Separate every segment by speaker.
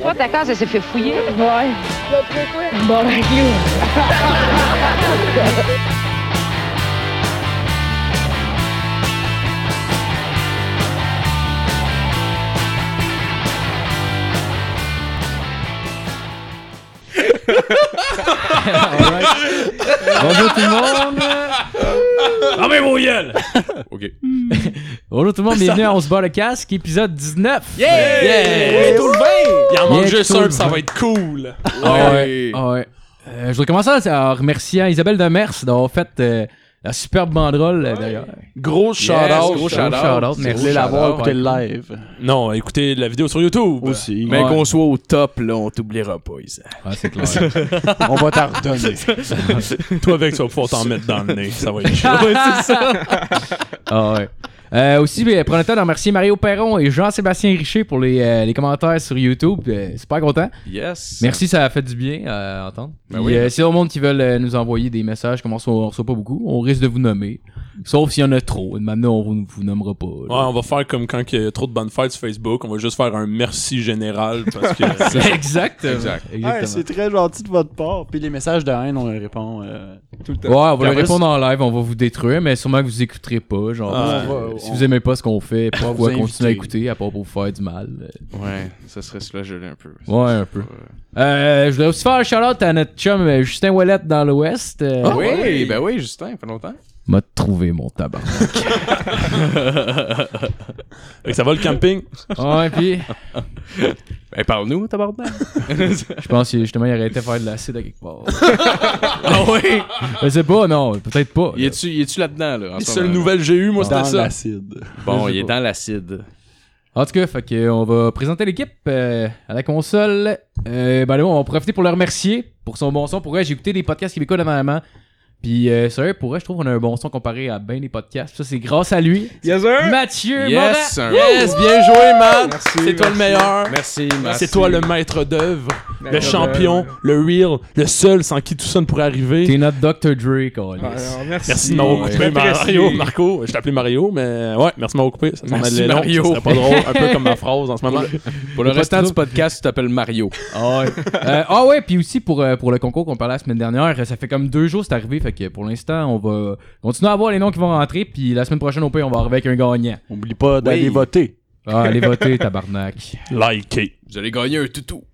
Speaker 1: Toi, ta case, elle s'est fait fouiller.
Speaker 2: Ouais. Bon, ben, you.
Speaker 3: Bonjour tout le monde.
Speaker 4: Ah, mais mon gueule!
Speaker 5: OK.
Speaker 3: Bonjour tout le monde, bienvenue à On se bat le casque, épisode 19.
Speaker 4: Yeah!
Speaker 5: Yeah!
Speaker 4: tout le vin! Il en manque
Speaker 3: Yeah,
Speaker 4: juste
Speaker 3: tout
Speaker 4: un,
Speaker 3: le
Speaker 4: puis ça
Speaker 3: vin.
Speaker 4: va être cool.
Speaker 3: Ah ouais. ah ouais. Euh, je voudrais commencer en remerciant Isabelle Demers d'avoir fait euh, la superbe banderole euh, d'ailleurs.
Speaker 5: Gros shout
Speaker 4: shout-out,
Speaker 5: out.
Speaker 4: gros
Speaker 3: shout-out, merci.
Speaker 6: Allez la voir, écouter le live.
Speaker 4: Non, écoutez la vidéo sur YouTube.
Speaker 6: Aussi.
Speaker 5: Mais
Speaker 3: Ouais.
Speaker 5: qu'on soit au top, là, on t'oubliera pas, Isa.
Speaker 3: Ah, c'est clair.
Speaker 6: On va t'en redonner.
Speaker 4: Toi, avec, tu vas pouvoir t'en mettre dans le nez. Ça va être chaud.
Speaker 3: ah ouais. Euh, aussi, ben, prenez le temps de remercier Mario Perron et Jean-Sébastien Richer pour les, euh, les commentaires sur YouTube. Euh, super content.
Speaker 5: Yes.
Speaker 3: Merci, ça a fait du bien euh, à entendre.
Speaker 5: Ben
Speaker 3: Puis,
Speaker 5: oui.
Speaker 3: euh, s'il y a au monde qui veulent euh, nous envoyer des messages, comme on reçoit, on reçoit pas beaucoup, on risque de vous nommer. Sauf s'il y en a trop. Maintenant, on vous, vous nommera pas.
Speaker 4: Ouais,
Speaker 3: là.
Speaker 4: on va faire comme quand il y a trop de bonnes fêtes sur Facebook. On va juste faire un merci général parce que.
Speaker 3: Exactement.
Speaker 5: Exact.
Speaker 6: Hey,
Speaker 3: Exactement.
Speaker 6: c'est très gentil de votre part. Puis les messages de haine, on les répond euh, tout le temps.
Speaker 3: Ouais, on va
Speaker 6: Puis
Speaker 3: le
Speaker 6: après,
Speaker 3: répondre en live, on va vous détruire, mais sûrement que vous écouterez pas. Genre,
Speaker 4: Ah,
Speaker 3: euh,
Speaker 6: on va-
Speaker 3: si
Speaker 6: on-
Speaker 3: vous aimez pas ce qu'on fait, pourquoi
Speaker 6: vous
Speaker 3: continuer à
Speaker 6: inviter.
Speaker 3: écouter à part pour vous faire du mal? euh.
Speaker 5: Ouais, ça serait cela gelé un peu.
Speaker 3: Ouais, un peu. Euh, je voudrais aussi faire un shout-out à notre chum euh, Justin Wallet dans l'Ouest. Euh,
Speaker 5: Ah oui, ben oui, Justin, fait longtemps.
Speaker 3: M'a trouvé mon tabac.
Speaker 4: Fait que ça va le camping?
Speaker 3: ouais, puis
Speaker 5: Ben parle-nous, tabarnak.
Speaker 3: je pense que justement, il aurait été faire de l'acide à quelque part.
Speaker 5: ah oui!
Speaker 3: Je sais pas, non, peut-être pas.
Speaker 5: Il
Speaker 3: là.
Speaker 5: est-tu est là-dedans, là? en
Speaker 4: Les
Speaker 5: ce
Speaker 4: seules
Speaker 5: moment?
Speaker 4: nouvelles que j'ai eues, moi, c'était
Speaker 6: Dans
Speaker 4: ça.
Speaker 6: l'acide.
Speaker 5: Bon,
Speaker 3: Je sais
Speaker 5: il est
Speaker 3: pas.
Speaker 5: dans l'acide.
Speaker 3: En tout cas, fait que, euh, on va présenter l'équipe euh, à la console. Euh, ben là, on va en profiter pour le remercier pour son bon son. Pour vrai, j'ai écouté des podcasts québécois dernièrement. Puis, euh, sérieux, pour vrai, je trouve qu'on a un bon son comparé à bien des podcasts. Ça, c'est grâce à lui.
Speaker 4: Yes,
Speaker 3: Mathieu
Speaker 5: Yes,
Speaker 3: Morin.
Speaker 5: un- yes, bien joué, Matt! C'est toi le
Speaker 4: merci.
Speaker 5: meilleur. Merci, Matt.
Speaker 4: C'est toi le maître d'œuvre, le champion, le real, le seul sans qui tout ça ne pourrait arriver.
Speaker 3: T'es notre Dr. Dre, Carlis.
Speaker 7: Ah,
Speaker 4: Merci de m'avoir
Speaker 5: Ouais.
Speaker 4: coupé, Mario, Marco. Je t'appelais Mario, mais euh, ouais, merci de m'avoir coupé. Ça s'en
Speaker 5: Merci,
Speaker 4: allait long,
Speaker 5: Mario.
Speaker 4: ça serait pas drôle, un peu comme ma phrase en ce moment.
Speaker 5: Pour le
Speaker 3: Il est pas
Speaker 5: restant
Speaker 3: trop-
Speaker 5: du podcast, tu t'appelles Mario.
Speaker 3: Ah ouais. Euh, ah ouais, puis aussi pour, euh, pour le concours qu'on parlait la semaine dernière, euh, ça fait comme deux jours c'est arrivé, fait que pour l'instant, on va continuer à voir les noms qui vont rentrer, puis la semaine prochaine, au pire, on va arriver avec un gagnant.
Speaker 6: Oublie pas d'aller
Speaker 5: Oui.
Speaker 6: voter.
Speaker 3: Ah, allez voter, tabarnak.
Speaker 4: Likez.
Speaker 5: Vous allez gagner un toutou.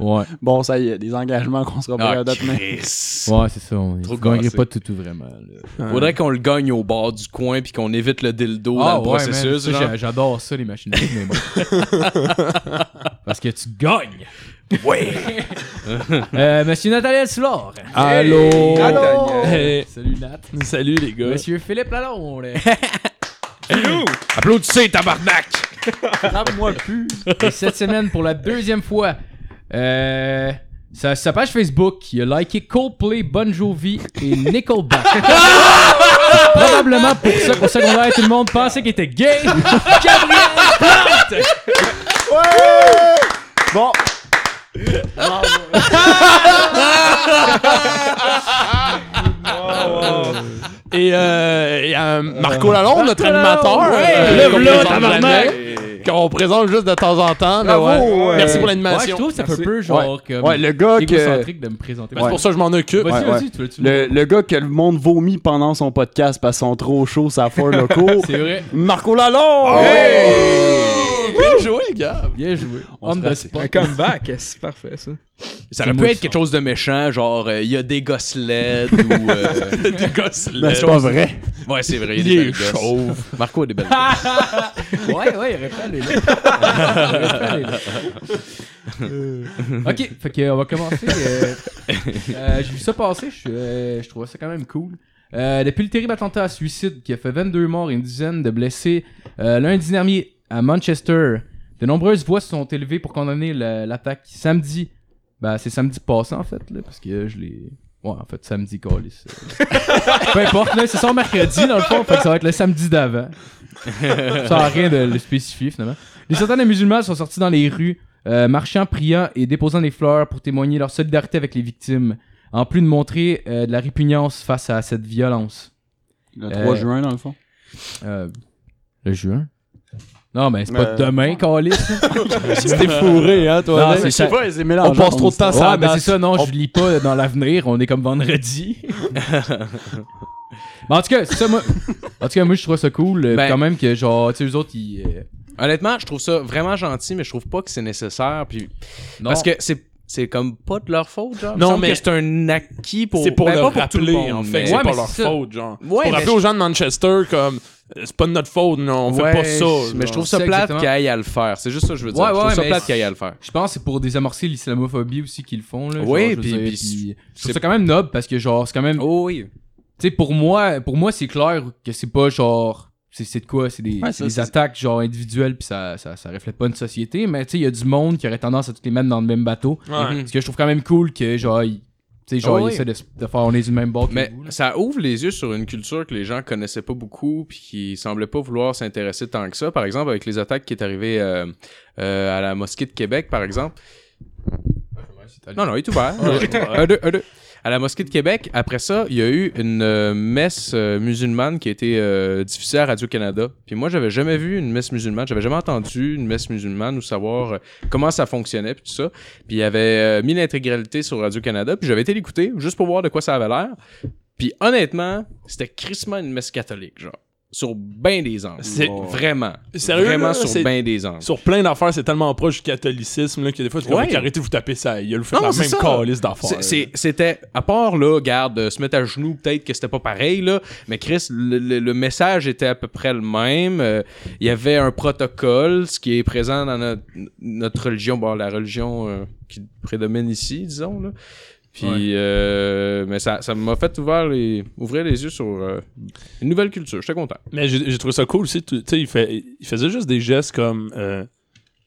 Speaker 3: Ouais,
Speaker 6: Bon, ça y est, des engagements qu'on sera pas
Speaker 5: Ah,
Speaker 6: à d'autres mains.
Speaker 5: Chris.
Speaker 3: ouais, c'est ça. On
Speaker 5: Trop
Speaker 3: vous gagnerez
Speaker 5: cassé.
Speaker 3: pas tout, tout vraiment. là.
Speaker 5: Faudrait qu'on le gagne au bord du coin puis qu'on évite le dildo
Speaker 3: Ah
Speaker 5: dans le
Speaker 3: ouais,
Speaker 5: processus.
Speaker 3: man, ça,
Speaker 5: genre.
Speaker 3: j'a- J'adore ça, les machines à sous, mais bon. Parce que tu gagnes. Ouais. euh, monsieur Nathalie Soulard.
Speaker 5: Ah,
Speaker 4: Allô.
Speaker 6: Allô.
Speaker 4: Hey.
Speaker 3: Salut Nat.
Speaker 4: Salut les gars.
Speaker 3: Monsieur Philippe Lalonde.
Speaker 5: Applaudissez, tabarnak!
Speaker 6: Frappe-moi plus.
Speaker 3: Et cette semaine, pour la deuxième fois, euh, sa, sa page Facebook, il a liké Coldplay, Bon Jovi et Nickelback. Probablement pour ça qu'au secondaire, tout le monde pensait qu'il était gay. Gabriel!
Speaker 6: Ouais! Bon.
Speaker 4: Et, euh, et, euh, Marco Lalonde, notre animateur.
Speaker 5: Euh,
Speaker 4: euh,
Speaker 3: Ouais.
Speaker 4: qu'on
Speaker 3: Lève-le,
Speaker 4: présente
Speaker 3: tabarnak.
Speaker 4: jamais, Qu'on présente juste de temps en temps. mais ouais.
Speaker 6: Bravo, ouais.
Speaker 4: Merci pour
Speaker 3: Ouais, je
Speaker 4: l'animation.
Speaker 3: trouve que ça fait peu genre comme
Speaker 6: Ouais, le euh, gars que.
Speaker 3: égocentrique de me présenter.
Speaker 4: Ben, C'est pour ça que je m'en occupe.
Speaker 3: Vas-y,
Speaker 6: Ouais,
Speaker 3: vas-y,
Speaker 6: ouais.
Speaker 3: tu veux-tu
Speaker 6: Le, le gars que le monde vomit pendant son podcast parce qu'ils sont trop chauds, ça foire le cours.
Speaker 3: C'est vrai.
Speaker 6: Marco Lalonde!
Speaker 4: Bien joué, les gars.
Speaker 3: Bien joué.
Speaker 6: On
Speaker 3: On
Speaker 6: se
Speaker 3: the
Speaker 6: rassure.
Speaker 3: spot.
Speaker 7: Un comeback, c'est parfait ça.
Speaker 5: Ça aurait pu être quelque chose de méchant, genre euh, il y a des gosselettes ou. euh,
Speaker 4: Des gosses,
Speaker 6: Mais Ben, c'est pas vrai.
Speaker 5: Ouais, c'est vrai, il
Speaker 4: Il
Speaker 5: y a des
Speaker 4: est
Speaker 5: belles gosses.
Speaker 4: chauve.
Speaker 5: Marco a des belles gosses.
Speaker 3: Ouais, ouais, il aurait pu aller là. Il aurait pu aller là. Euh, ok, fait que, on va commencer. euh, euh, J'ai vu ça passer, je, euh, je trouvais ça quand même cool. Euh, depuis le terrible attentat à suicide qui a fait 22 morts et une dizaine de blessés euh, lundi dernier à Manchester, de nombreuses voix se sont élevées pour condamner la- l'attaque samedi. Bah, c'est samedi passé en fait, là, parce que euh, je l'ai. Ouais, en fait, samedi, câlisse. Peu importe, là, c'est ça mercredi dans le fond, fait que ça va être le samedi d'avant. ça a rien de le spécifier finalement. Les centaines de musulmans sont sortis dans les rues, euh, marchant, priant et déposant des fleurs pour témoigner leur solidarité avec les victimes, en plus de montrer euh, de la répugnance face à cette violence.
Speaker 6: Le
Speaker 3: Euh,
Speaker 6: 3 juin, dans le fond.
Speaker 3: Euh, le juin Non, mais c'est pas
Speaker 6: Euh.
Speaker 3: demain, Calis.
Speaker 4: C'était fourré, hein, toi.
Speaker 3: Non,
Speaker 4: là.
Speaker 3: c'est
Speaker 6: Je sais
Speaker 3: ça.
Speaker 6: pas, c'est ben,
Speaker 4: on
Speaker 6: mélangé.
Speaker 4: passe trop de temps hein?
Speaker 3: Ouais,
Speaker 4: sans
Speaker 3: mais
Speaker 4: date.
Speaker 3: c'est ça, non, je lis pas dans l'avenir, on est comme vendredi. mais en tout cas, c'est ça, moi. En tout cas, moi, je trouve ça cool, euh,
Speaker 5: Ben-
Speaker 3: quand même, que genre, tu sais, eux autres, ils. euh,
Speaker 5: Honnêtement, je trouve ça vraiment gentil, mais je trouve pas que c'est nécessaire. Puis
Speaker 3: non.
Speaker 5: Parce que c'est c'est comme pas de leur faute, genre. Il me
Speaker 4: Non,
Speaker 5: semble
Speaker 4: mais-
Speaker 5: que c'est un acquis pour.
Speaker 4: C'est pour
Speaker 5: ben,
Speaker 4: le
Speaker 5: pas tout
Speaker 4: rappeler,
Speaker 5: monde,
Speaker 4: en fait.
Speaker 5: mais-
Speaker 4: C'est
Speaker 3: Ouais,
Speaker 4: pas
Speaker 3: mais
Speaker 4: leur
Speaker 3: c'est ça.
Speaker 4: faute, genre.
Speaker 5: Ouais,
Speaker 4: pour
Speaker 5: mais
Speaker 4: rappeler aux gens de Manchester, comme, euh, c'est pas de notre faute, non, on
Speaker 5: Ouais,
Speaker 4: fait pas ça.
Speaker 5: je- Mais je trouve ça
Speaker 3: C'est
Speaker 5: plate
Speaker 3: exactement.
Speaker 5: qu'il aille à le faire. C'est juste ça que je veux dire.
Speaker 3: Ouais,
Speaker 5: je
Speaker 3: ouais,
Speaker 5: trouve ça
Speaker 3: mais
Speaker 5: plate
Speaker 3: c'est-
Speaker 5: qu'il aille à le faire.
Speaker 3: Je pense que c'est pour désamorcer l'islamophobie aussi qu'ils le font. Là,
Speaker 5: Oui,
Speaker 3: genre, je
Speaker 5: puis-
Speaker 3: veux
Speaker 5: puis
Speaker 3: je trouve ça quand même noble parce que, genre, c'est quand même.
Speaker 5: Oh oui.
Speaker 3: Tu sais, pour moi, pour moi c'est clair que c'est pas genre. C'est c'est de quoi C'est des,
Speaker 6: Ouais,
Speaker 3: c'est
Speaker 6: ça,
Speaker 3: des
Speaker 6: c'est-
Speaker 3: attaques genre individuelles, puis ça, ça, ça reflète pas une société. Mais tu sais, il y a du monde qui aurait tendance à toutes les mettre dans le même bateau.
Speaker 4: Ouais.
Speaker 3: Parce que je trouve quand même cool que, genre, ils- tu sais, genre,
Speaker 5: Ah
Speaker 3: ils
Speaker 5: oui.
Speaker 3: essaient de, se- de faire on est du même bord que
Speaker 5: Mais
Speaker 3: vous. là.
Speaker 5: ça ouvre les yeux sur une culture que les gens connaissaient pas beaucoup puis qui semblaient pas vouloir s'intéresser tant que ça. Par exemple, avec les attaques qui est arrivée euh, euh, à la mosquée de Québec, par exemple. Non, non, il est ouvert. un, deux, un, deux. À la mosquée de Québec, après ça, il y a eu une euh, messe euh, musulmane qui a été euh, diffusée à Radio-Canada. Puis moi, j'avais jamais vu une messe musulmane. J'avais jamais entendu une messe musulmane ou savoir euh, comment ça fonctionnait puis tout ça. Puis il avait euh, mis l'intégralité sur Radio-Canada. Puis j'avais été l'écouter juste pour voir de quoi ça avait l'air. Puis honnêtement, c'était crissement une messe catholique, genre. Sur ben des angles.
Speaker 4: C'est-
Speaker 5: vraiment.
Speaker 4: Sérieux,
Speaker 5: Vraiment
Speaker 4: là,
Speaker 5: sur
Speaker 4: c'est-
Speaker 5: ben des angles.
Speaker 4: Sur plein d'affaires, c'est tellement proche du catholicisme là, que des fois, c'est comme,
Speaker 5: Ouais.
Speaker 4: Ok, arrêtez de vous taper ça. Il a le fait
Speaker 5: Non,
Speaker 4: la
Speaker 5: non, c'est
Speaker 4: même
Speaker 5: ça.
Speaker 4: calice d'affaires.
Speaker 5: C'est- c'est- C'était, à part là, garde, euh, se mettre à genoux, peut-être que c'était pas pareil, là, mais Chris, le, le- le message était à peu près le même. Euh, Il y avait un protocole, ce qui est présent dans notre, notre religion, bon, la religion euh, qui prédomine ici, disons, là. Puis,
Speaker 3: Ouais.
Speaker 5: euh, mais ça, ça m'a fait ouvrir les, ouvrir les yeux sur euh, une nouvelle culture. J'étais content.
Speaker 4: Mais j'ai j'ai trouvé ça cool aussi. Tu tu sais, il, fait, il faisait juste des gestes comme. euh,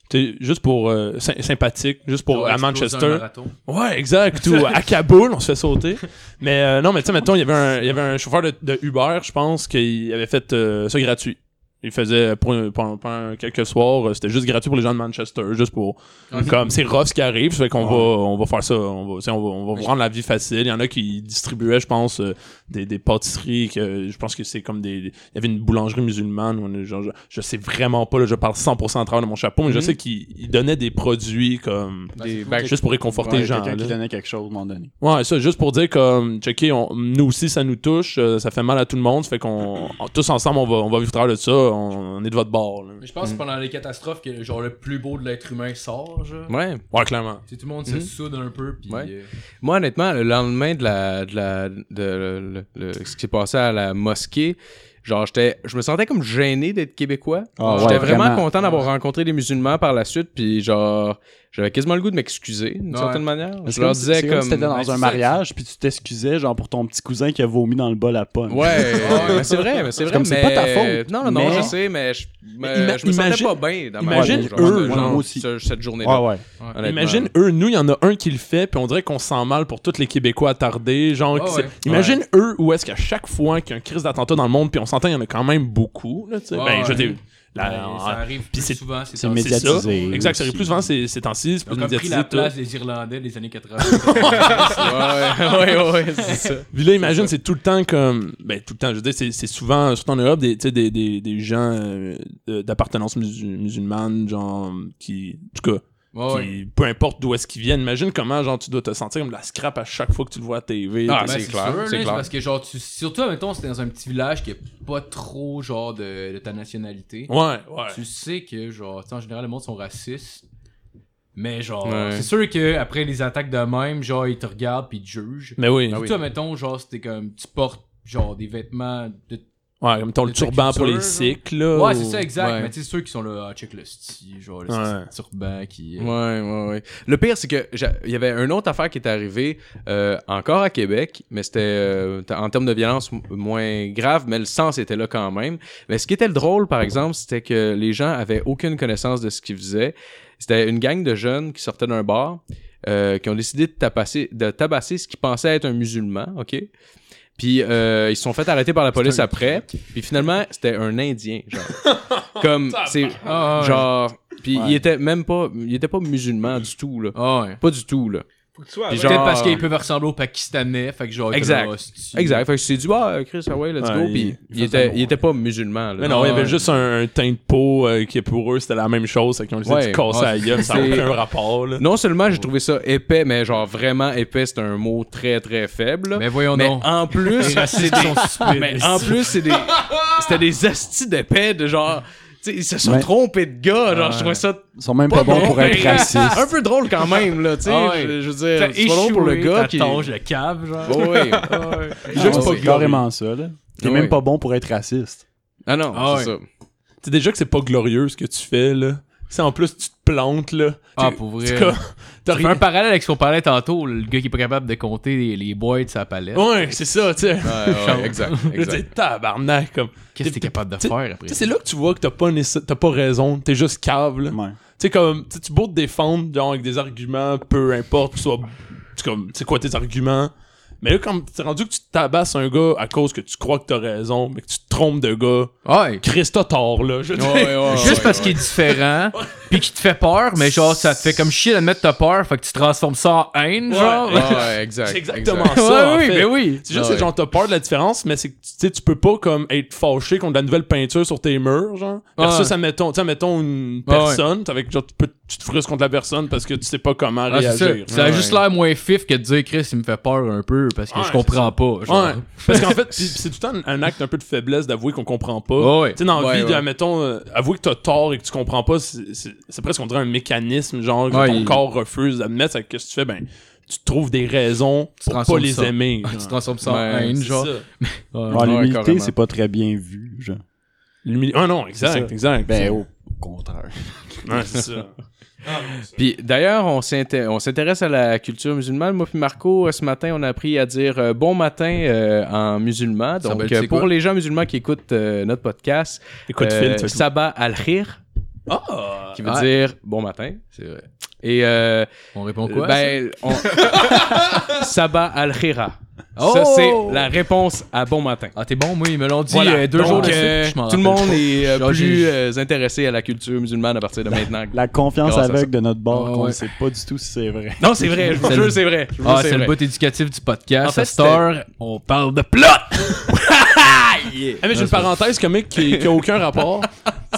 Speaker 4: tu sais, juste pour euh, sy- sympathique, juste pour
Speaker 3: Ouais,
Speaker 4: à
Speaker 3: exploser un
Speaker 4: Manchester.
Speaker 3: marathon.
Speaker 4: Ouais, exact. Ou à Kaboul, on se fait sauter. Mais euh, non, mais tu sais, mettons, il y avait un, il y avait un chauffeur de, de Uber, je pense, qui avait fait euh, ça gratuit. Il faisait pour, pour- pour un- quelques soirs, euh, c'était juste gratuit pour les gens de Manchester, juste pour comme c'est rough ce qui arrive, ça fait qu'on va on va faire ça, on va tu sais, on va, on va vous rendre la vie facile. Il y en a qui distribuaient, je pense, euh, des, des pâtisseries que je pense que c'est comme des il y avait une boulangerie musulmane où on est genre, je, je sais vraiment pas là, je parle 100% à travers de mon chapeau, mais je
Speaker 5: Mhm.
Speaker 4: sais qu'ils ils donnaient des produits comme
Speaker 5: Des
Speaker 6: cool,
Speaker 5: bacs-
Speaker 4: juste pour réconforter les gens.
Speaker 6: Quelqu'un qui
Speaker 4: là.
Speaker 6: donnait quelque chose, à un moment donné.
Speaker 4: Ouais, ça, juste pour dire comme, checker, on- nous aussi, ça nous touche, euh, ça fait mal à tout le monde, ça fait qu'on, en- tous ensemble, on va, on va vivre au travers de ça, on, on est de votre bord. là.
Speaker 3: Mais je pense
Speaker 5: Mhm.
Speaker 3: que pendant les catastrophes que genre le plus beau de l'être humain sort, genre.
Speaker 5: Ouais.
Speaker 4: Ouais, clairement.
Speaker 3: Tu sais, tout le monde
Speaker 5: Mhm.
Speaker 3: se soude un peu puis
Speaker 5: Ouais.
Speaker 3: euh,
Speaker 5: Moi, honnêtement, le lendemain de la, de la, de le- le- le- ce qui s'est passé à la mosquée, genre, j'étais, je me sentais comme gêné d'être québécois.
Speaker 6: Ah,
Speaker 5: j'étais
Speaker 6: ouais,
Speaker 5: vraiment,
Speaker 6: vraiment.
Speaker 5: content d'avoir rencontré des musulmans par la suite, puis genre, j'avais quasiment le goût de m'excuser d'une
Speaker 3: Ouais.
Speaker 5: certaine manière.
Speaker 6: C'est
Speaker 5: Je leur
Speaker 6: comme si-
Speaker 5: disais
Speaker 6: c'est comme
Speaker 5: comme,
Speaker 6: si t'étais
Speaker 3: Ouais,
Speaker 6: dans
Speaker 3: c'est
Speaker 6: un
Speaker 3: ça.
Speaker 6: mariage, puis tu t'excusais, genre, pour ton petit cousin qui a vomi dans le bol à pomme.
Speaker 5: ouais, mais c'est vrai, mais c'est
Speaker 6: C'est
Speaker 5: vrai,
Speaker 6: comme, c'est
Speaker 5: mais
Speaker 6: pas ta faute,
Speaker 5: Non, non, non,
Speaker 6: mais-
Speaker 5: je sais, mais je, mais
Speaker 4: ima-
Speaker 5: je me sentais
Speaker 4: imagine-
Speaker 5: pas bien dans ma
Speaker 4: imagine
Speaker 5: peau, genre,
Speaker 4: eux,
Speaker 5: ce-
Speaker 4: genre,
Speaker 5: ce-
Speaker 6: aussi.
Speaker 5: cette journée-là.
Speaker 6: Ouais, ouais.
Speaker 3: honnêtement.
Speaker 4: Imagine, eux, nous, il y en a un qui le fait, puis on dirait qu'on se sent mal pour tous les Québécois attardés. Genre,
Speaker 3: Ah
Speaker 4: qui c'est-
Speaker 3: ouais.
Speaker 4: imagine eux où est-ce qu'à chaque fois qu'il y a une crise d'attentat dans le monde, puis on s'entend, il y en a quand même beaucoup. Là, tu sais.
Speaker 3: Ah
Speaker 4: ben, je
Speaker 3: ouais.
Speaker 4: dis, la-
Speaker 3: Ouais, ça arrive
Speaker 4: puis
Speaker 3: plus
Speaker 4: c'est-
Speaker 3: souvent, c'est
Speaker 6: c'est
Speaker 3: dans-
Speaker 4: c'est ça.
Speaker 6: médiatisé
Speaker 4: Exact, ça
Speaker 6: aussi.
Speaker 4: arrive plus souvent ces, ces temps-ci, c'est
Speaker 3: Ils ont
Speaker 4: plus
Speaker 3: comme pris
Speaker 4: médiatisé.
Speaker 3: la
Speaker 4: tout.
Speaker 3: place des Irlandais des années 80.
Speaker 5: ouais, ouais, ouais, c'est ça.
Speaker 4: Puis là, imagine, c'est tout le temps comme. Ben, tout le temps, je veux dire, c'est, c'est souvent, euh, surtout en Europe, des, tu sais, des, des, des gens euh, de- d'appartenance musu- musulmane, genre, qui. En tout cas,
Speaker 3: Ouais, Ah ouais.
Speaker 4: qui, peu importe d'où est-ce qu'ils viennent, imagine comment, genre, tu dois te sentir comme de la scrap à chaque fois que tu le vois à TV.
Speaker 5: Ah,
Speaker 4: T'es-
Speaker 5: c'est
Speaker 3: Ben,
Speaker 5: clair,
Speaker 3: sûr, là,
Speaker 5: c'est
Speaker 3: c'est
Speaker 5: clair.
Speaker 3: parce que genre tu surtout mettons c'était dans un petit village qui a pas trop genre de, de ta nationalité.
Speaker 4: Ouais, ouais.
Speaker 3: Tu sais que genre tu sais, en général le monde sont racistes. Mais genre
Speaker 5: Ouais.
Speaker 3: c'est sûr que après les attaques de même genre ils te regardent puis ils te jugent.
Speaker 4: Mais Ben oui.
Speaker 5: Ah oui.
Speaker 3: Toi mettons genre c'était comme tu portes genre des vêtements de
Speaker 4: Ouais, comme ton le
Speaker 3: De ta
Speaker 4: turban pour les
Speaker 3: culture,
Speaker 4: cycles, là.
Speaker 3: Ouais,
Speaker 4: ou-
Speaker 3: c'est ça exact,
Speaker 5: ouais.
Speaker 3: mais tu sais ceux qui sont là ah, check le style genre le
Speaker 4: Ouais.
Speaker 3: style turban qui euh,
Speaker 5: Ouais, ouais, ouais. Le pire, c'est que j'a- il y avait une autre affaire qui est arrivée euh, encore à Québec, mais c'était euh, t- en termes de violence m- moins grave, mais le sens était là quand même. Mais ce qui était le drôle, par exemple, c'était que les gens avaient aucune connaissance de ce qu'ils faisaient. C'était une gang de jeunes qui sortaient d'un bar, euh, qui ont décidé de tabasser, de tabasser ce qu'ils pensaient être un musulman, ok. Puis euh, ils se sont fait arrêter par la police après. Puis finalement, c'était un Indien, genre. Comme c'est
Speaker 3: Ah, ouais.
Speaker 5: genre. Puis
Speaker 6: Ouais.
Speaker 5: il était même pas, il était pas musulman du tout là.
Speaker 3: Ah ouais.
Speaker 5: Pas du tout, là.
Speaker 7: Faut que tu sois
Speaker 5: Puis
Speaker 7: avec.
Speaker 5: genre- euh,
Speaker 3: Peut-être parce qu'ils peuvent ressembler aux Pakistanais, fait que genre.
Speaker 5: Exact.
Speaker 3: comme, oh, c'est-tu-
Speaker 5: Exact. Fait que c'est du bah, Chris, ah ouais, let's
Speaker 4: Ouais,
Speaker 5: go.
Speaker 4: il-
Speaker 5: Puis il,
Speaker 4: il faisait
Speaker 5: était,
Speaker 4: bon,
Speaker 5: il était pas musulman. Là. Ah
Speaker 4: Mais non, il y avait juste un, un teint de peau euh, qui pour eux c'était la même chose, c'est qu'on les
Speaker 5: Ouais.
Speaker 4: dit casser
Speaker 5: Ah,
Speaker 4: la gueule, ça n'a
Speaker 5: c'est-
Speaker 4: aucun rapport. Là.
Speaker 5: Non seulement j'ai trouvé ça épais, mais genre vraiment épais, c'est un mot très très faible.
Speaker 3: Mais voyons
Speaker 5: Mais
Speaker 3: donc.
Speaker 5: en plus, c'est des- mais en plus, c'est des, c'était des astis d'épais de genre, tu sais, ils se sont
Speaker 6: Ouais.
Speaker 5: trompés de gars, genre, je trouvais ça
Speaker 6: Ils sont même pas bons pour être racistes.
Speaker 5: un peu drôle quand même, là, tu sais,
Speaker 3: Ah ouais.
Speaker 5: je, je veux dire, c'est pas drôle pour le gars qui...
Speaker 3: T'as le cave, genre.
Speaker 5: Oh, oui.
Speaker 6: Ah,
Speaker 5: Juste pas
Speaker 6: C'est carrément ça, là. T'es
Speaker 5: Ah
Speaker 6: même
Speaker 5: ouais.
Speaker 6: pas bon pour être raciste.
Speaker 5: Ah non,
Speaker 3: Ah
Speaker 5: c'est
Speaker 4: Tu sais déjà que c'est pas glorieux ce que tu fais là. Tu sais, en plus tu te plantes là.
Speaker 3: Ah,
Speaker 4: Tu-
Speaker 3: pour
Speaker 4: tu
Speaker 3: vrai.
Speaker 4: co- T'as
Speaker 3: Tu fais
Speaker 4: rien.
Speaker 3: un parallèle avec ce qu'on parlait tantôt, le gars qui est pas capable de compter les, les boîtes de sa palette.
Speaker 4: Ouais, c'est ça, tu sais.
Speaker 5: ça. Ouais, ouais, exact,
Speaker 4: Là, t'es
Speaker 5: exact.
Speaker 4: tabarnak comme.
Speaker 3: Qu'est-ce que t'es
Speaker 4: t'es-
Speaker 3: capable de
Speaker 4: t'es-
Speaker 3: faire après?
Speaker 4: Tu sais, c'est là que tu vois que t'as pas, nécess- t'as pas raison, t'es juste cave là.
Speaker 6: Ouais.
Speaker 4: Tu sais, comme, tu sais, tu beau te défendre, genre, avec des arguments, peu importe, tu sois, tu comme, tu sais quoi tes arguments. Mais là, quand t'es rendu que tu tabasses un gars à cause que tu crois que t'as raison, mais que tu te trompes de gars,
Speaker 3: Ouais.
Speaker 4: Christ a tort, là. Je veux dire.
Speaker 3: Juste parce qu'il est différent, puis qu'il te fait peur, mais genre, ça te fait comme chier d'admettre ta peur, fait que tu transformes ça en haine,
Speaker 4: Ouais.
Speaker 3: genre.
Speaker 5: Ouais, ouais, exact.
Speaker 4: C'est exactement
Speaker 5: exact.
Speaker 4: ça. en
Speaker 3: oui,
Speaker 4: fait.
Speaker 3: mais oui.
Speaker 4: C'est juste
Speaker 5: Ouais.
Speaker 4: que genre t'as peur de la différence, mais c'est que tu sais, tu peux pas comme être fâché contre la nouvelle peinture sur tes murs, genre. Versus,
Speaker 3: Ouais.
Speaker 4: ça mettons, tu sais, mettons une
Speaker 3: Ouais, ouais.
Speaker 4: personne, avec genre tu, peux, tu te frustres contre la personne parce que tu sais pas comment
Speaker 3: Ah, c'est ça.
Speaker 4: réagir. hein.
Speaker 3: Ça a juste l'air moins fif que de dire Chris, il me fait peur un peu parce que
Speaker 4: Ouais,
Speaker 3: je comprends pas. genre.
Speaker 4: Ouais. Parce qu'en fait, pis- pis c'est tout le temps un acte un peu de faiblesse d'avouer qu'on comprend pas.
Speaker 3: Ouais, ouais.
Speaker 4: Tu sais, dans la
Speaker 5: Ouais,
Speaker 4: vie, de,
Speaker 5: ouais.
Speaker 4: mettons, euh, avouer que t'as tort et que tu comprends pas, c'est- c'est c'est presque, on dirait, un mécanisme, genre, que
Speaker 3: Ouais,
Speaker 4: ton
Speaker 3: il-
Speaker 4: corps refuse d'admettre. Fait que Qu'est-ce que tu fais? Ben, tu trouves des raisons
Speaker 3: Tu
Speaker 4: pour pas
Speaker 3: transformes
Speaker 4: les
Speaker 3: ça.
Speaker 4: aimer.
Speaker 3: Ah, Tu
Speaker 4: genre.
Speaker 3: transformes ça en
Speaker 5: Ouais,
Speaker 3: haine,
Speaker 4: C'est
Speaker 3: genre.
Speaker 4: ça.
Speaker 3: Ouais.
Speaker 6: Genre, L'humilité,
Speaker 5: carrément.
Speaker 6: c'est pas très bien vu, genre.
Speaker 4: L'humili- Ah non, exact,
Speaker 6: ça.
Speaker 4: exact.
Speaker 6: Ben, au contraire.
Speaker 4: Ouais, c'est ça.
Speaker 5: Puis d'ailleurs, on s'inté- on s'intéresse à la culture musulmane. Moi puis Marco, euh, ce matin, on a appris à dire euh, bon matin euh, en musulman.
Speaker 3: Ça
Speaker 5: Donc,
Speaker 3: veut dire
Speaker 5: euh,
Speaker 3: c'est
Speaker 5: pour
Speaker 3: quoi?
Speaker 5: les gens musulmans qui écoutent euh, notre podcast,
Speaker 4: Écoute,
Speaker 5: euh,
Speaker 4: Phil, tu fais-
Speaker 5: Sabah al-Khir,
Speaker 4: Ah!
Speaker 5: qui veut
Speaker 3: Ouais.
Speaker 5: dire bon matin. C'est vrai. Et euh,
Speaker 3: On répond quoi?
Speaker 5: ben, on- Sabah al-Khira. Ça,
Speaker 3: Oh!
Speaker 5: c'est la réponse à bon matin.
Speaker 3: Ah, t'es bon, moi, ils me l'ont dit
Speaker 4: Voilà.
Speaker 3: euh, deux
Speaker 4: Donc,
Speaker 3: jours
Speaker 5: Donc,
Speaker 3: de suite,
Speaker 5: euh,
Speaker 3: je m'en
Speaker 5: tout le
Speaker 3: rappelle
Speaker 5: monde est euh,
Speaker 3: Ah,
Speaker 5: plus
Speaker 3: j'ai-
Speaker 5: euh, intéressé à la culture musulmane à partir de maintenant.
Speaker 6: La confiance
Speaker 5: Grâce à
Speaker 6: aveugle de notre bord,
Speaker 3: Ah,
Speaker 6: qu'on
Speaker 3: ouais.
Speaker 6: sait pas du tout si c'est vrai.
Speaker 5: Non, c'est vrai, je vous
Speaker 3: C'est
Speaker 5: jure,
Speaker 3: le-
Speaker 5: c'est vrai. Je vous
Speaker 3: Ah,
Speaker 5: jure,
Speaker 3: c'est le
Speaker 5: vrai.
Speaker 3: but éducatif du podcast.
Speaker 5: En fait,
Speaker 3: à cette heure, on parle de plot!
Speaker 4: Ah, mais j'ai une parenthèse comique qui, qui a aucun rapport.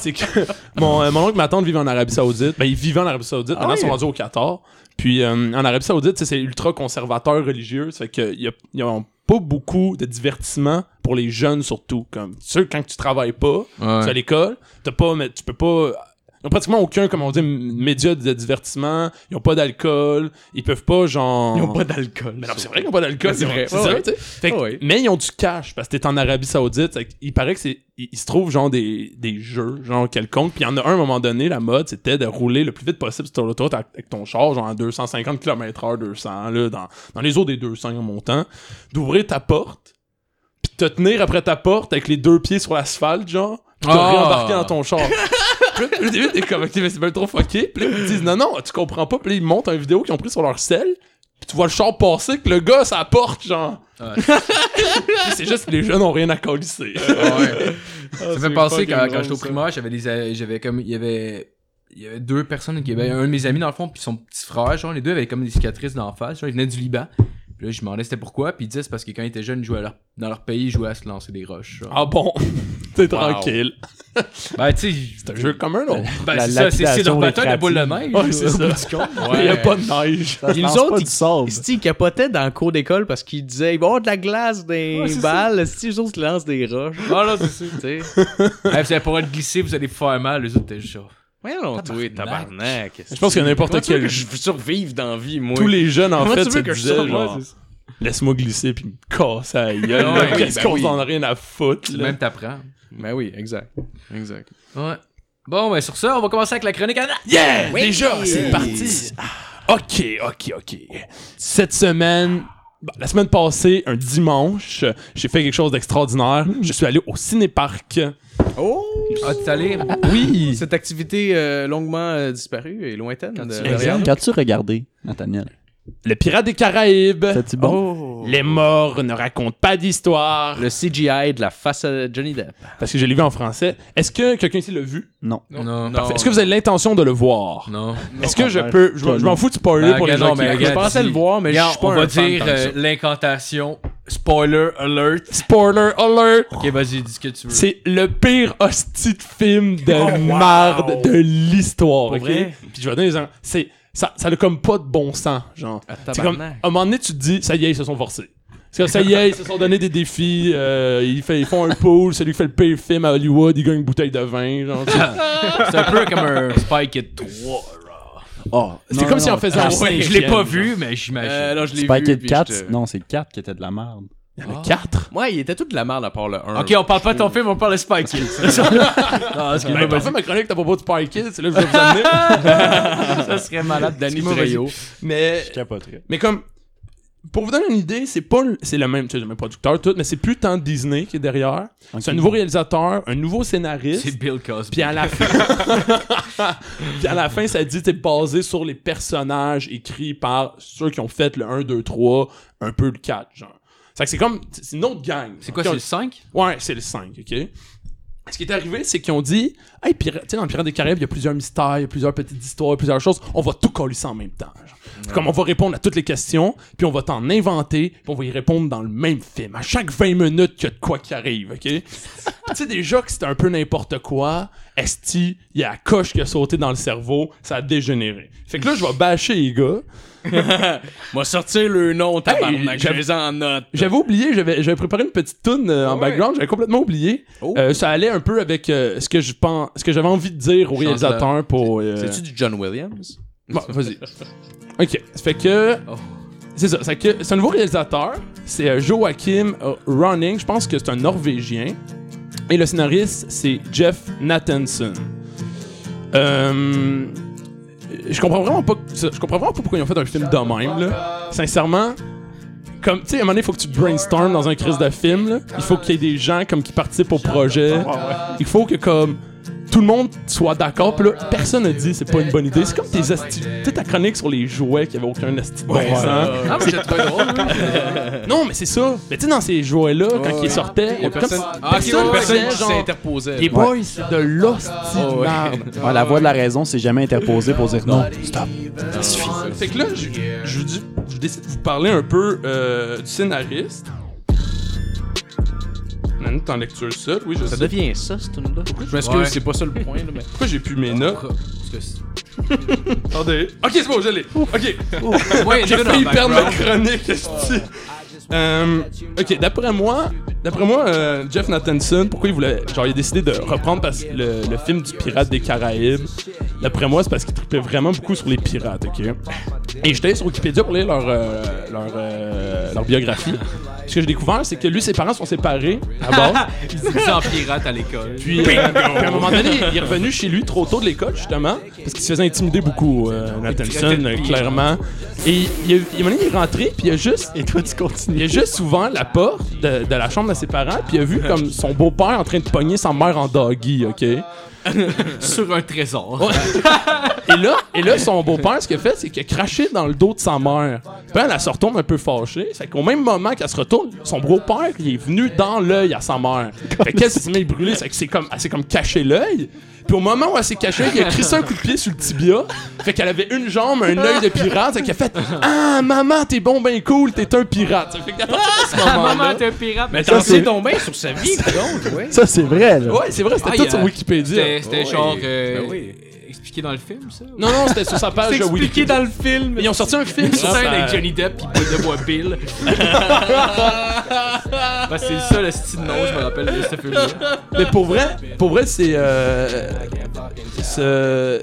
Speaker 4: c'est que mon, euh, mon oncle, ma tante vivent en Arabie Saoudite. Ben, ils vivent en Arabie
Speaker 5: Ah
Speaker 4: Saoudite. Maintenant, ils sont rendus au Qatar. Puis, euh, en Arabie Saoudite, tu sais, c'est ultra conservateur religieux. Ça fait qu'il y a, y a pas beaucoup de divertissement pour les jeunes, surtout. Comme, ceux, quand tu travailles pas, tu es à l'école, t'as pas, mais tu peux pas. Ils ont pratiquement aucun, comme on dit, m- média de divertissement. Ils ont pas d'alcool. Ils peuvent pas, genre.
Speaker 5: Ils n'ont pas d'alcool.
Speaker 4: Mais non, c'est vrai qu'ils n'ont pas d'alcool.
Speaker 5: Mais c'est vrai.
Speaker 4: C'est
Speaker 5: Ouais,
Speaker 4: ça,
Speaker 5: ouais.
Speaker 4: tu sais. Fait que-
Speaker 5: Ah ouais.
Speaker 4: Mais ils ont du cash parce que t'es en Arabie Saoudite. Fait que Il paraît que c'est, il, il se trouve genre des, des jeux, genre quelconques. Puis il y en a un, à un moment donné, la mode, c'était de rouler le plus vite possible sur l'autoroute avec avec ton char, genre à 250 km/h, 200, là, dans, dans les eaux des 200 en montant, d'ouvrir ta porte, puis de te tenir après ta porte avec les deux pieds sur l'asphalte, genre, puis de
Speaker 3: Ah.
Speaker 4: réembarquer dans ton char. Puis là, Au début, t'es comme, ok, mais c'est bien trop fucké. Puis là, ils disent, non, non, tu comprends pas. Puis là, ils montent une vidéo qu'ils ont pris sur leur sel. Puis tu vois le char passer, que le gars, ça porte, genre.
Speaker 3: Ah.
Speaker 4: Puis c'est juste que les jeunes ont rien à colisser.
Speaker 3: Ah ça me fait penser quand, quand j'étais au primaire, j'avais des a- j'avais comme il y avait il y avait deux personnes qui avaient un de mes amis dans le fond puis son petit frère genre les deux avaient comme des cicatrices dans la face, genre ils venaient du Liban. Puis là je me demandais c'était pourquoi, puis ils disaient c'est parce que quand ils étaient jeunes, ils jouaient à leur- dans leur pays, ils jouaient à se lancer des roches. genre.
Speaker 4: Ah bon? T'es tranquille.
Speaker 3: Ben tu sais,
Speaker 4: C'est un jeu comme un autre.
Speaker 3: ben,
Speaker 6: La
Speaker 3: c'est ça, c'est- c'est leur
Speaker 6: lapidation
Speaker 3: bataille de boule de
Speaker 6: récréative.
Speaker 3: neige.
Speaker 4: Ouais, c'est ça. Il y a pas de neige.
Speaker 6: Ça se
Speaker 5: Ils
Speaker 6: lance
Speaker 5: ont
Speaker 6: pas
Speaker 5: dit-
Speaker 6: du sable.
Speaker 5: Esti, ils capotaient dans le cours d'école parce qu'ils disaient il va y avoir de la glace des balles. Esti, les autres lancent des roches.
Speaker 3: Ah là, c'est ça.
Speaker 5: Tu sais.
Speaker 3: Eh, vous allez pas le glisser, vous allez vous faire mal, les autres étaient juste genre.
Speaker 5: Ouais, non, toi, tabarnak.
Speaker 4: Je pense que n'importe
Speaker 5: Comment tu veux
Speaker 4: quel
Speaker 5: que je survive dans la vie, moi.
Speaker 4: Tous les jeunes, en
Speaker 5: Comment
Speaker 4: fait,
Speaker 5: tu
Speaker 4: se
Speaker 5: veux que je
Speaker 4: disaient,
Speaker 5: sorte,
Speaker 4: genre,
Speaker 5: moi,
Speaker 4: laisse-moi glisser puis me casser à la gueule.
Speaker 3: Ah ouais,
Speaker 4: là. Qu'est-ce
Speaker 5: ben
Speaker 4: qu'on
Speaker 5: oui.
Speaker 4: en a rien à foutre, là?
Speaker 3: Même t'apprends.
Speaker 5: Ben oui, exact. Exact.
Speaker 3: Ouais. Bon, ben sur ça, on va commencer avec la chronique à
Speaker 4: Yeah! Déjà, c'est parti!
Speaker 5: Ah.
Speaker 4: Ok, ok, ok. Cette semaine, bah, la semaine passée, un dimanche, j'ai fait quelque chose d'extraordinaire.
Speaker 5: Hmm.
Speaker 4: Je suis allé au cinéparc.
Speaker 5: Oh
Speaker 3: Ah, t'es allé?
Speaker 4: Oui!
Speaker 5: Cette activité euh, longuement euh, disparue et lointaine. euh, de-
Speaker 4: Exact.
Speaker 6: Qu'as-tu regardé, Nathaniel?
Speaker 4: Le Pirate des Caraïbes!
Speaker 6: C'était-tu bon?
Speaker 5: Oh
Speaker 4: Les morts ne racontent pas d'histoire.
Speaker 5: Le CGI de la face à Johnny Depp.
Speaker 4: Parce que je l'ai vu en français. Est-ce que quelqu'un ici l'a vu?
Speaker 6: Non.
Speaker 5: Non,
Speaker 4: Parfait. Est-ce que vous avez l'intention de le voir?
Speaker 5: Oh. Non.
Speaker 4: Est-ce que je
Speaker 6: Ben,
Speaker 4: peux. Je,
Speaker 6: toi,
Speaker 4: je
Speaker 6: non.
Speaker 4: m'en fous de spoiler
Speaker 5: Ben,
Speaker 4: pour les
Speaker 5: gars,
Speaker 4: gens
Speaker 5: non,
Speaker 4: qui
Speaker 5: mais
Speaker 4: l'écoutent.
Speaker 5: gars,
Speaker 4: Je pensais
Speaker 5: dis-
Speaker 4: le voir, mais je
Speaker 5: Regarde,
Speaker 4: suis pas
Speaker 5: on
Speaker 4: un
Speaker 5: va
Speaker 4: fan tant
Speaker 5: dire
Speaker 4: que ça.
Speaker 5: euh, l'incantation. Spoiler alert.
Speaker 4: Spoiler alert!
Speaker 5: Ok, vas-y, dis ce que tu veux.
Speaker 4: C'est le pire hostie de film de marde de l'histoire, ok?
Speaker 5: vrai?
Speaker 4: Puis je vais donner des gens. C'est, ça, ça a comme pas de bon sens, genre. C'est comme, à
Speaker 5: Ah, tabarnak.
Speaker 4: un moment donné, tu te dis, ça y est, ils se sont forcés. C'est comme, ça y est, ils se sont donné des défis, euh, ils, fait- ils font un pool, celui qui fait le pire film à Hollywood, il gagne une bouteille de vin, genre. tu sais.
Speaker 5: Ah. C'est un peu comme un Spy Kid 3.
Speaker 6: Ah,
Speaker 4: C'était comme si on faisait un
Speaker 5: ouais, je l'ai pas vu, mais j'imagine. Euh, non, je l'ai
Speaker 6: Spy Kid
Speaker 5: puis
Speaker 6: 4,
Speaker 5: j'étais-
Speaker 6: non, c'est 4 qui était de la merde.
Speaker 5: Ah.
Speaker 4: 4.
Speaker 5: Ouais, il était tout de la merde à part le 1.
Speaker 8: Ok, on parle pas de ton film, on parle de Spike Kids. non, excuse-moi,
Speaker 4: Ben,
Speaker 8: vas-y.
Speaker 4: parfait, ma chronique, t'as propos de Spy Kids, c'est là que je vais vous amener.
Speaker 5: ça serait malade, Danny
Speaker 4: Excuse-moi,
Speaker 5: Trejo.
Speaker 4: Mais
Speaker 6: capoterais.
Speaker 4: Mais comme pour vous donner une idée, c'est pas le- c'est le même, tu sais, le même producteur tout, mais c'est plus tant Disney qui est derrière. C'est un nouveau réalisateur, un nouveau
Speaker 5: C'est
Speaker 4: scénariste.
Speaker 5: Bill Cosby.
Speaker 4: Puis à la fin, puis à la fin, ça dit c'est basé sur les personnages écrits par ceux qui ont fait le 1 2 3, un peu le 4 genre. C'est que c'est comme c'est une autre gang.
Speaker 5: C'est quoi,
Speaker 4: Qui
Speaker 5: c'est
Speaker 4: ont-
Speaker 5: le 5
Speaker 4: Ouais, c'est le 5, OK? Ce qui est arrivé, c'est qu'ils ont dit Hey, pirate, tu sais, dans le Pirate des Caraïbes, il y a plusieurs mystères, il y a plusieurs petites histoires, plusieurs choses. On va tout coller ça en même temps. genre. Puis Comme on va répondre à toutes les questions, puis on va t'en inventer, puis on va y répondre dans le même film. À chaque 20 minutes, qu'il y a de quoi qui arrive, OK? Puis tu sais, déjà que c'était un peu n'importe quoi, Esti, il y a la coche qui a sauté dans le cerveau, ça a dégénéré. Fait que là, je vais bâcher les gars.
Speaker 5: Moi, sortir le nom,
Speaker 4: tabarnak, je
Speaker 5: les en note.
Speaker 4: J'avais oublié, j'avais j'avais préparé une petite toune euh, en background, j'avais complètement oublié.
Speaker 5: Ah Oh.
Speaker 4: Euh, ça allait un peu avec euh, ce que je pense, ce que j'avais envie de dire au
Speaker 5: Change
Speaker 4: réalisateur pour. euh,
Speaker 5: C'est-tu du John Williams
Speaker 4: Bon, vas-y. ok, ça fait que.
Speaker 5: Oh.
Speaker 4: C'est ça, ça fait que c'est un nouveau réalisateur, c'est euh, Joachim euh, Ronning, je pense que c'est un Norvégien. Et le scénariste, c'est Jeff Nathanson. Euh, je comprends vraiment pas je comprends vraiment pas pourquoi ils ont fait un film de même là. Sincèrement, comme tu sais à un moment donné, il faut que tu brainstorm dans un crise de film là. il faut qu'il y ait des gens comme qui participent au projet. Il faut que comme tout le monde soit d'accord, puis là, personne n'a dit c'est pas une bonne idée. C'est comme tes esti- tu sais, ta chronique sur les jouets qui avait aucun esti de bon sens.
Speaker 5: Ah, mais j'ai trouvé drôle.
Speaker 4: Non, mais c'est ça. Mais tu sais, dans ces jouets-là, quand ils sortaient,
Speaker 5: Il y a
Speaker 4: comme-
Speaker 5: personne Ah, ok, ouais,
Speaker 4: personne
Speaker 5: ouais, personne
Speaker 4: faisait,
Speaker 5: qui
Speaker 4: genre,
Speaker 5: s'est interposé.
Speaker 4: Les boys, c'est de l'hostie
Speaker 5: Oh,
Speaker 4: de
Speaker 5: ouais.
Speaker 4: merde.
Speaker 6: Ouais, la voix de la raison s'est jamais interposée pour dire non, stop.
Speaker 4: Ça suffit. Fait que là, je, je vous dis- je décide de vous parler un peu euh, du scénariste. Nanu, t'en lecture seule, oui, je
Speaker 5: Ça
Speaker 4: sais.
Speaker 5: devient ça, ce tune-là. Je m'excuse,
Speaker 8: Ouais.
Speaker 5: c'est pas ça le point, là, mais.
Speaker 4: Pourquoi j'ai plus mes notes?
Speaker 5: Parce que c'est-
Speaker 4: Attendez. Ok, c'est bon, je l'ai. Ok.
Speaker 5: Ouais,
Speaker 4: J'ai
Speaker 5: une
Speaker 4: failli
Speaker 5: en
Speaker 4: perdre ma
Speaker 5: background.
Speaker 4: chronique, esti. Euh, ok, d'après moi, d'après moi, euh, Jeff Nathanson, pourquoi il voulait, genre, il a décidé de reprendre parce que le, le film du pirate des Caraïbes. D'après moi, c'est parce qu'il trippait vraiment beaucoup sur les pirates, ok. Et j'étais sur Wikipédia pour lire leur euh, leur, euh, leur biographie. Ce que j'ai découvert, c'est que lui, ses parents sont séparés Ah à bord.
Speaker 5: Il dit ça en pirate à l'école.
Speaker 4: Puis, euh, puis à un moment donné, il est revenu chez lui trop tôt de l'école, justement, parce qu'il se faisait intimider beaucoup, euh, Nathanson, euh, clairement. Et il, a- il, à un moment donné, il est rentré, puis il a juste. Et toi, tu continues. Il a juste ouvert la porte de, de la chambre de ses parents, puis il a vu comme son beau-père en train de pogner sa mère en doggy, OK?
Speaker 5: Sur un trésor.
Speaker 4: Et là, et là son beau-père, ce qu'il a fait, c'est qu'il a craché dans le dos de sa mère. Puis elle, elle se retourne un peu fâchée. Fait qu'au même moment qu'elle se retourne, son beau-père, il est venu dans l'œil à sa mère. Fait qu'elle s'est mis brûlée. Fait que c'est comme, elle s'est comme caché l'œil. Puis au moment où elle s'est cachée, il a crissé un coup de pied sur le tibia. Fait qu'elle avait une jambe, un œil de pirate. Fait qu'elle a fait Ah, maman, t'es bon, ben cool, t'es un pirate. Fait qu'à partir de ce moment-là.
Speaker 3: t'es un pirate.
Speaker 5: Mais
Speaker 6: Ça,
Speaker 5: t'en
Speaker 6: c'est-
Speaker 5: sais donc bien sur sa vie, donc, ouais.
Speaker 6: Ça, c'est vrai, là.
Speaker 4: Ouais, c'est vrai, c'était
Speaker 3: Ah,
Speaker 4: tout
Speaker 3: yeah.
Speaker 4: sur Wikipédia.
Speaker 3: C'était c'était
Speaker 5: Ouais,
Speaker 3: genre
Speaker 5: ben
Speaker 3: euh,
Speaker 5: oui.
Speaker 3: expliqué dans le film, ça? ou-
Speaker 4: Non, non, c'était sur sa page
Speaker 3: C'est
Speaker 4: Wikipédia.
Speaker 3: expliqué dans le film.
Speaker 4: Ils ont sorti un film
Speaker 3: Une
Speaker 4: sur
Speaker 3: scène
Speaker 4: sa-
Speaker 3: avec Johnny Depp pis Paul de Bois Bill. Bah, c'est le seul style de nom, je me rappelle de ce film-là.
Speaker 4: Mais pour vrai, pour vrai, c'est. Euh, ce-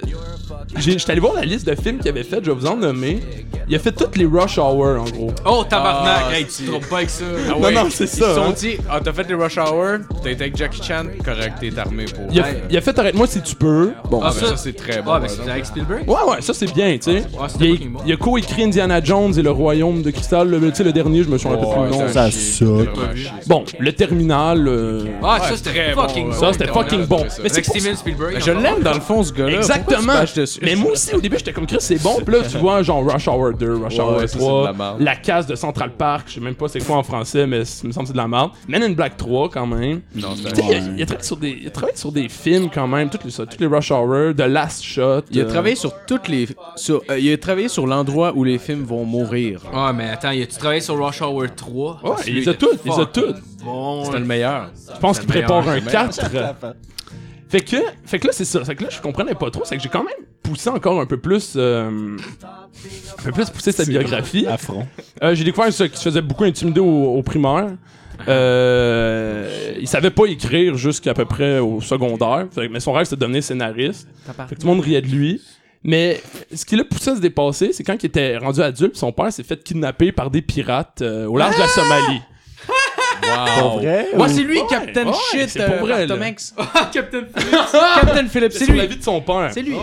Speaker 4: j'ai- J'étais allé voir la liste de films qu'il avait fait, je vais vous en nommer. Il a fait toutes les Rush Hour, en gros.
Speaker 3: Oh, tabarnak!
Speaker 5: Ah,
Speaker 3: hey, tu
Speaker 5: c'est-
Speaker 3: te trompes pas avec ça.
Speaker 4: Non, non, c'est ça,
Speaker 5: Ah, Ils se sont
Speaker 4: hein.
Speaker 5: dit, ah, t'as fait les rush hour, t'as été avec Jackie Chan, correct, t'es armé pour.
Speaker 4: Il a,
Speaker 5: Ouais.
Speaker 4: il a fait Arrête-moi si tu peux. Bon.
Speaker 5: Ah,
Speaker 3: Ah,
Speaker 5: ben
Speaker 3: ça-
Speaker 5: ça, c'est très bon.
Speaker 3: Ah, mais
Speaker 5: par
Speaker 3: c'est
Speaker 5: exemple.
Speaker 3: avec Spielberg?
Speaker 4: Ouais, ouais, ça c'est bien, tu sais.
Speaker 3: Ouais, c'est
Speaker 4: Il a,
Speaker 3: fucking bon.
Speaker 4: il a co-écrit Indiana Jones et le Royaume de Cristal, le, tu sais, le dernier, je me souviens un peu plus
Speaker 5: Ouais,
Speaker 4: le nom.
Speaker 5: c'est
Speaker 6: ça
Speaker 5: un chier,
Speaker 6: suck.
Speaker 5: c'est vraiment chier.
Speaker 4: Bon, le Terminal. euh,
Speaker 3: Ah,
Speaker 5: Ouais,
Speaker 3: ça c'était
Speaker 5: très bon,
Speaker 3: fucking
Speaker 5: ouais.
Speaker 3: bon.
Speaker 4: Ça, c'était fucking bon.
Speaker 5: ça.
Speaker 4: Mais c'est
Speaker 3: Avec
Speaker 4: pour
Speaker 3: Steven Spielberg.
Speaker 5: Mais Je
Speaker 3: encore.
Speaker 5: l'aime dans le fond, ce gars-là.
Speaker 4: Exactement.
Speaker 5: Pourquoi tu bâches dessus?
Speaker 4: Mais moi aussi, au début, j'étais comme Chris, c'est bon. Puis là, tu vois, genre Rush Hour Hour 2, Rush
Speaker 5: Ouais,
Speaker 4: Hour
Speaker 5: ça, c'est de
Speaker 4: 3,
Speaker 5: la merde.
Speaker 4: la case de Central Park, je sais même pas c'est quoi en français, mais c- il me semble que c'est de la merde. Men in Black 3 quand même.
Speaker 5: Non, c'est
Speaker 4: Tu sais, il, a- il a travaillé sur des, il a travaillé sur des films quand même, tous les, ça, tous les Rush Hour, The Last Shot.
Speaker 5: Il a
Speaker 4: euh,
Speaker 5: travaillé sur toutes les. Sur, euh, il a travaillé sur l'endroit où les films vont mourir.
Speaker 3: Ah, mais attends, y a-tu travaillé sur Rush Hour Ah, 3?
Speaker 4: Ouais, il les a toutes, il les a toutes.
Speaker 3: Bon,
Speaker 5: C'était le meilleur.
Speaker 4: Je pense qu'il prépare un
Speaker 5: meilleur.
Speaker 4: 4. Fait que, fait que là, c'est ça. Fait que là, je comprenais pas trop. C'est que j'ai quand même poussé encore un peu plus. euh, un peu plus poussé cette biographie.
Speaker 6: Affront.
Speaker 4: Euh, j'ai découvert ça, qu'il se faisait beaucoup intimider au, au primaire. Euh, il savait pas écrire jusqu'à peu près au secondaire. Fait que- mais son rêve, c'était de devenir scénariste. Fait que tout le monde riait de lui. Mais ce qui l'a poussé à se dépasser, c'est quand il était rendu adulte, son père s'est fait kidnapper par des pirates euh, au large de la Somalie.
Speaker 5: Wow.
Speaker 6: Vrai?
Speaker 3: Ah! Ouais, c'est lui, Captain
Speaker 4: Ouais,
Speaker 3: Shit, euh,
Speaker 4: c'est pour vrai, là.
Speaker 5: Max.
Speaker 3: Captain Phillips. Captain Phillips, c'est
Speaker 4: C'est la
Speaker 3: lui.
Speaker 4: vie de son père.
Speaker 3: C'est lui.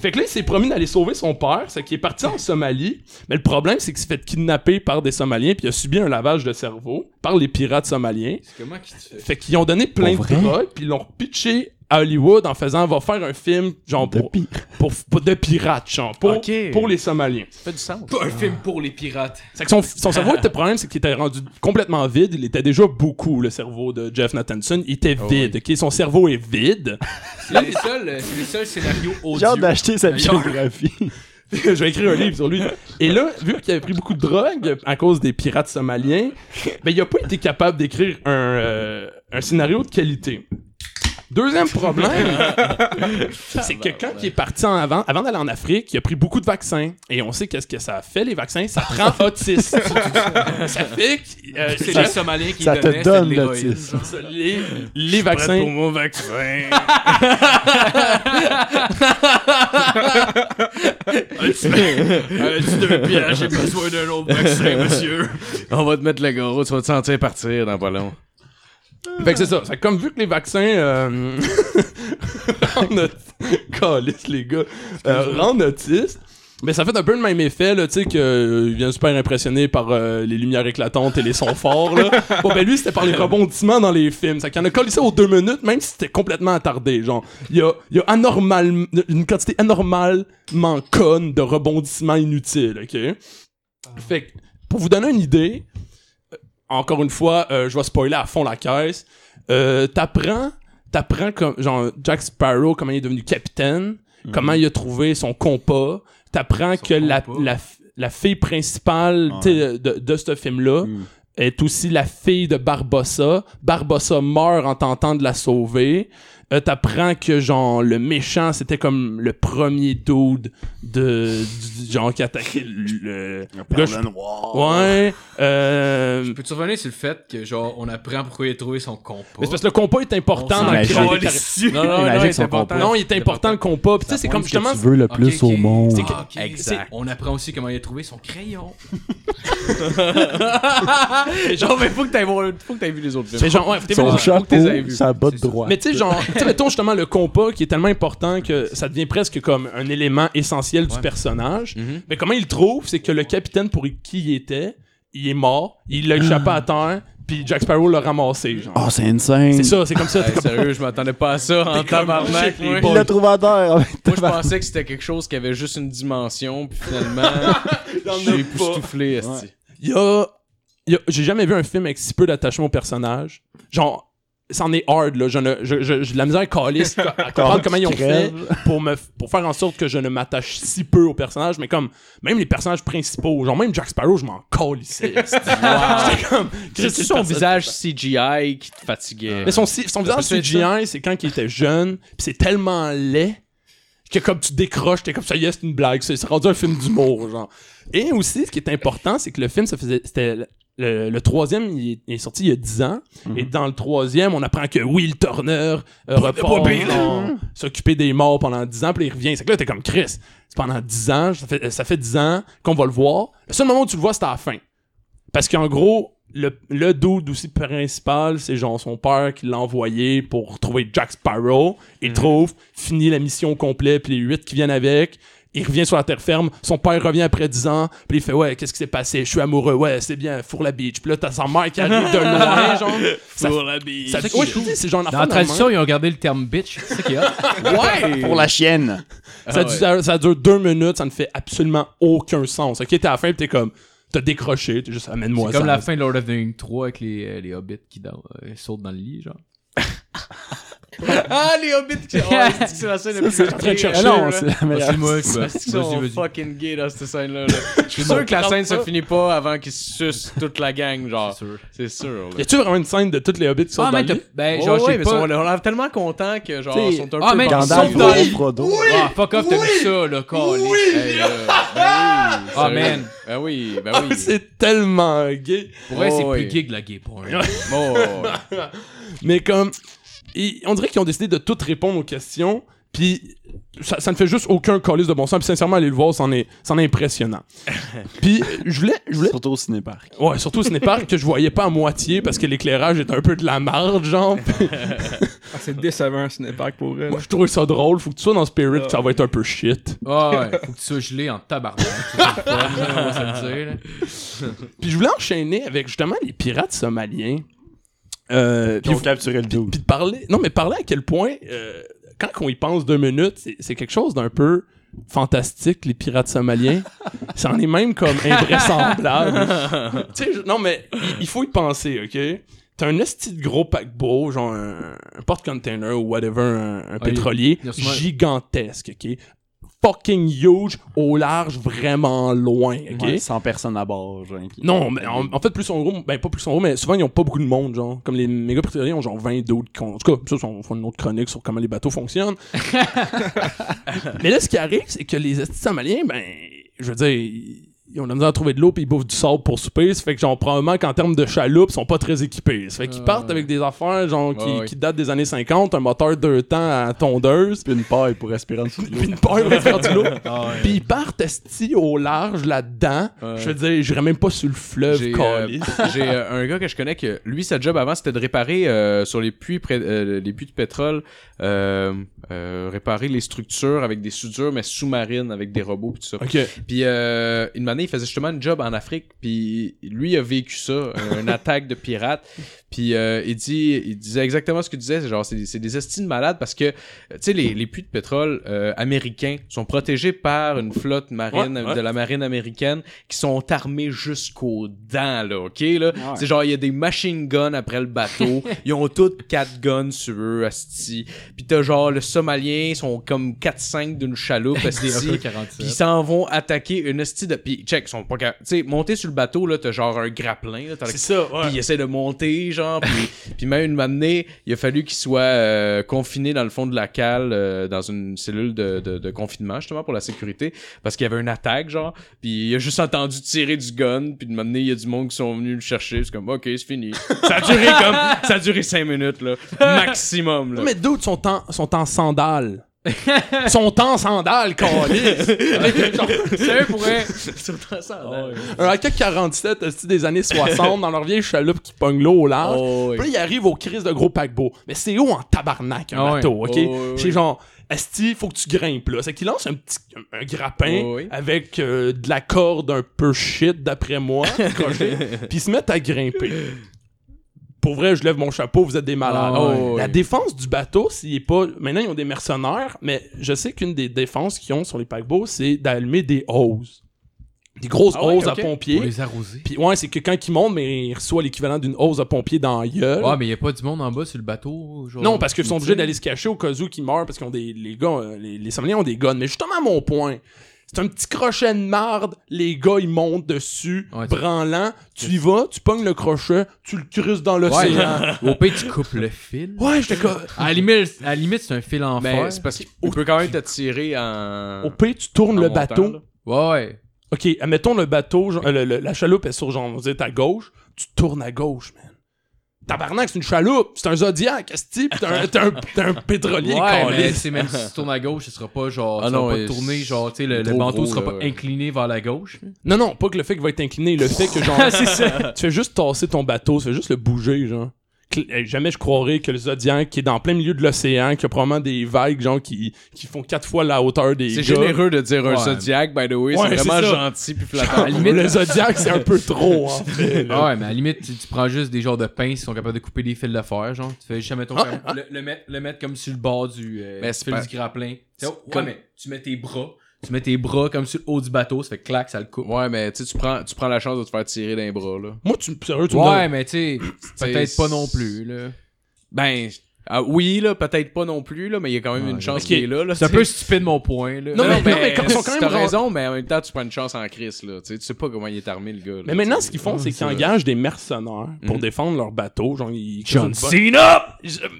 Speaker 4: Fait que là, il s'est promis d'aller sauver son père, c'est qu'il est parti en Somalie. Mais le problème, c'est qu'il s'est fait kidnapper par des Somaliens, puis il a subi un lavage de cerveau par les pirates somaliens.
Speaker 3: Comment qu'il te
Speaker 4: Fait qu'ils ont donné plein
Speaker 6: Pour
Speaker 4: de
Speaker 6: vrai?
Speaker 4: drogues, puis ils l'ont pitché à Hollywood en faisant on va faire un film genre
Speaker 6: De
Speaker 4: pour, pour, pour- de pirates, genre pour,
Speaker 5: Ok.
Speaker 4: pour les Somaliens.
Speaker 5: Ça fait du sens.
Speaker 3: Un film pour les pirates.
Speaker 4: C'est que son, son cerveau était problème, c'est qu'il était rendu complètement vide. Il était déjà beaucoup le cerveau de Jeff Nathanson. Il était vide. ok? Son cerveau est vide.
Speaker 3: C'est les seuls, euh, c'est les seuls scénarios Euh,
Speaker 6: J'ai
Speaker 3: odieux.
Speaker 6: hâte d'acheter sa
Speaker 3: D'ailleurs.
Speaker 6: biographie.
Speaker 4: je vais écrire un livre sur lui. Et là, vu qu'il avait pris beaucoup de drogue à cause des pirates somaliens, ben il a pas été capable d'écrire un, euh, un scénario de qualité. Deuxième problème, c'est que quand il est parti en avant, avant d'aller en Afrique, il a pris beaucoup de vaccins. Et on sait qu'est-ce que ça fait, les vaccins. Ça te rend autiste. ça fait que euh,
Speaker 3: C'est
Speaker 4: ça-
Speaker 3: les Somaliens qui
Speaker 6: Ça
Speaker 3: donnaient,
Speaker 6: te
Speaker 3: c'est de
Speaker 6: donne
Speaker 3: l'héroïne.
Speaker 6: l'autisme.
Speaker 4: ça- les, les vaccins.
Speaker 5: mon vaccin.
Speaker 3: J'ai besoin d'un autre vaccin, monsieur.
Speaker 5: On va te mettre le gros, tu vas te sentir partir dans pas long.
Speaker 4: Fait que c'est ça. C'est comme vu que les vaccins euh, rendent aut- Calisse, les gars. Euh, rendent autistes. Mais ça fait un peu le même effet, là, tu sais, qu'ils viennent super impressionnés par euh, les lumières éclatantes et les sons forts, là. Bon, ben lui, c'était par les rebondissements dans les films. Ça qu'il en a collé ça aux deux minutes, même si c'était complètement attardé. Genre, il y a, il y a anormal, une quantité anormalement conne de rebondissements inutiles, ok? Fait que, pour vous donner une idée, euh, encore une fois, euh, je vais spoiler à fond la caisse. Euh, t'apprends, t'apprends comme genre Jack Sparrow comment il est devenu capitaine, comment il a trouvé son compas. T'apprends que la,
Speaker 3: compas.
Speaker 4: la, f- la fille principale
Speaker 6: Ouais.
Speaker 4: tu sais, de, de ce film-là
Speaker 6: Mm.
Speaker 4: est aussi la fille de Barbossa. Barbossa meurt en tentant de la sauver. Euh, t'apprends que genre le méchant c'était comme le premier dude de du- genre qui attaquait le, le gars, je-
Speaker 6: Oh.
Speaker 4: ouais euh,
Speaker 3: Peux-tu revenir sur le fait que, genre, on apprend pourquoi il a trouvé son compas?
Speaker 4: mais c'est parce que le compas est important dans le
Speaker 6: s'imagine.
Speaker 4: créer des caractères.
Speaker 6: Imagine.
Speaker 3: Non, non,
Speaker 6: Imagine
Speaker 3: non,
Speaker 6: son compas.
Speaker 4: Non, il est important le compas. Puis tu sais, c'est comme justement.
Speaker 6: tu veux le plus au monde.
Speaker 3: C'est que-
Speaker 5: Ah, exact.
Speaker 3: c'est- On apprend aussi comment il a trouvé son crayon.
Speaker 5: Genre, mais faut que t'aies vu, faut que t'aies vu les autres films.
Speaker 4: Mais genre, ouais, faut t'aimer
Speaker 6: Son
Speaker 4: les-
Speaker 5: Faut que t'es aies
Speaker 6: chapeau,
Speaker 5: vu.
Speaker 6: sa botte
Speaker 3: C'est ça.
Speaker 6: droite.
Speaker 4: Mais tu sais, genre, tu sais, mettons justement le compas qui est tellement important que ça devient presque comme un élément essentiel du personnage.
Speaker 5: Mhm.
Speaker 4: Mais comment il le trouve, c'est que le capitaine pour qui il était, il est mort, il l'a échappé à terre, puis Jack Sparrow l'a ramassé. genre.
Speaker 6: Oh, c'est insane.
Speaker 4: C'est ça, c'est comme ça. t'es
Speaker 5: Hey,
Speaker 4: comme-
Speaker 5: sérieux, je m'attendais pas à ça en tabarnak. moi.
Speaker 6: Il l'a trouvé à terre.
Speaker 5: Moi, je pensais que c'était quelque chose qui avait juste une dimension, puis finalement, j'ai époustouflé, esti.
Speaker 4: Il y a. il y a- J'ai jamais vu un film avec si peu d'attachement au personnage. Genre, c'en est hard, là. Je ne- je- je- J'ai de la misère à calice, à comprendre comment ils ont fait
Speaker 6: crèves.
Speaker 4: pour, me, f- pour faire en sorte que je ne m'attache si peu au personnage, mais comme, même les personnages principaux, genre même Jack Sparrow, je m'en calissais. esti. J'étais comme, Christ,
Speaker 5: C'est
Speaker 4: le
Speaker 5: son
Speaker 4: perso-
Speaker 5: visage CGI qui te fatiguait.
Speaker 4: Mais son, si- son visage
Speaker 5: peut-être
Speaker 4: CGI, c'est quand il était jeune, pis c'est tellement laid que comme tu décroches, t'es comme ça, yes, c'est une blague, c'est c'est rendu un film d'humour, genre. Et aussi, ce qui est important, c'est que le film, ça faisait, c'était le, le- le troisième, il est, il est sorti il y a 10 ans, et dans le troisième, on apprend que Will Turner euh, repart en- s'occuper des morts pendant 10 ans, puis il revient. C'est que là, t'es comme Chris, c'est pendant 10 ans, ça fait, ça fait 10 ans qu'on va le voir. Le seul moment où tu le vois, c'est à la fin. Parce qu'en gros, le, le dude aussi principal, c'est genre son père qui l'a envoyé
Speaker 8: Mhm.
Speaker 4: pour trouver Jack Sparrow. Il le trouve, finit la mission au complet, puis les huit qui viennent avec. il revient sur la terre ferme, son père revient après 10 ans, puis il fait ouais, qu'est-ce qui s'est passé, je suis amoureux, ouais, c'est bien, four la beach, puis là t'as sa mère qui arrive de loin, genre, ça,
Speaker 1: la bille.
Speaker 4: ça ouais, je te dis, c'est genre un
Speaker 8: Dans
Speaker 4: enfant
Speaker 8: la
Speaker 4: de
Speaker 8: tradition, ils ont gardé le terme bitch. C'est ça qu'il y a.
Speaker 1: Ouais!
Speaker 6: Pour la chienne.
Speaker 4: même.
Speaker 8: Ah
Speaker 4: ça, dure- ça- ça dure deux minutes, ça ne fait absolument aucun sens, ok, t'es à la fin, pis t'es comme, t'as décroché, t'es juste amène-moi
Speaker 8: C'est
Speaker 4: ça.
Speaker 8: comme la fin de Lord of the Rings 3 avec les, euh, les hobbits qui dan- euh, sautent dans le lit, genre.
Speaker 5: Ah, les hobbits qui.
Speaker 8: oh, c'est-
Speaker 5: c'est la scène
Speaker 6: Ça, c'est
Speaker 4: en train de chercher,
Speaker 6: Ah non,
Speaker 4: là.
Speaker 6: c'est la meilleure.
Speaker 8: c'est moi qui
Speaker 5: Ils sont
Speaker 8: vas-y, vas-y.
Speaker 5: fucking gay dans cette scène-là. là. Je suis sûr que la scène se finit pas avant qu'ils sucent toute la gang, genre.
Speaker 8: Ah, C'est sûr.
Speaker 5: C'est sûr. là.
Speaker 4: Y a-tu vraiment une scène de toutes les hobbits qui sont
Speaker 8: Ah,
Speaker 4: dans
Speaker 8: mais
Speaker 4: le
Speaker 8: t'as-
Speaker 4: lit?
Speaker 8: ben,
Speaker 5: Ouais,
Speaker 8: genre,
Speaker 5: ouais,
Speaker 8: j'ai
Speaker 5: mais
Speaker 8: pas-
Speaker 5: sont- on a l'air tellement contents que genre
Speaker 6: T'sais,
Speaker 5: ils sont un
Speaker 8: ah,
Speaker 5: peu
Speaker 8: mais
Speaker 5: partis.
Speaker 6: Gandalf,
Speaker 8: Ils sont dans
Speaker 6: Frodo,
Speaker 8: les-
Speaker 6: Frodo.
Speaker 8: Ah, fuck off, t'as vu ça, là, câlisse.
Speaker 5: Hey, euh, ben oui,
Speaker 8: Ah,
Speaker 5: sérieux.
Speaker 8: man.
Speaker 5: Ben oui, ben
Speaker 4: Ah, mais
Speaker 5: oui.
Speaker 4: c'est tellement gay.
Speaker 8: Pour vrai, c'est
Speaker 5: Oh,
Speaker 8: plus
Speaker 5: oui.
Speaker 8: gay que la gay porn.
Speaker 5: Bon,
Speaker 4: Mais comme, ils- on dirait qu'ils ont décidé de tout répondre aux questions, puis ça, ça ne fait juste aucun colis de bon sens. Puis sincèrement, aller le voir, c'en est, c'en est impressionnant. puis je voulais, je voulais,
Speaker 6: Surtout au cinéparc.
Speaker 4: ouais, surtout ce n'est pas que je voyais pas à moitié parce que l'éclairage est un peu de la marge, genre. Puis
Speaker 7: Ah, c'est décevant, ce n'est pas que pour elle.
Speaker 4: moi, je trouvais ça drôle. Faut que tu sois dans Spirit, puis ça va être un peu shit.
Speaker 8: Ah ouais, faut que tu sois gelé en tabarnak. c'est ça le fun, là, on va se le dire, là.
Speaker 4: Puis je voulais enchaîner avec justement les pirates somaliens. Euh, puis
Speaker 6: Ils ont capturé le dude.
Speaker 4: Puis de parler. Non, mais parler à quel point, euh, quand on y pense deux minutes, c'est- c'est quelque chose d'un peu fantastique, les pirates somaliens. Ça en est même comme invraisemblable. tu sais, je- non, mais il- il faut y penser, OK? T'as un esti de gros paquebot, genre un, un porte-container ou whatever, un,
Speaker 6: Ah,
Speaker 4: un
Speaker 8: il-
Speaker 4: pétrolier,
Speaker 8: il y a sûrement-
Speaker 4: gigantesque, OK? Fucking huge, au large, vraiment loin, OK?
Speaker 6: Ouais, 100 personnes à bord, genre.
Speaker 4: Non, mais en, en fait, plus son gros, ben pas plus son gros, mais souvent ils ont pas beaucoup de monde, genre. Comme les méga pétroliers ont genre 20 d'autres. con- En tout cas, ça, on fait une autre chronique sur comment les bateaux fonctionnent. mais là, ce qui arrive, c'est que les estis somaliens, ben, je veux dire, ils ils ont de la misère à trouver de l'eau puis ils bouffent du sable pour souper. Ça fait que, genre, probablement qu'en termes de chaloupe, ils sont pas très équipés. Ça fait qu'ils
Speaker 8: Ah,
Speaker 4: partent
Speaker 8: ouais.
Speaker 4: avec des affaires, genre, qui,
Speaker 5: Ouais, ouais.
Speaker 4: qui datent des années 50, un moteur de temps à tondeuse.
Speaker 6: Puis une paille pour respirer en dessous de l'eau.
Speaker 4: Puis une peur de faire du l'eau. Puis ils partent esti au large là-dedans.
Speaker 5: Ouais.
Speaker 4: Je veux dire, j'irais même pas sur le fleuve,
Speaker 5: J'ai euh,
Speaker 4: câlisse.
Speaker 5: j'ai, euh, un gars que je connais que lui sa job avant c'était de réparer euh, sur les puits près- euh, les puits de pétrole euh, euh, réparer les structures avec des sudures mais sous-marines avec des robots pis tout ça.
Speaker 4: Ok.
Speaker 5: Puis euh, une année il faisait justement une job en Afrique puis lui il a vécu ça un- une attaque de pirates puis euh, il dit il disait exactement ce que tu disais c'est genre c'est c'est des estimes malades parce que euh, tu sais les, les puits de pétrole euh, américains sont protégés par une flotte marine
Speaker 4: Ouais, ouais.
Speaker 5: de la marine américaine qui sont armés jusqu'aux dents, là, OK? Là? C'est genre, il y a des machine guns après le bateau. ils ont toutes quatre guns sur eux, asti. Puis t'as genre, le Somalien, ils sont comme 4-5 d'une chaloupe, asti. Puis ils s'en vont attaquer une asti de... Puis check, ils sont pas... cap- Tu sais, monter sur le bateau, là, t'as genre un grappelin, là, t'as le-
Speaker 4: ça, ouais.
Speaker 5: puis il essaie de monter, genre. Puis, puis même une année, il a fallu qu'il soit euh, confiné dans le fond de la cale, euh, dans une cellule de, de, de confinement, justement, pour la sécurité, parce qu'il y avait une attaque, genre. Puis il a juste entendu tirer du gun, puis de m'amener, il y a du monde qui sont venus le chercher. C'est comme, ok, c'est fini. ça a duré comme, ça a duré cinq minutes, là. Maximum, là.
Speaker 4: mais d'autres sont en, sont en sandales. sont en sandales, câlisse.
Speaker 8: Sérieux, pour vrai?
Speaker 5: Ah
Speaker 4: Un AK-47 esti, des années 60 dans leur vieille chaloupe qui pogne l'eau au large.
Speaker 5: Oh, oui.
Speaker 4: Puis là, ils arrivent aux crises de gros paquebots. Mais c'est haut en tabarnak, un
Speaker 8: Ah ouais.
Speaker 4: bateau, OK?
Speaker 5: Oh, oui, oui.
Speaker 4: C'est genre, esti, faut que tu grimpes, là. C'est qu'ils lancent un petit un, un grappin
Speaker 5: Oh, oui.
Speaker 4: avec euh, de la corde un peu shit, d'après moi, accrochée, puis ils se mettent à grimper. Pour vrai, je lève mon chapeau, vous êtes des malades.
Speaker 8: Ah ouais.
Speaker 5: Oh, oui.
Speaker 4: La défense du bateau, s'il est pas... Maintenant, ils ont des mercenaires, mais je sais qu'une des défenses qu'ils ont sur les paquebots, c'est d'allumer des hoses. Des grosses
Speaker 5: Ah ouais,
Speaker 4: hoses
Speaker 5: ok.
Speaker 4: à pompiers.
Speaker 8: Pour les arroser.
Speaker 4: Puis ouais, c'est que quand il monte, mais il reçoit l'équivalent d'une hausse à pompier dans la gueule.
Speaker 8: Ouais, mais y a pas du monde en bas sur le bateau, genre.
Speaker 4: non, parce qu'ils sont obligés d'aller se cacher au cas où qu'ils meurent, parce qu'ils ont des les gars, euh, les, les Somaliens ont des guns. Mais justement, mon point, c'est un petit crochet de marde, les gars, ils montent dessus,
Speaker 8: Ouais, c'est-
Speaker 4: branlant, tu y vas, tu pognes le crochet, tu le crisses dans
Speaker 8: Ouais, Euh,
Speaker 4: l'océan.
Speaker 8: Au pire, tu coupes le fil.
Speaker 4: Ouais, j'étais comme...
Speaker 8: À la limite, à la limite, c'est un fil en
Speaker 5: Mais
Speaker 8: fer.
Speaker 5: Ben, c'est parce qu'il peut quand même te tirer en.
Speaker 4: Au pire, tu tournes
Speaker 5: en
Speaker 4: le
Speaker 5: montant,
Speaker 4: bateau.
Speaker 8: Ouais,
Speaker 5: là.
Speaker 8: ouais.
Speaker 4: Ok, admettons le bateau, genre, euh, le- le- la chaloupe est sur, genre, on va dire, ta gauche, tu tournes à gauche, man. Tabarnak, c'est une chaloupe, c'est un zodiac, esti, pis t'es un, t'es un, t'es un pétrolier,
Speaker 8: Ouais,
Speaker 4: câlisse.
Speaker 8: mais c'est même si tu tournes à gauche, ce sera pas genre.
Speaker 5: Ah
Speaker 8: tu vas
Speaker 5: non,
Speaker 8: pas
Speaker 5: et
Speaker 8: tourner,
Speaker 5: c'est
Speaker 8: genre, tu sais, le, le
Speaker 5: trop
Speaker 8: manteau
Speaker 5: gros,
Speaker 8: sera pas
Speaker 5: là.
Speaker 8: incliné vers la gauche.
Speaker 4: Non, non, pas que le fait qu'il va être incliné, le fait que genre. tu fais juste tasser ton bateau, tu fais juste le bouger, genre. cl- eh, jamais je croirais que le Zodiac qui est dans plein milieu de l'océan, qui a probablement des vagues genre qui, qui font quatre fois la hauteur des
Speaker 5: C'est
Speaker 4: gars.
Speaker 5: généreux de dire un
Speaker 3: Ouais.
Speaker 5: Zodiac, by the
Speaker 4: Ouais,
Speaker 5: way. c'est
Speaker 4: c'est
Speaker 5: vraiment
Speaker 4: ça.
Speaker 5: gentil puis flatteur.
Speaker 4: À la limite, le Zodiac c'est un peu trop en fait. là.
Speaker 3: Ah ouais, mais à la limite, tu, tu prends juste des genres de pinces qui sont capables de couper des fils de fer, genre. Tu fais juste, mettons,
Speaker 4: Ah!
Speaker 3: comme- le, le mettre, le mettre comme sur le bord du euh,
Speaker 5: Mais
Speaker 3: du
Speaker 5: c'est
Speaker 3: fil
Speaker 5: pas-
Speaker 3: du grappin. Tu sais,
Speaker 5: c'est
Speaker 3: Ouais,
Speaker 5: comme-
Speaker 3: mais tu mets tes bras, tu mets tes bras comme sur le haut du bateau, ça fait clac, ça le coupe.
Speaker 5: Ouais, mais tu sais, tu prends, tu prends la chance de te faire tirer d'un bras, là.
Speaker 4: Moi tu sérieux tu me donnes-
Speaker 3: Ouais, mais tu sais, peut-être pas non plus, là.
Speaker 5: Ben, ah, oui, là, peut-être pas non plus, là, mais il y a quand même une chance
Speaker 4: ok.
Speaker 5: qu'il est là. là
Speaker 3: C'est un
Speaker 5: tu sais.
Speaker 3: peu stupide mon point, là.
Speaker 4: Non, mais- non, mais quand- ils sont quand
Speaker 5: t'as
Speaker 4: même ren-
Speaker 5: raison, mais en même temps, tu prends une chance en crise, là. Tu sais, tu sais pas comment il est armé, le gars. là,
Speaker 4: Mais maintenant,
Speaker 5: tu sais.
Speaker 4: ce qu'ils font, c'est Mm. qu'ils engagent des mercenaires pour défendre leur bateau. Genre, ils
Speaker 3: John
Speaker 4: Cena!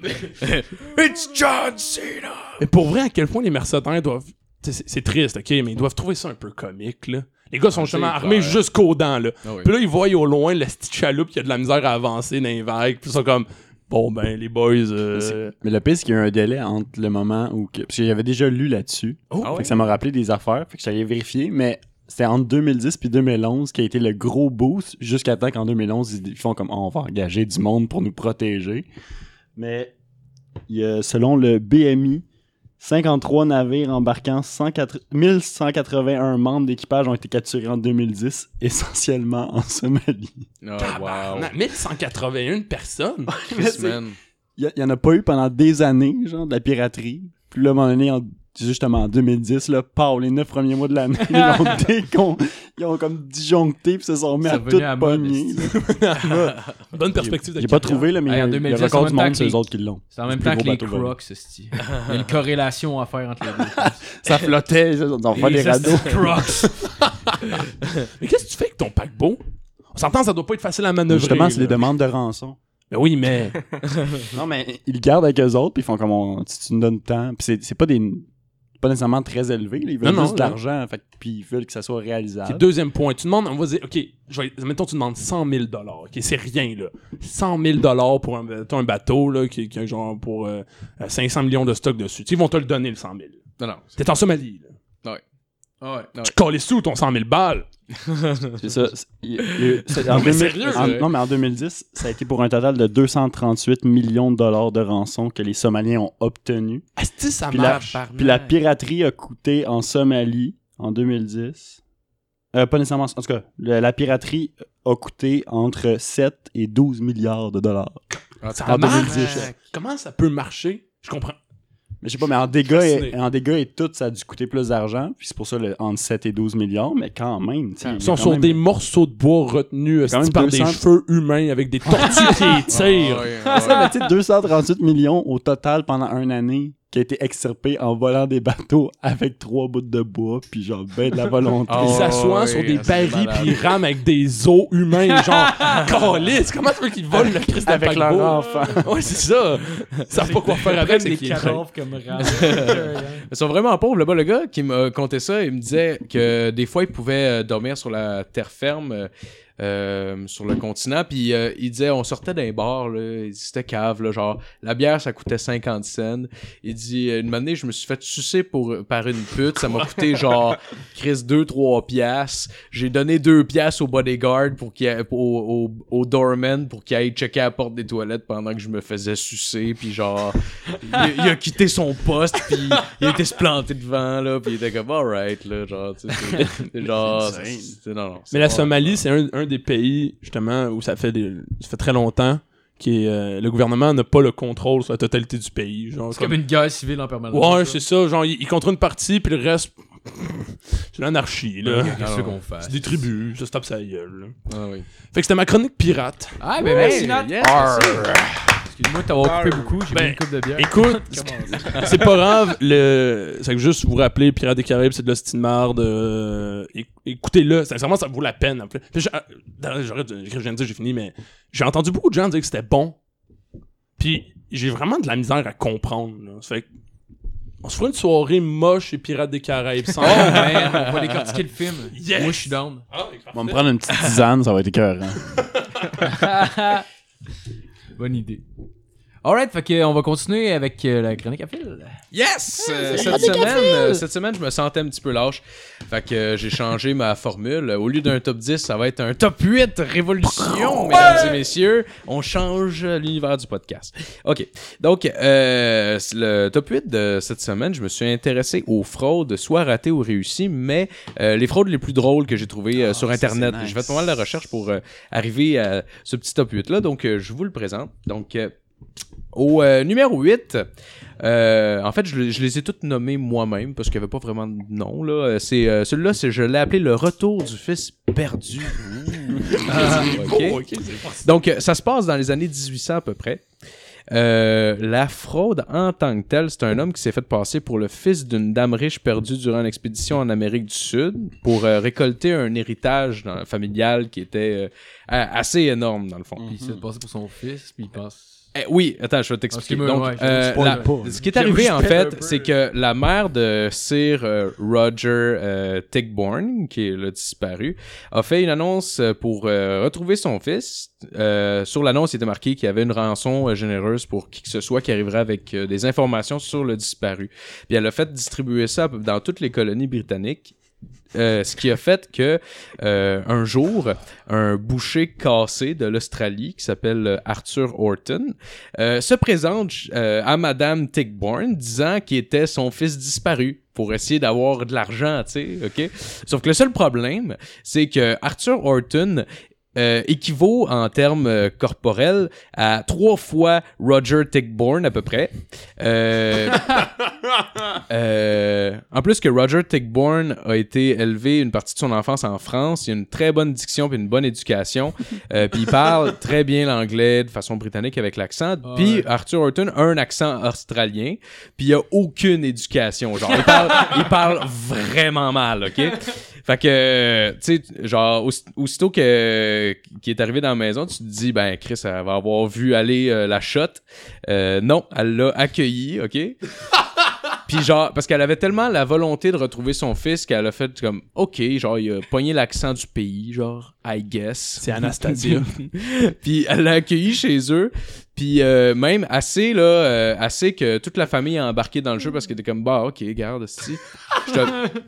Speaker 4: It's John Cena! Mais pour vrai, à quel point les mercenaires doivent. t'sais, C'est c'est triste, ok, mais ils doivent trouver ça un peu comique, là. Les gars sont justement armés jusqu'aux dents, là.
Speaker 5: Ah oui.
Speaker 4: Puis là, ils voient au loin la petite chaloupe qui a de la misère à avancer dans les vagues. Puis ils sont comme, bon, ben, les boys. euh,
Speaker 6: Mais le pire, c'est qu'il y a eu un délai entre le moment où. que- Parce que j'avais déjà lu là-dessus.
Speaker 4: Oh,
Speaker 6: Fait que ça m'a rappelé des affaires. Fait que j'allais vérifier. Mais c'était entre 2010 puis 2011 qui a été le gros boost jusqu'à temps qu'en 2011, ils- ils font comme Oh, on va engager du monde pour nous protéger. Mais il y a, selon le BMI, 53 navires embarquant 104 1181 membres d'équipage ont été capturés en 2010, essentiellement en Somalie.
Speaker 4: oh,
Speaker 5: Ah, wow.
Speaker 4: tabarnak, 1181 personnes!
Speaker 6: Mais
Speaker 5: Chris,
Speaker 6: c'est-
Speaker 5: man.
Speaker 6: Il n'y en a pas eu pendant des années, genre, de la piraterie. Puis là, à un moment donné, en- justement, en 2010, là, paf, les neuf premiers mois de l'année, ils ont, décon- ils ont comme disjoncté, puis se sont remis
Speaker 3: Ça
Speaker 6: à
Speaker 3: revenait
Speaker 6: tout
Speaker 3: à la mode,
Speaker 6: pogner.
Speaker 3: esti.
Speaker 6: là.
Speaker 4: Bonne perspective de
Speaker 6: J'ai pas
Speaker 4: carrière.
Speaker 6: trouvé, là, mais
Speaker 3: Hey, en
Speaker 6: le-
Speaker 3: 2010,
Speaker 6: le record
Speaker 3: en
Speaker 6: du
Speaker 3: même temps
Speaker 6: monde,
Speaker 3: que
Speaker 6: c'est
Speaker 3: les-
Speaker 6: eux autres qui l'ont.
Speaker 3: C'est en même
Speaker 6: C'est
Speaker 3: temps que
Speaker 6: le plus gros
Speaker 3: les
Speaker 6: bateau volé.
Speaker 3: crocs, ceci. Il y a une corrélation à faire entre les deux.
Speaker 6: Ça flottait, ils ont fait des radeaux.
Speaker 4: Mais qu'est-ce que tu fais avec ton paquebot? On s'entend, ça doit pas être facile à manœuvrer.
Speaker 6: Justement, c'est
Speaker 4: là.
Speaker 6: les demandes de rançon.
Speaker 4: Ben oui, mais.
Speaker 6: Non, mais ils le gardent avec eux autres, puis ils font comme on- si tu nous donnes temps. Puis c'est- c'est pas des. Pas nécessairement très élevé, là, ils veulent
Speaker 4: Non, non,
Speaker 6: juste de
Speaker 4: non.
Speaker 6: l'argent, fait que- puis ils veulent que ça soit réalisable.
Speaker 4: Ok, deuxième point. Tu demandes, on va dire, OK, je vais- mettons, tu demandes 100 000 OK, c'est rien, là. 100 000 pour un, mettons, un bateau, là, qui, qui a genre pour euh, 500 millions de stocks dessus. Tu sais, ils vont te le donner, le 100 000.
Speaker 5: Non, non. c'est-
Speaker 4: T'es en Somalie, là.
Speaker 5: Ah ouais. Ah ouais.
Speaker 4: Tu colles sous ton 100 000 balles.
Speaker 6: C'est ça. c'est- il- il y a eu- c'est- en
Speaker 4: mais
Speaker 6: 2000
Speaker 4: sérieux,
Speaker 6: en-
Speaker 5: là.
Speaker 6: non, mais en 2010, ça a été pour un total de 238 millions de dollars de rançon que les Somaliens ont obtenu.
Speaker 4: Asti, ça
Speaker 6: Puis la-
Speaker 4: marche.
Speaker 6: Puis la piraterie a coûté en Somalie en 2010. euh, pas nécessairement. En tout cas, le- la piraterie a coûté entre 7 et 12 milliards de dollars.
Speaker 4: Ça
Speaker 6: en
Speaker 4: marche.
Speaker 6: 2010.
Speaker 4: Comment ça peut marcher? Je comprends.
Speaker 6: Mais je sais pas, mais en dégâts, et,
Speaker 4: Fasciné.
Speaker 6: en dégâts et tout, ça a dû coûter plus d'argent. Puis c'est pour ça le, entre 7 et 12 milliards, mais quand même. tu sais, il y a
Speaker 4: Ils sont
Speaker 6: quand
Speaker 4: sur
Speaker 6: même-
Speaker 4: des morceaux de bois retenus asti,
Speaker 6: Quand même
Speaker 4: par
Speaker 6: 200.
Speaker 4: des cheveux humains avec des tortues qui les tirent.
Speaker 5: Ah ouais,
Speaker 6: Ça,
Speaker 5: ah
Speaker 6: mais tu sais, 238 millions au total pendant une année qui a été extirpé en volant des bateaux avec trois bouts de bois, puis genre ben de la volonté.
Speaker 5: Ah
Speaker 4: Ils s'assoient
Speaker 5: ouais,
Speaker 4: sur des
Speaker 5: c'est
Speaker 4: barils
Speaker 5: malade.
Speaker 4: puis ils rament avec des os humains, genre calice, comment tu veux qu'ils volent le Christ
Speaker 6: Avec leur enfant.
Speaker 4: Ouais, c'est ça. Ils savent pas quoi faire avec, c'est qu'ils
Speaker 3: comme
Speaker 5: Ils sont vraiment pauvres là-bas. Le gars qui m'a conté ça, il me disait que des fois, il pouvait euh, dormir sur la terre ferme, euh, euh, sur le continent. Puis euh, il disait, on sortait d'un bar, là, il dit, c'était cave, là, genre, la bière, ça coûtait 50 cents. Il dit, euh, une année, je me suis fait sucer pour, par une pute. Ça m'a coûté genre, Chris, 2-3 piastres. J'ai donné 2 piastres au bodyguard, pour qu'il aille- au, au, au doorman, pour qu'il aille checker la porte des toilettes pendant que je me faisais sucer. Puis genre, il, il a quitté son poste, puis il était se planté devant, là, puis il était comme, alright, là, genre, tu sais, c'est- c'est genre, c'est- c'est- non, non. c'est
Speaker 4: Mais la
Speaker 5: pas-
Speaker 4: Somalie, c'est un, un des pays, justement, où ça fait, des- ça fait très longtemps que le gouvernement n'a pas le contrôle sur la totalité du pays. Genre,
Speaker 3: C'est
Speaker 4: comme-
Speaker 3: comme une guerre civile en permanence.
Speaker 4: Ouais,
Speaker 3: ça.
Speaker 4: c'est ça. Genre, ils, ils contrôlent une partie, puis le reste, c'est l'anarchie, là.
Speaker 3: Qu'est-ce qu'on fait?
Speaker 4: C'est des tribus, ça se tape sa gueule. là.
Speaker 5: Ah oui.
Speaker 4: Fait que c'était ma chronique pirate.
Speaker 3: Ah, ben merci,
Speaker 5: Hey,
Speaker 3: Nat.
Speaker 5: yes.
Speaker 3: Excuse-moi de t'avoir coupé beaucoup, j'ai
Speaker 4: Ben,
Speaker 3: mis une coupe de bière.
Speaker 4: Écoute, C'est pas grave, le... c'est que juste vous rappeler, Pirates des Caraïbes, c'est de l'hostie de marde. euh, éc- Écoutez-le, sincèrement, ça vaut la peine. en plus. Puis j'ai- ah, d'ailleurs, j'arrête de- Je viens de dire, j'ai fini, mais j'ai entendu beaucoup de gens dire que c'était bon. Puis j'ai vraiment de la misère à comprendre. là. Ça fait que on se fera une soirée moche et Pirates des Caraïbes sans.
Speaker 3: Oh man, on va décortiquer le film.
Speaker 4: Yes.
Speaker 3: Moi je suis down.
Speaker 6: On va me prendre une petite
Speaker 3: ben.
Speaker 6: tisane, ça va être écœurant.
Speaker 3: Bonne idée. Ah
Speaker 8: Alright, fait que, euh, on va continuer avec euh, la chronique à fil.
Speaker 5: Yes! Euh, cette, semaine, euh, cette semaine, je me sentais un petit peu lâche. Fait que euh, j'ai changé ma formule. Au lieu d'un top 10, ça va être un top 8 révolution, mesdames et messieurs. On change l'univers du podcast. OK. Donc, euh, le top 8 de cette semaine, je me suis intéressé aux fraudes, soit ratées ou réussies, mais euh, les fraudes les plus drôles que j'ai trouvées euh, sur Internet. J'ai fait pas mal de recherches pour euh, arriver à ce petit top 8-là. Donc, euh, je vous le présente. Donc, euh, au euh, numéro 8, euh, en fait, je, le- je les ai toutes nommées moi-même parce qu'il n'y avait pas vraiment de nom. Là. Euh, C'est, euh, celui-là, c'est, je l'ai appelé le retour du fils perdu. Ah, ok. Donc, euh, ça se passe dans les années 1800 à peu près. Euh, la fraude en tant que telle, c'est un homme qui s'est fait passer pour le fils d'une dame riche perdue durant une expédition en Amérique du Sud pour euh, récolter un héritage dans- familial qui était euh, a- assez énorme dans le fond.
Speaker 6: Mhm.
Speaker 8: Puis il s'est passé pour son fils, puis il pense.
Speaker 5: Eh oui, attends, je vais t'expliquer.
Speaker 8: Excuse-moi, ouais,
Speaker 5: Donc,
Speaker 8: je-
Speaker 5: euh,
Speaker 6: je spoil
Speaker 5: la-
Speaker 6: pas.
Speaker 5: ce qui est
Speaker 3: J'aime
Speaker 5: arrivé,
Speaker 3: juste
Speaker 5: en
Speaker 3: mettre un
Speaker 5: fait,
Speaker 3: peu.
Speaker 5: c'est que la mère de Sir euh, Roger euh, Tickborn, qui est le disparu, a fait une annonce euh, pour euh, retrouver son fils. Euh, sur l'annonce, il était marqué qu'il y avait une rançon euh, généreuse pour qui que ce soit qui arriverait avec euh, des informations sur le disparu. Puis elle a fait distribuer ça dans toutes les colonies britanniques. Euh, ce qui a fait que euh, un jour, un boucher cassé de l'Australie qui s'appelle euh, Arthur Horton euh, se présente euh, à Madame Tickborn disant qu'il était son fils disparu pour essayer d'avoir de l'argent, tu sais, ok? Sauf que le seul problème, c'est que Arthur Horton euh, équivaut en termes euh, corporels à trois fois Roger Tickborn à peu près. Euh, euh, en plus que Roger Tickborn a été élevé une partie de son enfance en France, il a une très bonne diction et une bonne éducation, euh, puis il parle très bien l'anglais de façon britannique avec l'accent. Puis Arthur Horton a un accent australien, puis il a aucune éducation, genre il parle, il parle vraiment mal, ok. Fait que, euh, tu sais, genre, aussi- aussitôt que qu'il est arrivé dans la maison, tu te dis, ben, Chris, elle va avoir vu aller euh, la shot. Euh, non, elle l'a accueilli, OK? Puis genre, parce qu'elle avait tellement la volonté de retrouver son fils qu'elle a fait comme, OK, genre, il a pogné l'accent du pays, genre, I guess.
Speaker 4: C'est Anastasia.
Speaker 5: Puis elle l'a accueilli chez eux. Puis euh, même assez, là, euh, assez que toute la famille a embarqué dans le jeu parce qu'elle était comme, bah, ok, garde, si.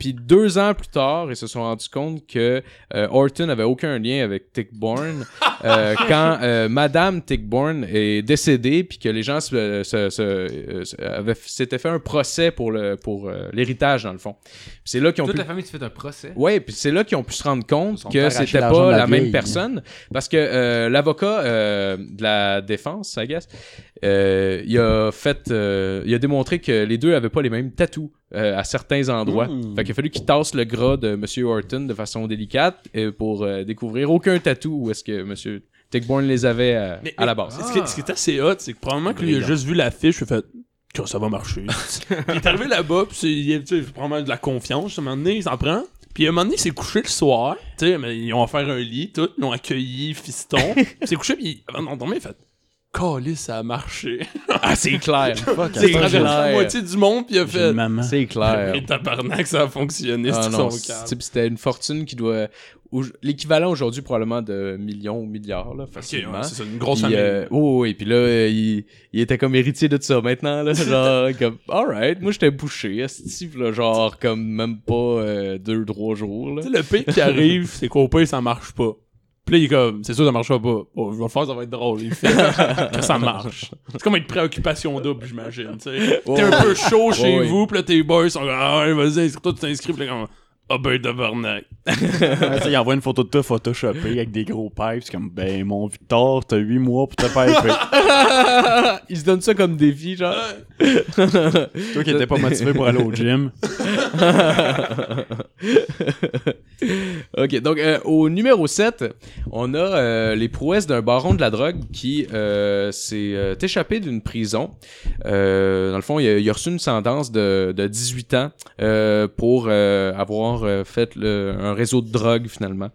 Speaker 5: Puis deux ans plus tard, ils se sont rendus compte que euh, Orton avait aucun lien avec Tickborn. Euh, quand euh, Madame Tickborn est décédée, puis que les gens se- se- se- euh, se- avaient- s'étaient fait un procès pour le pour euh, l'héritage, dans le fond. Puis c'est là qu'ils ont
Speaker 8: Toute
Speaker 5: pu
Speaker 8: la famille s'est fait un procès.
Speaker 5: Ouais, puis c'est là qu'ils ont pu se rendre compte
Speaker 6: sont
Speaker 5: que
Speaker 6: arrachés
Speaker 5: c'était
Speaker 6: l'argent
Speaker 5: pas
Speaker 6: de la
Speaker 5: la même
Speaker 6: vieille.
Speaker 5: personne parce que euh, l'avocat euh, de la défense, I guess, euh, il a fait, euh, il a démontré que les deux avaient pas les mêmes tatous euh, à certains endroits.
Speaker 6: Mm.
Speaker 5: Fait qu'il a fallu qu'il tasse le gras de Monsieur Horton de façon délicate euh, pour euh, découvrir aucun tatou où est-ce que Monsieur Tickborn les avait euh,
Speaker 4: Mais-
Speaker 5: à la base.
Speaker 4: Ah. Ce, qui, ce qui est assez hot, c'est que probablement que lui il a juste vu l'affiche, il a fait que ça va marcher. Puis il est arrivé là-bas, puis c'est- il a tu sais, probablement de la confiance. À un moment donné, il s'en prend. Puis à un moment donné, il s'est couché le soir. Tu sais, mais ils ont offert un lit, tout. Ils l'ont accueilli, fiston. Puis il s'est couché, puis il- avant de dormir, il a fait Calé, ça a marché.
Speaker 5: Ah, c'est clair.
Speaker 4: Il a
Speaker 5: pas
Speaker 4: traversé la
Speaker 5: clair.
Speaker 4: moitié du monde, puis il a
Speaker 6: J'ai une
Speaker 4: fait
Speaker 6: maman.
Speaker 5: c'est clair.
Speaker 4: Mais tabarnak, ça a fonctionné.
Speaker 5: Ah
Speaker 4: c'est
Speaker 5: non,
Speaker 4: son
Speaker 5: c'est-
Speaker 4: câble.
Speaker 5: tu sais, pis c'était une fortune qui doit. au- L'équivalent aujourd'hui, probablement, de millions ou milliards, là,
Speaker 4: Parce que, ouais,
Speaker 5: facilement.
Speaker 4: c'est ça, une grosse
Speaker 5: Puis,
Speaker 4: famille.
Speaker 5: euh, oh, et puis là, euh, il, il était comme héritier de tout ça maintenant, là, genre, comme, alright, moi j'étais bouché, Steve, là, genre, comme même pas euh, deux, trois jours, là.
Speaker 4: Tu sais, le pire qui arrive, c'est qu'au pire, ça marche pas. Puis là, il est comme, c'est sûr, ça marchera pas. Bon, je vais le faire, ça va être drôle. Il fait que ça marche. C'est comme une préoccupation double, j'imagine. tu sais. T'es un peu chaud chez
Speaker 5: Ouais, ouais.
Speaker 4: vous, puis là, tes boys sont comme, ah ouais, vas-y, inscris-toi, tu t'inscris, puis là, comme, ah ben, tabarnak.
Speaker 6: Ouais, ça, il envoie une photo de toi photoshopée avec des gros pipes. C'est comme, ben, mon Victor, t'as 8 mois pour te piper.
Speaker 5: Il se donne ça comme défi, genre.
Speaker 6: toi qui étais pas motivé pour aller au gym.
Speaker 5: ok, donc euh, au numéro 7, on a euh, les prouesses d'un baron de la drogue qui euh, s'est euh, échappé d'une prison. Euh, dans le fond, il a, il a reçu une sentence de, de 18 ans euh, pour euh, avoir euh, fait le- un réseau de drogue finalement.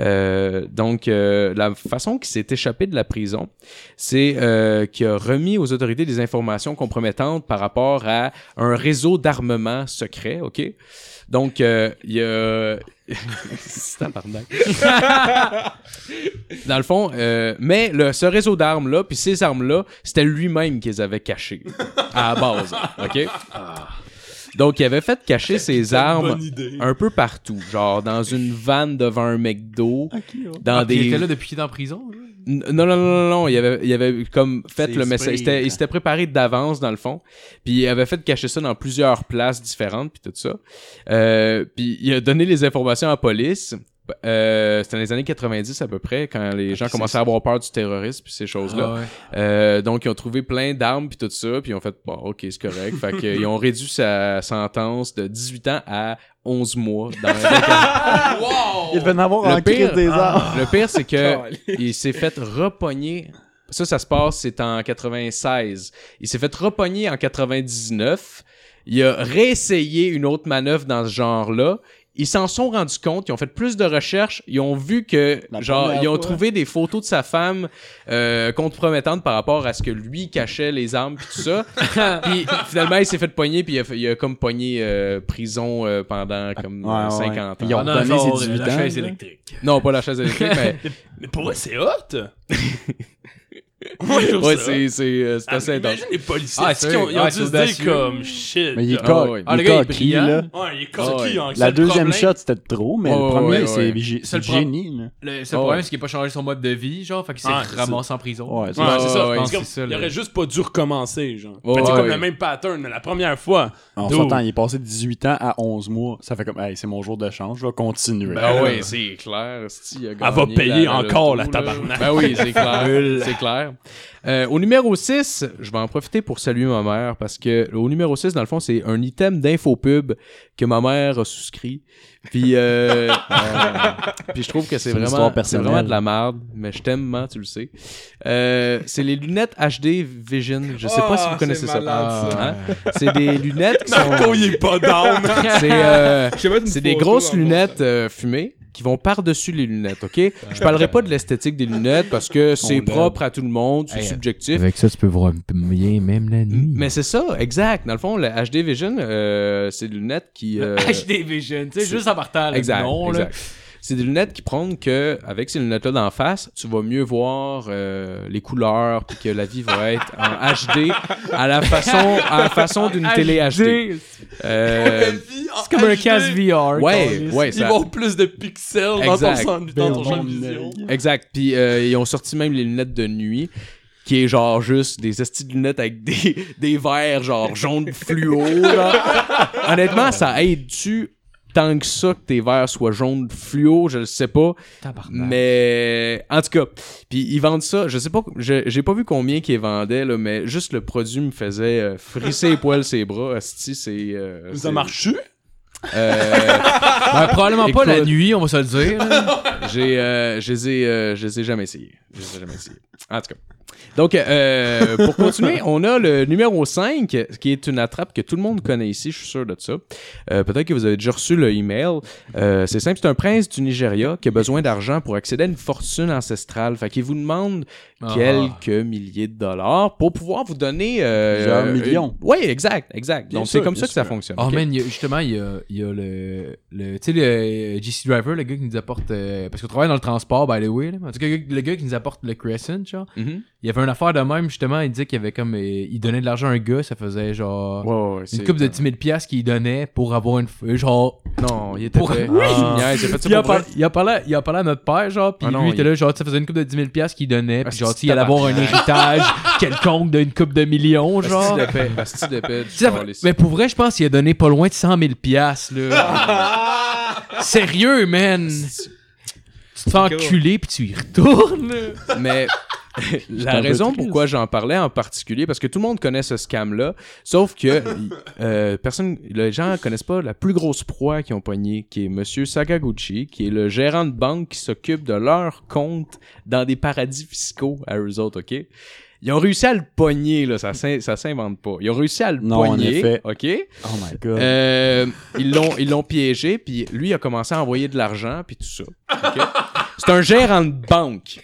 Speaker 5: Euh, donc, euh, la façon qu'il s'est échappé de la prison, c'est euh, qu'il a remis aux autorités des informations compromettantes par rapport à un réseau d'armement secret, ok? Donc, euh, il a, C'est tabarnak. Dans le fond, euh, mais le- ce réseau d'armes-là, puis ces armes-là, c'était lui-même qu'ils avaient cachées à la base. OK? Donc, il avait fait cacher ses armes un peu partout. Genre, dans une vanne devant un McDo, dans
Speaker 3: Ah, puis
Speaker 5: des...
Speaker 3: Il était là depuis qu'il est en prison. là.
Speaker 5: N- Non, non, non, non, non, Il avait, il avait comme fait
Speaker 6: C'est
Speaker 5: le message.
Speaker 6: esprit,
Speaker 5: Il s'était-
Speaker 6: hein.
Speaker 5: il s'était préparé d'avance, dans le fond. Puis il avait fait cacher ça dans plusieurs places différentes, puis tout ça. Euh, puis il a donné les informations à la police. Euh, C'était dans les années 90 à peu près, quand les gens commençaient à avoir peur du terrorisme, puis ces
Speaker 3: Ah
Speaker 5: choses-là.
Speaker 3: ouais.
Speaker 5: Euh, donc, ils ont trouvé plein d'armes puis tout ça, puis ils ont fait bon, ok, c'est correct. fait qu'ils ont réduit sa sentence de 18 ans à 11 mois. Dans
Speaker 6: Il devait en avoir
Speaker 5: Le
Speaker 6: en crise
Speaker 5: pire- ah.
Speaker 6: des armes.
Speaker 5: Le pire, c'est que
Speaker 7: Calais.
Speaker 5: il s'est fait repogner. Ça, ça se passe, c'est en 96. Il s'est fait repogner en 99. Il a réessayé une autre manœuvre dans ce genre-là. Ils s'en sont rendus compte, ils ont fait plus de recherches, ils ont vu que,
Speaker 6: La
Speaker 5: genre,
Speaker 6: première
Speaker 5: ils ont
Speaker 6: fois.
Speaker 5: trouvé des photos de sa femme euh, compromettantes par rapport à ce que lui cachait les armes puis tout ça. puis finalement, il s'est fait pogner, puis il a, il a comme pogné euh, prison euh, pendant comme
Speaker 6: Ouais, ouais.
Speaker 5: 50
Speaker 6: Ils
Speaker 5: ans.
Speaker 6: ont
Speaker 3: Ah non,
Speaker 6: donné
Speaker 3: genre,
Speaker 6: ses 18
Speaker 3: la
Speaker 6: ans.
Speaker 3: chaise
Speaker 6: là.
Speaker 3: électrique.
Speaker 5: Non, pas la chaise électrique, mais
Speaker 4: Mais pour eux, c'est hot! Moi, je trouve
Speaker 5: ouais,
Speaker 4: ça
Speaker 5: c'est c'est, euh, c'est
Speaker 4: Ah,
Speaker 5: assez intense.
Speaker 4: Imagine les policiers.
Speaker 3: Ah,
Speaker 4: c'est qu'ils ont- ils ont,
Speaker 3: ouais,
Speaker 4: dû
Speaker 3: c'est
Speaker 4: se dire
Speaker 3: audacieux.
Speaker 4: comme shit.
Speaker 6: Mais il est
Speaker 5: Ah,
Speaker 6: coq-
Speaker 5: ouais.
Speaker 6: il est
Speaker 3: Ah, le gars, il est
Speaker 6: coquille,
Speaker 3: brillant.
Speaker 6: là.
Speaker 4: Ouais, il est
Speaker 5: Ah, ouais.
Speaker 4: coquille. hein, c'est
Speaker 6: La
Speaker 4: le
Speaker 6: deuxième
Speaker 4: problème.
Speaker 6: shot, c'était trop, mais
Speaker 5: Ouais,
Speaker 6: le premier,
Speaker 5: ouais, ouais.
Speaker 6: c'est gé-
Speaker 3: C'est le
Speaker 6: c'est
Speaker 3: pro-
Speaker 6: génie. là.
Speaker 3: Le seul
Speaker 5: Ah
Speaker 3: problème,
Speaker 5: ouais.
Speaker 3: c'est qu'il n'a pas changé son mode de vie, genre, fait qu'il s'est
Speaker 4: Ah, c'est ça.
Speaker 3: ramassé en prison.
Speaker 6: Ouais, c'est
Speaker 4: Ouais,
Speaker 5: Ouais,
Speaker 4: c'est ça.
Speaker 5: ouais,
Speaker 4: Parce
Speaker 3: ouais,
Speaker 4: que
Speaker 3: c'est ça,
Speaker 4: il
Speaker 3: le-
Speaker 4: aurait juste pas dû recommencer, genre.
Speaker 5: Ouais,
Speaker 4: Fait que c'est
Speaker 5: ouais,
Speaker 4: comme
Speaker 5: ouais.
Speaker 4: le même pattern, mais la première fois.
Speaker 6: On
Speaker 4: Dude.
Speaker 6: s'entend, il est passé de 18 ans à 11 mois. Ça fait comme, hey, c'est mon jour de chance, je vais continuer.
Speaker 5: Ben
Speaker 4: Euh,
Speaker 5: ouais, c'est clair. esti, il a
Speaker 4: va
Speaker 5: gagné
Speaker 4: payer
Speaker 5: la- la
Speaker 4: encore, la
Speaker 5: loto, là.
Speaker 4: tabarnak.
Speaker 5: Ben oui, c'est clair. c'est clair. Euh, au numéro 6, je vais en profiter pour saluer ma mère parce que au numéro 6, dans le fond, c'est un item d'infopub que ma mère a souscrit. Puis, euh, euh, puis je trouve que c'est
Speaker 6: C'est une histoire
Speaker 5: vraiment, c'est
Speaker 6: personnelle.
Speaker 5: vraiment de la merde, mais je t'aime, man, tu le sais. Euh, c'est les lunettes HD Vision. Je sais pas
Speaker 7: Ah,
Speaker 5: si vous connaissez
Speaker 7: c'est
Speaker 5: ça.
Speaker 7: malade, ça.
Speaker 5: Hein? C'est des lunettes qui
Speaker 4: Marco,
Speaker 5: sont.
Speaker 4: il est pas down.
Speaker 5: C'est euh,
Speaker 7: Je sais pas, une
Speaker 5: c'est des
Speaker 7: photo
Speaker 5: grosses
Speaker 7: en
Speaker 5: lunettes euh, fumées qui vont par-dessus les lunettes, OK?
Speaker 3: Euh,
Speaker 5: Je parlerai pas de l'esthétique des lunettes parce que c'est propre à tout le monde, c'est
Speaker 3: Hey,
Speaker 5: subjectif.
Speaker 3: Avec ça, tu peux voir bien même la
Speaker 5: Mais c'est ça, exact. Dans le fond, le HD Vision, euh, c'est des lunettes qui... euh,
Speaker 3: HD Vision, tu sais, juste en partant. là,
Speaker 5: exact,
Speaker 3: non, là.
Speaker 5: exact. C'est des lunettes qui prennent que, avec ces lunettes-là d'en face, tu vas mieux voir euh, les couleurs puis que la vie va être en HD à la façon, à la façon d'une télé HD. Euh,
Speaker 4: C'est
Speaker 3: C'est comme un casque VR.
Speaker 5: ouais, ouais,
Speaker 4: Ils
Speaker 5: ça,
Speaker 4: vont plus de pixels dans ton,
Speaker 5: Exact.
Speaker 4: sang- dans ton
Speaker 6: Ben,
Speaker 4: champ de
Speaker 6: mon
Speaker 4: vision.
Speaker 6: œil.
Speaker 5: Exact. Puis euh, ils ont sorti même les lunettes de nuit, qui est genre juste des estis de lunettes avec des, des verres genre jaune fluo. là. Honnêtement, ça aide-tu tant que ça que tes verres soient jaunes fluo, je le sais pas.
Speaker 3: Tabarnak.
Speaker 5: Mais en tout cas, puis ils vendent ça. Je sais pas, je- j'ai pas vu combien qu'ils vendaient là, mais juste le produit me faisait euh, frisser les poils ses bras. Asti, c'est. euh,
Speaker 4: Ça
Speaker 5: c'est-
Speaker 4: marche
Speaker 5: euh,
Speaker 3: Ben, probablement
Speaker 5: Écoute.
Speaker 3: pas la nuit, on va se le dire. là.
Speaker 5: J'ai, euh, je les ai, euh, je les ai jamais essayés. Je les ai jamais essayés. En tout cas. Donc, euh, pour continuer, on a le numéro 5, qui est une attrape que tout le monde connaît ici, je suis sûr de ça. Euh, peut-être que vous avez déjà reçu le email. Euh, c'est simple, c'est un prince du Nigeria qui a besoin d'argent pour accéder à une fortune ancestrale. Fait qu'il vous demande
Speaker 3: Ah.
Speaker 5: quelques milliers de dollars pour pouvoir vous donner... Euh,
Speaker 6: Plusieurs millions.
Speaker 5: Oui, exact, exact.
Speaker 6: Bien
Speaker 5: Donc,
Speaker 6: sûr,
Speaker 5: c'est comme
Speaker 6: bien
Speaker 5: ça que ça
Speaker 6: sûr.
Speaker 5: fonctionne.
Speaker 3: Oh
Speaker 5: ok?
Speaker 3: man, il y a- justement, il y a, il y a le. le tu sais, le GC Driver, le gars qui nous apporte. euh, parce qu'on travaille dans le transport, by the way. là. En tout cas, le gars- le gars qui nous apporte le Crescent, genre.
Speaker 5: Mhm.
Speaker 3: Il y avait une affaire de même, justement. Il disait qu'il y avait comme. euh, il donnait de l'argent à un gars, ça faisait genre.
Speaker 5: Ouais, ouais, ouais,
Speaker 3: une
Speaker 5: c'est-
Speaker 3: coupe de 10 000 piastres qu'il donnait pour avoir une. f- euh, Genre.
Speaker 5: Non, il était
Speaker 3: Pour-
Speaker 5: fait-
Speaker 3: Oui!
Speaker 5: Yeah, il s'est fait ça
Speaker 3: Il a,
Speaker 5: pour vrai.
Speaker 3: par- il a parlé, il a parlé à notre père, genre, puis
Speaker 5: Ah non,
Speaker 3: lui, il était
Speaker 5: il-
Speaker 3: là, genre, ça faisait une coupe de 10 000 piastres qu'il donnait, puis
Speaker 5: Ah,
Speaker 3: genre,
Speaker 5: c'est
Speaker 3: tu sais, il allait avoir un
Speaker 5: tabarnak.
Speaker 3: héritage quelconque d'une coupe de
Speaker 8: Ah,
Speaker 3: millions,
Speaker 5: Asti
Speaker 3: genre.
Speaker 5: de paix, asti de paix du
Speaker 3: Tu sais,
Speaker 5: Charles ici.
Speaker 3: Mais pour vrai, je pense qu'il a donné pas loin de 100 000 piastres, là. Sérieux, man! Tu te fais enculer, puis tu y retournes, là.
Speaker 5: Mais la
Speaker 6: un peu
Speaker 5: raison
Speaker 6: triste.
Speaker 5: pourquoi j'en parlais en particulier, parce que tout le monde connaît ce scam-là, sauf que euh, personne, les gens connaissent pas la plus grosse proie qu'ils ont poignée, qui est Monsieur Sakaguchi, qui est le gérant de banque qui s'occupe de leur compte dans des paradis fiscaux à eux autres, OK? Ils ont réussi à le pogner, là, ça s'in- ça s'invente pas. Ils ont réussi à le
Speaker 6: Non, en
Speaker 5: pogner,
Speaker 6: effet.
Speaker 5: OK?
Speaker 6: Oh my god.
Speaker 5: Euh, ils l'ont ils l'ont piégé puis lui il a commencé à envoyer de l'argent puis tout ça. OK? C'est un gérant de banque.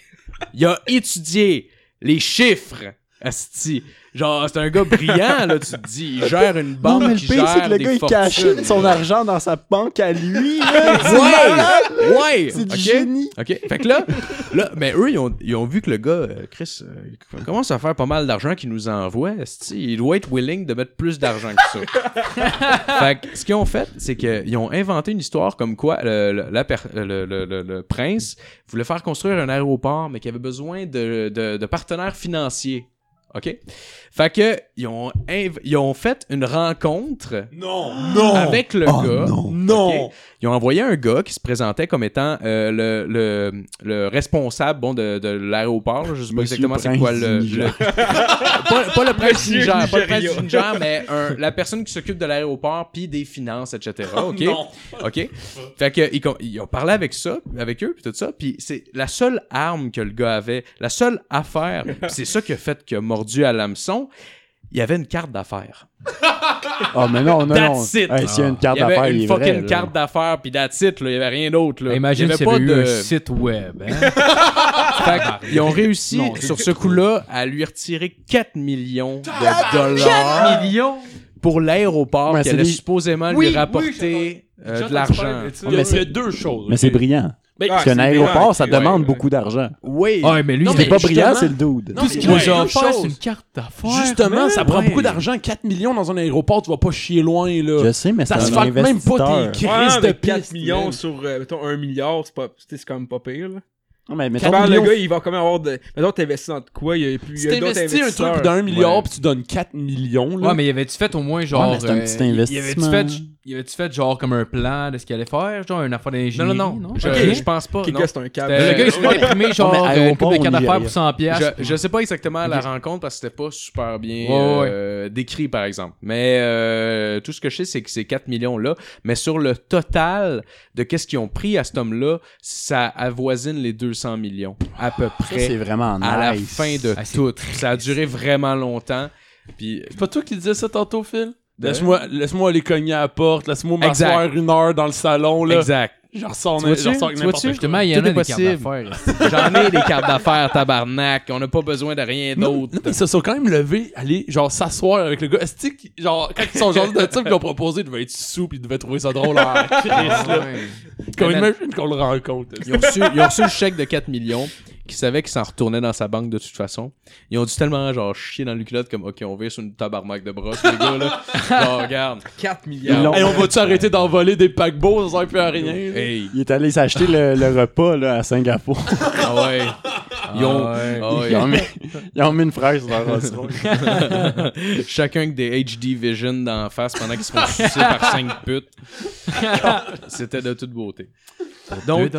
Speaker 5: Il a étudié les chiffres. Asti. Genre, c'est un gars brillant, là, tu te dis. Il gère une banque
Speaker 6: non, mais
Speaker 5: qui
Speaker 6: le pire, c'est
Speaker 5: gère
Speaker 6: que le
Speaker 5: des
Speaker 6: gars, il
Speaker 5: fortunes.
Speaker 6: cachait son argent dans sa banque à lui. là. C'est malade.
Speaker 5: Ouais! Ouais!
Speaker 6: C'est du
Speaker 5: Ok?
Speaker 6: génie.
Speaker 5: OK. Fait que là, là mais eux, ils ont, ils ont vu que le gars, euh, Chris, euh, il commence à faire pas mal d'argent qu'il nous envoie. esti. Il doit être willing de mettre plus d'argent que ça. fait que ce qu'ils ont fait, c'est qu'ils ont inventé une histoire comme quoi le, le- la per- le- le- le- le prince voulait faire construire un aéroport, mais qu'il avait besoin de, de- de partenaires financiers. OK? Fait que, ils ont, inv- ils ont fait une rencontre
Speaker 4: Non! Non! Ah,
Speaker 5: avec le
Speaker 6: Oh,
Speaker 5: gars.
Speaker 6: non.
Speaker 4: Non!
Speaker 5: Ok. Ils ont envoyé un gars qui se présentait comme étant euh, le, le, le responsable bon, de, de l'aéroport. là. Je sais pas
Speaker 6: Monsieur
Speaker 5: exactement c'est
Speaker 6: Prince
Speaker 5: quoi le.
Speaker 6: du
Speaker 5: le- pas, pas le prince du
Speaker 7: Monsieur
Speaker 5: Niger, pas le prince
Speaker 7: Nigeria.
Speaker 5: du Niger, mais un- la personne qui s'occupe de l'aéroport puis des finances, etc. ok
Speaker 4: Non!
Speaker 5: OK? Fait que, ils, con- ils ont parlé avec ça, avec eux, puis tout ça, puis c'est la seule arme que le gars avait, la seule affaire, puis c'est ça qui a fait qu'il a mordu à l'hameçon, il y avait une carte d'affaires.
Speaker 6: Ah, mais non, non, non.
Speaker 5: That's it. Ah.
Speaker 6: Hey, S'il y a une carte
Speaker 5: Il y avait
Speaker 6: d'affaires, il
Speaker 5: une
Speaker 6: est vrai.
Speaker 5: fucking
Speaker 6: là.
Speaker 5: carte d'affaires, puis that's it, là, il y avait rien d'autre, là.
Speaker 8: Imagine
Speaker 5: il y
Speaker 8: s'il y avait eu un site web. hein.
Speaker 5: Fait que ils ont réussi,
Speaker 8: Non,
Speaker 5: sur ce coup-là, à lui retirer 4 millions de dollars
Speaker 8: millions!
Speaker 5: pour l'aéroport
Speaker 6: Ouais,
Speaker 5: qui
Speaker 6: c'est
Speaker 5: allait
Speaker 6: des-
Speaker 5: supposer supposément
Speaker 8: Oui, oui,
Speaker 5: lui
Speaker 8: j'ai
Speaker 5: rapporter euh,
Speaker 8: J'ai
Speaker 5: de
Speaker 8: entendu
Speaker 5: l'argent.
Speaker 8: parler de ça.
Speaker 4: Mais il y a deux choses.
Speaker 6: Mais c'est
Speaker 4: ok?
Speaker 6: brillant.
Speaker 4: Ben,
Speaker 7: Ah,
Speaker 6: Parce qu'un
Speaker 7: c'est
Speaker 6: aéroport,
Speaker 7: brillant,
Speaker 6: ça
Speaker 7: ouais,
Speaker 6: demande
Speaker 7: ouais.
Speaker 6: beaucoup d'argent.
Speaker 5: Oui.
Speaker 3: Ah, mais lui,
Speaker 4: Non,
Speaker 3: il-
Speaker 6: C'est
Speaker 4: mais
Speaker 6: pas brillant,
Speaker 4: justement-
Speaker 6: c'est le dude.
Speaker 4: Non,
Speaker 3: tout ce
Speaker 4: mais
Speaker 3: qu'il nous
Speaker 4: ouais,
Speaker 3: a
Speaker 4: deux
Speaker 3: offert, c'est
Speaker 4: choses.
Speaker 3: une carte d'affaires.
Speaker 4: Justement,
Speaker 3: man.
Speaker 4: ça prend
Speaker 5: ouais.
Speaker 4: beaucoup d'argent. 4 millions dans un aéroport, tu vas pas chier loin, là.
Speaker 6: Je sais, mais c'est
Speaker 4: Ça
Speaker 6: un
Speaker 4: se fuck même pas
Speaker 6: investisseur.
Speaker 4: tes
Speaker 7: Ouais,
Speaker 4: crises de
Speaker 7: mais 4
Speaker 4: piste.
Speaker 7: millions
Speaker 4: man.
Speaker 7: sur, euh, mettons, 1 milliard, c'est pas, c'est c'est quand même pas pire, là.
Speaker 6: Non, mais mettons,
Speaker 7: Quand le
Speaker 6: millions-
Speaker 7: gars, il va quand même avoir de. Mettons, t'investis dans de quoi, il y a plus.
Speaker 4: Si t'investis un truc d'un milliard puis tu donnes 4 millions, là.
Speaker 8: Ouais, mais il avait-tu fait au moins genre.
Speaker 6: Ouais, mais c'est un petit
Speaker 8: euh, il-
Speaker 6: investissement.
Speaker 8: Il avait-tu fait, il avait-tu fait genre comme un plan de ce qu'il allait faire, genre un affaire
Speaker 5: Non,
Speaker 8: d'ingénierie?
Speaker 5: non, non. Je,
Speaker 8: Ok.
Speaker 5: je pense pas.
Speaker 7: Quel
Speaker 5: non.
Speaker 7: gars, c'est un câble.
Speaker 8: Euh, le gars, il se fait imprimer genre
Speaker 6: mais
Speaker 8: euh, une
Speaker 6: aéroport
Speaker 8: couple de
Speaker 6: au
Speaker 8: cartes d'affaires
Speaker 6: Nigeria.
Speaker 8: pour 100 piastres.
Speaker 5: Je, je sais pas exactement la rencontre parce que c'était pas super bien
Speaker 8: Ouais, ouais.
Speaker 5: euh, décrit, par exemple. Mais euh, tout ce que je sais, c'est que ces 4 millions-là, mais sur le total de qu'est-ce qu'ils ont pris à cet homme-là, ça avoisine les 200 millions, à peu
Speaker 6: Ça,
Speaker 5: près,
Speaker 6: c'est vraiment nice.
Speaker 5: à la fin de
Speaker 8: Ah, c'est
Speaker 5: tout. Ça a duré vraiment longtemps. Puis,
Speaker 4: C'est pas toi qui disais ça tantôt, Phil?
Speaker 5: De-
Speaker 4: Laisse-moi laisse-moi aller cogner à la porte, laisse-moi
Speaker 5: Exact.
Speaker 4: m'asseoir une heure dans le salon, là.
Speaker 5: exact.
Speaker 4: Je ressors
Speaker 5: Tu vois-tu?
Speaker 4: je ressors avec
Speaker 5: Tu
Speaker 4: n'importe
Speaker 5: vois-tu?
Speaker 4: quoi.
Speaker 8: Justement, il y en
Speaker 5: Tout
Speaker 8: a
Speaker 5: est
Speaker 8: des cartes
Speaker 5: possible.
Speaker 8: d'affaires.
Speaker 5: J'en ai des cartes d'affaires, tabarnak. On n'a pas besoin de rien
Speaker 4: Non,
Speaker 5: d'autre.
Speaker 4: non, mais ils se sont quand même levés, aller genre s'asseoir avec le gars. Est-ce que, genre, quand ils sont genre de type qu'ils ont proposé, ils devaient être sous pis ils devaient trouver ça drôle. hein, Chris, là. Comme
Speaker 5: Mais
Speaker 4: imagine qu'on le rencontre.
Speaker 5: Ils ont, reçu, ils ont reçu le chèque de 4 millions, qui savaient qu'ils s'en retournaient dans sa banque de toute façon. Ils ont dû tellement genre chier dans le culotte comme OK, on vire sur une tabarnak de brosse, les gars là. Genre, regarde.
Speaker 7: 4
Speaker 6: Ils
Speaker 7: milliards.
Speaker 6: l'ont-
Speaker 4: Et on va-tu arrêter d'envoler des paquebots? Ça sert plus à rien. là.
Speaker 5: Hey,
Speaker 6: Il est allé s'acheter le, le repas là, à Singapour.
Speaker 5: ah ouais. Ils ont ah ouais.
Speaker 6: Ils, ont mis, ils ont mis une fraise dans leur restaurant.
Speaker 5: chacun avec des HD Vision d'en face pendant qu'ils se font sucer par 5 putes. C'était de toute beauté. Donc,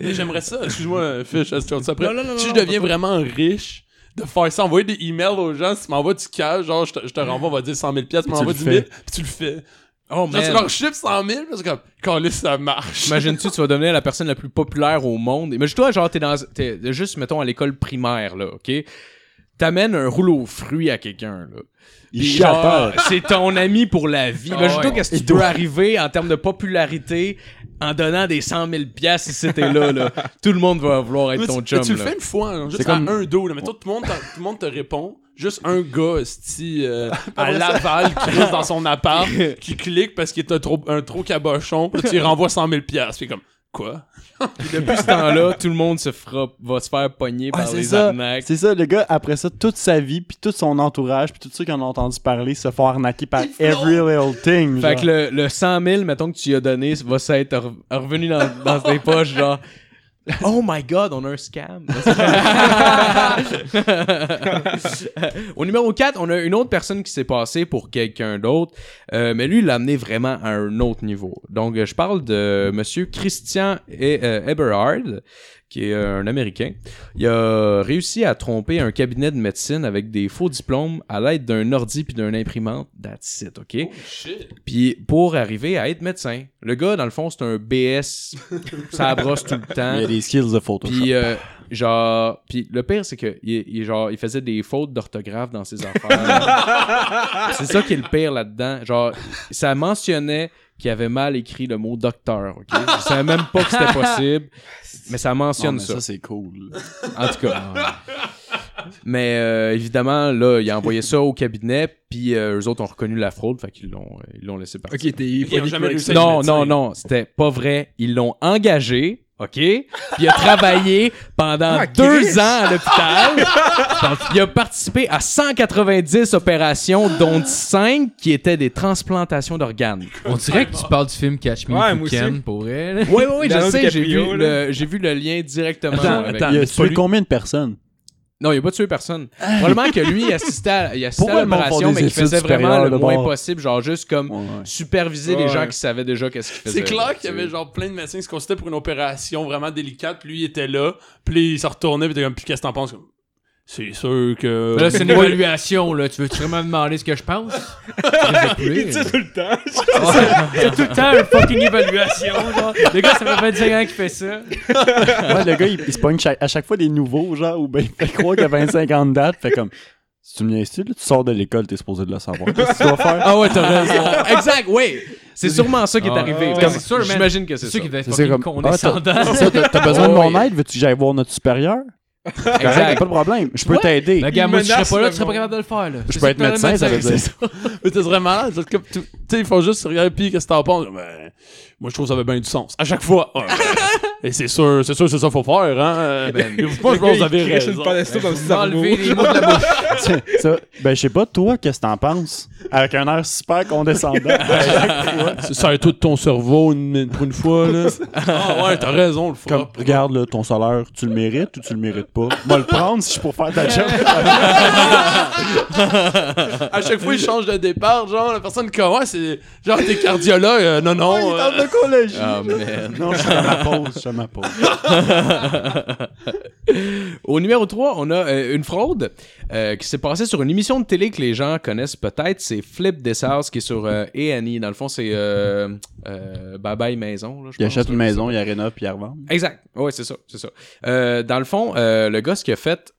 Speaker 4: Et J'aimerais ça, excuse-moi, euh, Fish, est-ce que tu as ça après?
Speaker 5: Non, non, non,
Speaker 4: si
Speaker 5: non,
Speaker 4: je deviens vraiment riche, de faire ça, envoyer des emails aux gens, si tu m'envoies du cash, genre, je te, je te
Speaker 5: Mm.
Speaker 4: renvoie, on va dire 100 000 piastres, tu m'envoies
Speaker 6: le
Speaker 4: 10
Speaker 6: fais.
Speaker 4: 000, puis tu le fais.
Speaker 5: oh
Speaker 4: Genre, tu
Speaker 5: man.
Speaker 4: leur chiffres 100 000, parce que comme, calé, ça marche.
Speaker 5: Imagine-tu, tu vas devenir la personne la plus populaire au monde. Imagine-toi, genre, t'es dans. T'es juste, mettons, à l'école primaire, là, OK? T'amènes un rouleau aux fruits à quelqu'un, là.
Speaker 6: Il
Speaker 5: Puis
Speaker 6: chie à
Speaker 5: genre,
Speaker 6: terre.
Speaker 5: C'est ton ami pour la vie. Imagine-toi qu'est-ce que tu peux arriver en termes de popularité en donnant des 100 000 piastres si c'était là, là. Tout le monde va vouloir être
Speaker 4: Mais
Speaker 5: ton
Speaker 4: tu,
Speaker 5: chum,
Speaker 4: mais tu le
Speaker 5: là.
Speaker 4: fais une fois, hein, juste
Speaker 6: C'est comme-
Speaker 4: à un dos. Là. Mais toi, tout le monde, t'en- tout le monde te répond. Juste un gars, esti, euh, à Laval, qui reste dans son appart, qui clique parce qu'il est un trop, un trop cabochon, puis tu lui renvoies 100 000 piastres. Puis comme, quoi?
Speaker 5: Puis depuis ce temps-là, tout le monde se fera, va se faire pogner
Speaker 6: Ouais,
Speaker 5: par
Speaker 6: c'est
Speaker 5: les
Speaker 6: ça.
Speaker 5: arnaques.
Speaker 6: C'est ça, le gars, après ça, toute sa vie, puis tout son entourage, puis tous ceux qui en ont entendu parler se font arnaquer par every little thing.
Speaker 5: Fait
Speaker 6: genre.
Speaker 5: que le, le 100 000, mettons, que tu y as donné, va ça être re- revenu dans, dans tes poches, genre... Oh my god, on a un scam. Au numéro 4, on a une autre personne qui s'est passée pour quelqu'un d'autre, euh, mais lui, il l'a amené vraiment à un autre niveau. Donc, euh, je parle de monsieur Christian E- euh, Eberhard, qui est euh, un Américain. Il a réussi à tromper un cabinet de médecine avec des faux diplômes à l'aide d'un ordi puis d'un imprimante. That's it, OK? Puis pour arriver à être médecin, le gars, dans le fond, c'est un BS, ça brosse tout le temps.
Speaker 6: Il y a des skills de Ah, photo.
Speaker 5: Puis, euh, genre, puis le pire, c'est que il, il- genre, il faisait des fautes d'orthographe dans ses affaires. c'est ça qui est le pire là-dedans. Genre, ça mentionnait qu'il avait mal écrit le mot docteur, ok? Je savais même pas que c'était possible, mais ça mentionne
Speaker 6: ça,
Speaker 5: ça.
Speaker 6: c'est cool.
Speaker 5: En tout cas. Mais euh, évidemment, là, il a envoyé ça au cabinet, puis euh, eux autres ont reconnu la fraude, fait qu'ils l'ont, euh, ils l'ont laissé partir.
Speaker 7: Ok, t'es
Speaker 4: Ils ont jamais réussi à
Speaker 5: Non,
Speaker 4: le
Speaker 5: non,
Speaker 4: médecin.
Speaker 5: non, c'était pas vrai. Ils l'ont engagé, OK? Puis il a travaillé pendant
Speaker 7: Ah, Chris!
Speaker 5: deux ans à l'hôpital. Donc, il a participé à 190 opérations, dont 5 qui étaient des transplantations d'organes.
Speaker 3: On dirait que tu parles du film Catch Me
Speaker 7: Ouais,
Speaker 3: If You
Speaker 7: moi aussi.
Speaker 3: Can, pour elle.
Speaker 5: Oui, oui, oui, je
Speaker 7: Leonardo
Speaker 5: sais, j'ai vu,
Speaker 7: DiCaprio, là.
Speaker 5: le, j'ai vu le lien directement.
Speaker 4: Attends,
Speaker 5: avec-
Speaker 4: attends.
Speaker 6: Il
Speaker 4: mais
Speaker 6: a
Speaker 4: c'est pas
Speaker 6: tué
Speaker 4: lui.
Speaker 6: combien de personnes
Speaker 5: Non, il a pas tué personne. Probablement que lui, il assistait à, il assistait
Speaker 6: Pourquoi
Speaker 5: à
Speaker 6: le monde font
Speaker 5: l'opération,
Speaker 6: des
Speaker 5: mais qu'il
Speaker 6: études
Speaker 5: faisait vraiment
Speaker 6: supérieures,
Speaker 5: le
Speaker 6: là,
Speaker 5: moins
Speaker 6: bon.
Speaker 5: possible, genre juste comme superviser les
Speaker 7: Ouais.
Speaker 5: gens qui savaient déjà qu'est-ce qu'ils faisaient.
Speaker 4: C'est clair
Speaker 5: là,
Speaker 4: qu'il y
Speaker 5: tu
Speaker 4: avait
Speaker 5: sais.
Speaker 4: genre plein de médecins qui se consultaient pour une opération vraiment délicate, puis lui il était là, puis il se retournait, puis il était comme, puis qu'est-ce que t'en penses? Comme, C'est sûr que.
Speaker 3: Là, c'est une évaluation, là. Tu veux vraiment me demander ce que je pense?
Speaker 7: Il tire tout le temps.
Speaker 3: C'est tout le temps une fucking évaluation, genre. Le gars, ça fait 25 ans qu'il fait ça.
Speaker 6: Ouais, le gars, il, il se pogne chaque- à chaque fois des nouveaux, genre, ou ben il fait croire qu'il a 25 ans de date. Fait comme, si tu me niaises-tu, là, tu sors de l'école, t'es supposé de le savoir. Qu'est-ce que tu dois faire?
Speaker 5: Ah ouais, t'as raison. exact, oui. C'est sûrement ça qui est
Speaker 3: Ah,
Speaker 5: arrivé.
Speaker 7: ouais.
Speaker 5: Comme-
Speaker 3: C'est sûr, man.
Speaker 5: J'imagine que c'est
Speaker 3: C'est
Speaker 5: ça.
Speaker 3: sûr qu'il devait être
Speaker 6: C'est
Speaker 3: fucking
Speaker 6: comme, ah, t'as-
Speaker 3: condescendant.
Speaker 6: c'est ça, t'as t'as besoin de
Speaker 5: Oh,
Speaker 6: mon
Speaker 5: oui.
Speaker 6: aide? Veux-tu que j'aille voir notre supérieur? Correct,
Speaker 5: Exact.
Speaker 6: Pas de problème. Je peux
Speaker 3: Ouais.
Speaker 6: t'aider.
Speaker 3: Le gars, moi, si je
Speaker 7: menace
Speaker 3: serais pas là,
Speaker 7: le
Speaker 3: tu serais pas
Speaker 7: monde.
Speaker 3: capable de le faire, là.
Speaker 6: Je peux être médecin, ça veut dire.
Speaker 4: Mais t'es vraiment malade. c'est comme, Tu tu sais, ils font juste regarder, puis qu'est-ce que t'en penses? Ben, moi, je trouve que ça avait bien du sens. À chaque fois. Ah, ben, Et c'est sûr, c'est sûr, c'est ça qu'il faut faire, hein?
Speaker 6: Eh
Speaker 4: Euh, Ben, moi, je pense que vous avez
Speaker 7: Il crée
Speaker 4: raison.
Speaker 7: une palestine dans le cerveau.
Speaker 3: Enlever les mots de la bouche.
Speaker 6: Ça- ça- ben, je sais pas, toi, qu'est-ce que t'en penses? Avec un air super condescendant.
Speaker 4: Ça- Ça est tout de ton cerveau une- pour une fois, là. Ah ouais, t'as raison, le
Speaker 6: Comme,
Speaker 4: fera.
Speaker 6: regarde, là, ton salaire, tu le mérites ou tu le mérites pas? Va le prendre si je pour faire ta job.
Speaker 4: À chaque fois, ils changent de départ, genre, la personne comment c'est. Genre, t'es cardiologue, euh, non, non.
Speaker 6: il
Speaker 4: euh,
Speaker 6: parle de collègie.
Speaker 5: Ah, man.
Speaker 6: Non, je suis à ma pause, je suis à ma pause.
Speaker 5: Au numéro 3, on a euh, une fraude euh, qui s'est passée sur une émission de télé que les gens connaissent peut-être. C'est Flip Dessers qui est sur euh, A&E. Dans le fond, c'est euh, euh, Bye Bye Maison. Là, je
Speaker 6: Il
Speaker 5: pense,
Speaker 6: achète une
Speaker 5: là,
Speaker 6: maison, il la rénove puis il la revend.
Speaker 5: Exact. Ouais, c'est ça, c'est ça. Euh, dans le fond, euh, le gars, ce qu'il a fait,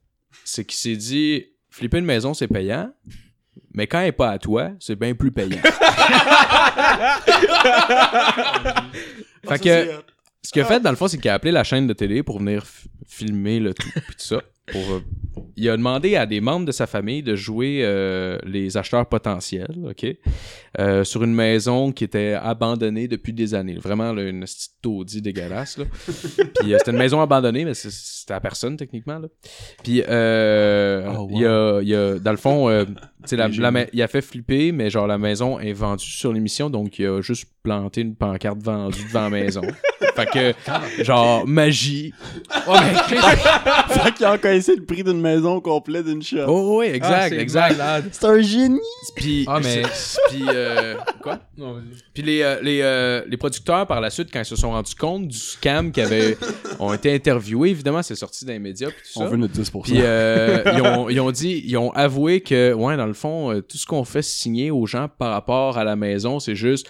Speaker 5: c'est qu'il s'est dit, flipper une maison, c'est payant, mais quand elle n'est pas à toi, c'est bien plus payant. fait que, ce qu'il a fait, dans le fond, c'est qu'il a appelé la chaîne de télé pour venir f- filmer le tout, puis tout ça. Pour, euh, il a demandé à des membres de sa famille de jouer euh, les acheteurs potentiels, OK? euh, sur une maison qui était abandonnée depuis des années. Vraiment, là, une petite taudis dégueulasse, là. Puis euh, c'était une maison abandonnée, mais c'est- c'était à personne techniquement. Là. Puis euh,
Speaker 6: Oh, wow.
Speaker 5: il y a- il y a, dans le fond, euh, tu sais, la,
Speaker 6: Les
Speaker 5: la ma- il a fait flipper, mais genre la maison est vendue sur l'émission, donc il a juste planté une pancarte vendue devant la maison. fait que, genre, magie.
Speaker 3: Ouais, mais Chris,
Speaker 6: Fait qu'il a encore essayé le prix d'une maison complète d'une shop.
Speaker 5: Oh, oui, exact, exact.
Speaker 6: C'est un génie!
Speaker 5: Puis,
Speaker 3: Ah, mais-
Speaker 5: c'est- puis euh, quoi? Puis les, euh, les, euh, les producteurs, par la suite, quand ils se sont rendus compte du scam qui avait... ont été interviewés, évidemment, c'est sorti dans les médias, puis tout
Speaker 6: On
Speaker 5: ça.
Speaker 6: veut notre 10%.
Speaker 5: Puis euh, ils, ont, ils ont dit, ils ont avoué que, ouais, dans le fond, euh, tout ce qu'on fait signer aux gens par rapport à la maison, c'est juste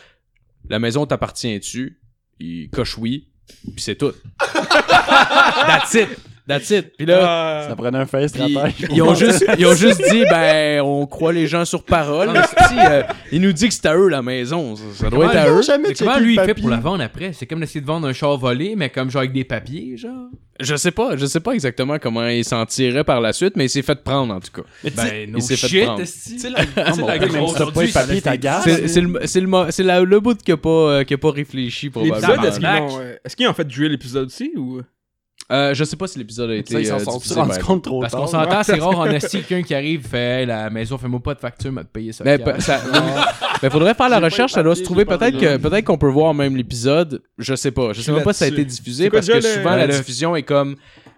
Speaker 5: la maison t'appartient-tu, ils cochent oui, puis c'est tout. That's it, that's it. Ah, Puis
Speaker 4: Euh,
Speaker 5: là,
Speaker 7: Ah.
Speaker 6: ça prenait un face
Speaker 5: puis
Speaker 6: stratège.
Speaker 5: ils ont juste, ils ont juste dit, ben, on croit les gens sur parole. mais si, euh, il nous dit que c'est à eux la maison, ça, ça doit
Speaker 3: Comment
Speaker 5: être à
Speaker 4: euh.
Speaker 3: ils
Speaker 5: eux.
Speaker 6: jamais
Speaker 3: mais comment lui il fait pour la vendre après? C'est comme d'essayer de vendre un char volé, mais comme genre avec des papiers, genre.
Speaker 5: Je sais pas, je sais pas exactement comment il s'en tirait par la suite, mais il s'est fait prendre en tout cas.
Speaker 3: Ben, no
Speaker 5: il s'est fait
Speaker 3: shit,
Speaker 5: prendre.
Speaker 3: esti.
Speaker 4: Tu sais, la, tu sais, la grosse-
Speaker 6: T'as pas les papiers, t'as
Speaker 4: Ah,
Speaker 5: C'est c'est le, c'est le, mo- c'est la- le bout qui a pas, euh, qui a pas réfléchi
Speaker 7: L'épisode,
Speaker 5: probablement.
Speaker 7: est-ce qu'ils ont, euh, est-ce qu'ils ont fait jouer l'épisode aussi ou.
Speaker 5: Euh, je sais pas si l'épisode a été.
Speaker 6: Ça, ils s'en
Speaker 5: euh,
Speaker 6: sont
Speaker 5: diffusé,
Speaker 6: rendus
Speaker 5: ben.
Speaker 6: compte trop
Speaker 3: Parce qu'on
Speaker 6: tard.
Speaker 3: s'entend, c'est rare en esti quelqu'un qui arrive, fait Hey, la maison, fais-moi pas de facture, m'a payé ça.
Speaker 5: Mais
Speaker 3: cash.
Speaker 5: pa- ça- mais faudrait faire la recherche, ça doit se trouver. Peut-être que peut-être qu'on peut voir même l'épisode. Je sais pas. Je sais même pas si ça a été diffusé
Speaker 7: C'est quoi
Speaker 5: parce que
Speaker 7: déjà le-
Speaker 5: souvent la
Speaker 3: le-
Speaker 5: diffusion est comme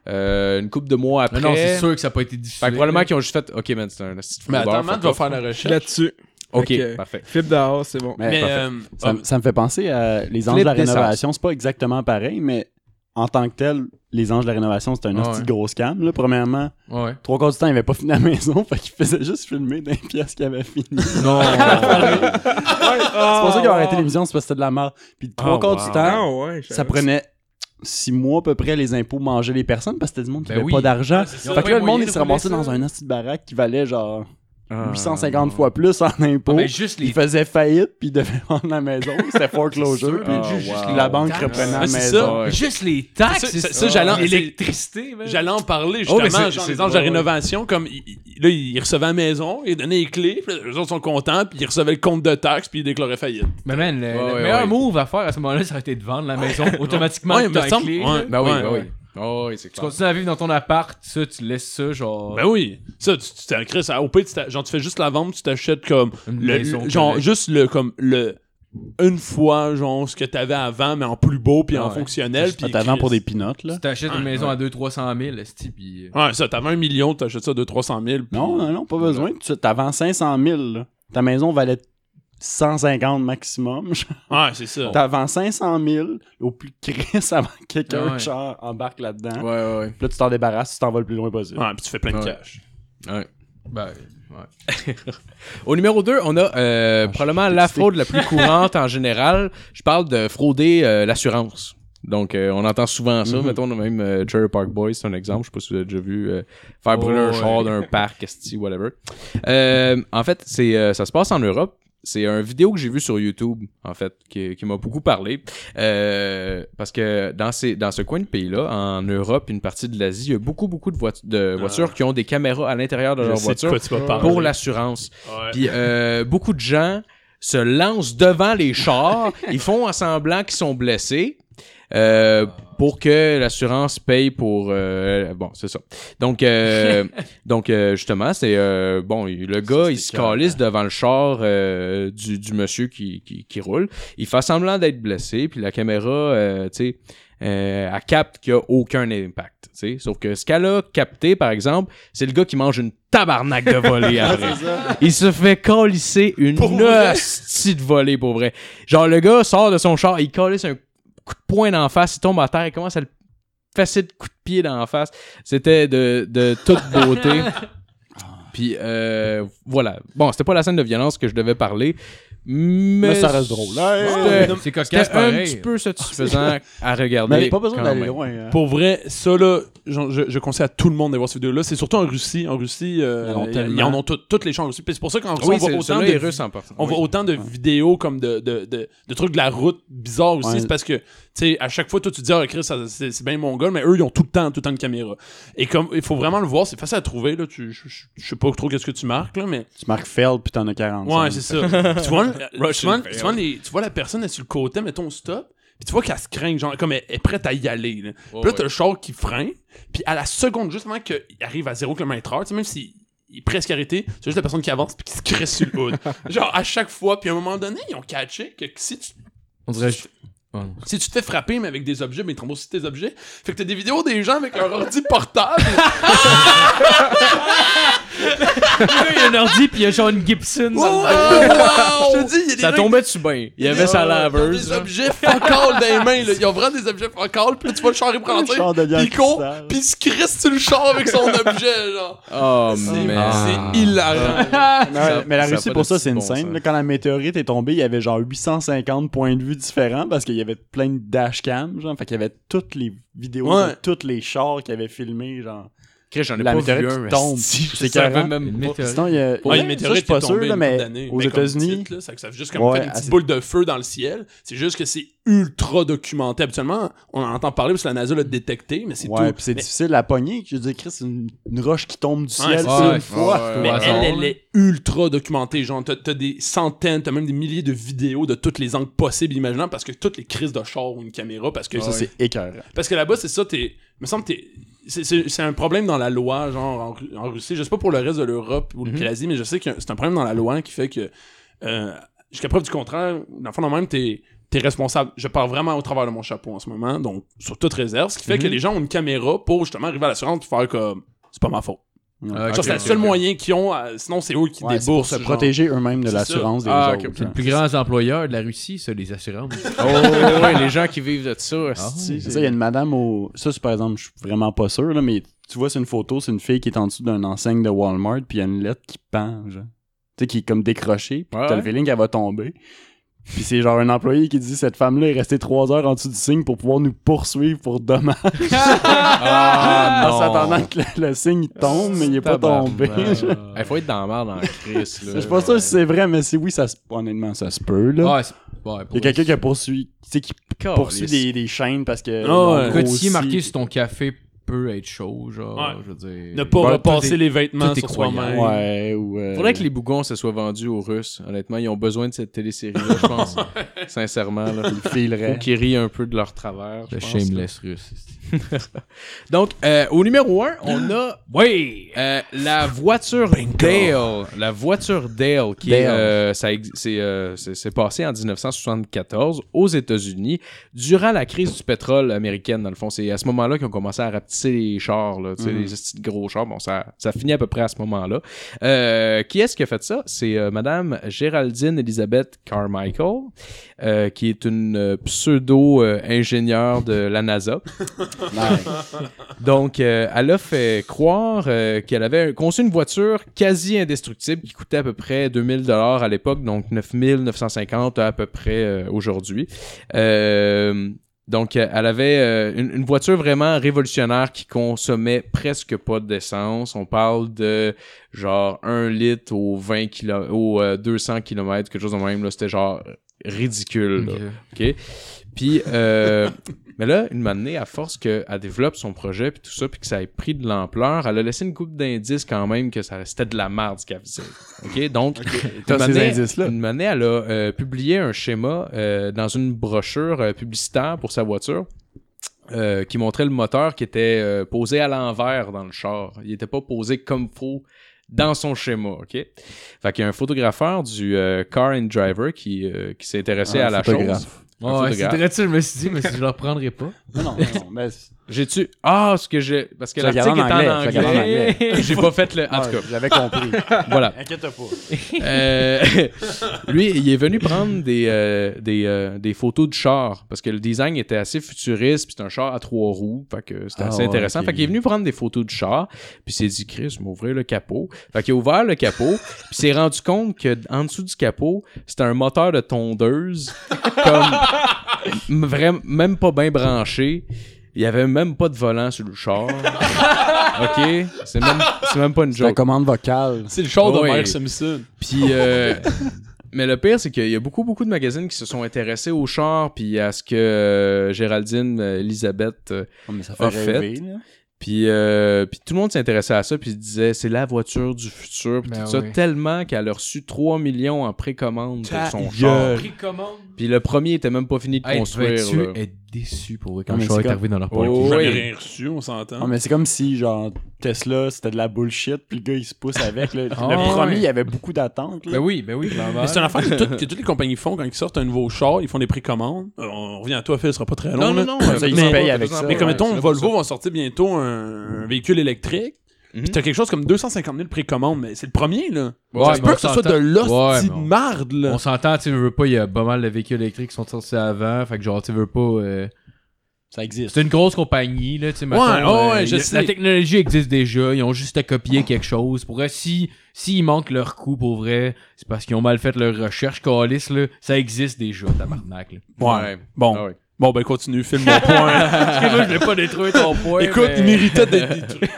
Speaker 5: euh, une couple de mois après.
Speaker 3: Non, non, c'est sûr que ça n'a pas été diffusé.
Speaker 5: Fait que probablement qu'ils ont juste fait. Ok, man, c'est un petit
Speaker 4: Mais attends,
Speaker 5: football,
Speaker 4: Matt
Speaker 5: fuck
Speaker 4: va
Speaker 5: off.
Speaker 4: faire la
Speaker 7: Je suis
Speaker 4: recherche.
Speaker 7: là-dessus.
Speaker 5: Ok, Bah.
Speaker 7: Ok.
Speaker 5: parfait.
Speaker 7: Flip dehors, c'est bon.
Speaker 6: Mais
Speaker 4: Mais,
Speaker 6: parfait.
Speaker 4: euh,
Speaker 6: ça, me- ça me fait penser à Les Anges de la
Speaker 5: Flip des
Speaker 6: Rénovation. C'est pas exactement pareil, mais en tant que tel, Les Anges de la Rénovation, c'était un
Speaker 5: Ah
Speaker 6: hostie
Speaker 5: ouais.
Speaker 6: de grosse cam. Là, premièrement,
Speaker 3: Ouais.
Speaker 6: trois quarts du temps, il avait pas fini la maison. Fait qu'il faisait juste filmer d'un pièce qu'il avait fini.
Speaker 3: Non.
Speaker 6: c'est pour ça qu'ils ont arrêté l'émission, c'est parce que c'était de la merde. Puis trois
Speaker 3: Oh,
Speaker 6: quarts
Speaker 3: Ah! wow.
Speaker 6: du temps,
Speaker 7: Ah ouais.
Speaker 6: ça prenait six mois à peu près, les impôts mangeaient les personnes parce que c'était du monde qui
Speaker 3: Ben
Speaker 6: n'avait
Speaker 3: oui.
Speaker 6: pas d'argent.
Speaker 4: c'est
Speaker 3: Ils ont
Speaker 4: ça.
Speaker 6: Fait que là,
Speaker 3: pas
Speaker 6: le monde,
Speaker 3: moyen
Speaker 6: il
Speaker 3: de
Speaker 6: se ramassait
Speaker 3: rouler ça. Ah,
Speaker 6: dans un asti de baraque qui valait genre 850 fois plus en
Speaker 3: ben,
Speaker 6: impôts.
Speaker 1: mais juste les
Speaker 6: Ils faisaient faillite, puis ils devaient vendre la maison. C'était foreclosure, puis
Speaker 5: Ah,
Speaker 6: juste
Speaker 5: wow.
Speaker 6: la banque
Speaker 1: Taxe.
Speaker 6: reprenait la
Speaker 4: Ah, c'est
Speaker 6: maison.
Speaker 5: Ouais.
Speaker 1: juste les taxes
Speaker 4: Ça,
Speaker 1: c'est
Speaker 4: ça,
Speaker 1: ça.
Speaker 4: ça, j'allais en-
Speaker 1: l'électricité man.
Speaker 4: J'allais en parler justement,
Speaker 5: Oh, mais c'est-
Speaker 4: genre
Speaker 5: c'est-
Speaker 4: les anges de la
Speaker 5: ouais, ouais.
Speaker 4: rénovation, comme ils- ils- là, ils recevaient la maison, ils donnaient les clés, puis là, eux autres sont contents, puis ils recevaient le compte de taxes, puis ils déclaraient faillite.
Speaker 3: Mais man, le, le
Speaker 5: Ouais, ouais,
Speaker 3: meilleur
Speaker 5: ouais.
Speaker 3: move à faire à ce moment-là, ça aurait été de vendre la maison automatiquement.
Speaker 4: Ouais,
Speaker 3: que t'as
Speaker 4: me semble-
Speaker 3: clé,
Speaker 4: ouais,
Speaker 3: là.
Speaker 5: Ben oui,
Speaker 4: ouais,
Speaker 5: ben
Speaker 4: ouais.
Speaker 5: oui. Oh, oui, c'est
Speaker 3: Tu
Speaker 5: clair.
Speaker 3: continues à vivre dans ton appart, ça, tu laisses ça, genre.
Speaker 4: Ben oui, ça, tu tu t'en crées ça. Au pire, tu t'a- genre, tu fais juste la vente, tu t'achètes comme
Speaker 3: Une
Speaker 4: le,
Speaker 3: maison
Speaker 4: le- genre
Speaker 3: correcte.
Speaker 4: juste le comme le une fois genre ce que t'avais avant mais en plus beau puis en
Speaker 3: Ouais.
Speaker 4: fonctionnel
Speaker 6: Ah,
Speaker 4: puis
Speaker 6: T'avais pour des pinottes, là.
Speaker 3: Tu t'achètes
Speaker 4: Ah,
Speaker 3: une maison à 200-300 000, esti, euh, pis.
Speaker 4: Ouais, ça, t'avais un million, t'achètes ça de 300 000. puis-
Speaker 6: Non, hein. non, non, pas besoin. Tu t'avais 500 000, là. Ta maison valait 150 maximum.
Speaker 4: Ouais, c'est ça.
Speaker 6: T'avais 500 000 au plus Chris avant que quelqu'un
Speaker 3: Ouais.
Speaker 6: genre, embarque là-dedans.
Speaker 5: Ouais, ouais, ouais.
Speaker 6: Puis Là, tu t'en débarrasses, tu t'en vas le plus loin possible.
Speaker 4: Ouais, puis tu fais plein de
Speaker 5: Ouais.
Speaker 4: cash.
Speaker 5: Ouais. ouais. Au numéro 2, on a
Speaker 4: Ah,
Speaker 5: euh, probablement la fraude la plus courante en général. Je parle de frauder euh, l'assurance. Donc, euh, on entend souvent
Speaker 4: Mm-hmm.
Speaker 5: ça. Mettons, on a même euh, Cherry Park Boys, c'est un exemple. Je sais pas si vous avez déjà vu euh, faire brûler
Speaker 4: Oh,
Speaker 5: un char d'un parc, esti, whatever. Euh, en fait, c'est euh, ça se passe en Europe. C'est un vidéo que j'ai vu sur YouTube, en fait, qui, qui m'a beaucoup parlé. Euh, parce que dans, ces, dans ce coin de pays-là, en Europe, une partie de l'Asie, il y a beaucoup, beaucoup de, voit- de voitures qui ont des caméras à l'intérieur de
Speaker 4: Ah. Je
Speaker 5: leur
Speaker 4: sais de
Speaker 5: voiture
Speaker 4: quoi tu vas parler.
Speaker 5: pour l'assurance.
Speaker 4: Ouais.
Speaker 5: Puis euh, beaucoup de gens se lancent devant les chars, ils font en semblant qu'ils sont blessés euh, pour que l'assurance paye pour euh, bon, c'est ça. Donc euh, donc euh, justement, c'est euh, bon, il- le gars, il se calisse devant le char euh, du, du monsieur qui, qui, qui roule, il fait semblant d'être blessé, puis la caméra euh, tu sais euh, elle capte qu'il n'y a aucun impact. tu sais. Sauf que ce qu'elle a capté, par exemple, c'est le gars qui mange une tabarnak de volée après. Il se fait colisser une hostie de volée pour vrai. Genre, le gars sort de son char, il calisse un coup de poing d'en face, il tombe à terre, il commence à le fesser de coups de pied d'en face. C'était de, de toute beauté. Puis euh, voilà. Bon, c'était pas la scène de violence que je devais parler, mais,
Speaker 6: Mais ça reste drôle. Hey!
Speaker 5: c'était-
Speaker 3: C'est cocasse
Speaker 5: c'était un
Speaker 3: pareil.
Speaker 5: petit peu satisfaisant à regarder.
Speaker 6: Mais pas besoin
Speaker 5: quand
Speaker 6: d'aller
Speaker 5: même.
Speaker 6: loin. hein.
Speaker 4: Pour vrai, ça là, genre, je, je conseille à tout le monde de voir cette vidéo-là. C'est surtout en Russie. En Russie, euh,
Speaker 6: Ils en ont
Speaker 4: ils- ils
Speaker 6: tellement.
Speaker 4: en ont tout- toutes les chars en Russie. Puis C'est pour ça qu'en
Speaker 5: Ah
Speaker 4: Russie,
Speaker 5: Oui,
Speaker 4: on voit
Speaker 5: c'est-
Speaker 4: autant
Speaker 5: celui-là,
Speaker 4: de
Speaker 5: les Russes en partie.
Speaker 4: On voit autant de vidéos comme de, de, de, de trucs de la route bizarre aussi.
Speaker 6: Ouais.
Speaker 4: C'est parce que, tu sais, à chaque fois, toi, tu te dis, ah, Chris, ça- c'est c'est bien mon gars, mais eux, ils ont tout le temps, tout le temps de caméra. Et comme, il faut vraiment le voir, c'est facile à trouver, là. Tu, je, je- je sais pas trop qu'est-ce que tu marques, là, mais.
Speaker 6: Tu marques Feld, puis t'en as 40.
Speaker 4: Ouais, c'est ça. tu vois, le- tu vois- tu vois les- tu vois la personne, elle est sur le côté, mettons, stop. Puis tu vois qu'elle se craint, genre, comme elle elle est prête à y aller. Là.
Speaker 3: Oh,
Speaker 4: Puis là, t'as le char qui freine. Puis à la seconde, juste avant qu'il arrive à 0 km heure, tu sais, même s'il il est presque arrêté, c'est juste la personne qui avance puis qui se crée sur le hood. Genre, à chaque fois. Puis à un moment donné, ils ont catché que si tu,
Speaker 3: On dirait.
Speaker 4: si tu te fais frapper, mais avec des objets, mais ils te remboursent tes objets. Fait que t'as des vidéos des gens avec leur ordi portable.
Speaker 3: Il y a un ordi, pis il y a genre une Gibson.
Speaker 4: Oh, wow! Je te dis, il y a des
Speaker 5: Ça
Speaker 4: gens
Speaker 5: tombait dessus bien. Il y avait sa laveuse.
Speaker 4: Ils ont des objets fuck all dans les mains, là. Ils ont vraiment des objets fuck all, pis là, tu vois le char est
Speaker 6: Le char devient
Speaker 4: pis il court,
Speaker 6: cristal.
Speaker 4: pis il se crisse sur le char avec son objet, genre.
Speaker 5: Oh,
Speaker 4: C'est
Speaker 5: man.
Speaker 4: c'est
Speaker 7: Ah.
Speaker 4: hilarant.
Speaker 6: Mais, ouais,
Speaker 5: Ça-
Speaker 6: mais la
Speaker 5: ça a
Speaker 6: Russie,
Speaker 5: pas
Speaker 6: pour
Speaker 5: de
Speaker 6: ça,
Speaker 5: petit
Speaker 6: c'est une
Speaker 5: bon
Speaker 6: scène.
Speaker 5: sens.
Speaker 6: là. quand la météorite est tombée, il y avait genre 850 points de vue différents parce qu'il y avait plein de dashcams. Genre, fait qu'il y avait toutes les vidéos
Speaker 4: Ouais.
Speaker 6: de tous les chars qui avaient filmé. Genre,
Speaker 5: Chris, j'en ai
Speaker 6: la
Speaker 5: pas vu
Speaker 6: météorite
Speaker 5: un.
Speaker 6: qui tombe.
Speaker 5: esti. Je
Speaker 6: C'est
Speaker 5: savais
Speaker 6: carrément-
Speaker 5: même
Speaker 3: Une
Speaker 5: pas.
Speaker 3: météorite.
Speaker 6: Sinon, il y a.
Speaker 4: Ouais,
Speaker 6: Ouais,
Speaker 4: les météorites
Speaker 6: ça, je
Speaker 4: étaient
Speaker 6: suis pas sûr,
Speaker 4: tombées
Speaker 6: là,
Speaker 4: une
Speaker 6: mais
Speaker 4: couple d'années.
Speaker 6: aux
Speaker 4: Ben, comme
Speaker 6: États-Unis-
Speaker 4: petite, là, Ça ça fait juste comme
Speaker 6: Ouais,
Speaker 4: fait une petite
Speaker 6: assez-
Speaker 4: boule de feu dans le ciel. C'est juste que c'est ultra documenté. Habituellement, on en entend parler parce que la NASA l'a détecté, mais c'est
Speaker 6: ouais,
Speaker 4: tout.
Speaker 6: puis c'est
Speaker 4: Mais-
Speaker 6: difficile à pogner. Je dis, Chris, c'est une, une roche qui tombe du
Speaker 4: c'est
Speaker 6: ciel une
Speaker 3: ça.
Speaker 6: fois.
Speaker 5: Ouais,
Speaker 4: Mais
Speaker 5: ouais,
Speaker 4: elle,
Speaker 5: ouais.
Speaker 4: elle est ultra documentée. Genre, t'as, t'as des centaines, t'as même des milliers de vidéos de toutes les angles possibles, imaginables, parce que toutes les crises de char ou une caméra, parce que
Speaker 6: Ça, c'est écœurant.
Speaker 4: Parce que là-bas, c'est ça, t'es. Me semble que t'es. c'est- C'est c'est un problème dans la loi, genre en, Ru- en Russie. Je sais pas pour le reste de l'Europe ou de l'Asie, mais je sais que c'est un problème dans la loi qui fait que. euh, Jusqu'à preuve du contraire, dans le fond, même, t'es. T'es responsable. Je parle vraiment au travers de mon chapeau en ce moment, donc sur toute réserve. Ce qui fait que les gens ont une caméra pour justement arriver à l'assurance et faire comme c'est pas ma faute. Genre,
Speaker 5: Ah, ok,
Speaker 4: c'est le
Speaker 5: ok,
Speaker 4: seul
Speaker 5: ok.
Speaker 4: moyen qu'ils ont, à- sinon c'est eux qui
Speaker 6: Ouais, c'est pour
Speaker 4: déboursent.
Speaker 6: se
Speaker 4: genre.
Speaker 6: protéger eux-mêmes de
Speaker 4: C'est ça.
Speaker 6: l'assurance des
Speaker 5: Ah,
Speaker 6: autres.
Speaker 5: ok, ok.
Speaker 6: genre.
Speaker 3: Les plus grands employeurs de la Russie, c'est les assurances.
Speaker 5: Oh, ouais, les gens qui vivent de ça. esti.
Speaker 6: C'est ça, Ah. il y a une madame au. Ça, c'est par exemple, je suis vraiment pas sûr, là, mais tu vois, c'est une photo, c'est une fille qui est en dessous d'une enseigne de Walmart, puis il y a une lettre qui pend, genre. Tu sais, qui est comme décrochée, puis
Speaker 5: Ouais,
Speaker 6: t'as
Speaker 5: ouais.
Speaker 6: le feeling qu'elle va tomber. Puis c'est genre un employé qui dit cette femme-là est restée trois heures en dessous du signe pour pouvoir nous poursuivre pour dommage.
Speaker 5: Ah,
Speaker 6: En s'attendant que le, le signe tombe, mais il est pas tombé. Je
Speaker 5: Il faut être dans la merde en crise. là.
Speaker 6: je suis pas sûr si c'est vrai, mais si oui, ça se- honnêtement, ça se peut.
Speaker 5: Ah,
Speaker 6: Là.
Speaker 8: Ouais, c'est- ouais,
Speaker 6: il y a quelqu'un qui a poursuivi, tu sais, qui
Speaker 5: Calisse.
Speaker 6: poursuit des, des chaînes parce que.
Speaker 4: Ah ouais.
Speaker 6: ils ont
Speaker 8: Côtier
Speaker 6: grossi,
Speaker 8: marqué sur ton café peut être chaud, genre,
Speaker 4: Ouais.
Speaker 8: je veux dire.
Speaker 4: Ne pas
Speaker 3: Bah,
Speaker 6: Ben,
Speaker 4: repasser
Speaker 8: tout est-
Speaker 4: les vêtements
Speaker 8: tout est
Speaker 4: sur
Speaker 8: croyant.
Speaker 6: puis-
Speaker 4: soi-même.
Speaker 6: Ouais, ou. euh,
Speaker 5: Faudrait que les bougons se soient vendus aux Russes. Honnêtement, ils ont besoin de cette télésérie-là, je pense. Sincèrement, là.
Speaker 6: ils fileraient.
Speaker 5: Faut qu'ils rient un peu de leur travers. je
Speaker 8: Le
Speaker 5: pense,
Speaker 8: shameless russe.
Speaker 5: là. Donc, euh, au numéro 1, on a
Speaker 3: Oui!
Speaker 5: euh, la voiture Dale. La voiture Dale, qui est,
Speaker 6: Dale.
Speaker 5: euh, ça ex- c'est, euh, c'est- c'est passé en 1974 aux États-Unis durant la crise du pétrole américaine, dans le fond. C'est à ce moment-là qu'ils ont commencé à rapetisser les chars, là, tu sais,
Speaker 6: Mhm.
Speaker 5: les petits gros chars. Bon, ça, ça finit à peu près à ce moment-là. Euh, qui est-ce qui a fait ça? C'est euh, Madame Géraldine Elizabeth Carmichael, euh, qui est une pseudo-ingénieure de la NASA. Donc, euh, elle a fait croire euh, qu'elle avait conçu une voiture quasi indestructible qui coûtait à peu près 2000 dollars à l'époque, donc 9950 à peu près euh, aujourd'hui. Euh, donc, euh, elle avait euh, une, une voiture vraiment révolutionnaire qui consommait presque pas d'essence. On parle de genre 1 litre au 20 kilo, au euh, 200 km, quelque chose de même. là. C'était genre ridicule. là. OK? Puis, euh, mais là, une moment donné, à force qu'elle développe son projet, puis tout ça, puis que ça ait pris de l'ampleur, elle a laissé une coupe d'indices quand même que ça, c'était de la merde ce qu'elle faisait. OK? Donc,
Speaker 6: T'as
Speaker 5: une
Speaker 6: ces
Speaker 5: année-
Speaker 6: indices-là.
Speaker 5: Une année, elle a euh, publié un schéma euh, dans une brochure euh, publicitaire pour sa voiture. euh, qui montrait le moteur qui était euh, posé à l'envers dans le char. Il n'était pas posé comme faux dans son schéma, OK? Fait qu'il y a un photographeur du euh, Car and Driver qui, euh, qui s'est intéressé
Speaker 6: Ah,
Speaker 5: à la
Speaker 6: photographe.
Speaker 5: chose. Un
Speaker 8: Ouais, c'est
Speaker 5: photographe.
Speaker 8: vrai, tu sais, je me suis dit, mais si je le reprendrais pas.
Speaker 6: Non, non, non, mais c'est-
Speaker 5: J'ai-tu... Ah, ce que j'ai... Parce que
Speaker 6: Je regardais
Speaker 5: l'article est en
Speaker 6: en
Speaker 5: anglais.
Speaker 6: anglais, je regardais en
Speaker 5: J'ai pas fait le... En tout
Speaker 6: ouais, Ah, j'avais compris.
Speaker 5: cas, voilà.
Speaker 6: Inquiète-toi pas.
Speaker 5: Euh, lui, il est venu prendre des, euh, des, euh, des photos de char parce que le design était assez futuriste, puis c'est un char à trois roues, fait que c'était
Speaker 6: Ah
Speaker 5: assez
Speaker 6: ouais,
Speaker 5: intéressant.
Speaker 6: ok.
Speaker 5: Fait qu'il est venu prendre des photos de char, puis il s'est dit Chris, m'ouvrir le capot. Fait qu'il a ouvert le capot, puis il s'est rendu compte que en dessous du capot, c'était un moteur de tondeuse comme m- vraiment même pas bien branché. Il y avait même pas de volant sur le char. OK, c'est même c'est même pas une
Speaker 6: C'est la
Speaker 5: joke.
Speaker 6: commande vocale.
Speaker 4: C'est le char de
Speaker 5: Ouais.
Speaker 4: Mike Simpson.
Speaker 5: Puis, euh, mais le pire, c'est qu'il y a beaucoup, beaucoup de magazines qui se sont intéressés au char, puis à ce que euh, Géraldine, euh, Elisabeth, euh,
Speaker 6: Oh, mais ça
Speaker 5: fait
Speaker 6: fait
Speaker 5: En fait, rêver,
Speaker 6: rêver, là.
Speaker 5: puis, euh, puis tout le monde s'intéressait à ça, puis se disait c'est la voiture du futur, puis
Speaker 8: Ben
Speaker 5: tout ça,
Speaker 8: oui.
Speaker 5: tellement qu'elle a reçu 3 millions en précommande pour
Speaker 4: Ta
Speaker 5: son char.
Speaker 4: gueule.
Speaker 8: Pris commande.
Speaker 5: Puis le premier était même pas fini de
Speaker 8: Hey,
Speaker 5: construire.
Speaker 8: tu
Speaker 5: là.
Speaker 8: être déçu pour eux
Speaker 6: Ah,
Speaker 8: quand je
Speaker 6: mais
Speaker 8: suis
Speaker 6: c'est comme-
Speaker 8: arrivé dans leur
Speaker 5: Oh,
Speaker 8: party.
Speaker 4: J'ai
Speaker 5: ouais.
Speaker 4: jamais rien reçu, on s'entend.
Speaker 6: Non, Ah, mais c'est comme si, genre, Tesla, c'était de la bullshit, puis le gars, il se pousse avec. là.
Speaker 8: Ah,
Speaker 6: le premier,
Speaker 8: ouais.
Speaker 6: il y avait beaucoup d'attentes. là.
Speaker 8: Ben oui, ben oui,
Speaker 4: Mais c'est une affaire que, toutes- que toutes les compagnies font quand ils sortent un nouveau char, ils font des précommandes. Euh, on revient à toi, Phil, ce sera pas très long.
Speaker 5: Non,
Speaker 4: là.
Speaker 5: non, non.
Speaker 6: Ça, ils se
Speaker 5: mais-
Speaker 6: payent avec ça.
Speaker 4: Mais comme
Speaker 5: Ouais,
Speaker 4: mettons,
Speaker 5: c'est
Speaker 4: Volvo va sortir bientôt un, un véhicule électrique.
Speaker 5: Mhm.
Speaker 4: Puis t'as quelque chose comme 250 000 précommandes, mais c'est le premier, là.
Speaker 5: Ouais,
Speaker 4: ça se
Speaker 8: mais
Speaker 4: peut
Speaker 8: on
Speaker 4: que ce soit de
Speaker 8: s'entend. Ouais,
Speaker 4: l'hostie
Speaker 8: mais
Speaker 4: de
Speaker 8: on-
Speaker 4: marde, là.
Speaker 8: On s'entend, tu sais, veux pas, il y a pas mal de véhicules électriques qui sont sortis avant. Fait que genre, tu veux pas. euh,
Speaker 6: Ça existe.
Speaker 8: C'est une grosse compagnie, là, tu sais, mettons,
Speaker 4: Ouais, ouais, ouais, je
Speaker 8: y a-
Speaker 4: sais.
Speaker 8: La technologie existe déjà, ils ont juste à copier quelque chose. Pour vrai, si, si ils manquent leur coup, pour vrai, c'est parce qu'ils ont mal fait leur recherche, Calis, là, ça existe déjà, tabarnak, là.
Speaker 4: Ouais. Bon.
Speaker 5: Ah ouais.
Speaker 4: Bon, ben continue, filme mon point.
Speaker 8: Excuse-moi, je l'ai pas détruit ton point,
Speaker 4: Écoute, il
Speaker 8: mais-
Speaker 4: méritait d'être détruit.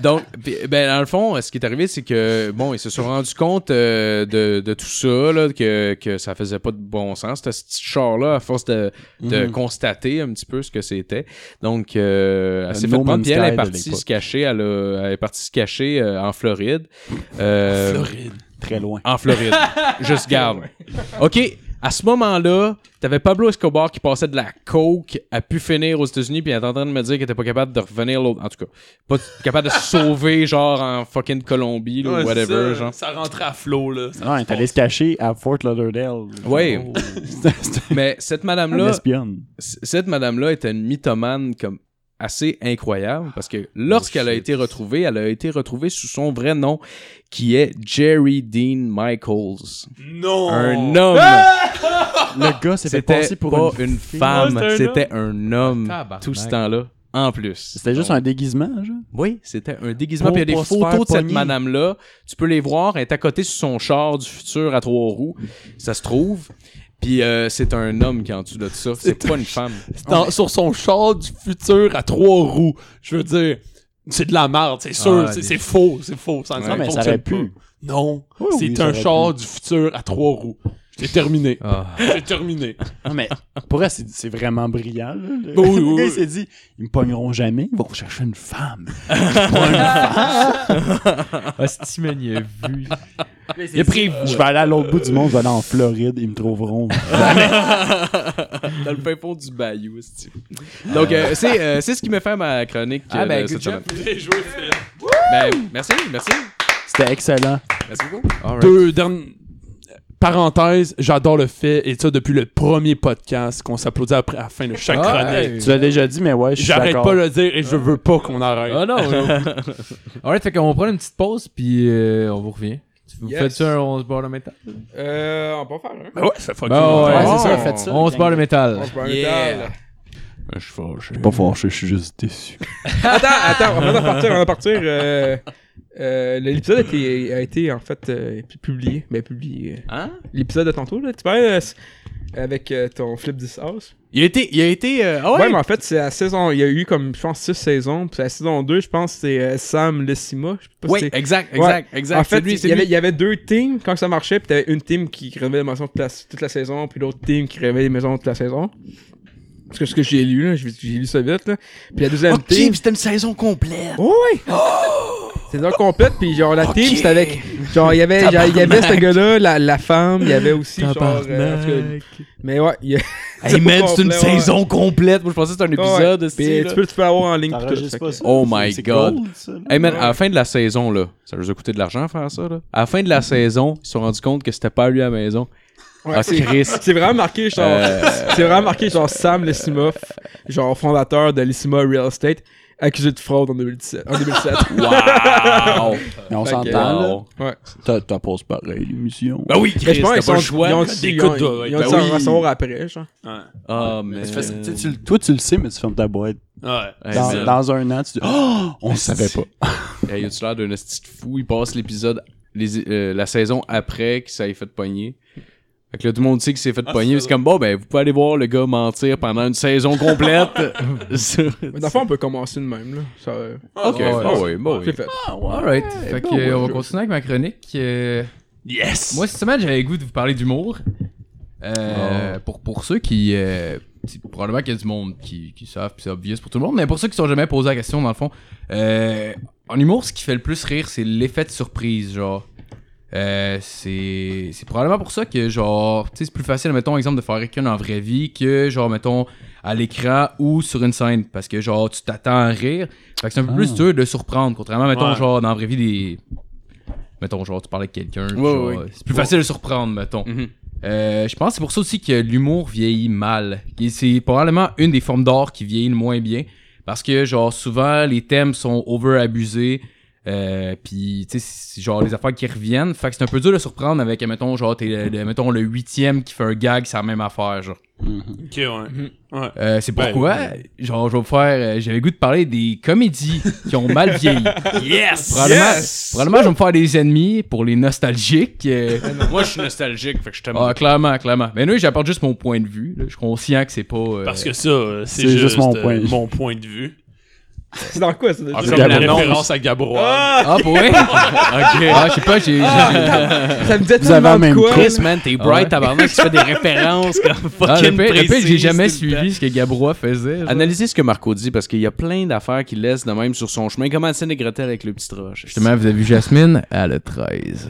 Speaker 5: Donc, pis- ben, dans le fond, ce qui est arrivé, c'est que, bon, ils se sont rendus compte euh, de, de tout ça, là, que, que ça faisait pas de bon sens. C'était ce petit char-là, à force de, de
Speaker 6: Mhm.
Speaker 5: constater un petit peu ce que c'était. Donc, euh,
Speaker 6: Un
Speaker 5: elle s'est
Speaker 6: No
Speaker 5: fait prendre,
Speaker 6: Man's
Speaker 5: puis elle
Speaker 6: Sky
Speaker 5: est
Speaker 6: de
Speaker 5: partie
Speaker 6: l'époque.
Speaker 5: se cacher, elle, a- elle est partie se cacher euh, en Floride. Euh,
Speaker 4: Floride.
Speaker 6: Très loin.
Speaker 5: en Floride. Juste garde. OK. À ce moment-là, t'avais Pablo Escobar qui passait de la coke à pu finir aux États-Unis, puis elle était en train de me dire qu'elle était pas capable de revenir l'autre. En tout cas, pas capable de se sauver, genre en fucking Colombie là, ou
Speaker 4: Ouais,
Speaker 5: whatever.
Speaker 4: ça,
Speaker 5: genre.
Speaker 4: Ça rentrait à flot, là. Ça-
Speaker 6: Ah, Ouais, t'es allé se cacher à Fort Lauderdale.
Speaker 5: Ouais.
Speaker 6: Oh. C'était c'était
Speaker 5: Mais cette
Speaker 6: un
Speaker 5: madame-là,
Speaker 6: espionne.
Speaker 5: c- cette madame-là était une mythomane comme assez incroyable parce
Speaker 4: Oh,
Speaker 5: que lorsqu'elle a été retrouvée, elle a été retrouvée sous son vrai nom qui est Jerry Dean Michaels.
Speaker 4: Non!
Speaker 5: Un homme.
Speaker 6: Le gars s'est fait
Speaker 5: C'était
Speaker 6: passer pour
Speaker 5: pas
Speaker 6: une...
Speaker 5: une
Speaker 6: fille.
Speaker 5: femme,
Speaker 7: Ouais, c'était un
Speaker 5: c'était un homme
Speaker 3: Ah,
Speaker 8: Tabarnak.
Speaker 5: tout ce temps-là. en plus.
Speaker 6: C'était juste
Speaker 5: Donc,
Speaker 6: un déguisement, genre.
Speaker 5: Oui, c'était un déguisement.
Speaker 6: Pour
Speaker 5: Puis il y a
Speaker 6: pas
Speaker 5: des
Speaker 6: se faire
Speaker 5: photos de cette
Speaker 6: pogner.
Speaker 5: madame-là. Tu peux les voir. Elle est à côté sur son char du futur à trois roues. Ça se trouve. Puis euh, c'est un homme qui est en dessous de ça. C'est pas une femme.
Speaker 4: Dans- Sur son char du futur à trois roues. Je veux dire, c'est de la merde, c'est sûr.
Speaker 9: Ah,
Speaker 4: c'est-
Speaker 9: des-
Speaker 4: c'est faux, c'est faux. Ça,
Speaker 5: Ouais,
Speaker 4: ça
Speaker 6: non, mais ça
Speaker 4: fonctionne
Speaker 6: aurait pu.
Speaker 4: pas. Non,
Speaker 6: Oui,
Speaker 4: c'est
Speaker 6: oui, ça
Speaker 4: un
Speaker 6: aurait
Speaker 4: char du futur à trois roues. C'est terminé.
Speaker 9: Ah.
Speaker 4: C'est terminé.
Speaker 6: Non, mais pour elle, c'est c'est vraiment brillant. là. Le-
Speaker 4: Oui, oui,
Speaker 6: le gars,
Speaker 4: oui.
Speaker 6: il s'est dit, ils me pogneront jamais, ils vont chercher une femme.
Speaker 3: Ah,
Speaker 9: Hostie, man, il a vu. Il a pris vous.
Speaker 6: Je vais aller à l'autre bout du monde, je vais aller en Floride, ils me trouveront.
Speaker 5: Dans le pain fond du bayou, c'est-tu. Donc, euh, c'est euh, c'est ce qui me fait ma chronique
Speaker 3: Ah,
Speaker 5: euh,
Speaker 3: ben,
Speaker 5: de
Speaker 3: good
Speaker 5: cette
Speaker 3: job.
Speaker 5: semaine. Ben, merci, merci.
Speaker 6: C'était excellent.
Speaker 5: Merci beaucoup.
Speaker 4: Deux dernières parenthèses, j'adore le fait, et ça depuis le premier podcast, qu'on s'applaudit après à la fin de chaque
Speaker 3: Ah,
Speaker 4: chronique.
Speaker 3: hey.
Speaker 6: Tu l'as déjà dit, mais ouais, je suis
Speaker 4: J'arrête
Speaker 6: d'accord.
Speaker 4: pas de le dire et je veux pas qu'on arrête.
Speaker 3: Ah non. Alright, fait qu'on va prendre une petite pause, puis euh, on vous revient. Vous
Speaker 7: Yes.
Speaker 3: faites ça, on se barre le métal.
Speaker 7: Euh, on peut en faire un.
Speaker 4: Ben ouais, ça fucking
Speaker 3: Ben
Speaker 6: Ouais,
Speaker 3: Oh.
Speaker 6: c'est ça, faites ça.
Speaker 3: On se barre le métal.
Speaker 7: On se prend un
Speaker 5: Yeah.
Speaker 7: métal.
Speaker 5: Je suis fâché.
Speaker 6: Pas fâché, je suis juste déçu.
Speaker 7: Attends, attends, avant de partir, avant de partir, euh, euh, l'épisode a été, a été en fait euh, publié. Ben, publié.
Speaker 5: Hein?
Speaker 7: L'épisode de tantôt, là, tu parlais euh, avec euh, ton flip this house.
Speaker 5: Il a été. Il a été euh, ah ouais?
Speaker 7: Ouais, mais en fait, c'est la saison. Il y a eu comme, je pense, 6 saisons. Puis la saison 2, je pense, c'est euh, Sam Lessima. Je sais pas si
Speaker 5: Oui,
Speaker 7: c'est-
Speaker 5: exact, exact, exact.
Speaker 7: En fait,
Speaker 5: C'est lui,
Speaker 7: il
Speaker 5: c'est
Speaker 7: y, avait,
Speaker 5: lui.
Speaker 7: il y avait deux teams quand ça marchait. Puis t'avais une team qui révélait les maisons toute la, toute la saison. Puis l'autre team qui révélait les maisons toute la saison. Parce que ce que j'ai lu, là, j'ai j'ai lu ça vite. Là. Puis la deuxième team.
Speaker 5: c'était une saison complète.
Speaker 7: Oh, ouais! C'est donc complète, puis genre la team, c'était avec. Genre, il y avait, genre, il y avait ce gars-là, la, la femme, il y avait aussi. Genre, euh, en tout cas, mais ouais, il y a.
Speaker 5: Hey man, c'est une
Speaker 7: complet, ouais.
Speaker 5: saison complète. Moi, je pensais que c'était un épisode.
Speaker 7: Ouais.
Speaker 5: de ce
Speaker 7: Puis
Speaker 5: style,
Speaker 7: tu peux, tu peux l'avoir en ligne. puis tout,
Speaker 6: T'enregistres
Speaker 7: fait
Speaker 6: pas
Speaker 7: que-
Speaker 6: ça?
Speaker 5: Oh
Speaker 6: C'est-
Speaker 5: my
Speaker 6: c'est
Speaker 5: God.
Speaker 6: gold, ça, là.
Speaker 5: là. Hey man, à la fin de la saison, là, ça nous a coûté de l'argent faire ça, là. À la fin de la saison, ils se sont rendus compte que c'était pas lui à la maison.
Speaker 7: Ouais,
Speaker 5: Ah,
Speaker 7: c'est-
Speaker 5: Chris.
Speaker 7: C'est vraiment marqué, genre.
Speaker 5: Euh.
Speaker 7: C'est vraiment marqué, genre, Sam Lessimoff, genre, fondateur de Lessima Real Estate, accusé de fraude en 2017. En 2007.
Speaker 5: Wow!
Speaker 6: Mais on
Speaker 7: Fait que-
Speaker 6: s'entend, là.
Speaker 7: Ouais.
Speaker 6: T'as t'as pas pareil, l'émission.
Speaker 5: Ben oui,
Speaker 7: Mais
Speaker 5: Chris,
Speaker 7: je pense
Speaker 5: t'as pas
Speaker 7: qu'ils sont
Speaker 5: le choix.
Speaker 7: Ils ont
Speaker 4: Des
Speaker 7: dû ils
Speaker 4: coups
Speaker 7: ont-
Speaker 4: de doigts,
Speaker 7: ils ont
Speaker 4: ben
Speaker 7: dû
Speaker 4: oui.
Speaker 7: en recevoir après, genre.
Speaker 5: Ah, man.
Speaker 6: C'est facile, tu sais, tu- toi, tu le sais, mais tu fermes ta boîte.
Speaker 5: Hey,
Speaker 6: Dans,
Speaker 5: man.
Speaker 6: dans un an, tu dis Oh, on le savait pas.
Speaker 5: Hey, a-tu l'air d'un esti de fou? Il passe l'épisode, les- euh, la saison après que ça ait fait pogner. Fait que là, tout le monde sait qu'il s'est fait pogner. puis C'est comme, bon, ben, vous pouvez aller voir le gars mentir pendant une saison complète. Sur-
Speaker 7: Mais dans le fond, on peut commencer de même, là. Ça, euh,
Speaker 5: ok,
Speaker 3: ouais.
Speaker 5: bon, oui, bon, Bah oui.
Speaker 7: c'est fait.
Speaker 3: Alright, fait que, euh, on va continuer avec ma chronique. euh,
Speaker 4: Yes!
Speaker 3: Moi, cette semaine, j'avais le goût de vous parler d'humour. Euh, pour, pour ceux qui. euh, c'est probablement qu'il y a du monde qui, qui savent, puis c'est obvious pour tout le monde, mais pour ceux qui se sont jamais posé la question, dans le fond, euh, en humour, ce qui fait le plus rire, c'est l'effet de surprise, genre. Euh, c'est c'est probablement pour ça que, genre, tu sais, c'est plus facile, mettons, exemple, de faire rire quelqu'un en vraie vie que, genre, mettons, à l'écran ou sur une scène. Parce que, genre, tu t'attends à rire. Fait que c'est un peu
Speaker 6: Ah.
Speaker 3: plus dur de surprendre, contrairement, mettons,
Speaker 4: Ouais.
Speaker 3: genre, dans la vraie vie, des. Mettons, genre, tu parles avec quelqu'un. puis
Speaker 5: Ouais,
Speaker 3: genre,
Speaker 5: ouais.
Speaker 3: C'est plus facile de surprendre, mettons.
Speaker 5: Mhm.
Speaker 3: Euh, je pense que c'est pour ça aussi que l'humour vieillit mal. Et C'est probablement une des formes d'art qui vieillit le moins bien. Parce que, genre, souvent, les thèmes sont over-abusés. Euh, puis, tu sais, c'est genre les affaires qui reviennent. Fait que c'est un peu dur de surprendre avec, mettons, genre, t'es le, le- mettons, le huitième qui fait un gag, c'est la même affaire, genre.
Speaker 4: Ok, ouais. ouais.
Speaker 3: Euh, c'est
Speaker 4: Ben,
Speaker 3: pourquoi, genre, je vais vous faire. euh, J'avais le goût de parler des comédies qui ont mal vieilli.
Speaker 5: Yes!
Speaker 3: Probablement,
Speaker 5: Yes!
Speaker 3: probablement, je vais me faire des ennemis pour les nostalgiques. euh,
Speaker 5: Moi, je suis nostalgique, fait que je t'aime.
Speaker 3: ah, clairement, clairement. Mais nous, j'apporte juste mon point de vue. là. Je suis conscient que c'est pas. euh,
Speaker 4: Parce que ça, euh, c'est
Speaker 6: C'est
Speaker 4: juste, euh, mon, point.
Speaker 6: mon point.
Speaker 4: de vue.
Speaker 7: C'est dans quoi, ça, déjà?
Speaker 4: Ah,
Speaker 6: c'est
Speaker 4: comme
Speaker 6: Gabrois.
Speaker 4: la référence à Gabrois.
Speaker 3: Ah, pour vrai? Ah, je sais pas, j'ai. j'ai-
Speaker 7: Ça me disait
Speaker 6: Vous avez la
Speaker 7: tellement de
Speaker 6: même
Speaker 7: quoi?
Speaker 5: Chris, man, t'es
Speaker 3: Ah ouais.
Speaker 5: bright, tabarnak, tu fais des références comme
Speaker 3: Ah, le
Speaker 5: fucking
Speaker 3: pire- le pire,
Speaker 5: précises
Speaker 3: j'ai jamais
Speaker 5: tout le temps.
Speaker 3: suivi ce que Gabrois faisait. genre.
Speaker 5: Analysez ce que Marco dit, parce qu'il y a plein d'affaires qu'il laisse de même sur son chemin. Comment c'est Gretel avec le petit roche?
Speaker 3: Justement, vous avez vu Jasmine? Elle a 13.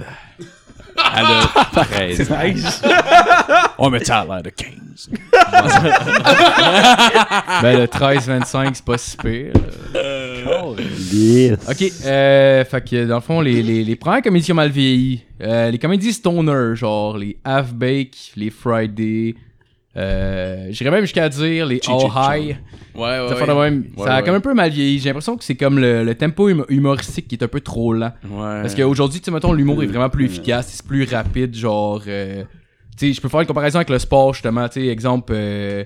Speaker 5: Elle a 13.
Speaker 7: Nice.
Speaker 5: Oh, mais t'as l'air de 15.
Speaker 3: Ben, le 13-25, c'est pas si pire.
Speaker 6: Yes.
Speaker 3: Ok, euh, fait que dans le fond, les, les, les premières comédies qui ont mal vieilli, euh, les comédies stoner, genre les Half Bake, les Friday, euh, j'irais même jusqu'à dire les
Speaker 5: Chi- Chi-
Speaker 3: All High.
Speaker 5: Ouais, ouais.
Speaker 3: Ça, fait de même.
Speaker 5: Ouais,
Speaker 3: ça a
Speaker 5: ouais.
Speaker 3: quand même un peu mal vieilli. J'ai l'impression que c'est comme le, le tempo humo- humoristique qui est un peu trop lent.
Speaker 5: Ouais.
Speaker 3: Parce qu'aujourd'hui, tu sais, mettons, l'humour est vraiment plus efficace, c'est plus rapide, genre. euh, tu sais, je peux faire une comparaison avec le sport, justement. Tu sais, exemple, euh,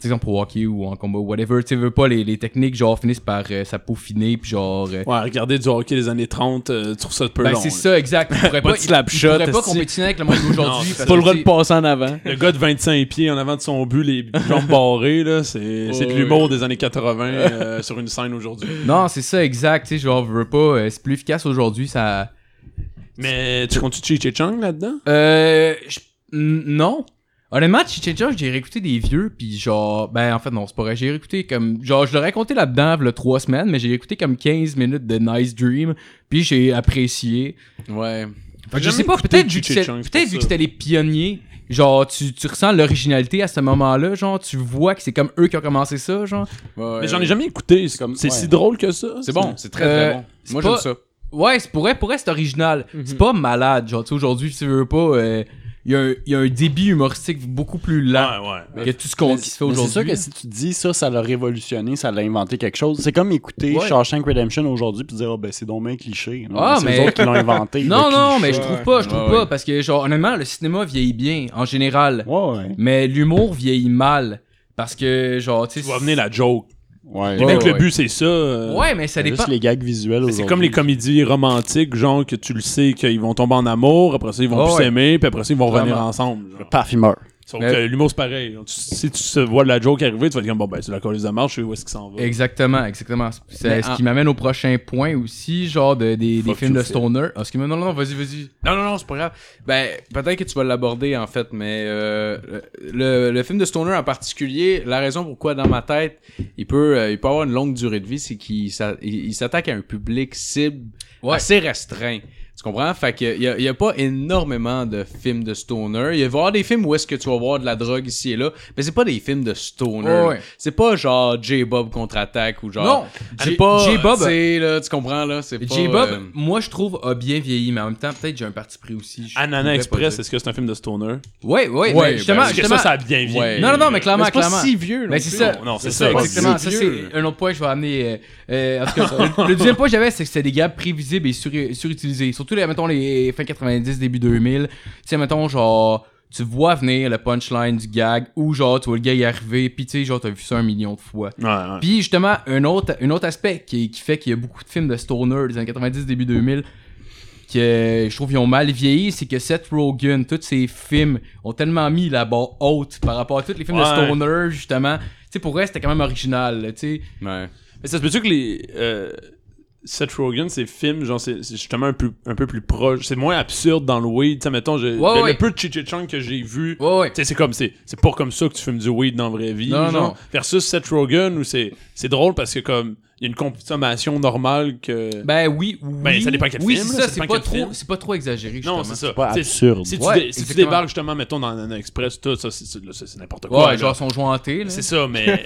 Speaker 3: tu tu sais, pour hockey ou en combat, whatever, tu sais, veux pas, les, les techniques, genre, finissent par euh, s'apeaufiner, puis genre... euh,
Speaker 4: Ouais, regarder du hockey des années 30, euh, tu trouves ça un peu
Speaker 3: ben,
Speaker 4: long.
Speaker 3: c'est
Speaker 4: là.
Speaker 3: ça, exact. Ils pourraient
Speaker 4: Pas
Speaker 3: pas,
Speaker 4: de slap
Speaker 3: ils- ils
Speaker 4: shot,
Speaker 3: pourraient pas
Speaker 4: esti.
Speaker 3: compétitionner avec le monde d'aujourd'hui.
Speaker 4: Non,
Speaker 3: parce
Speaker 4: pas
Speaker 3: que,
Speaker 4: le droit
Speaker 3: tu
Speaker 4: de
Speaker 3: sais,
Speaker 6: Passer en avant.
Speaker 4: Le gars de 25 pieds en avant de son but, les jambes barrées, là, c'est c'est de
Speaker 5: ouais.
Speaker 4: l'humour des années 80 euh, sur une scène aujourd'hui.
Speaker 3: Non, c'est ça, exact. Tu sais, genre, veux pas, euh, c'est plus efficace aujourd'hui, ça...
Speaker 4: Mais tu comptes Chi Chi Chang là-dedans?
Speaker 3: Euh, je- n- non. Honnêtement, Chichenja, j'ai réécouté des vieux, puis genre, ben en fait, non, c'est pas vrai. J'ai réécouté comme, genre, je l'aurais compté là-dedans, le trois semaines, mais j'ai écouté comme 15 minutes de Nice Dream, puis j'ai apprécié.
Speaker 5: Ouais.
Speaker 3: Fait que je
Speaker 4: J'ai
Speaker 3: sais
Speaker 4: jamais
Speaker 3: pas,
Speaker 4: écouté
Speaker 3: peut-être vu que
Speaker 4: Chichenja,
Speaker 3: c'était-
Speaker 4: c'est
Speaker 3: peut-être
Speaker 4: pour
Speaker 3: vu que
Speaker 4: ça.
Speaker 3: c'était les pionniers, genre, tu, tu ressens l'originalité à ce moment-là, genre, tu vois que c'est comme eux qui ont commencé ça, genre.
Speaker 5: ouais,
Speaker 4: Mais j'en ai
Speaker 5: ouais.
Speaker 4: jamais écouté. C'est
Speaker 6: comme-
Speaker 4: c'est
Speaker 6: ouais.
Speaker 4: si drôle que ça.
Speaker 5: C'est bon, c'est très
Speaker 3: Euh,
Speaker 5: très bon.
Speaker 3: c'est
Speaker 5: Moi
Speaker 3: pas-
Speaker 5: j'aime ça.
Speaker 3: Ouais, c'est pour vrai, pour vrai, c'est original.
Speaker 4: Mhm.
Speaker 3: C'est pas malade, genre, tu sais, aujourd'hui, si tu veux pas, euh, il y a un- il y, a un débit humoristique beaucoup plus lent
Speaker 4: Ouais, ouais.
Speaker 3: que tout ce qu'on
Speaker 6: Mais
Speaker 3: qui se fait
Speaker 6: mais
Speaker 3: aujourd'hui.
Speaker 6: C'est sûr que si tu dis ça, ça l'a révolutionné, ça l'a inventé quelque chose. C'est comme écouter
Speaker 3: Ouais.
Speaker 6: Shawshank Redemption aujourd'hui puis dire Ah, ben c'est donc bien cliché. Non,
Speaker 3: Ah,
Speaker 6: c'est
Speaker 3: mais-
Speaker 6: eux autres qui l'ont inventé.
Speaker 3: Non,
Speaker 6: le
Speaker 3: non,
Speaker 6: cliché.
Speaker 3: mais je
Speaker 7: Ouais,
Speaker 3: trouve
Speaker 7: ouais.
Speaker 3: pas, je trouve
Speaker 5: Ouais,
Speaker 3: pas,
Speaker 5: ouais.
Speaker 3: parce que, genre, honnêtement, le cinéma vieillit bien, en général,
Speaker 6: Ouais, ouais.
Speaker 3: mais l'humour vieillit mal, parce que, genre, tu
Speaker 4: Tu
Speaker 3: sais...
Speaker 4: vas amener la joke.
Speaker 6: Ouais.
Speaker 4: Puis
Speaker 5: Ouais,
Speaker 4: même que le
Speaker 5: ouais.
Speaker 4: but, c'est ça. euh,
Speaker 3: Ouais, mais ça
Speaker 6: C'est
Speaker 3: dépend...
Speaker 6: juste les gags visuels
Speaker 4: mais
Speaker 6: aujourd'hui.
Speaker 4: C'est comme les comédies romantiques, genre que tu le sais qu'ils vont tomber en amour, après ça ils vont
Speaker 3: Ah
Speaker 4: plus
Speaker 3: ouais.
Speaker 4: s'aimer, puis après ça ils vont revenir
Speaker 6: Vraiment.
Speaker 4: ensemble. genre.
Speaker 6: Le parfumeur.
Speaker 4: Sauf
Speaker 3: Mais-
Speaker 4: que l'humour c'est pareil. Tu- si tu se vois la joke arriver, tu vas être comme bon ben c'est la colise de marche, je sais où est-ce qu'il s'en va.
Speaker 3: Exactement, exactement. C'est
Speaker 5: Mais
Speaker 3: ce
Speaker 5: en-
Speaker 3: qui m'amène au prochain point aussi, genre, de- des, des
Speaker 4: Fuck
Speaker 3: films
Speaker 4: you,
Speaker 3: de
Speaker 4: Phil.
Speaker 3: Stoner. Ah, excuse-moi, non, non, non, vas-y, vas-y.
Speaker 5: Non, non, non, c'est pas grave. Ben, peut-être que tu vas l'aborder, en fait, mais euh, le, le film de Stoner en particulier, la raison pourquoi, dans ma tête, il peut, euh, il peut avoir une longue durée de vie, c'est qu'il s'a- il- il s'attaque à un public cible
Speaker 3: Ouais.
Speaker 5: assez restreint. Tu comprends? Fait qu'il y a, il y a pas énormément de films de Stoner. Il va y avoir des films où est-ce que tu vas voir de la drogue ici et là, mais c'est pas des films de Stoner.
Speaker 3: Ouais, ouais.
Speaker 5: C'est pas genre J-Bob contre-attaque ou genre...
Speaker 3: Non,
Speaker 5: c'est
Speaker 3: J-
Speaker 5: pas...
Speaker 3: J-Bob- euh,
Speaker 5: tu sais, là, tu comprends, là? C'est pas...
Speaker 3: J-Bob,
Speaker 5: euh,
Speaker 3: moi, je trouve, a bien vieilli, mais en même temps, peut-être j'ai un parti pris aussi. je
Speaker 4: Anana
Speaker 3: pourrais pas
Speaker 4: Express,
Speaker 3: dire.
Speaker 4: est-ce que c'est un film de stoner?
Speaker 3: Ouais,
Speaker 4: Eh,
Speaker 3: ouais,
Speaker 5: Ouais,
Speaker 3: mais justement,
Speaker 5: ben,
Speaker 4: Parce que
Speaker 3: justement...
Speaker 4: ça, ça a bien vieilli.
Speaker 5: Ouais.
Speaker 3: Non, non, non, mais
Speaker 5: mais
Speaker 3: clairement,
Speaker 5: c'est pas
Speaker 3: clairement.
Speaker 5: si vieux, non
Speaker 3: Mais c'est
Speaker 5: plus.
Speaker 3: ça.
Speaker 4: Non, non, c'est
Speaker 3: C'est
Speaker 4: ça.
Speaker 3: ça,
Speaker 4: ouais.
Speaker 3: exactement. Ça,
Speaker 5: c'est
Speaker 3: c'est
Speaker 5: vieux.
Speaker 3: un autre point que je vais amener. euh, euh, en tout cas, le- le deuxième point que j'avais, c'est que c'était des gaps prévisibles et sur- surutilisés. Surtout, les, mettons, les fins 90, début 2000. Tu sais, mettons, genre, tu vois venir le punchline du gag ou genre, tu vois le gars y arriver, pis tu sais, genre, t'as vu ça un million de fois.
Speaker 4: Ouais, ouais.
Speaker 3: Puis justement, un autre, un autre aspect qui, qui fait qu'il y a beaucoup de films de stoner des années 90, début 2000, que je trouve qu'ils ont mal vieilli, c'est que Seth Rogen, tous ses films ont tellement mis la barre haute par rapport à tous les films
Speaker 4: Ouais.
Speaker 3: de stoner, justement. Tu sais, pour vrai, c'était quand même original, là, tu sais.
Speaker 5: Ouais.
Speaker 4: Mais ça se peut-tu que les. euh, Seth Rogen, ses films, genre, c'est c'est justement un peu, un peu plus proche. C'est moins absurde dans le weed. Tu sais, mettons, je-
Speaker 3: Ouais,
Speaker 4: le,
Speaker 3: ouais.
Speaker 4: le peu de Chi Chang que j'ai vu,
Speaker 3: Ouais, ouais.
Speaker 4: tu sais, c'est comme, c'est c'est pas comme ça que tu fumes du weed dans la vraie vie.
Speaker 3: Non,
Speaker 4: genre.
Speaker 3: non.
Speaker 4: Versus Seth Rogen, où c'est c'est drôle parce que, comme, il y a une consommation normale que.
Speaker 3: Ben oui, oui.
Speaker 4: Ben, ça dépend quel
Speaker 3: Oui,
Speaker 4: film,
Speaker 3: c'est
Speaker 4: là,
Speaker 3: ça,
Speaker 4: ça
Speaker 3: c'est
Speaker 4: dépend
Speaker 3: pas,
Speaker 4: quel film.
Speaker 3: trop- c'est pas trop exagéré, justement.
Speaker 4: non, c'est ça.
Speaker 6: Pas
Speaker 4: Tu sais,
Speaker 6: absurde.
Speaker 4: Si, tu
Speaker 3: Ouais,
Speaker 4: dé- si tu
Speaker 3: exactement.
Speaker 4: débarques justement, mettons, dans Nana Express, tout ça, c'est- c'est là, ça, c'est n'importe
Speaker 3: Ouais,
Speaker 4: quoi. là.
Speaker 3: genre, ils sont jointés, là.
Speaker 4: C'est ça, mais.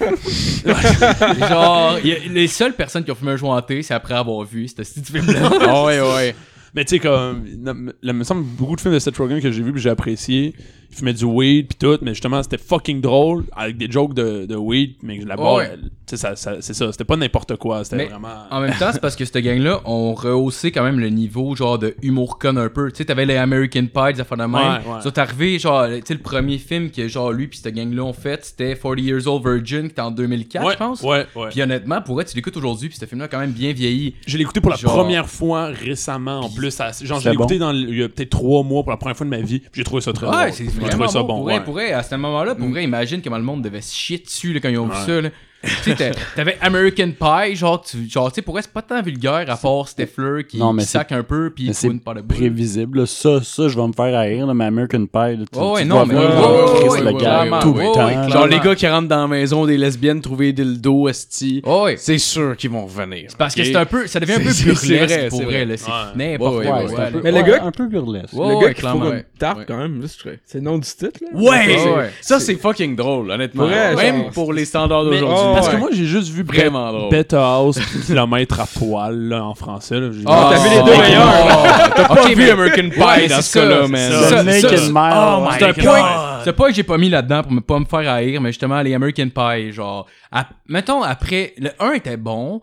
Speaker 3: genre, y a- les seules personnes qui ont fumé un jointé, c'est après avoir vu ce petit film-là.
Speaker 5: Ah ouais, ouais.
Speaker 4: Mais tu sais, comme. non, Il me semble beaucoup de films de Seth Rogen que j'ai vu que j'ai apprécié. Il fumait du weed pis tout, mais justement, c'était fucking drôle avec des jokes de, de weed, mais la barre,
Speaker 3: Ouais.
Speaker 4: elle- tu sais, ça, ça- c'est ça. C'était pas n'importe quoi. C'était
Speaker 3: Mais-
Speaker 4: vraiment.
Speaker 3: En même temps, c'est parce que cette gang-là ont rehaussé quand même le niveau genre de humour con un peu. Tu sais, t'avais les American Pie, des affaires de même.
Speaker 4: Ouais, ouais.
Speaker 3: Ils sont arrivés, genre, tu sais, le premier film que genre lui puis cette gang-là ont fait, c'était 40 Years Old Virgin, qui était en 2004,
Speaker 4: ouais,
Speaker 3: je pense.
Speaker 4: Ouais, ouais.
Speaker 3: Puis honnêtement, pour vrai, tu l'écoutes aujourd'hui, puis ce film-là a quand même bien vieilli.
Speaker 4: Je l'ai écouté pour la
Speaker 3: Genre-
Speaker 4: première fois récemment en plus. à- genre, je l'ai
Speaker 6: C'est bon.
Speaker 4: écouté dans, le- il y a peut-être trois mois pour la première fois de ma vie. puis J'ai trouvé ça très
Speaker 3: Ouais,
Speaker 4: drôle.
Speaker 3: c'est
Speaker 4: J'ai
Speaker 3: vraiment
Speaker 4: trouvé ça
Speaker 3: bon.
Speaker 4: bon.
Speaker 3: pour,
Speaker 4: ouais. Mm.
Speaker 3: vrai, pour vrai, à ce moment-là, pour vrai, imagine comment le monde devait se chier dessus là, quand ils ont vu ça. là. Tu sais, t'a- t'avais American Pie, genre, tu genre, tu sais, pour vrai, c'est pas tant vulgaire à part Steffler qui,
Speaker 6: Non, mais
Speaker 3: qui
Speaker 6: c'est-
Speaker 3: sac un peu, puis
Speaker 6: Mais
Speaker 3: il
Speaker 6: c'est
Speaker 3: fout pas de boule.
Speaker 6: prévisible. là. Ça, ça, je vais me faire haïr, là, mais American Pie, là, tu,
Speaker 3: Ouais, ouais,
Speaker 6: tu
Speaker 3: non,
Speaker 6: vas
Speaker 3: mais-
Speaker 6: voir
Speaker 5: ouais,
Speaker 6: le
Speaker 5: ouais,
Speaker 6: Chris
Speaker 5: ouais,
Speaker 6: le
Speaker 5: ouais,
Speaker 6: gars
Speaker 5: ouais,
Speaker 6: tout
Speaker 3: ouais,
Speaker 6: le
Speaker 3: ouais,
Speaker 6: temps.
Speaker 5: Genre
Speaker 3: Clairement.
Speaker 5: les gars qui rentrent dans la maison des lesbiennes, trouver des dildos, esti,
Speaker 3: Ouais, ouais.
Speaker 5: c'est sûr qu'ils vont revenir.
Speaker 3: Parce que c'est un peu, ça devient un peu
Speaker 5: C'est-
Speaker 3: plus
Speaker 5: c'est- c'est
Speaker 3: burlesque
Speaker 5: vrai,
Speaker 3: pour
Speaker 5: c'est
Speaker 3: vrai,
Speaker 5: vrai.
Speaker 3: là. C'est
Speaker 4: Ouais.
Speaker 3: n'importe
Speaker 5: Ouais,
Speaker 3: quoi.
Speaker 5: ouais,
Speaker 3: c'est
Speaker 5: ouais.
Speaker 3: un peu-
Speaker 7: Mais le gars-
Speaker 6: un peu burlesque.
Speaker 3: Ouais,
Speaker 7: le
Speaker 3: ouais,
Speaker 7: gars qui fout
Speaker 3: clairement,
Speaker 7: comme
Speaker 3: ouais.
Speaker 7: tarte,
Speaker 5: Ouais.
Speaker 7: quand même, là, c'est c'est le nom du titre, là.
Speaker 5: Ouais!
Speaker 7: Ouais,
Speaker 5: C'est- Ça, c'est fucking drôle, honnêtement.
Speaker 7: Pour vrai,
Speaker 5: Même
Speaker 7: genre,
Speaker 5: pour les standards
Speaker 4: Mais-
Speaker 5: d'aujourd'hui.
Speaker 7: Oh,
Speaker 4: parce que
Speaker 7: ouais.
Speaker 4: moi, j'ai juste vu Bet-
Speaker 5: Vraiment drôle.
Speaker 4: Beta House pis kilomètre à poil là, en français. là. J'ai-
Speaker 7: Ah, t'as vu les deux
Speaker 3: oh,
Speaker 7: meilleurs.
Speaker 3: oh.
Speaker 5: Ah, T'as pas
Speaker 3: Ok,
Speaker 5: vu
Speaker 3: mais-
Speaker 5: American Pie
Speaker 3: Ouais,
Speaker 5: dans
Speaker 3: c'est
Speaker 5: ce cas-là,
Speaker 3: ça,
Speaker 5: man.
Speaker 4: c'est ça.
Speaker 6: The Naked Mile.
Speaker 4: my
Speaker 3: C'est un
Speaker 4: God.
Speaker 3: point, c'est un point que j'ai pas mis là-dedans pour me pas me faire haïr, mais justement, les American Pie, genre, à- mettons, après, le 1 était bon,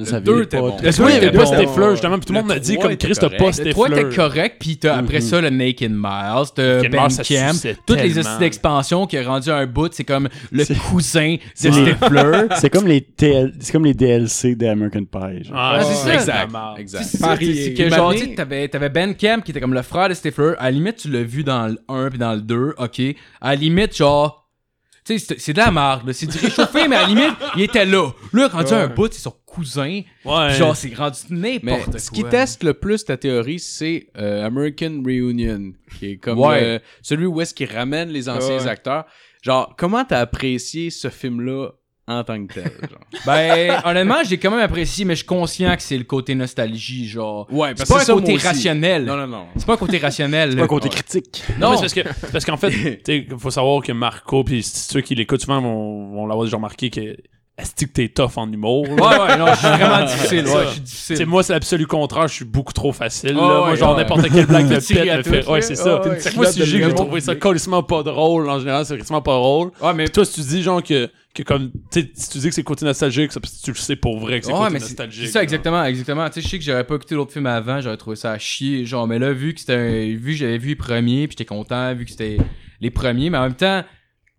Speaker 6: Je
Speaker 5: Le
Speaker 6: savais
Speaker 5: deux
Speaker 6: pas.
Speaker 5: était bon.
Speaker 4: Le 3, il n'y avait
Speaker 5: était
Speaker 4: pas
Speaker 5: bon.
Speaker 4: Stifler, justement. Puis tout le
Speaker 5: Le
Speaker 4: monde m'a dit,
Speaker 5: trois
Speaker 4: comme
Speaker 5: était
Speaker 4: Chris, t'as
Speaker 5: correct.
Speaker 4: pas
Speaker 5: Le
Speaker 3: Le 3 était
Speaker 4: Stifler.
Speaker 3: correct, puis t'as après ça le Naked Miles, t'as
Speaker 4: Naked Miles, ça
Speaker 3: Bandcamp,
Speaker 4: suçait
Speaker 3: toutes les
Speaker 4: tellement.
Speaker 3: astuces d'expansion qui a rendu un bout, c'est comme le
Speaker 6: C'est-
Speaker 3: cousin de
Speaker 6: c'est les-
Speaker 3: Stifler.
Speaker 6: C'est comme les TL c'est comme les DLC d'American Pie. genre.
Speaker 4: Ah,
Speaker 3: Ouais,
Speaker 4: c'est
Speaker 3: c'est
Speaker 4: ça.
Speaker 3: ça.
Speaker 4: Exact.
Speaker 5: Exact.
Speaker 3: C'est ça,
Speaker 7: Paris,
Speaker 3: c'est- c'est que
Speaker 7: il
Speaker 3: genre,
Speaker 7: m'a
Speaker 3: tu sais,
Speaker 7: amené-
Speaker 3: t'avais, t'avais Ben Camp qui était comme le frère de Stifler. À la limite, tu l'as vu dans le 1 puis dans le 2, ok. À la limite, genre. Tu sais, c'est- c'est de la marde, là. C'est du réchauffé, mais à la limite, il était là. Là, rendu un bout, c'est son cousin.
Speaker 4: Ouais.
Speaker 3: Puis genre, c'est rendu
Speaker 5: Mais
Speaker 3: n'importe quoi.
Speaker 5: ce qui teste le plus ta théorie, c'est euh, American Reunion, qui est comme
Speaker 3: Ouais.
Speaker 5: euh, celui où est-ce qu'ils ramènent les anciens
Speaker 7: Ouais.
Speaker 5: acteurs. Genre, comment t'as apprécié ce film-là en tant que tel? genre?
Speaker 3: Ben, honnêtement, j'ai quand même apprécié, mais je suis conscient que c'est le côté nostalgie, genre.
Speaker 5: Ouais,
Speaker 3: C'est
Speaker 5: parce
Speaker 3: pas
Speaker 5: que
Speaker 3: un
Speaker 5: Ben, ça, moi
Speaker 3: côté
Speaker 5: aussi.
Speaker 3: rationnel.
Speaker 5: Non, non, non.
Speaker 3: C'est pas un côté rationnel.
Speaker 6: C'est pas un côté
Speaker 5: Ouais.
Speaker 6: critique.
Speaker 4: Non,
Speaker 3: Non.
Speaker 4: mais c'est parce que c'est parce qu'en fait, il faut savoir que Marco puis ceux qui l'écoutent souvent vont, vont l'avoir déjà remarqué que est-ce que t'es tough en humour. là?
Speaker 3: Ouais, ouais, non, je suis vraiment difficile.
Speaker 4: Ça.
Speaker 3: Ouais, je suis
Speaker 4: Tu sais,
Speaker 3: difficile.
Speaker 4: moi, c'est l'absolu contraire. Je suis beaucoup trop facile.
Speaker 3: Ah
Speaker 4: là. moi,
Speaker 3: ouais,
Speaker 4: genre,
Speaker 3: ouais.
Speaker 4: n'importe quelle blague de
Speaker 3: Tu ris
Speaker 4: pète
Speaker 3: à
Speaker 4: me
Speaker 3: tout,
Speaker 4: fait. Ouais,
Speaker 3: là.
Speaker 4: c'est ça.
Speaker 3: Ah ouais.
Speaker 4: Fait que Moi, si
Speaker 7: Une
Speaker 4: j'ai
Speaker 7: culotte
Speaker 4: j'ai
Speaker 7: de
Speaker 4: trouvé ça colissement pas drôle, en général, c'est colissement pas drôle.
Speaker 3: Ouais, mais
Speaker 4: Puis toi, si tu dis, genre, que, que comme, tu sais, si tu dis que c'est côté nostalgique, c'est parce que tu le sais pour vrai que c'est
Speaker 3: Ouais,
Speaker 4: côté
Speaker 3: mais c'est-
Speaker 4: nostalgique.
Speaker 3: C'est ça,
Speaker 4: là.
Speaker 3: exactement, exactement. Tu sais, je sais que j'aurais pas écouté l'autre film avant, j'aurais trouvé ça à chier. Genre, mais là, vu que c'était un- vu que j'avais vu les premiers, puis j'étais content, vu que c'était les premiers, mais en même temps,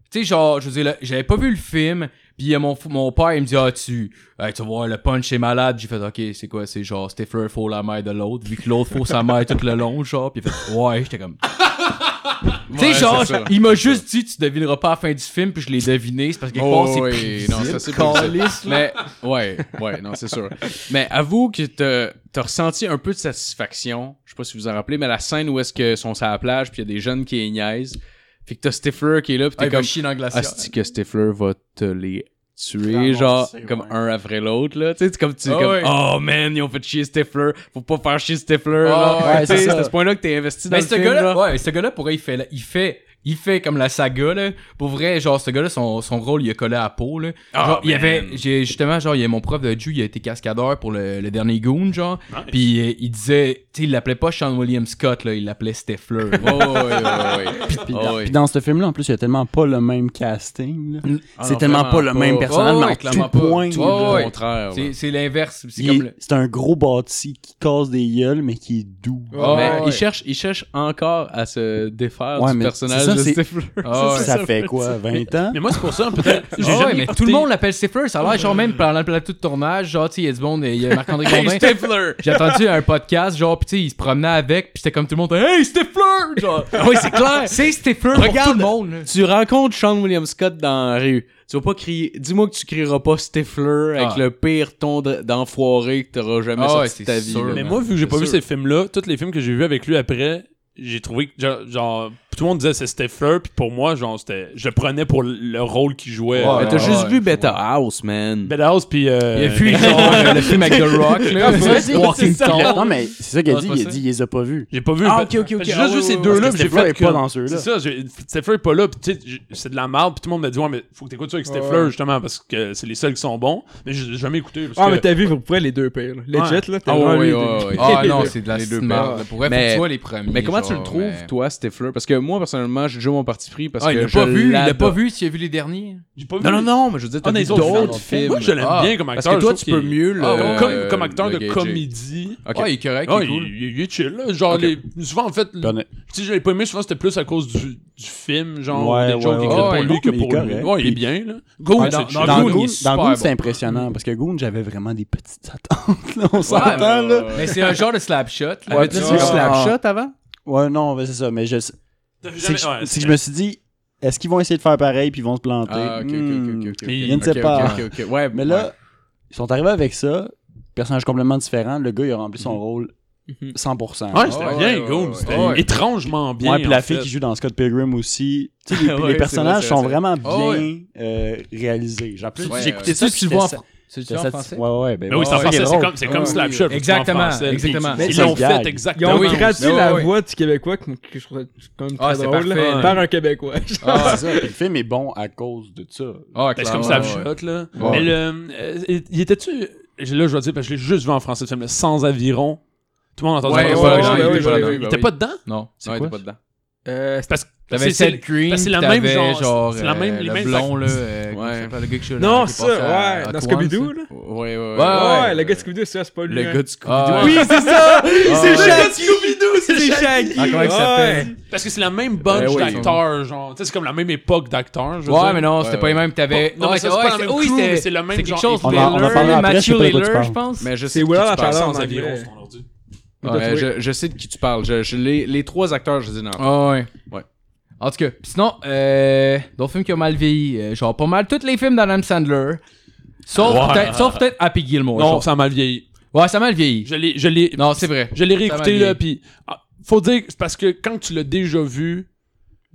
Speaker 3: tu sais, genre, je veux dire, là, j'avais pas vu le film, puis euh, mon, f- mon père, il me dit, ah, tu, hey, tu vas voir, le punch est malade. J'ai fait, ok, c'est quoi, c'est genre, Stifler faut la mère de l'autre, vu que l'autre faut sa mère tout le long, genre, puis il fait, ouais, j'étais comme. tu sais,
Speaker 5: Ouais,
Speaker 3: genre,
Speaker 5: c'est ça.
Speaker 3: il m'a juste dit, tu devineras pas à la fin du film, puis je l'ai deviné, c'est parce que quelque part,
Speaker 5: Oh,
Speaker 3: c'est
Speaker 5: oui,
Speaker 3: prévisible.
Speaker 5: non, ça c'est prévisible. Mais ouais, ouais, non, c'est sûr. Mais avoue que t'as t'as ressenti un peu de satisfaction. Je sais pas si vous en rappelez, mais la scène où est-ce que sont sur la plage puis il y a des jeunes qui niaisent. Fait que t'as Stifler qui est là puis
Speaker 3: Ah,
Speaker 5: t'es
Speaker 3: il va
Speaker 5: comme
Speaker 3: chier hein. dans le glacier.
Speaker 5: Asti que Stifler va te les tuer,
Speaker 6: Ramasser,
Speaker 5: genre, comme
Speaker 6: ouais.
Speaker 5: un après l'autre, là. Tu sais, c'est comme, tu, comme
Speaker 3: ouais.
Speaker 5: oh man, ils ont fait chier Stifler, faut pas faire chier Stifler,
Speaker 3: ouais,
Speaker 5: là.
Speaker 6: ouais,
Speaker 5: Tu sais,
Speaker 6: c'est
Speaker 5: c'est
Speaker 6: ça.
Speaker 5: à ce point-là que t'es investi dans
Speaker 3: Mais
Speaker 5: le
Speaker 3: ce
Speaker 5: film,
Speaker 3: gars-là,
Speaker 5: là.
Speaker 3: ouais, ce gars-là, pour vrai, il fait, la- il fait, il fait comme la saga, là. Pour vrai, genre, ce gars-là, son, son rôle, il a collé à la peau, là.
Speaker 5: Ah,
Speaker 3: Genre, il y
Speaker 5: man.
Speaker 3: avait, j'ai, justement, genre, il y a mon prof de Jew, il a été cascadeur pour le, le dernier Goon, genre. Puis euh, il disait, tu sais, il l'appelait pas Sean William Scott, là, il l'appelait Steffler.
Speaker 5: Ouais, ouais, ouais, ouais, ouais.
Speaker 6: Puis,
Speaker 5: Ah
Speaker 6: dans,
Speaker 5: oui.
Speaker 6: puis dans ce film-là, en plus, il y a tellement pas le même casting. là.
Speaker 5: Ah
Speaker 6: c'est
Speaker 5: non,
Speaker 6: tellement pas le
Speaker 5: vraiment
Speaker 6: même
Speaker 5: pas.
Speaker 6: personnage,
Speaker 3: Ouais,
Speaker 6: mais
Speaker 3: ouais,
Speaker 6: en
Speaker 3: clairement
Speaker 6: tout
Speaker 3: pas.
Speaker 6: point.
Speaker 3: Ouais,
Speaker 6: là.
Speaker 5: Au
Speaker 3: ouais.
Speaker 5: contrat, ouais.
Speaker 3: c'est, c'est l'inverse. C'est
Speaker 6: Il-
Speaker 3: comme le-
Speaker 6: C'est un gros bâti qui casse des gueules, mais qui est doux.
Speaker 3: Ah,
Speaker 5: mais
Speaker 3: ouais.
Speaker 5: il, cherche, il cherche encore à se défaire
Speaker 6: Ouais,
Speaker 5: du
Speaker 6: mais
Speaker 5: personnage
Speaker 6: c'est ça,
Speaker 5: de
Speaker 6: c'est-
Speaker 5: Stifler.
Speaker 3: Ah, ouais.
Speaker 6: ça fait quoi, 20 ans?
Speaker 4: Mais moi, c'est pour ça, peut-être. J'ai
Speaker 3: Ah ouais,
Speaker 4: jamais
Speaker 3: mais
Speaker 4: écouté-
Speaker 3: tout le monde l'appelle Stifler, ça a l'air genre même pendant le plateau de tournage, genre tu sais, il y a du monde, il y a Marc-André Gondin.
Speaker 5: Stifler!
Speaker 3: J'ai entendu un podcast, genre, pis tu sais, il se promenait avec, pis c'était comme tout le monde, Hey, Stifler! Genre,
Speaker 5: oui, c'est clair!
Speaker 3: c'est Stifler pour tout
Speaker 5: Regarde.
Speaker 3: le monde, là.
Speaker 5: Tu rencontres Sean William Scott dans la rue. Tu vas pas crier. Dis-moi que tu crieras pas Stifler avec
Speaker 3: Ah.
Speaker 5: le pire ton de- d'enfoiré que t'auras jamais
Speaker 3: Ah ouais, c'est
Speaker 5: sorti de ta vie.
Speaker 3: sûr,
Speaker 5: là.
Speaker 4: Mais
Speaker 3: Ouais,
Speaker 4: moi, vu que j'ai
Speaker 5: c'est
Speaker 4: pas vu
Speaker 5: sûr.
Speaker 4: ces films-là, tous les films que j'ai vus avec lui après, j'ai trouvé que, genre, genre, tout le monde disait c'est Stifler, puis pour moi, genre, c'était, je le prenais pour le rôle qu'il jouait.
Speaker 3: Ouais,
Speaker 5: Mais
Speaker 4: Euh,
Speaker 5: t'as juste
Speaker 3: ouais, Ben,
Speaker 5: vu Beta House, man.
Speaker 4: Bedhouse, puis. euh,
Speaker 3: Il a fui genre, euh, le film avec The
Speaker 7: Ah,
Speaker 3: Rock, là. Walking Tall.
Speaker 6: Non, mais c'est ça qu'il
Speaker 3: Ah, c'est
Speaker 6: a dit.
Speaker 3: pas
Speaker 6: Il
Speaker 3: ça?
Speaker 6: a dit, il les a pas vus.
Speaker 4: J'ai pas vu.
Speaker 5: Ah,
Speaker 4: ben-
Speaker 5: ok, ok, ok.
Speaker 4: J'ai
Speaker 5: Ah,
Speaker 4: juste
Speaker 5: ouais,
Speaker 4: vu ces
Speaker 5: ouais,
Speaker 4: deux-là, pis
Speaker 6: parce que
Speaker 4: j'ai
Speaker 6: Stifler
Speaker 4: fait.
Speaker 6: est pas
Speaker 4: comme-
Speaker 6: dans ceux-là.
Speaker 4: C'est ça, j'ai- Stifler est pas là, pis tu sais, j'ai- c'est de la merde, pis tout le monde m'a dit, ouais, mais faut que t'écoutes ça avec Stifler,
Speaker 7: Ouais.
Speaker 4: justement, parce que c'est les seuls qui sont bons. Mais j'ai j'ai jamais écouté. parce
Speaker 7: Ah,
Speaker 4: que-
Speaker 7: mais t'as vu pour vrai les deux pires. là. Legit, là. t'as
Speaker 5: Ah,
Speaker 7: vraiment
Speaker 5: ouais,
Speaker 7: vu
Speaker 5: ouais,
Speaker 7: les deux.
Speaker 5: ouais.
Speaker 3: Ah non, c'est de la
Speaker 5: Les deux
Speaker 3: merde.
Speaker 7: paires.
Speaker 3: Pour vrai, faut
Speaker 5: Mais-
Speaker 3: que tu sois les premiers.
Speaker 5: Mais comment
Speaker 3: genre,
Speaker 5: tu le trouves,
Speaker 3: mais-
Speaker 5: toi, Stifler? Parce que moi, personnellement, j'ai déjà mon parti pris parce
Speaker 3: Ah,
Speaker 5: que
Speaker 3: il l'a
Speaker 5: je
Speaker 3: pas vu, il l'a
Speaker 5: l'adore.
Speaker 3: pas vu, tu as vu les derniers.
Speaker 4: J'ai pas vu.
Speaker 5: Non, non, non, mais je veux dire,
Speaker 4: Ah,
Speaker 5: t'as
Speaker 4: dans
Speaker 5: vu
Speaker 4: les autres
Speaker 5: d'autres
Speaker 4: films.
Speaker 5: films.
Speaker 4: Moi, je l'aime
Speaker 3: Ah,
Speaker 4: bien comme acteur.
Speaker 5: Parce que toi,
Speaker 4: je
Speaker 5: tu
Speaker 4: trouve
Speaker 5: peux
Speaker 4: qu'il-
Speaker 5: mieux le... euh,
Speaker 4: Ah, ouais, comme, comme
Speaker 5: le
Speaker 4: acteur de
Speaker 5: gager.
Speaker 4: comédie.
Speaker 5: Ok.
Speaker 3: Ah, il est correct,
Speaker 4: Ah,
Speaker 3: il est
Speaker 4: il,
Speaker 3: cool.
Speaker 4: il- il est chill, là. Genre,
Speaker 5: Ok.
Speaker 4: les, souvent, en fait,
Speaker 6: Connais.
Speaker 4: si je l'ai pas aimé, souvent, c'était plus à cause du, du film, genre,
Speaker 6: Ouais,
Speaker 4: des
Speaker 6: ouais,
Speaker 4: jokes
Speaker 6: ouais.
Speaker 4: écrites
Speaker 3: Ouais,
Speaker 4: pour lui
Speaker 6: non,
Speaker 4: que
Speaker 6: mais il
Speaker 4: pour
Speaker 6: est
Speaker 4: lui.
Speaker 6: correct.
Speaker 4: Ouais, il est
Speaker 6: Puis-
Speaker 4: bien, là. Go,
Speaker 3: Ouais,
Speaker 4: c'est
Speaker 3: dans-
Speaker 4: chill.
Speaker 3: dans
Speaker 6: Dans
Speaker 3: Goon,
Speaker 6: Goon,
Speaker 3: il est
Speaker 6: dans
Speaker 3: super
Speaker 6: Goon,
Speaker 3: bon.
Speaker 6: c'est impressionnant parce que Goon, j'avais vraiment des petites attentes. Là, on s'entend, là.
Speaker 3: Mais euh, c'est un genre de slapshot. là.
Speaker 5: Ouais,
Speaker 3: Avec
Speaker 5: tu
Speaker 3: ça,
Speaker 5: sais,
Speaker 6: Ah.
Speaker 5: Slapshot avant?
Speaker 6: Ouais, non, mais c'est ça. Mais je, c'est
Speaker 4: T'as jamais-
Speaker 6: que, je-
Speaker 4: ouais,
Speaker 6: c'est que je me suis dit, est-ce qu'ils vont essayer de faire pareil puis ils vont se planter?
Speaker 5: Ah, ok, ok,
Speaker 6: Hmm.
Speaker 5: ok, ok, ok.
Speaker 4: Je
Speaker 6: ne sais
Speaker 5: Ok,
Speaker 6: pas.
Speaker 5: ok, ok, ok. Ouais,
Speaker 6: Mais là, ils sont arrivés avec ça. Personnage complètement différent. Le gars, il a rempli son rôle
Speaker 7: Mhm.
Speaker 6: 100%.
Speaker 4: Ouais, c'était
Speaker 5: Ouais,
Speaker 4: bien,
Speaker 5: ouais,
Speaker 4: Goon.
Speaker 5: ouais,
Speaker 4: C'était
Speaker 3: ouais.
Speaker 4: étrangement bien.
Speaker 6: Ouais, Ah. puis
Speaker 4: en
Speaker 6: la fille
Speaker 4: fait.
Speaker 6: qui joue dans Scott Pilgrim aussi. Tu sais, les,
Speaker 5: Ouais,
Speaker 6: les
Speaker 5: c'est vrai,
Speaker 6: personnages
Speaker 5: c'est
Speaker 6: sont
Speaker 5: vrai,
Speaker 6: vraiment
Speaker 3: Ah,
Speaker 6: bien euh, réalisés. Genre, plus,
Speaker 5: Ouais,
Speaker 6: j'ai
Speaker 5: ouais.
Speaker 6: écouté
Speaker 3: C'est ça
Speaker 6: ça,
Speaker 3: que tu le vois en
Speaker 6: français.
Speaker 3: fr- tu le vois en français.
Speaker 6: Ouais, ouais, ben
Speaker 4: Mais oui,
Speaker 6: ouais,
Speaker 4: c'est en
Speaker 6: ouais,
Speaker 4: français,
Speaker 6: c'est
Speaker 4: c'est
Speaker 6: drôle.
Speaker 4: comme, c'est comme
Speaker 7: Ouais,
Speaker 4: Slapshot. mais
Speaker 3: Exactement,
Speaker 4: en français.
Speaker 3: exactement.
Speaker 4: Ils
Speaker 6: C'est
Speaker 4: l'ont
Speaker 6: le gag.
Speaker 4: fait
Speaker 7: Ils ont
Speaker 4: exactement.
Speaker 3: Ben
Speaker 4: Ben,
Speaker 3: oui.
Speaker 7: traduit
Speaker 3: Ouais,
Speaker 7: la
Speaker 3: ouais.
Speaker 7: voix du Québécois, que que je trouve quand même
Speaker 3: Ah,
Speaker 7: très
Speaker 3: c'est
Speaker 7: drôle, là,
Speaker 3: parfait.
Speaker 7: par un Québécois.
Speaker 3: Ah,
Speaker 6: C'est ça. Puis le film est bon à cause de ça.
Speaker 3: Ah,
Speaker 4: Ben, C'est
Speaker 3: clairement.
Speaker 4: comme Slapshot, là.
Speaker 6: Ouais.
Speaker 4: Mais le. euh, Il était-tu. Là, je vais dire, parce que je l'ai juste vu en français, ce film-là, Sans Aviron. Tout le monde a entendu
Speaker 3: Ouais,
Speaker 4: parler de
Speaker 3: ouais,
Speaker 4: ça,
Speaker 3: ouais,
Speaker 4: genre,
Speaker 3: ouais,
Speaker 4: il
Speaker 3: ouais,
Speaker 4: était pas
Speaker 3: ouais,
Speaker 4: dedans.
Speaker 5: ouais, Ben
Speaker 4: Il
Speaker 5: ouais,
Speaker 4: était
Speaker 5: ouais.
Speaker 4: pas dedans?
Speaker 3: Non.
Speaker 5: Ouais,
Speaker 6: quoi?
Speaker 5: t'es pas dedans.
Speaker 7: Euh,
Speaker 4: Parce que.
Speaker 3: T'avais
Speaker 4: c'est-
Speaker 3: Seth Green,
Speaker 4: parce que c'est la
Speaker 3: t'avais
Speaker 4: même genre-
Speaker 3: genre,
Speaker 4: c'est la même-
Speaker 3: euh,
Speaker 4: les
Speaker 3: le
Speaker 4: mêmes
Speaker 3: blond, là,
Speaker 4: actes.
Speaker 3: euh,
Speaker 5: Ouais.
Speaker 3: Ça fait le gars que je
Speaker 7: Non,
Speaker 3: qui est
Speaker 7: ça,
Speaker 3: passé à-
Speaker 7: ouais.
Speaker 3: à
Speaker 7: Dans
Speaker 3: Kwan,
Speaker 7: Scooby-Doo, là.
Speaker 5: Ouais, ouais, ouais.
Speaker 7: Ouais,
Speaker 3: Ouais,
Speaker 7: le gars de Scooby-Doo, ça, c'est pas lui.
Speaker 5: Le
Speaker 7: hein.
Speaker 5: gars du Scooby-Doo.
Speaker 3: Ah,
Speaker 7: Oui, c'est ça!
Speaker 5: ouais.
Speaker 7: c'est Shaggy! Scooby-Doo, c'est Shaggy!
Speaker 3: Ah, comment il s'appelle?
Speaker 7: Ouais.
Speaker 4: Parce que c'est la même bunch
Speaker 5: Eh oui.
Speaker 4: d'acteurs, genre. Tu sais, c'est comme la même époque d'acteurs. je veux
Speaker 3: Ouais,
Speaker 4: dire.
Speaker 3: mais non, c'était
Speaker 5: Ouais,
Speaker 3: pas
Speaker 5: ouais.
Speaker 3: les mêmes. T'avais.
Speaker 4: Non, mais
Speaker 3: Ouais,
Speaker 4: c'est pas la même
Speaker 3: oui,
Speaker 4: crew,
Speaker 3: c'était-
Speaker 4: mais c'est le même
Speaker 3: c'est quelque
Speaker 4: genre
Speaker 3: chose.
Speaker 4: équipe.
Speaker 6: On en- on en
Speaker 3: Miller,
Speaker 6: parlera après, je sais
Speaker 3: Matthew
Speaker 6: pas de quoi tu
Speaker 3: Liller,
Speaker 6: parles.
Speaker 3: je pense.
Speaker 5: Mais je
Speaker 7: C'est
Speaker 5: sais de qui
Speaker 7: Willard
Speaker 5: tu
Speaker 7: la
Speaker 5: parles.
Speaker 7: Chaleur.
Speaker 4: Sans
Speaker 7: on
Speaker 4: aviron,
Speaker 7: dirait.
Speaker 4: c'est ton ordi.
Speaker 3: Ouais,
Speaker 5: Ouais, je, je sais de qui tu parles. Je, je- les, les trois acteurs, je les ai dans la tête.
Speaker 3: Ah ouais.
Speaker 5: Ouais.
Speaker 3: En tout cas, pis sinon, euh, d'autres films qui ont mal vieilli, euh, genre pas mal tous les films d'Adam Sandler, sauf
Speaker 4: Ouais.
Speaker 3: peut-être sauf peut-être Happy Gilmore.
Speaker 4: Non,
Speaker 3: je
Speaker 4: ça m'a mal vieilli.
Speaker 3: crois. ouais, ça a mal vieilli.
Speaker 4: Je l'ai, je l'ai,
Speaker 3: Non, c'est vrai.
Speaker 4: je
Speaker 3: Ça
Speaker 4: l'ai
Speaker 3: m'a
Speaker 4: réécouté,
Speaker 3: vieilli.
Speaker 4: là, puis ah, faut dire, que c'est parce que quand tu l'as déjà vu,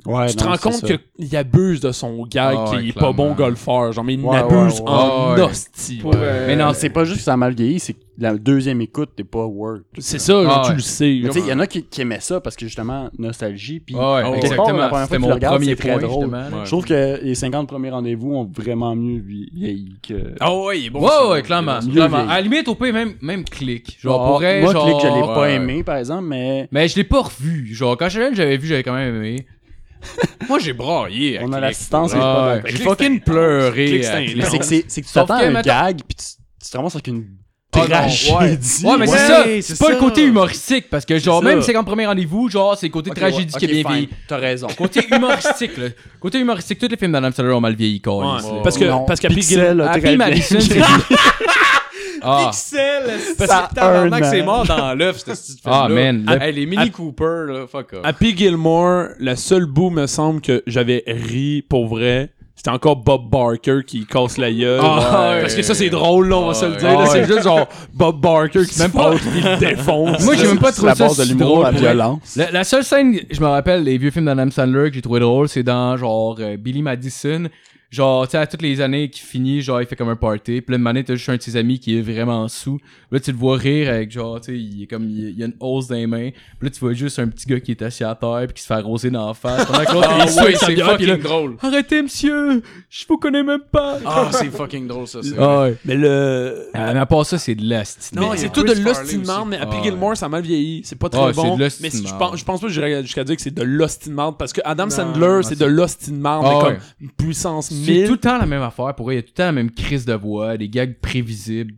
Speaker 6: Ouais,
Speaker 4: tu te
Speaker 6: non,
Speaker 4: rends
Speaker 6: c'est
Speaker 4: compte
Speaker 6: ça.
Speaker 4: qu'il abuse de son gag,
Speaker 3: Ah ouais,
Speaker 4: qu'il est pas
Speaker 3: clairement.
Speaker 4: bon golfeur. Genre, mais il
Speaker 6: Ouais,
Speaker 4: abuse
Speaker 6: ouais, ouais.
Speaker 4: en
Speaker 3: Ouais.
Speaker 4: hostie.
Speaker 7: Pour, euh,
Speaker 3: Mais non,
Speaker 6: C'est pas juste que ça a mal vieilli, c'est que la deuxième écoute, t'es pas work.
Speaker 4: C'est ça, genre,
Speaker 3: Ah
Speaker 4: tu
Speaker 3: ouais.
Speaker 4: le sais.
Speaker 6: Mais
Speaker 4: genre.
Speaker 6: tu sais, il y en a qui, qui aimaient ça parce que justement, nostalgie. Puis,
Speaker 3: Ouais, ouais,
Speaker 6: au départ, la
Speaker 3: exactement.
Speaker 6: première fois
Speaker 3: C'était
Speaker 6: que tu
Speaker 3: mon
Speaker 6: le regardes,
Speaker 3: premier
Speaker 6: c'est très
Speaker 3: point,
Speaker 6: drôle.
Speaker 3: justement.
Speaker 5: Ouais.
Speaker 6: Je trouve que les 50 premiers rendez-vous ont vraiment mieux vieilli que.
Speaker 5: Ah ouais, il est bon.
Speaker 3: ouais,
Speaker 5: celui-là.
Speaker 3: ouais, clairement.
Speaker 6: Mieux
Speaker 3: clairement.
Speaker 6: vieilli.
Speaker 3: À la limite, au pire, même, même clic. Genre,
Speaker 6: Genre,
Speaker 3: pourrais,
Speaker 6: Ah, moi,
Speaker 3: genre...
Speaker 6: Click, je l'ai pas
Speaker 5: ouais.
Speaker 6: aimé, par exemple, mais
Speaker 3: Mais je l'ai pas revu. Genre, quand j'étais jeune, j'avais vu, j'avais quand même aimé.
Speaker 5: Moi, j'ai braillé. à
Speaker 6: on a
Speaker 5: Click.
Speaker 6: l'assistance. et
Speaker 3: Ouais,
Speaker 6: je suis pas
Speaker 3: ouais.
Speaker 4: Click,
Speaker 5: J'ai fucking
Speaker 6: d'accord.
Speaker 4: c'était- Click,
Speaker 5: pleuré. à
Speaker 4: c'était-
Speaker 5: Click.
Speaker 6: Mais c'est que c'est- c'est que tu
Speaker 3: Sauf
Speaker 6: t'attends
Speaker 3: que,
Speaker 6: à un
Speaker 3: mettons-
Speaker 6: gag, puis tu, tu te ramasses avec une
Speaker 3: Ah non,
Speaker 6: tragédie.
Speaker 3: Ouais, mais
Speaker 5: Ouais,
Speaker 3: c'est ça.
Speaker 5: c'est
Speaker 3: C'est pas
Speaker 5: ça.
Speaker 3: le côté humoristique. Parce que, genre,
Speaker 5: C'est
Speaker 3: même
Speaker 5: ça.
Speaker 3: 50 premiers rendez-vous, genre, c'est le côté
Speaker 6: Ok,
Speaker 3: tragédie
Speaker 6: ouais,
Speaker 3: qui
Speaker 6: ok,
Speaker 3: est bien
Speaker 6: fine.
Speaker 3: vieilli.
Speaker 6: T'as raison.
Speaker 3: Côté humoristique, là. Côté humoristique, tous les films d'Adam Sandler ont mal vieilli, quand
Speaker 4: Ouais.
Speaker 5: Ouais.
Speaker 4: Parce que,
Speaker 6: Non,
Speaker 4: parce qu'après
Speaker 6: Pixel, a très
Speaker 3: Happy
Speaker 6: bien.
Speaker 3: Madison, c'est Ah,
Speaker 5: Pixel, c'est
Speaker 6: Ça a un
Speaker 5: tabarnak,
Speaker 6: an.
Speaker 5: c'est mort dans l'œuf, ce petit
Speaker 3: ah
Speaker 5: film-là.
Speaker 3: man. le-
Speaker 5: Hey, les Mini Cooper, là, fuck off.
Speaker 4: Happy Gilmore, la seule boue, me semble, que j'avais ri pour vrai, c'était encore Bob Barker qui casse la gueule.
Speaker 3: Ah,
Speaker 4: Ouais.
Speaker 3: ouais.
Speaker 4: Parce que ça, c'est drôle, là, on va se le dire.
Speaker 3: Ah,
Speaker 4: là, C'est
Speaker 3: ouais.
Speaker 4: juste genre Bob Barker qui se
Speaker 3: même pas-
Speaker 4: frotte puis il le défonce.
Speaker 3: Moi, j'ai même pas
Speaker 6: C'est la
Speaker 3: trouvé ça
Speaker 6: base de
Speaker 3: si
Speaker 6: l'humour,
Speaker 3: drôle.
Speaker 6: la
Speaker 3: pour vrai.
Speaker 6: violence.
Speaker 3: La, la seule scène, je me rappelle, les vieux films d'Adam Sandler que j'ai trouvé drôle, c'est dans genre euh, Billy Madison. Genre, tu sais, à toutes les années qui finit, genre, il fait comme un party. Puis là, une année, t'as juste un de ses amis qui est vraiment sous. Là, tu le vois rire avec, genre, tu sais, il est comme, il, il a une hausse dans les mains. Puis là, tu vois juste un petit gars qui est assis à terre puis qui se fait arroser dans la face. Pendant que l'autre,
Speaker 5: Ah
Speaker 3: il est sous, il
Speaker 5: c'est
Speaker 3: s'en vient, puis là,
Speaker 5: fucking drôle.
Speaker 3: Arrêtez, monsieur! Je vous connais même pas!
Speaker 5: Ah, c'est fucking drôle, ça. c'est-
Speaker 3: Ah ouais.
Speaker 4: Mais le.
Speaker 3: Ah, mais à part ça, c'est de l'ast.
Speaker 4: Non,
Speaker 5: Mais
Speaker 4: c'est
Speaker 5: il y a
Speaker 4: tout de
Speaker 5: Chris
Speaker 4: l'hostie de
Speaker 5: Farley
Speaker 4: merde, mais Happy
Speaker 3: Ah,
Speaker 4: Gilmore, ça a mal vieilli. C'est pas très
Speaker 3: Ah, c'est
Speaker 4: bon.
Speaker 3: de l'hostie
Speaker 4: mais
Speaker 3: de
Speaker 4: si- je
Speaker 3: merde.
Speaker 4: pense, je pense pas que j'irais jusqu'à dire que c'est de l'hostie de merde, parce que Adam Sandler, c'est de l'hostie de merde,
Speaker 3: Ah,
Speaker 4: mais
Speaker 3: ouais.
Speaker 4: comme une puissance
Speaker 3: C'est
Speaker 4: 1000.
Speaker 3: tout le temps la même affaire. Pour eux, il y a tout le temps la même crise de voix, des gags prévisibles.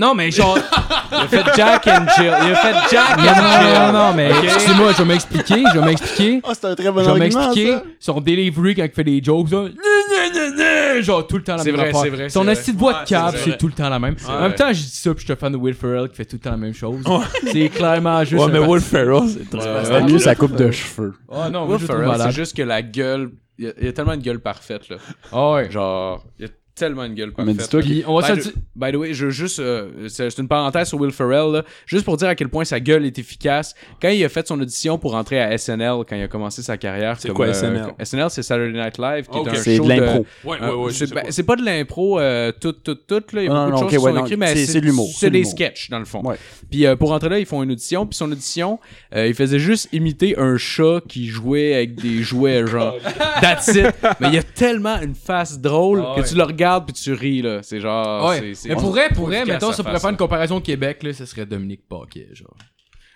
Speaker 3: Non, mais genre. il a fait Jack and Jill. Il a fait Jack and Jill. Non, non, mais. Excuse-moi, je vais m'expliquer. Je vais m'expliquer.
Speaker 6: Ah, c'est un très bon
Speaker 3: Je vais
Speaker 6: argument,
Speaker 3: m'expliquer.
Speaker 6: ça.
Speaker 3: Son delivery quand il fait des jokes, là, gna, gna, gna, gna, genre tout le temps la
Speaker 5: C'est
Speaker 3: même
Speaker 5: vrai,
Speaker 3: affaire.
Speaker 5: c'est vrai,
Speaker 3: Son
Speaker 5: c'est
Speaker 3: esti de voix de
Speaker 5: Ouais,
Speaker 3: cap,
Speaker 5: c'est vrai.
Speaker 3: c'est tout le temps la même. en même
Speaker 5: vrai.
Speaker 3: temps, je dis ça, puis je suis un fan de Will Ferrell qui fait tout le temps la même chose. C'est clairement juste. un
Speaker 4: Ouais, mais
Speaker 3: parti-
Speaker 4: Will Ferrell, c'est très.
Speaker 5: Ouais.
Speaker 6: C'était mieux sa coupe de cheveux.
Speaker 3: Ah non, moi,
Speaker 5: Will
Speaker 3: je le trouve
Speaker 5: Ferrell, c'est
Speaker 3: malade.
Speaker 5: juste que la gueule. Il y a- il y a tellement une gueule parfaite, là.
Speaker 3: Ah ouais.
Speaker 5: Genre, il y a tellement une gueule parfaite.
Speaker 6: Mais dis-toi
Speaker 3: Puis on va
Speaker 5: By
Speaker 3: se
Speaker 5: the-
Speaker 3: le dire-
Speaker 5: By the way, je veux juste. euh, c'est c'est une parenthèse sur Will Ferrell, là. juste pour dire à quel point sa gueule est efficace. Quand il a fait son audition pour entrer à SNL, quand il a commencé sa carrière.
Speaker 4: C'est
Speaker 5: comme,
Speaker 4: quoi,
Speaker 5: euh,
Speaker 4: SNL?
Speaker 5: SNL, c'est Saturday Night Live, qui
Speaker 4: Ok.
Speaker 5: est un
Speaker 6: C'est
Speaker 5: show
Speaker 6: de l'impro.
Speaker 4: Ouais,
Speaker 5: euh,
Speaker 4: ouais, ouais. je
Speaker 5: c'est
Speaker 4: sais
Speaker 5: ben,
Speaker 4: pas.
Speaker 5: c'est pas de l'impro euh, toute, toute, toute. Là. Il y a
Speaker 6: Non,
Speaker 5: beaucoup
Speaker 6: non,
Speaker 5: de
Speaker 6: ok,
Speaker 5: choses qui
Speaker 6: ouais,
Speaker 5: sont
Speaker 6: non,
Speaker 5: écrites, mais
Speaker 6: c'est- c'est de l'humour, c'est
Speaker 5: C'est
Speaker 6: de
Speaker 5: des
Speaker 6: l'humour.
Speaker 5: sketchs, dans le fond.
Speaker 6: Ouais.
Speaker 5: Puis euh, pour entrer là, ils font une audition. Puis son audition, euh, il faisait juste imiter un chat qui jouait avec des
Speaker 3: Oh,
Speaker 5: jouets, genre. That's it. Mais il y a tellement une face drôle
Speaker 3: Ah
Speaker 5: que
Speaker 3: ouais.
Speaker 5: tu le regardes puis tu ris, là. C'est genre.
Speaker 3: Ah, Ouais.
Speaker 5: c'est- c'est-
Speaker 3: mais pourrait, pourrait,
Speaker 5: efficace,
Speaker 3: mettons,
Speaker 5: sa
Speaker 3: ça pourrait
Speaker 5: face,
Speaker 3: faire
Speaker 5: là.
Speaker 3: une comparaison au Québec, là, ce serait Dominique Paquet, genre.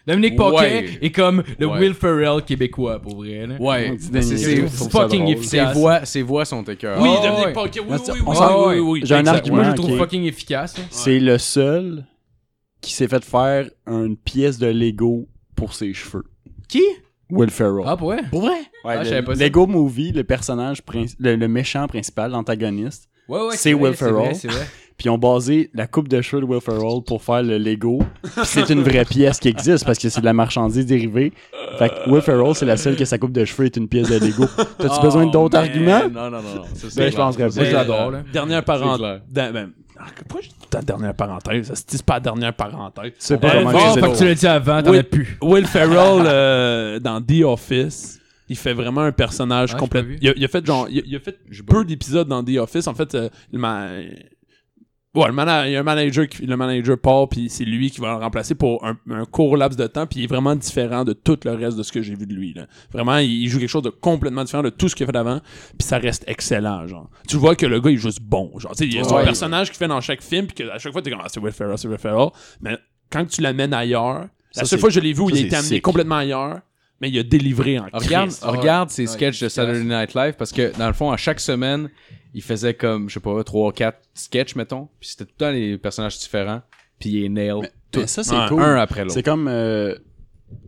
Speaker 3: Dominique
Speaker 5: Ouais.
Speaker 3: Paquet est comme le
Speaker 5: Ouais.
Speaker 3: Will Ferrell québécois, pour vrai, là.
Speaker 5: Ouais,
Speaker 6: On dit
Speaker 5: mais
Speaker 6: des
Speaker 5: c'est-
Speaker 6: niaiseries,
Speaker 5: c'est
Speaker 6: je trouve
Speaker 5: c'est
Speaker 6: ça
Speaker 5: fucking
Speaker 6: drôle.
Speaker 5: efficace. Ses voix, ses voix sont écœurantes.
Speaker 4: Oui,
Speaker 3: Ah,
Speaker 4: Dominique
Speaker 3: ouais.
Speaker 4: Paquet, oui,
Speaker 6: Ouais,
Speaker 4: oui,
Speaker 6: c'est-
Speaker 4: oui,
Speaker 6: on
Speaker 4: oui,
Speaker 3: s'en-
Speaker 4: oui, oui.
Speaker 6: J'ai un
Speaker 4: Exact.
Speaker 6: argument.
Speaker 3: Moi, je le trouve
Speaker 6: ok.
Speaker 3: fucking efficace, là.
Speaker 6: C'est le seul qui s'est fait faire une pièce de Lego pour ses cheveux.
Speaker 3: Qui?
Speaker 6: Will Ferrell.
Speaker 3: Ah, pour vrai?
Speaker 6: pour vrai?
Speaker 3: Ah, je savais pas ça.
Speaker 6: Lego Movie, le personnage, princi- le, le méchant principal, l'antagoniste.
Speaker 3: Ouais, ouais.
Speaker 6: C'est Will
Speaker 3: vrai,
Speaker 6: Ferrell.
Speaker 3: vrai, C'est vrai,
Speaker 6: Puis ils ont basé la coupe de cheveux de Will Ferrell pour faire le Lego. Puis c'est une vraie pièce qui existe parce que c'est de la marchandise dérivée. Fait que Will Ferrell, c'est la seule que sa coupe de cheveux est une pièce de Lego. T'as-tu
Speaker 5: Oh,
Speaker 6: besoin d'autres
Speaker 5: man.
Speaker 6: arguments?
Speaker 5: Non, non, non. non. Ça, c'est
Speaker 6: Ben, je
Speaker 5: clair.
Speaker 6: penserais
Speaker 3: Moi,
Speaker 6: pas.
Speaker 3: je l'adore, là.
Speaker 4: Dernière
Speaker 5: clair.
Speaker 4: parenthèse. Da- ben, ah, Pourquoi je dis ta dernière parenthèse? Ça se dit, c'est pas la dernière parenthèse.
Speaker 6: sais pas
Speaker 4: Euh,
Speaker 6: comment
Speaker 4: bon,
Speaker 6: je
Speaker 3: Oh,
Speaker 6: sais
Speaker 3: fait
Speaker 6: pas.
Speaker 3: que tu l'as dit avant, t'en
Speaker 4: Oui.
Speaker 3: as plus.
Speaker 4: Will Ferrell euh, dans The Office, il fait vraiment un personnage
Speaker 3: Ah,
Speaker 4: complet.
Speaker 3: j'ai pas vu.
Speaker 4: Il a, il a fait genre, il a, il a fait peu d'épisodes dans The Office. En fait, euh, le ma- ouais, le mana- il y a un manager, qui- le manager part, puis c'est lui qui va le remplacer pour un, un court laps de temps, puis il est vraiment différent de tout le reste de ce que j'ai vu de lui. là. Vraiment, il joue quelque chose de complètement différent de tout ce qu'il a fait avant, puis ça reste excellent. Genre, tu vois que le gars il est juste bon. Genre, tu sais, il y a son
Speaker 6: Ouais.
Speaker 4: personnage qu'il fait dans chaque film, puis que à chaque fois t'es comme ah, c'est Will Ferrell, c'est Will Ferrell, mais quand tu l'amènes ailleurs,
Speaker 6: Ça,
Speaker 4: la seule
Speaker 6: c'est-
Speaker 4: fois que je l'ai vu où
Speaker 6: ça,
Speaker 4: il a
Speaker 6: c'est
Speaker 4: été amené
Speaker 6: sick.
Speaker 4: complètement ailleurs, mais il a délivré en
Speaker 5: Regarde,
Speaker 4: crise.
Speaker 5: regarde ces
Speaker 3: Ouais,
Speaker 5: sketchs de
Speaker 3: efficace.
Speaker 5: Saturday Night Live parce que, dans le fond, à chaque semaine, il faisait comme, je sais pas, 3 4 sketchs, mettons. Puis c'était tout le temps les personnages différents. Puis il est nail tout.
Speaker 6: Mais ça, c'est
Speaker 4: Ouais.
Speaker 6: cool.
Speaker 5: Un après l'autre.
Speaker 6: C'est comme euh,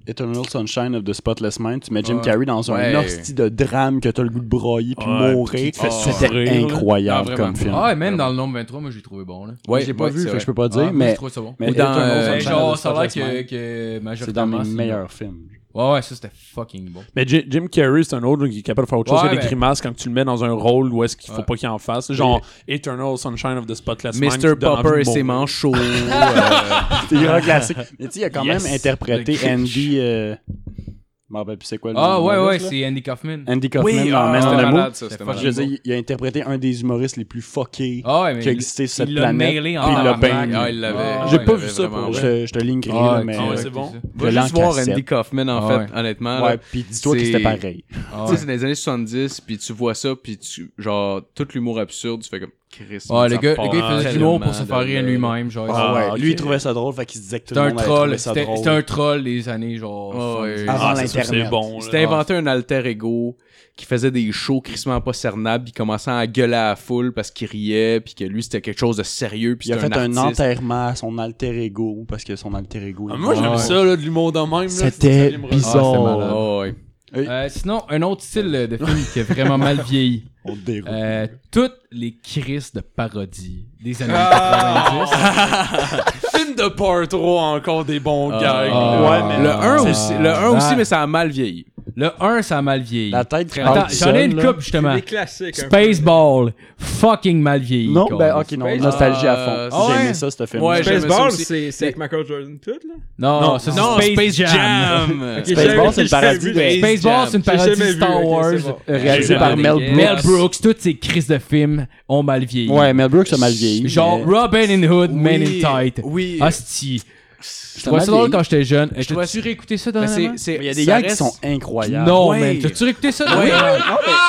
Speaker 6: Eternal Sunshine of the Spotless Mind. Tu mets Jim Carrey dans un
Speaker 5: Ouais.
Speaker 6: hostie de drame que t'as le goût de broyer puis
Speaker 4: Ouais, puis
Speaker 6: mourir.
Speaker 4: qui te fait
Speaker 6: C'était
Speaker 4: souffrir, là.
Speaker 6: incroyable
Speaker 5: Non, vraiment.
Speaker 6: comme film.
Speaker 3: Ah, et même dans le nombre 23, moi, j'ai trouvé bon, là.
Speaker 5: Ouais,
Speaker 6: J'ai pas
Speaker 5: ouais,
Speaker 6: vu,
Speaker 5: c'est
Speaker 6: fait que
Speaker 5: vrai.
Speaker 6: je peux pas
Speaker 3: Ah,
Speaker 6: dire,
Speaker 3: moi,
Speaker 6: mais,
Speaker 3: je trouve ça bon.
Speaker 6: mais
Speaker 5: Ou dans,
Speaker 6: Eternal
Speaker 5: euh,
Speaker 3: Mais
Speaker 6: Sunshine
Speaker 3: genre,
Speaker 6: of the
Speaker 3: ça a l'air
Speaker 6: Spotless
Speaker 3: que,
Speaker 6: Mind,
Speaker 3: que
Speaker 6: C'est dans
Speaker 3: majoritairement.
Speaker 6: mes meilleurs films.
Speaker 3: Ouais, ouais, ça, c'était fucking bon.
Speaker 4: Mais Ji- Jim Carrey, c'est un autre là, qui est capable de faire autre chose.
Speaker 3: Ouais,
Speaker 4: Il y a des
Speaker 3: mais-
Speaker 4: grimaces quand tu le mets dans un rôle où est-ce qu'il faut
Speaker 3: Ouais.
Speaker 4: pas qu'il en fasse. Genre Eternal Sunshine of the Spotless Mind.
Speaker 5: Mr.
Speaker 4: qui donne envie de
Speaker 5: Popper et ses
Speaker 4: mourir.
Speaker 5: manches chauds. euh,
Speaker 6: C'est un classique. Mais tu sais, il a quand
Speaker 4: Yes.
Speaker 6: même interprété
Speaker 3: Le glitch.
Speaker 6: Andy. Euh... Je m'en rappelle plus c'est quoi le
Speaker 3: Ah,
Speaker 6: nom de
Speaker 3: ouais,
Speaker 6: l'humoriste,
Speaker 3: ouais,
Speaker 6: là.
Speaker 3: c'est Andy Kaufman.
Speaker 6: Andy Kaufman
Speaker 5: Oui,
Speaker 6: dans
Speaker 5: ah,
Speaker 6: Man on
Speaker 5: c'était
Speaker 6: the Moon.
Speaker 5: malade, ça,
Speaker 3: C'était
Speaker 5: c'était
Speaker 6: Je veux
Speaker 5: malade.
Speaker 6: dire, il a interprété un des humoristes les plus fuckés
Speaker 3: Ah, ouais, mais.
Speaker 6: qui a existé sur
Speaker 3: il
Speaker 6: cette
Speaker 3: l'a
Speaker 6: planète.
Speaker 3: nailé en
Speaker 6: puis il l'a
Speaker 3: tabarnak.
Speaker 6: bien-
Speaker 5: Ah, il l'avait.
Speaker 3: Ah,
Speaker 5: il
Speaker 4: J'ai pas
Speaker 5: l'avait
Speaker 4: vu ça
Speaker 5: vraiment,
Speaker 4: pour
Speaker 5: ouais.
Speaker 4: vrai.
Speaker 6: Je, je te linkerai,
Speaker 3: Ah,
Speaker 6: là,
Speaker 3: ouais,
Speaker 6: mais.
Speaker 4: Ah ouais,
Speaker 3: euh,
Speaker 4: c'est bon.
Speaker 5: Va
Speaker 6: Je l'ai en
Speaker 5: juste voir
Speaker 6: cassette.
Speaker 5: Andy Kaufman, en
Speaker 3: Ah,
Speaker 5: fait, honnêtement. là.
Speaker 6: Ouais, puis dis-toi que
Speaker 5: C'est-
Speaker 6: c'était pareil.
Speaker 3: Ah,
Speaker 5: Tu
Speaker 3: ouais.
Speaker 5: sais, c'est dans les années 70, puis tu vois ça, puis tu, genre, tout l'humour absurde, tu fais comme Chris.
Speaker 3: Ouais, Ah, le
Speaker 5: ça
Speaker 3: gars,
Speaker 5: part
Speaker 3: le gars, il faisait
Speaker 5: tellement
Speaker 3: de l'humour pour se faire
Speaker 5: de-
Speaker 3: rire lui-même, genre.
Speaker 4: Ah,
Speaker 6: Ah ouais,
Speaker 4: ok.
Speaker 6: lui il trouvait ça drôle, fait qu'il se disait que tout
Speaker 3: C'était
Speaker 6: le
Speaker 3: un
Speaker 6: monde allait trouver
Speaker 3: troll,
Speaker 6: ça
Speaker 3: c'était
Speaker 6: drôle.
Speaker 3: c'était un troll des années, genre.
Speaker 5: Ah, ouais.
Speaker 3: 70.
Speaker 6: Avant
Speaker 4: c'est sûr que
Speaker 6: l'Internet.
Speaker 4: C'est bon. là.
Speaker 5: Il s'était inventé un alter ego qui faisait des shows crissement pas cernables, il commençait à gueuler à la foule parce qu'il riait, puis que lui c'était quelque chose de sérieux, puis
Speaker 6: Il a
Speaker 5: c'était
Speaker 6: fait un,
Speaker 5: artiste.
Speaker 6: enterrement à son alter ego parce que son alter ego.
Speaker 4: Ah,
Speaker 6: il-
Speaker 4: moi, j'aime
Speaker 3: Ouais.
Speaker 4: ça, là, de l'humour de même. là.
Speaker 6: C'était
Speaker 4: Ça, ça me-
Speaker 3: malade.
Speaker 6: bizarre.
Speaker 5: Ah, ouais.
Speaker 3: Euh, sinon, un autre style de film qui est vraiment mal vieilli.
Speaker 6: On déroule.
Speaker 3: Euh, toutes les crises de parodie des années
Speaker 6: Ah!
Speaker 3: 90.
Speaker 4: Film de part 3, encore des bons
Speaker 5: Ah,
Speaker 4: gags.
Speaker 3: ah,
Speaker 4: ouais, mais.
Speaker 5: Le 1
Speaker 3: c'est-
Speaker 5: aussi, le un aussi, mais ça a mal vieilli.
Speaker 3: Le 1, ça a mal vieilli.
Speaker 6: La tête qui
Speaker 3: Attends,
Speaker 6: parle tout
Speaker 3: j'en ai
Speaker 6: seul,
Speaker 3: une
Speaker 6: là.
Speaker 3: coupe, justement.
Speaker 7: Des classiques. un peu.
Speaker 3: Spaceball, fucking mal vieilli.
Speaker 6: Non,
Speaker 3: Colin.
Speaker 6: ben ok, non.
Speaker 7: Space-
Speaker 6: Nostalgie à fond.
Speaker 5: Euh,
Speaker 3: ah
Speaker 6: J'ai
Speaker 3: ouais.
Speaker 6: aimé ça, ce film.
Speaker 5: Ouais, j'aimais ça
Speaker 7: Spaceball,
Speaker 5: aussi.
Speaker 7: c'est c'est avec Michael Jordan tout, là.
Speaker 3: Non, Ah, ça, c'est
Speaker 5: non,
Speaker 3: Space, Jam.
Speaker 6: Spaceball,
Speaker 7: Ok, j'avais-
Speaker 6: c'est le
Speaker 7: j'avais
Speaker 6: paradis
Speaker 7: vu
Speaker 6: de-
Speaker 7: les-
Speaker 3: Spaceball, c'est une parodie
Speaker 7: jamais
Speaker 3: de
Speaker 7: vu,
Speaker 3: Star
Speaker 7: ok,
Speaker 3: Wars,
Speaker 7: c'est bon.
Speaker 3: euh,
Speaker 6: Réalisé
Speaker 3: réalisée
Speaker 5: J'ai
Speaker 6: par
Speaker 5: aimé
Speaker 3: Mel
Speaker 6: Mel
Speaker 5: Yes.
Speaker 3: Brooks.
Speaker 6: Brooks.
Speaker 3: toutes ces crises de films ont mal vieilli.
Speaker 6: Ouais, Mel Brooks a mal vieilli.
Speaker 3: Genre
Speaker 6: mais-
Speaker 3: Robin in Hood, Men in
Speaker 5: Oui,
Speaker 3: Tight. Ah,
Speaker 5: Oui.
Speaker 3: Hostie. Je
Speaker 6: Ça
Speaker 3: trouvais
Speaker 6: m'a
Speaker 3: ça drôle
Speaker 6: vieilli.
Speaker 3: quand j'étais jeune. Je
Speaker 5: trouvais-
Speaker 3: tu réécouté ça dans
Speaker 5: Mais
Speaker 3: la
Speaker 5: c'est- c'est-
Speaker 6: Il y a des
Speaker 5: ça
Speaker 6: gars qui
Speaker 5: reste-
Speaker 6: sont incroyables.
Speaker 3: Non,
Speaker 5: Ouais.
Speaker 3: man. T'as-tu réécouté ça dans
Speaker 5: Ouais.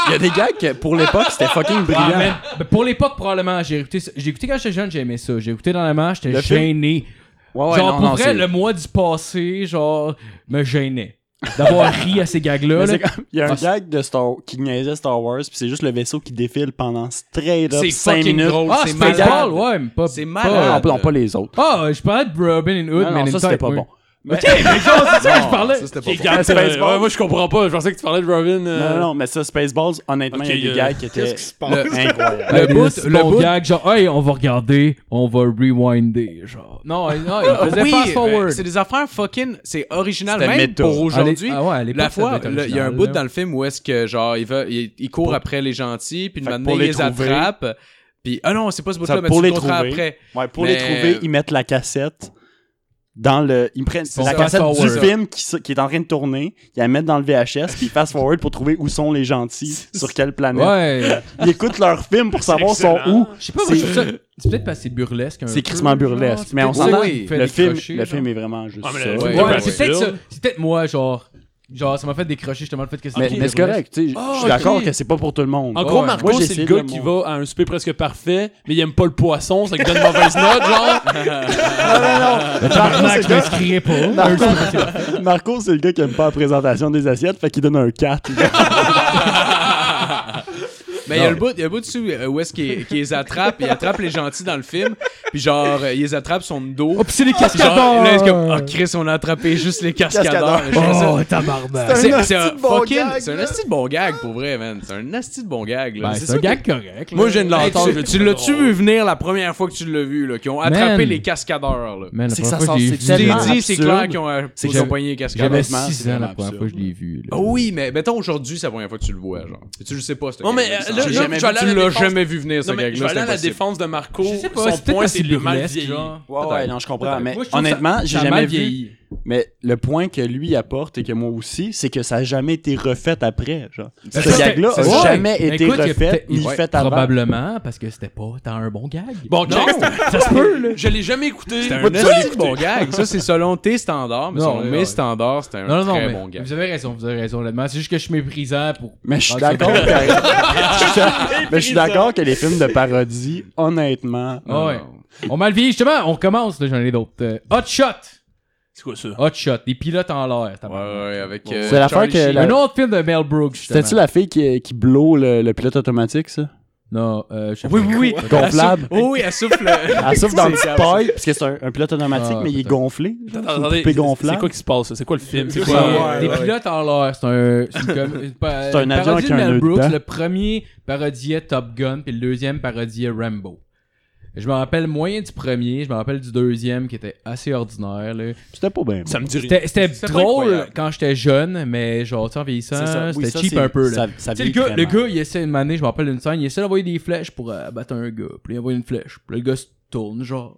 Speaker 6: Il y a des gars que pour l'époque c'était fucking
Speaker 3: Ah,
Speaker 6: brillant.
Speaker 3: man. Ben, Pour l'époque, probablement, j'ai écouté ça. J'ai écouté quand j'étais jeune, j'aimais ça. J'ai écouté dans la marche, j'étais
Speaker 6: Le film?
Speaker 3: gêné.
Speaker 6: Ouais, ouais,
Speaker 3: genre,
Speaker 6: non,
Speaker 3: pour
Speaker 6: non,
Speaker 3: vrai,
Speaker 6: c'est-
Speaker 3: le mois du passé, genre, me gênait. D'avoir ri à ces gags-là.
Speaker 6: Mais c'est
Speaker 3: là.
Speaker 6: comme- Il y a un
Speaker 3: Ah,
Speaker 6: gag de Star qui niaisait Star Wars, puis c'est juste le vaisseau qui défile pendant straight up
Speaker 5: C'est
Speaker 6: 5
Speaker 5: fucking
Speaker 6: minutes.
Speaker 5: drôle.
Speaker 3: Ah,
Speaker 5: c'est
Speaker 3: Spaceball,
Speaker 5: malade.
Speaker 3: ouais, mais pas.
Speaker 5: C'est
Speaker 6: Ah,
Speaker 5: malade.
Speaker 6: non, non, pas les autres.
Speaker 3: Ah, je parlais de Robin and Hood,
Speaker 6: Non,
Speaker 3: mais
Speaker 6: non, ça c'était pas bon. Mais-
Speaker 3: Ok, mais genre,
Speaker 5: Ah,
Speaker 3: c'est ça que je parlais.
Speaker 5: Ça, c'était pas
Speaker 4: Les
Speaker 5: bon.
Speaker 4: gags, euh,
Speaker 6: Spaceball.
Speaker 4: ouais, moi, je comprends pas. Je pensais que tu parlais de Robin. euh,
Speaker 6: Non, non, non, mais ça, Spaceballs, honnêtement,
Speaker 4: Ok,
Speaker 6: il y a
Speaker 4: euh,
Speaker 6: des gars qui étaient
Speaker 7: Qu'est-ce qui se passe?
Speaker 6: incroyables.
Speaker 3: Le
Speaker 5: Le
Speaker 3: bout,
Speaker 5: bout-
Speaker 3: le
Speaker 5: le bout-
Speaker 3: gag, genre, hey, on va regarder, on va rewinder, genre. Non, euh, non, il faisait
Speaker 5: Oui,
Speaker 3: fast
Speaker 5: mais
Speaker 3: forward.
Speaker 5: C'est des affaires fucking. C'est original.
Speaker 6: C'était
Speaker 5: Même
Speaker 6: méta.
Speaker 5: pour aujourd'hui.
Speaker 3: Ah ouais, à l'époque,
Speaker 5: La
Speaker 3: ça
Speaker 5: fois,
Speaker 3: devait être
Speaker 5: le- il y a un
Speaker 3: original,
Speaker 5: bout
Speaker 3: là.
Speaker 5: dans le film où est-ce que, genre, il, va, il, il court après les gentils, puis
Speaker 6: Fait que
Speaker 5: maintenant,
Speaker 6: pour
Speaker 5: il
Speaker 6: les
Speaker 5: les
Speaker 6: trouver-
Speaker 5: attrape. Puis, ah non, c'est pas ce bout-là,
Speaker 6: Ça,
Speaker 5: mais
Speaker 6: pour
Speaker 5: tu le
Speaker 6: les
Speaker 5: trouveras
Speaker 6: trouver.
Speaker 5: après.
Speaker 6: Ouais, pour les
Speaker 5: Mais-
Speaker 6: trouver, ils mettent la cassette dans le. Ils prennent
Speaker 3: Ils font
Speaker 6: la
Speaker 3: fast
Speaker 6: cassette du
Speaker 3: forward.
Speaker 6: film qui, se- qui est en train de tourner, ils la mettent dans le VHS, puis ils fast forward pour trouver où sont les gentils, sur quelle planète.
Speaker 3: Ouais.
Speaker 6: Ils écoutent leur film pour savoir sont
Speaker 4: excellent.
Speaker 6: où.
Speaker 3: Je sais pas, moi, je trouve ça. C'est peut-être parce que c'est burlesque. un
Speaker 6: C'est
Speaker 3: peu,
Speaker 6: crissement
Speaker 3: genre,
Speaker 6: burlesque,
Speaker 3: c'est
Speaker 6: mais on
Speaker 3: peut-être ça
Speaker 5: s'entend.
Speaker 3: qui fait
Speaker 6: Le film,
Speaker 3: décrocher,
Speaker 6: le
Speaker 3: genre.
Speaker 6: film est vraiment juste
Speaker 4: Ah, mais
Speaker 6: ça.
Speaker 4: le-
Speaker 5: Ouais.
Speaker 3: Ouais, mais
Speaker 4: Ouais.
Speaker 3: c'est peut-être ça.
Speaker 4: Raphaël.
Speaker 3: C'est peut-être moi, genre. Genre, ça m'a fait décrocher justement le fait que c'était.
Speaker 6: Mais, mais c'est
Speaker 3: burlesque.
Speaker 6: correct, tu sais, je- je
Speaker 3: ok.
Speaker 6: suis d'accord que c'est pas pour tout le monde.
Speaker 4: En gros,
Speaker 3: Ouais.
Speaker 4: Marco,
Speaker 6: Moi,
Speaker 4: c'est le
Speaker 6: j'essaie
Speaker 4: gars
Speaker 6: de
Speaker 4: qui
Speaker 6: mon-
Speaker 4: va à un souper presque parfait, mais il aime pas le poisson, ça lui donne mauvaise note, genre.
Speaker 6: Marco,
Speaker 3: Tabarnak,
Speaker 6: c'est
Speaker 3: je
Speaker 6: le gars-
Speaker 3: m'inscrirais pas.
Speaker 6: Marco- Marco, c'est le gars qui aime pas la présentation des assiettes, fait qu'il donne un 4.
Speaker 5: Mais il y a le bout, il y a le bout dessus euh, où est-ce qu'il qu'il les attrape, il attrape les gentils dans le film, puis genre, euh, il les attrape sur le dos.
Speaker 3: Oh, pis
Speaker 6: Ah,
Speaker 3: c'est les
Speaker 5: Puis genre,
Speaker 3: cascadeurs.
Speaker 5: là, c'est comme, ah, Chris, on a attrapé juste les cascadeurs. Je trouvais ça-
Speaker 3: Oh, tabarnak.
Speaker 5: C'est c'est
Speaker 6: asti
Speaker 5: un
Speaker 6: de bon
Speaker 5: fucking.
Speaker 6: gag,
Speaker 5: C'est un asti de bon gag pour vrai, man. C'est un asti de bon gag, là.
Speaker 3: Ben,
Speaker 5: C'est
Speaker 3: c'est
Speaker 5: ça
Speaker 3: un
Speaker 5: que-
Speaker 3: gag correct. là.
Speaker 5: Moi, je viens de
Speaker 4: Hey,
Speaker 5: l'entendre.
Speaker 4: tu-
Speaker 5: tu l'as-tu vu venir la première fois que tu l'as vu, là, qui ont attrapé les cascadeurs, là?
Speaker 3: Man, la
Speaker 6: C'est que ça
Speaker 3: première fois
Speaker 6: sort,
Speaker 3: j'ai
Speaker 6: c'est
Speaker 3: vu-
Speaker 5: J'ai
Speaker 6: tellement-
Speaker 5: dit, c'est
Speaker 6: absurde.
Speaker 5: clair qu'ils ont euh,
Speaker 6: C'est
Speaker 5: ils
Speaker 6: que
Speaker 5: ont pogné les cascadeurs.
Speaker 3: J'avais
Speaker 6: Honnêtement,
Speaker 3: 6
Speaker 6: c'est
Speaker 3: ans la
Speaker 6: vraiment
Speaker 3: première fois que je l'ai vu. là.
Speaker 5: Ah oui, mais mettons aujourd'hui, c'est la première fois que tu le vois, genre. Tu le sais pas, ce
Speaker 4: Non, mais,
Speaker 5: gag-là.
Speaker 4: euh,
Speaker 5: Tu
Speaker 4: là,
Speaker 5: l'as
Speaker 4: là,
Speaker 5: jamais
Speaker 4: je vais aller
Speaker 5: vu-
Speaker 4: à
Speaker 5: tu
Speaker 4: la
Speaker 5: l'as
Speaker 4: défense.
Speaker 5: jamais vu venir, ce
Speaker 4: Non, mais je vais
Speaker 5: gag-là.
Speaker 4: aller
Speaker 5: C'est
Speaker 4: à la
Speaker 5: impossible.
Speaker 4: défense de Marco.
Speaker 3: Je sais pas,
Speaker 4: Son
Speaker 3: c'est peut-être
Speaker 4: point,
Speaker 3: parce
Speaker 4: c'est
Speaker 3: que
Speaker 4: le mal
Speaker 3: burlesque,
Speaker 4: vieilli.
Speaker 3: genre.
Speaker 6: Ouais, ouais, non, je comprends. Mais
Speaker 3: Moi, je trouve
Speaker 6: honnêtement,
Speaker 3: ça-
Speaker 6: j'ai
Speaker 3: ça a
Speaker 6: jamais
Speaker 3: mal
Speaker 6: vu.
Speaker 3: vieilli.
Speaker 6: Mais le point que lui apporte et que moi aussi, c'est que ça a jamais été refait après. Genre.
Speaker 5: Ça,
Speaker 6: Ce
Speaker 5: c'est-
Speaker 6: gag-là
Speaker 5: ça,
Speaker 6: a
Speaker 5: c'est-
Speaker 6: jamais
Speaker 3: Mais
Speaker 6: été
Speaker 3: écoute, il y a
Speaker 6: refait
Speaker 3: peut-être-
Speaker 6: ni
Speaker 3: ouais,
Speaker 6: fait avant.
Speaker 3: Probablement parce que c'était pas tant un bon gag.
Speaker 4: Bon,
Speaker 5: Non,
Speaker 4: check.
Speaker 3: ça se peut, là.
Speaker 4: Je l'ai jamais écouté.
Speaker 5: C'est
Speaker 4: Moi,
Speaker 5: un
Speaker 4: tu vas
Speaker 5: asti de
Speaker 4: l'écouter.
Speaker 5: bon gag. Ça, c'est selon tes standards, mais
Speaker 3: Non,
Speaker 5: selon
Speaker 3: ouais,
Speaker 5: mes
Speaker 3: ouais.
Speaker 5: standards, c'est un
Speaker 3: Non, non, non,
Speaker 5: très
Speaker 3: mais
Speaker 5: bon gag.
Speaker 3: vous avez raison, vous avez raison, honnêtement. C'est juste que je suis méprisant pour.
Speaker 6: Mais je suis
Speaker 3: Ah,
Speaker 6: d'accord
Speaker 3: c'est
Speaker 6: que... mais je suis d'accord que les films de parodie, honnêtement...
Speaker 3: Ah ouais. On mal vieillit, justement, on commence, là, j'en ai d'autres. Euh, Hot Shot!
Speaker 4: C'est quoi ça?
Speaker 3: Hot Shot, des pilotes en l'air.
Speaker 5: Ouais,
Speaker 3: tabarnak.
Speaker 5: ouais, avec.
Speaker 4: C'est
Speaker 5: euh,
Speaker 6: l'affaire
Speaker 5: Charlie
Speaker 6: que
Speaker 5: Sheen.
Speaker 6: la-
Speaker 3: Un autre film de Mel Brooks, justement.
Speaker 6: C'était-tu la fille qui, qui blow le, le pilote automatique, ça?
Speaker 3: Non, euh, je sais
Speaker 5: Oui,
Speaker 3: pas.
Speaker 5: oui, oui.
Speaker 6: Gonflable.
Speaker 4: Ah,
Speaker 5: Oh oui, elle souffle.
Speaker 6: Elle souffle dans le petit paille, parce que c'est un, un pilote automatique,
Speaker 3: Ah,
Speaker 6: mais il est
Speaker 3: peut-être.
Speaker 6: gonflé. genre, c'est une
Speaker 4: Attendez,
Speaker 6: poupée
Speaker 4: c'est- c'est
Speaker 6: gonflable.
Speaker 4: quoi qui se passe? là? C'est quoi le film? C'est
Speaker 3: C'est
Speaker 4: quoi?
Speaker 5: Ouais,
Speaker 3: des
Speaker 5: ouais.
Speaker 3: pilotes en l'air. C'est un. C'est comme- une pa-
Speaker 6: C'est un
Speaker 3: une
Speaker 6: avion
Speaker 3: parodie
Speaker 6: avec
Speaker 3: de
Speaker 6: un
Speaker 3: Mel
Speaker 6: nœud
Speaker 3: Brooks.
Speaker 6: dedans.
Speaker 3: Le premier parodiait Top Gun, puis le deuxième parodiait Rambo. Je me rappelle moyen du premier, je me rappelle du deuxième qui était assez ordinaire. là.
Speaker 6: C'était pas bien.
Speaker 4: Ça me dit rien.
Speaker 3: C'était c'était
Speaker 5: C'est pas
Speaker 3: drôle
Speaker 5: incroyable.
Speaker 3: quand j'étais jeune, mais genre, tu sais, en vieillissant,
Speaker 6: C'est ça. Oui,
Speaker 3: c'était
Speaker 6: ça,
Speaker 3: cheap
Speaker 6: c'est-
Speaker 3: un peu. Là.
Speaker 6: Ça, ça
Speaker 3: Tu sais, le
Speaker 6: vieillit
Speaker 3: gars, le
Speaker 6: vraiment.
Speaker 3: gars, il essaie une année, je me rappelle d'une scène, il essaie d'envoyer des flèches pour euh, battre un gars. Puis là, il envoie une flèche. Puis là, le gars se tourne, genre.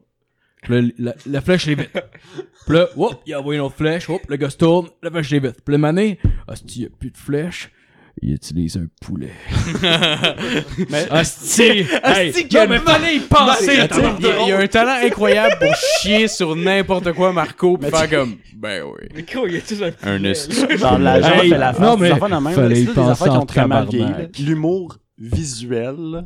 Speaker 3: Puis là, la, la flèche est vite. Puis là, hop, il envoie une autre flèche. Hop, le gars se tourne, la flèche est vite. Puis là, mané, hostie, il n'y a plus de flèche. Il utilise un poulet. mais, hostie! hey, non, mais fallait y penser!
Speaker 6: Mais, tu sais,
Speaker 3: tabarnak.
Speaker 5: Il y a- il y a un talent incroyable pour chier sur n'importe quoi, Marco, puis
Speaker 6: Mais tu-
Speaker 5: faire comme. Ben oui.
Speaker 7: Mais gros, il y a toujours un
Speaker 5: Un esti.
Speaker 6: Genre, la jambe
Speaker 3: Hey,
Speaker 6: fait la face.
Speaker 3: non,
Speaker 6: des
Speaker 3: mais
Speaker 6: affaires de même,
Speaker 3: fallait
Speaker 6: c'est
Speaker 3: y
Speaker 6: toutes des
Speaker 3: penser
Speaker 6: affaires qui ont
Speaker 3: en
Speaker 6: très mal
Speaker 3: tabarnak.
Speaker 6: vieilli. L'humour visuel.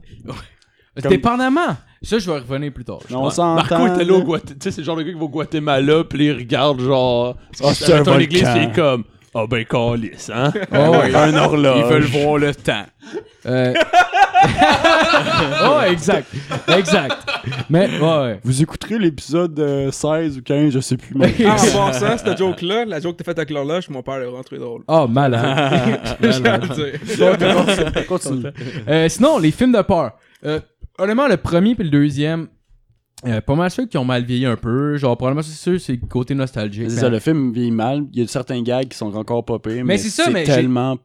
Speaker 6: Comme-
Speaker 3: Dépendamment! Ça, je vais revenir plus tard. je
Speaker 6: On
Speaker 3: pense.
Speaker 6: s'entend.
Speaker 4: Marco est allé
Speaker 6: là.
Speaker 4: au Guatemala. Tu sais, c'est le genre de gars qui va au Guatemala, puis il regarde, genre.
Speaker 6: Ah, c'est un
Speaker 4: dans l'église,
Speaker 6: volcan.
Speaker 4: puis il est comme. Ah ben, calice, hein?
Speaker 3: Oh, ouais.
Speaker 6: Un horloge.
Speaker 5: Ils veulent voir le temps.
Speaker 3: Euh... oh, exact. Exact. Mais, ouais.
Speaker 6: Vous écouterez l'épisode euh, 16 ou 15, je sais plus. mais-
Speaker 7: Ah, en passant, cette joke-là, la joke que t'as faite avec l'horloge, mon père l'a rentré drôle.
Speaker 3: Oh, malade.
Speaker 7: J'ai à le dire.
Speaker 6: Continue.
Speaker 3: Euh, sinon, les films de peur. Euh, honnêtement, le premier puis le deuxième, euh, pas mal ceux qui ont mal vieilli un peu. Genre, probablement, c'est sûr, c'est le côté nostalgique. Ben,
Speaker 6: C'est
Speaker 3: Mais
Speaker 6: ça, le film vieillit mal. Il y a certains gags qui sont encore popés, mais,
Speaker 3: c'est ça, mais j'ai-
Speaker 6: tellement...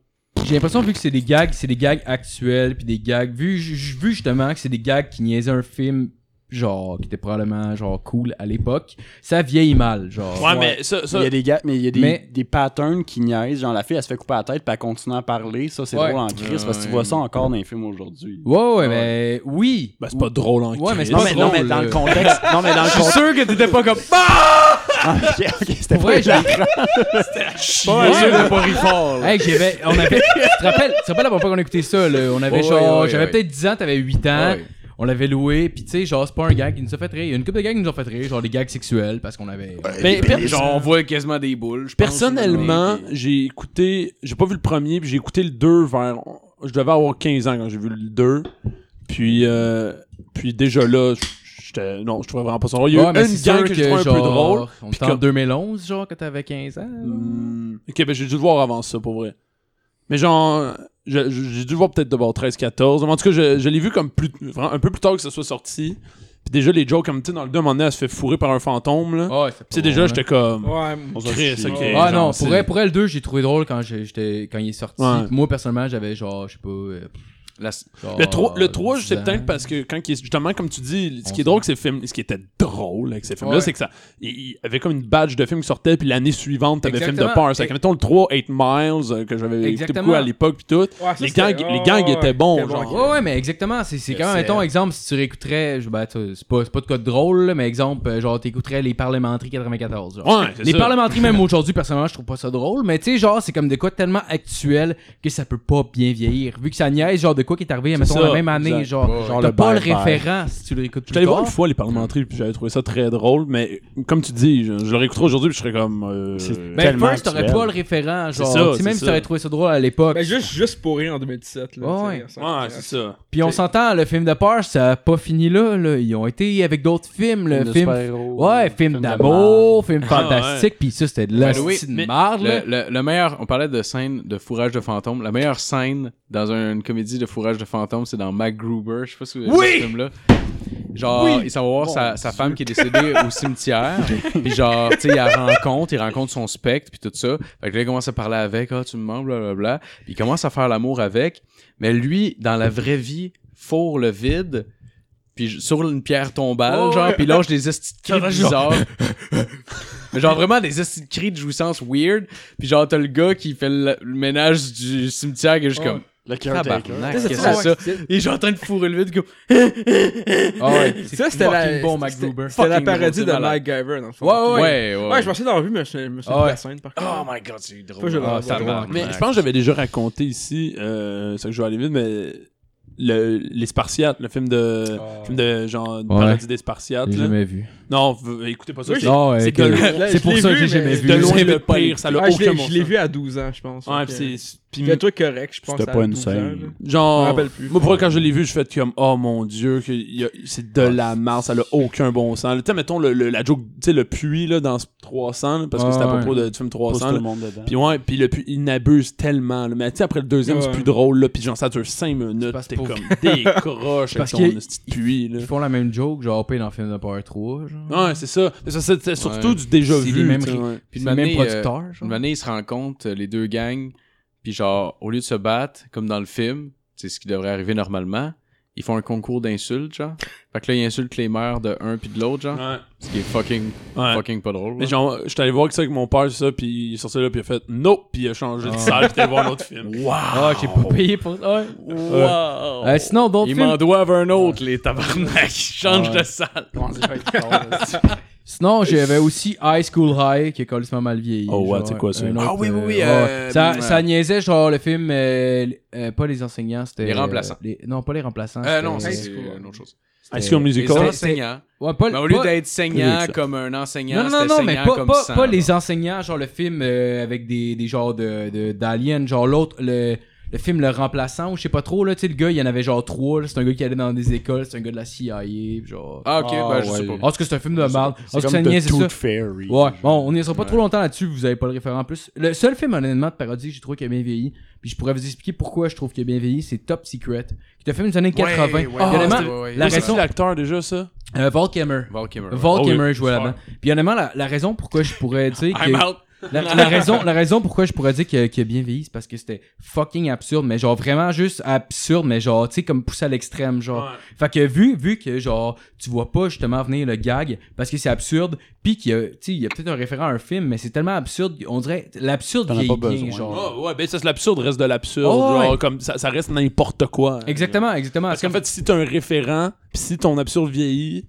Speaker 3: J'ai l'impression, vu que c'est des gags, c'est des gags actuels, puis des gags. Vu, j- vu justement que c'est des gags qui niaisaient un film, genre, qui était probablement, genre, cool à l'époque, ça vieillit mal, genre.
Speaker 4: Ouais, mais ça. ça
Speaker 6: Il y a des gags, mais il y a des,
Speaker 3: Mais-
Speaker 6: des patterns qui niaisent. Genre, la fille, elle se fait couper la tête, puis elle continue à parler. Ça, c'est
Speaker 3: Ouais.
Speaker 6: drôle en crise, parce que tu
Speaker 5: Ouais.
Speaker 6: vois ça encore dans les films aujourd'hui.
Speaker 3: Ouais, ouais, mais oui.
Speaker 4: Ben, c'est pas drôle en
Speaker 3: Ouais, mais c'est
Speaker 4: Christ.
Speaker 3: pas drôle. euh.
Speaker 6: contexte... non, mais dans le
Speaker 5: Je suis sûr que t'étais pas comme.
Speaker 6: Ah, ok, ok, c'était
Speaker 3: Pour vrai,
Speaker 6: pas...
Speaker 3: je l'ai-
Speaker 5: Pas
Speaker 3: Ouais,
Speaker 5: sûr
Speaker 3: ouais.
Speaker 5: de pas rire fort. là.
Speaker 3: Hey, que j'avais, on avait, tu te rappelles, tu te rappelles la première fois qu'on écoutait ça, là, on avait
Speaker 5: Ouais,
Speaker 3: genre,
Speaker 5: ouais,
Speaker 3: j'avais
Speaker 5: ouais.
Speaker 3: peut-être 10 ans, t'avais 8 ans,
Speaker 5: Ouais.
Speaker 3: on l'avait loué, pis tu sais, genre, c'est pas un gag qui nous a fait rire, il y a une couple de gags qui nous ont fait rire, genre des gags sexuels, parce qu'on avait...
Speaker 4: Mais per-
Speaker 5: Genre, on voit quasiment des boules. je pense,
Speaker 4: personnellement,
Speaker 5: mais-
Speaker 4: j'ai écouté. J'ai pas vu le premier, puis j'ai écouté le 2 vers. Je devais avoir 15 ans quand j'ai vu le 2. Puis, euh, puis déjà là, j'étais. Non, je trouvais vraiment pas ça drôle. Il y a
Speaker 3: Ouais,
Speaker 4: eu
Speaker 3: mais
Speaker 4: une
Speaker 3: c'est
Speaker 4: gang
Speaker 3: sûr
Speaker 4: que, je trouvais un peu
Speaker 3: genre,
Speaker 4: drôle.
Speaker 3: On
Speaker 4: puis
Speaker 3: était en
Speaker 4: que-
Speaker 3: 2011, genre, quand t'avais 15 ans.
Speaker 4: Hmm. Ok, ben j'ai dû le voir avant ça, pour vrai. Mais genre, je- je- j'ai dû le voir peut-être d'abord 13-14. En tout cas, je, je l'ai vu comme plus, vraiment un peu plus tard que ça soit sorti. Puis déjà, les jokes, comme tu sais, dans le 2, à un moment donné, elle se fait fourrer par un fantôme. Là.
Speaker 3: Ouais, c'est
Speaker 4: Puis tu sais, déjà, j'étais comme.
Speaker 7: Ouais,
Speaker 4: Chris,
Speaker 6: chier.
Speaker 4: ok.
Speaker 3: Ah
Speaker 4: hein. genre,
Speaker 3: non,
Speaker 4: c'est-
Speaker 3: pour elle, pour elle, le 2, j'ai trouvé drôle quand j'ai- j'étais quand il est sorti.
Speaker 4: Ouais.
Speaker 3: Moi, personnellement, j'avais genre, je sais pas... euh,
Speaker 5: La-
Speaker 3: genre,
Speaker 4: Le 3, le 3 je sais
Speaker 3: 10 ans.
Speaker 4: peut-être parce que quand il est- justement comme tu dis ce qui est
Speaker 3: On
Speaker 4: drôle que ces films ce qui était drôle avec ces films là
Speaker 3: Ouais.
Speaker 4: c'est que ça il, il avait comme une badge de films qui sortait puis l'année suivante t'avais film de
Speaker 3: Exactement.
Speaker 4: peur c'est que
Speaker 3: Et-
Speaker 4: mettons le 3 8 miles euh, que j'avais écouté
Speaker 3: Exactement.
Speaker 4: beaucoup à l'époque puis tout
Speaker 7: Ouais, ça,
Speaker 4: les
Speaker 7: c'était-
Speaker 4: gangs
Speaker 7: ouais,
Speaker 4: les gangs
Speaker 7: ouais,
Speaker 4: étaient
Speaker 7: c'était
Speaker 4: bons
Speaker 7: bon,
Speaker 4: genre
Speaker 3: Ouais, ouais, mais exactement. C'est,
Speaker 4: Euh,
Speaker 3: c'est quand même,
Speaker 5: C'est-
Speaker 3: mettons, exemple, si tu réécouterais, je, ben, tu- c'est, pas, c'est pas de quoi de drôle, là, mais exemple, euh, genre, t'écouterais les parlementeries 94. genre.
Speaker 4: Ouais, c'est
Speaker 3: les
Speaker 4: ça.
Speaker 3: parlementeries, même aujourd'hui, personnellement, je trouve pas ça drôle, mais tu sais, genre, c'est comme de quoi tellement actuel que ça peut pas bien vieillir. Vu que ça niaise, genre, de quoi qui est arrivé, mettons,
Speaker 4: ça,
Speaker 3: la même année,
Speaker 4: exact.
Speaker 3: genre,
Speaker 5: Ouais.
Speaker 6: Genre
Speaker 3: t'as
Speaker 6: le
Speaker 3: pas le
Speaker 6: bye-bye.
Speaker 3: référent si tu le réécoutes
Speaker 4: J'étais
Speaker 3: plus
Speaker 4: allé voir une
Speaker 3: tard.
Speaker 4: fois les parlementaires puis j'avais trouvé ça très drôle, mais comme tu dis, je, je le réécouterai aujourd'hui puis je serais comme. euh,
Speaker 6: C'est-
Speaker 4: euh,
Speaker 3: Ben,
Speaker 6: Tellement
Speaker 3: first, t'aurais
Speaker 6: actuel.
Speaker 3: pas le référent, genre,
Speaker 4: ça,
Speaker 3: tu sais,
Speaker 4: c'est
Speaker 3: même si
Speaker 4: ça.
Speaker 3: t'aurais trouvé ça drôle à l'époque.
Speaker 7: Ben, juste, juste pour rire en 2017. Là,
Speaker 3: Ouais.
Speaker 7: tu sais,
Speaker 4: Ouais, c'est ça.
Speaker 3: Puis on
Speaker 7: c'est-
Speaker 3: s'entend, le film de peur, ça a pas fini là, là. Ils ont été avec d'autres films, le film Ouais, film d'amour, film fantastique, pis ça c'était de la
Speaker 5: By the way,
Speaker 3: petite
Speaker 5: mais
Speaker 3: marde, là.
Speaker 5: Le, le- le meilleur, on parlait de scène de fourrage de fantôme. La meilleure scène dans un- une comédie de fourrage de fantôme, c'est dans MacGruber. Je sais pas si vous avez vu ce film-là. Genre, il s'en va voir sa, sa femme qui est décédée au cimetière. Puis genre, tu sais, il la rencontre, il rencontre son spectre, puis tout ça. Fait que là, il commence à parler avec, ah, tu me manques, blablabla. Puis il commence à faire l'amour avec. Mais lui, dans la vraie vie, fourre le vide. Puis je- sur une pierre tombale, genre, puis lâche des estis de cris bizarres. Mais genre vraiment des estis de cris de jouissance weird. Puis genre, t'as le gars qui fait le, le ménage du cimetière qui est juste comme
Speaker 6: Le caretaker.
Speaker 5: Tabarnak,
Speaker 7: Tu sais,
Speaker 5: qu'est-ce que
Speaker 7: ça,
Speaker 5: c'est ça? Et genre en train de fourrer le vide, comme
Speaker 3: Ah ouais,
Speaker 7: Ça, c'était la,
Speaker 3: bon,
Speaker 7: c'était-
Speaker 3: MacGruber.
Speaker 7: C'était la
Speaker 5: Fucking gros,
Speaker 7: parodie
Speaker 5: c'est
Speaker 7: de
Speaker 5: malade.
Speaker 7: MacGyver, dans le fond.
Speaker 3: Ouais,
Speaker 5: Ouais, ouais.
Speaker 7: Ouais, je pensais dans la rue, mais je je me suis
Speaker 3: Ah
Speaker 7: dit
Speaker 3: ouais.
Speaker 7: la scène, par contre.
Speaker 5: Oh my god, c'est
Speaker 7: Faut que je
Speaker 5: drôle.
Speaker 7: le
Speaker 5: Ah,
Speaker 7: revoie.
Speaker 5: ça marche.
Speaker 4: Mais je pense que j'avais déjà raconté ici, euh, ça que je vais aller vite, mais. le- les Spartiates, le film de. film de genre. de
Speaker 7: Ah.
Speaker 3: Ouais.
Speaker 4: Paradis des Spartiates,
Speaker 3: J'ai
Speaker 4: là.
Speaker 3: jamais vu.
Speaker 4: Non, v- écoutez pas ça.
Speaker 7: Oui,
Speaker 4: Ah, c'est-
Speaker 3: Non,
Speaker 4: c'est
Speaker 3: ouais,
Speaker 4: que-
Speaker 3: ok.
Speaker 7: Je l'ai-
Speaker 3: c'est pour
Speaker 7: je l'ai
Speaker 3: ça que
Speaker 7: vu,
Speaker 3: j'ai
Speaker 7: mais
Speaker 3: jamais
Speaker 4: c'est
Speaker 3: vu.
Speaker 4: de loin
Speaker 3: C'est
Speaker 4: le
Speaker 3: pas
Speaker 4: pire. Ça n'a
Speaker 7: Ah, je
Speaker 4: aucun
Speaker 7: l'ai-
Speaker 4: bon
Speaker 7: je l'ai
Speaker 4: sens.
Speaker 7: vu à 12 ans, je pense.
Speaker 4: Ouais,
Speaker 7: donc,
Speaker 4: pis
Speaker 7: euh,
Speaker 4: c'est. Puis,
Speaker 7: Puis un truc correct, je pense.
Speaker 6: C'était
Speaker 7: à
Speaker 6: pas une
Speaker 7: 12 ans,
Speaker 6: scène.
Speaker 7: là. Je me
Speaker 4: genre,
Speaker 7: rappelle plus.
Speaker 4: moi, pour vrai, quand je l'ai vu, je fait comme, oh mon dieu, que y a- c'est de la merde, ça n'a aucun bon sens. Tu sais, mettons le, le- la joke, tu sais, le puits, là, dans ce 300, là, parce que
Speaker 3: Ouais,
Speaker 4: c'était à
Speaker 3: ouais.
Speaker 4: propos de, du film
Speaker 6: Pousse
Speaker 4: 300.
Speaker 6: tout
Speaker 4: là.
Speaker 6: le monde
Speaker 3: Ah,
Speaker 6: dedans.
Speaker 4: Puis ouais, puis le puits, il n'abuse tellement, là. Mais tu sais, après le deuxième, c'est
Speaker 7: Ouais.
Speaker 4: plus drôle, là, puis genre, ça dure 5 minutes,
Speaker 3: parce
Speaker 4: t'es
Speaker 3: pour-
Speaker 4: comme, décroche avec
Speaker 3: parce
Speaker 4: ton
Speaker 3: qu'il-
Speaker 4: petit puits, là.
Speaker 3: Ils font la même joke, genre, payé dans le film de Power 3, genre.
Speaker 4: Ouais, c'est ça. C'est ça, c'est- c'est surtout
Speaker 5: Ouais.
Speaker 4: du déjà
Speaker 3: C'est les
Speaker 4: vu.
Speaker 3: mêmes
Speaker 4: tu sais,
Speaker 3: ri-
Speaker 4: ouais.
Speaker 3: C'est
Speaker 5: Puis une
Speaker 3: le même
Speaker 5: année, euh,
Speaker 3: producteur, genre.
Speaker 5: Une année, ils se rencontrent, euh, les deux gangs, puis genre, au lieu de se battre, comme dans le film, c'est ce qui devrait arriver normalement, ils font un concours d'insultes, genre. Fait que là, ils insultent les mères de un puis de l'autre, genre.
Speaker 3: Ah.
Speaker 4: Ouais.
Speaker 5: Ce qui est fucking,
Speaker 4: Ouais.
Speaker 5: fucking pas drôle.
Speaker 4: Mais
Speaker 5: là.
Speaker 4: genre, j'étais allé voir ça avec mon père, ça, puis il est sorti là, puis il a fait no, puis il a changé de salle, puis il est allé voir un autre film.
Speaker 3: Ah, j'ai pas payé pour ça. Ouais.
Speaker 5: oh,
Speaker 3: Euh, sinon, d'autres
Speaker 5: Ils
Speaker 3: films.
Speaker 5: m'en doivent un autre, les tabarnak. Change
Speaker 3: Ouais.
Speaker 5: de salle.
Speaker 3: Sinon, j'avais aussi High School High, qui est complètement mal vieilli.
Speaker 4: Oh, ouais,
Speaker 3: genre,
Speaker 4: c'est quoi ça?
Speaker 3: un autre,
Speaker 5: Ah oui, oui, oui,
Speaker 3: ouais.
Speaker 5: euh,
Speaker 3: ça,
Speaker 5: euh,
Speaker 3: ça niaisait, genre, le film, euh, euh, pas les enseignants, c'était...
Speaker 5: Les remplaçants.
Speaker 3: euh, les- non, pas les remplaçants.
Speaker 5: Euh, non,
Speaker 3: c'était-
Speaker 5: c'est une autre chose.
Speaker 3: Ah,
Speaker 4: High School
Speaker 5: Les
Speaker 4: Musical.
Speaker 5: enseignants.
Speaker 3: Ouais, pas,
Speaker 5: Mais au lieu
Speaker 3: pas-
Speaker 5: d'être saignant
Speaker 4: Plus que ça.
Speaker 5: comme un enseignant,
Speaker 3: Non, non,
Speaker 5: c'était
Speaker 3: non, mais
Speaker 5: saignant
Speaker 3: pas,
Speaker 5: comme
Speaker 3: pas,
Speaker 5: sang,
Speaker 3: pas
Speaker 5: là.
Speaker 3: les enseignants, genre le film euh, avec des, des genres de, de- d'aliens, genre l'autre, le, le film Le Remplaçant, ou je sais pas trop, là, tu sais, le gars, il y en avait genre trois, là, c'est un gars qui allait dans des écoles, c'est un gars de la CIA, puis genre...
Speaker 5: Ah, ok,
Speaker 6: Ah,
Speaker 5: ben je sais
Speaker 6: ouais.
Speaker 5: pas.
Speaker 3: En tout cas, c'est un film de merde. En
Speaker 6: C'est
Speaker 3: tout cas,
Speaker 6: comme
Speaker 3: ça
Speaker 6: The
Speaker 3: niaisait ça.
Speaker 6: Tooth Fairy.
Speaker 3: Ouais,
Speaker 6: genre.
Speaker 3: bon, on n'y sera pas
Speaker 5: Ouais.
Speaker 3: trop longtemps là-dessus, vous avez pas le référent en plus. Le seul film, honnêtement, de parodie que j'ai trouvé qui a bien vieilli, puis je pourrais vous expliquer pourquoi je trouve qu'il a bien vieilli, c'est Top Secret, qui est un film des années 80.
Speaker 5: Ouais, ouais,
Speaker 3: Puis
Speaker 5: ouais,
Speaker 3: honnêtement,
Speaker 5: ouais, ouais,
Speaker 3: la
Speaker 5: ouais.
Speaker 4: C'est
Speaker 3: raison-
Speaker 4: qui l'acteur déjà, ça
Speaker 3: euh, Val Kilmer.
Speaker 5: Val Kilmer, ouais.
Speaker 3: Val
Speaker 4: Oh,
Speaker 3: Kilmer
Speaker 4: oui.
Speaker 3: jouait là-dedans. Puis honnêtement, la, la raison pourquoi je pourrais dire que...
Speaker 5: I'm out.
Speaker 3: La, la raison, la raison pourquoi je pourrais dire que- qu'il a bien vieilli, c'est parce que c'était fucking absurde, mais genre vraiment juste absurde, mais genre, tu sais, comme poussé à l'extrême, genre. Fait que vu, vu que genre, tu vois pas justement venir le gag, parce que c'est absurde, pis qu'il y a, tu sais, il y a peut-être un référent à un film, mais c'est tellement absurde, on dirait, l'absurde
Speaker 6: T'en as
Speaker 3: vieillit
Speaker 6: pas
Speaker 3: bien,
Speaker 6: besoin.
Speaker 3: genre.
Speaker 4: Ouais, ouais, ben ça, c'est l'absurde reste de l'absurde.
Speaker 3: Oh, ouais.
Speaker 4: genre, comme ça, ça reste n'importe quoi. hein.
Speaker 3: Exactement, exactement.
Speaker 4: Parce qu'en fait, si t'as un référent, pis si ton absurde vieillit,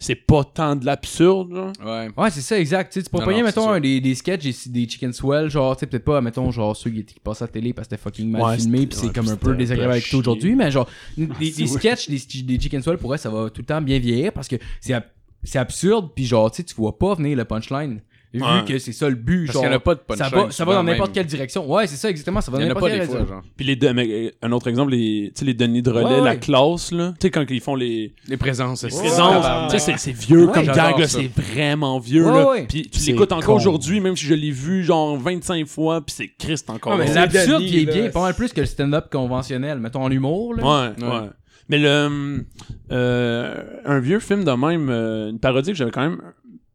Speaker 4: c'est pas tant de l'absurde, genre.
Speaker 5: Ouais.
Speaker 3: Ouais, c'est ça, exact. Tu sais, tu pourrais
Speaker 5: Non,
Speaker 3: pogner,
Speaker 5: non, c'est
Speaker 3: mettons,
Speaker 5: sûr.
Speaker 3: un des, des sketchs, des, des chicken swell, genre, tu sais, peut-être pas, mettons, genre, ceux qui, qui passent à la télé parce que c'était fucking mal
Speaker 6: Ouais,
Speaker 3: filmé,
Speaker 6: c'était-
Speaker 3: pis c'est
Speaker 6: ouais,
Speaker 3: comme
Speaker 6: puis
Speaker 3: un
Speaker 6: c'était
Speaker 3: peu
Speaker 6: un peu
Speaker 3: désagréable
Speaker 6: à
Speaker 3: avec tout
Speaker 6: chier.
Speaker 3: aujourd'hui, mais genre, des, des
Speaker 6: Ouais.
Speaker 3: sketchs des, des chicken swell, pour elle, ça va tout le temps bien vieillir parce que c'est ab- c'est absurde, pis genre, tu sais, tu vois pas venir le punchline. Vu
Speaker 4: Ouais.
Speaker 3: que c'est ça le but,
Speaker 5: Parce
Speaker 3: genre.
Speaker 5: qu'elle a pas de punchline,
Speaker 3: Ça va, ça va dans
Speaker 5: souvent,
Speaker 3: n'importe
Speaker 5: même.
Speaker 3: quelle direction. Ouais, c'est ça, exactement, ça va
Speaker 5: Il
Speaker 3: dans
Speaker 5: y en a pas
Speaker 3: n'importe quelle
Speaker 5: des fois,
Speaker 3: direction.
Speaker 5: genre.
Speaker 4: Puis les deux, mais, euh, un autre exemple, les, tu sais, les Denis de relais,
Speaker 3: Ouais,
Speaker 4: la
Speaker 3: ouais.
Speaker 4: classe, là. Tu sais, quand ils font les,
Speaker 5: Les présences.
Speaker 4: les
Speaker 5: c'est-
Speaker 4: présences,
Speaker 7: tabarnak.
Speaker 4: tu sais, c'est- c'est vieux
Speaker 3: Ouais,
Speaker 4: comme
Speaker 5: j'adore
Speaker 4: gag, là,
Speaker 5: ça.
Speaker 4: c'est vraiment vieux,
Speaker 3: Ouais,
Speaker 4: là.
Speaker 3: ouais.
Speaker 4: Puis tu
Speaker 6: C'est
Speaker 4: l'écoutes encore
Speaker 6: con.
Speaker 4: aujourd'hui, même si je l'ai vu, genre, 25 fois, puis c'est Christ encore.
Speaker 7: Ah, mais
Speaker 4: drôle.
Speaker 7: c'est
Speaker 3: L'absurde
Speaker 7: Denis,
Speaker 3: vieillit
Speaker 7: là,
Speaker 3: bien, pas mal
Speaker 7: c'est-
Speaker 3: plus que le stand-up conventionnel, mettons, en humour, là.
Speaker 4: Ouais,
Speaker 5: Ouais.
Speaker 4: ouais. Mais le. hum, euh, un vieux film de même, euh, une parodie que j'avais quand même.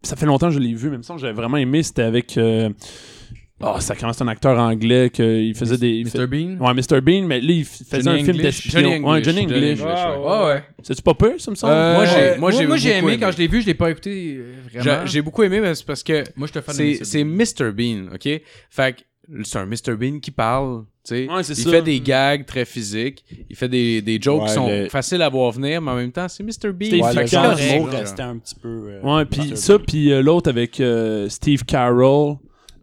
Speaker 4: Ça fait longtemps que je l'ai vu, mais il me semble que j'avais vraiment aimé. C'était avec. euh, oh, ça commence un acteur anglais qu'il faisait des. il fait-
Speaker 3: Mr. Bean.
Speaker 4: Ouais, Mr. Bean, mais là, il f- faisait un film d'espion. Ouais, Johnny English.
Speaker 7: English, ouais.
Speaker 3: Ouais, ouais.
Speaker 4: C'est-tu pas peur, ça me semble?
Speaker 3: Euh,
Speaker 5: Moi,
Speaker 4: Ouais.
Speaker 5: j'ai- moi, j'ai
Speaker 3: moi, j'ai
Speaker 5: beaucoup
Speaker 3: aimé,
Speaker 5: aimé.
Speaker 3: quand je l'ai vu, je l'ai pas écouté euh, vraiment.
Speaker 5: J'a- J'ai beaucoup aimé, mais c'est parce que
Speaker 3: Moi, je te fan de
Speaker 5: c'est
Speaker 3: Mr.
Speaker 5: c'est Mr. Bean, ok? Fait que c'est un Mr. Bean qui parle, tu sais.
Speaker 4: Ouais, c'est
Speaker 5: il
Speaker 4: ça.
Speaker 5: fait des gags très physiques, il fait des, des jokes
Speaker 6: Ouais,
Speaker 5: qui sont
Speaker 6: le-
Speaker 5: faciles à voir venir, mais en même temps, c'est Mr. Bean.
Speaker 4: C'était
Speaker 6: Ouais, le
Speaker 5: Fait que
Speaker 6: genre
Speaker 4: efficace.
Speaker 5: c'est
Speaker 6: d'humour
Speaker 5: correct,
Speaker 6: restait un petit peu. euh,
Speaker 4: Ouais, puis
Speaker 6: Mr.
Speaker 4: ça,
Speaker 6: Bean.
Speaker 4: puis euh, l'autre avec euh, Steve Carroll.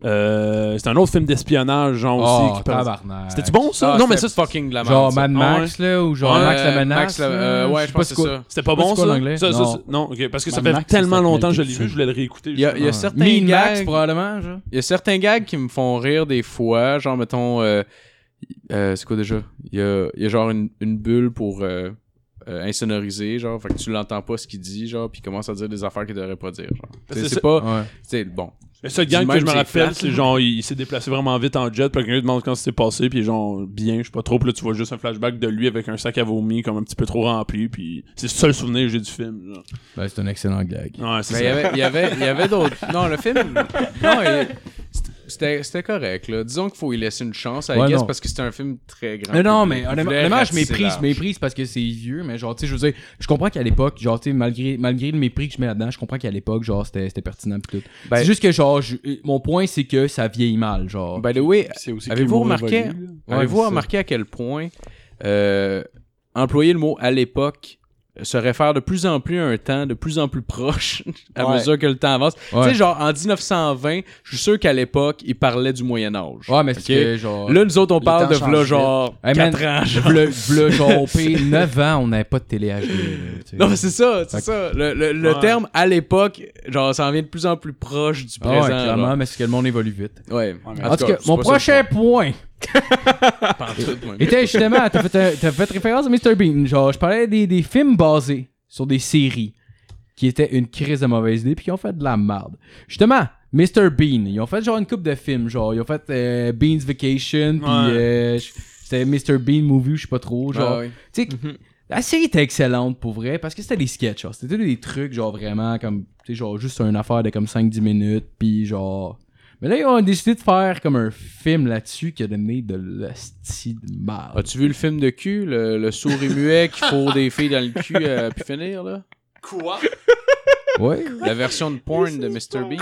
Speaker 4: Euh, c'est un autre film d'espionnage, genre aussi.
Speaker 3: Oh,
Speaker 4: qui parle-
Speaker 3: tabarnak.
Speaker 4: C'était-tu bon, ça?
Speaker 5: Ah,
Speaker 4: non, mais
Speaker 5: c'était
Speaker 4: ça, c'est-
Speaker 5: fucking de la merde.
Speaker 3: Genre
Speaker 5: ça.
Speaker 3: Mad Max, là, ou genre
Speaker 5: Ouais,
Speaker 3: Max la menace.
Speaker 5: Max la- euh,
Speaker 3: là,
Speaker 5: ouais, je pense
Speaker 3: pas
Speaker 5: que
Speaker 3: c'est
Speaker 5: c'est
Speaker 3: quoi.
Speaker 5: ça.
Speaker 4: C'était pas
Speaker 3: Pas
Speaker 4: bon,
Speaker 3: du tout en
Speaker 4: ça?
Speaker 3: anglais?
Speaker 4: ça, ça,
Speaker 3: Non.
Speaker 4: ça- non, ok, parce que ça
Speaker 6: Mad
Speaker 4: fait
Speaker 6: Max, ça
Speaker 4: tellement
Speaker 6: s'appelait
Speaker 4: longtemps que je l'ai
Speaker 6: tout
Speaker 4: vu, je voulais le réécouter.
Speaker 5: Il y a, il y a
Speaker 3: Ah.
Speaker 5: certains
Speaker 3: Mean
Speaker 5: gags...
Speaker 3: Max, probablement, genre.
Speaker 5: Il y a certains gags qui me font rire des fois, genre mettons euh, euh, c'est quoi déjà? Il y a, il y a genre une, une bulle pour euh, euh, insonoriser, genre fait que tu l'entends pas ce qu'il dit, genre puis il commence à dire des affaires qu'il devrait pas dire. Genre.
Speaker 4: C'est
Speaker 5: C'est,
Speaker 4: ça-
Speaker 5: c'est pas
Speaker 3: Ouais.
Speaker 5: c'est bon.
Speaker 4: Le seul gang
Speaker 5: Dis
Speaker 4: que je
Speaker 5: même,
Speaker 4: me
Speaker 5: c'est
Speaker 4: rappelle,
Speaker 5: plate,
Speaker 4: c'est
Speaker 5: là.
Speaker 4: genre, il, il s'est déplacé vraiment vite en jet, puis quelqu'un lui demande quand c'est passé, puis genre, bien, je sais pas trop, puis là, tu vois juste un flashback de lui avec un sac à vomi, comme un petit peu trop rempli, puis c'est le seul souvenir que j'ai du film. genre.
Speaker 3: Ben, c'est un excellent gag.
Speaker 4: Ouais, c'est
Speaker 5: Mais
Speaker 4: ça.
Speaker 5: il y avait il y avait il y avait d'autres Non, le film non, il- c'était, c'était correct là. Disons qu'il faut y laisser une chance à
Speaker 3: Ouais,
Speaker 5: Guess
Speaker 3: non.
Speaker 5: parce que c'était un film très grand.
Speaker 3: Non, non,
Speaker 5: public.
Speaker 3: mais
Speaker 5: Il
Speaker 3: honnêtement,
Speaker 5: voulait
Speaker 3: honnêtement, je
Speaker 5: ratisser
Speaker 3: méprise,
Speaker 5: large.
Speaker 3: méprise parce que c'est vieux, mais genre, tu sais, je veux dire, je comprends qu'à l'époque, genre, tu sais, malgré, malgré le mépris que je mets là-dedans, je comprends qu'à l'époque, genre, c'était c'était pertinent pis tout.
Speaker 5: Ben-
Speaker 3: c'est juste que, genre, je- mon point, c'est que ça vieillit mal, genre.
Speaker 5: By the way,
Speaker 6: C'est aussi que
Speaker 5: Avez-vous
Speaker 6: l'humour
Speaker 5: remarqué-
Speaker 6: évolue, là.
Speaker 3: Ouais,
Speaker 5: Avez-vous
Speaker 3: c'est ça.
Speaker 5: remarqué à quel point euh, employer le mot à l'époque se réfère de plus en plus à un temps de plus en plus proche à
Speaker 6: Ouais.
Speaker 5: mesure que le temps avance.
Speaker 3: Ouais.
Speaker 5: Tu sais, genre, en 1920, je suis sûr qu'à l'époque, ils parlaient du Moyen-Âge.
Speaker 3: Ouais, mais c'est
Speaker 5: Ok.
Speaker 3: que, genre.
Speaker 5: Là, nous autres, on parle
Speaker 6: temps
Speaker 5: de
Speaker 6: change
Speaker 5: v'là,
Speaker 6: vite.
Speaker 5: genre,
Speaker 3: Hey, man,
Speaker 5: 4 ans, genre.
Speaker 3: V'là- v'là, genre, au pire, 9 ans, on n'avait pas de télé HD. là, tu sais.
Speaker 5: Non, mais c'est ça, c'est
Speaker 3: Fait que-
Speaker 5: ça. Le, le- le
Speaker 4: Ouais.
Speaker 5: terme, à l'époque, genre, ça en vient de plus en plus proche du
Speaker 3: Ah ouais,
Speaker 5: présent.
Speaker 3: clairement,
Speaker 5: genre.
Speaker 3: mais c'est que le monde évolue vite.
Speaker 5: Ouais.
Speaker 6: mais-
Speaker 3: En tout cas,
Speaker 5: c'est
Speaker 3: mon
Speaker 5: pas ça
Speaker 3: prochain
Speaker 5: le
Speaker 3: point
Speaker 5: point, pantoute, moi.
Speaker 3: était justement, t'as fait, t'as fait référence à Mr. Bean. Genre, je parlais des, des films basés sur des séries qui étaient une crise de mauvaise idée puis qui ont fait de la merde. Justement, Mr. Bean, ils ont fait genre une coupe de films. Genre, ils ont fait euh, Bean's Vacation puis
Speaker 4: Ouais.
Speaker 3: euh, c'était Mr. Bean Movie, je sais pas trop. Genre,
Speaker 5: Ah ouais.
Speaker 3: Tu sais, la série était excellente pour vrai parce que c'était des sketchs. genre. C'était des trucs, genre vraiment comme, tu sais, genre juste une affaire de comme 5-10 minutes, puis genre. Mais là, ils ont décidé de faire comme un film là-dessus qui a donné de l'hostie de
Speaker 4: Ah,
Speaker 3: mal.
Speaker 5: As-tu vu le film de cul, le, le sourd et muet qui fourre des filles dans le cul à pu finir, là?
Speaker 3: Ouais.
Speaker 5: La version de porn de Mr. Bean.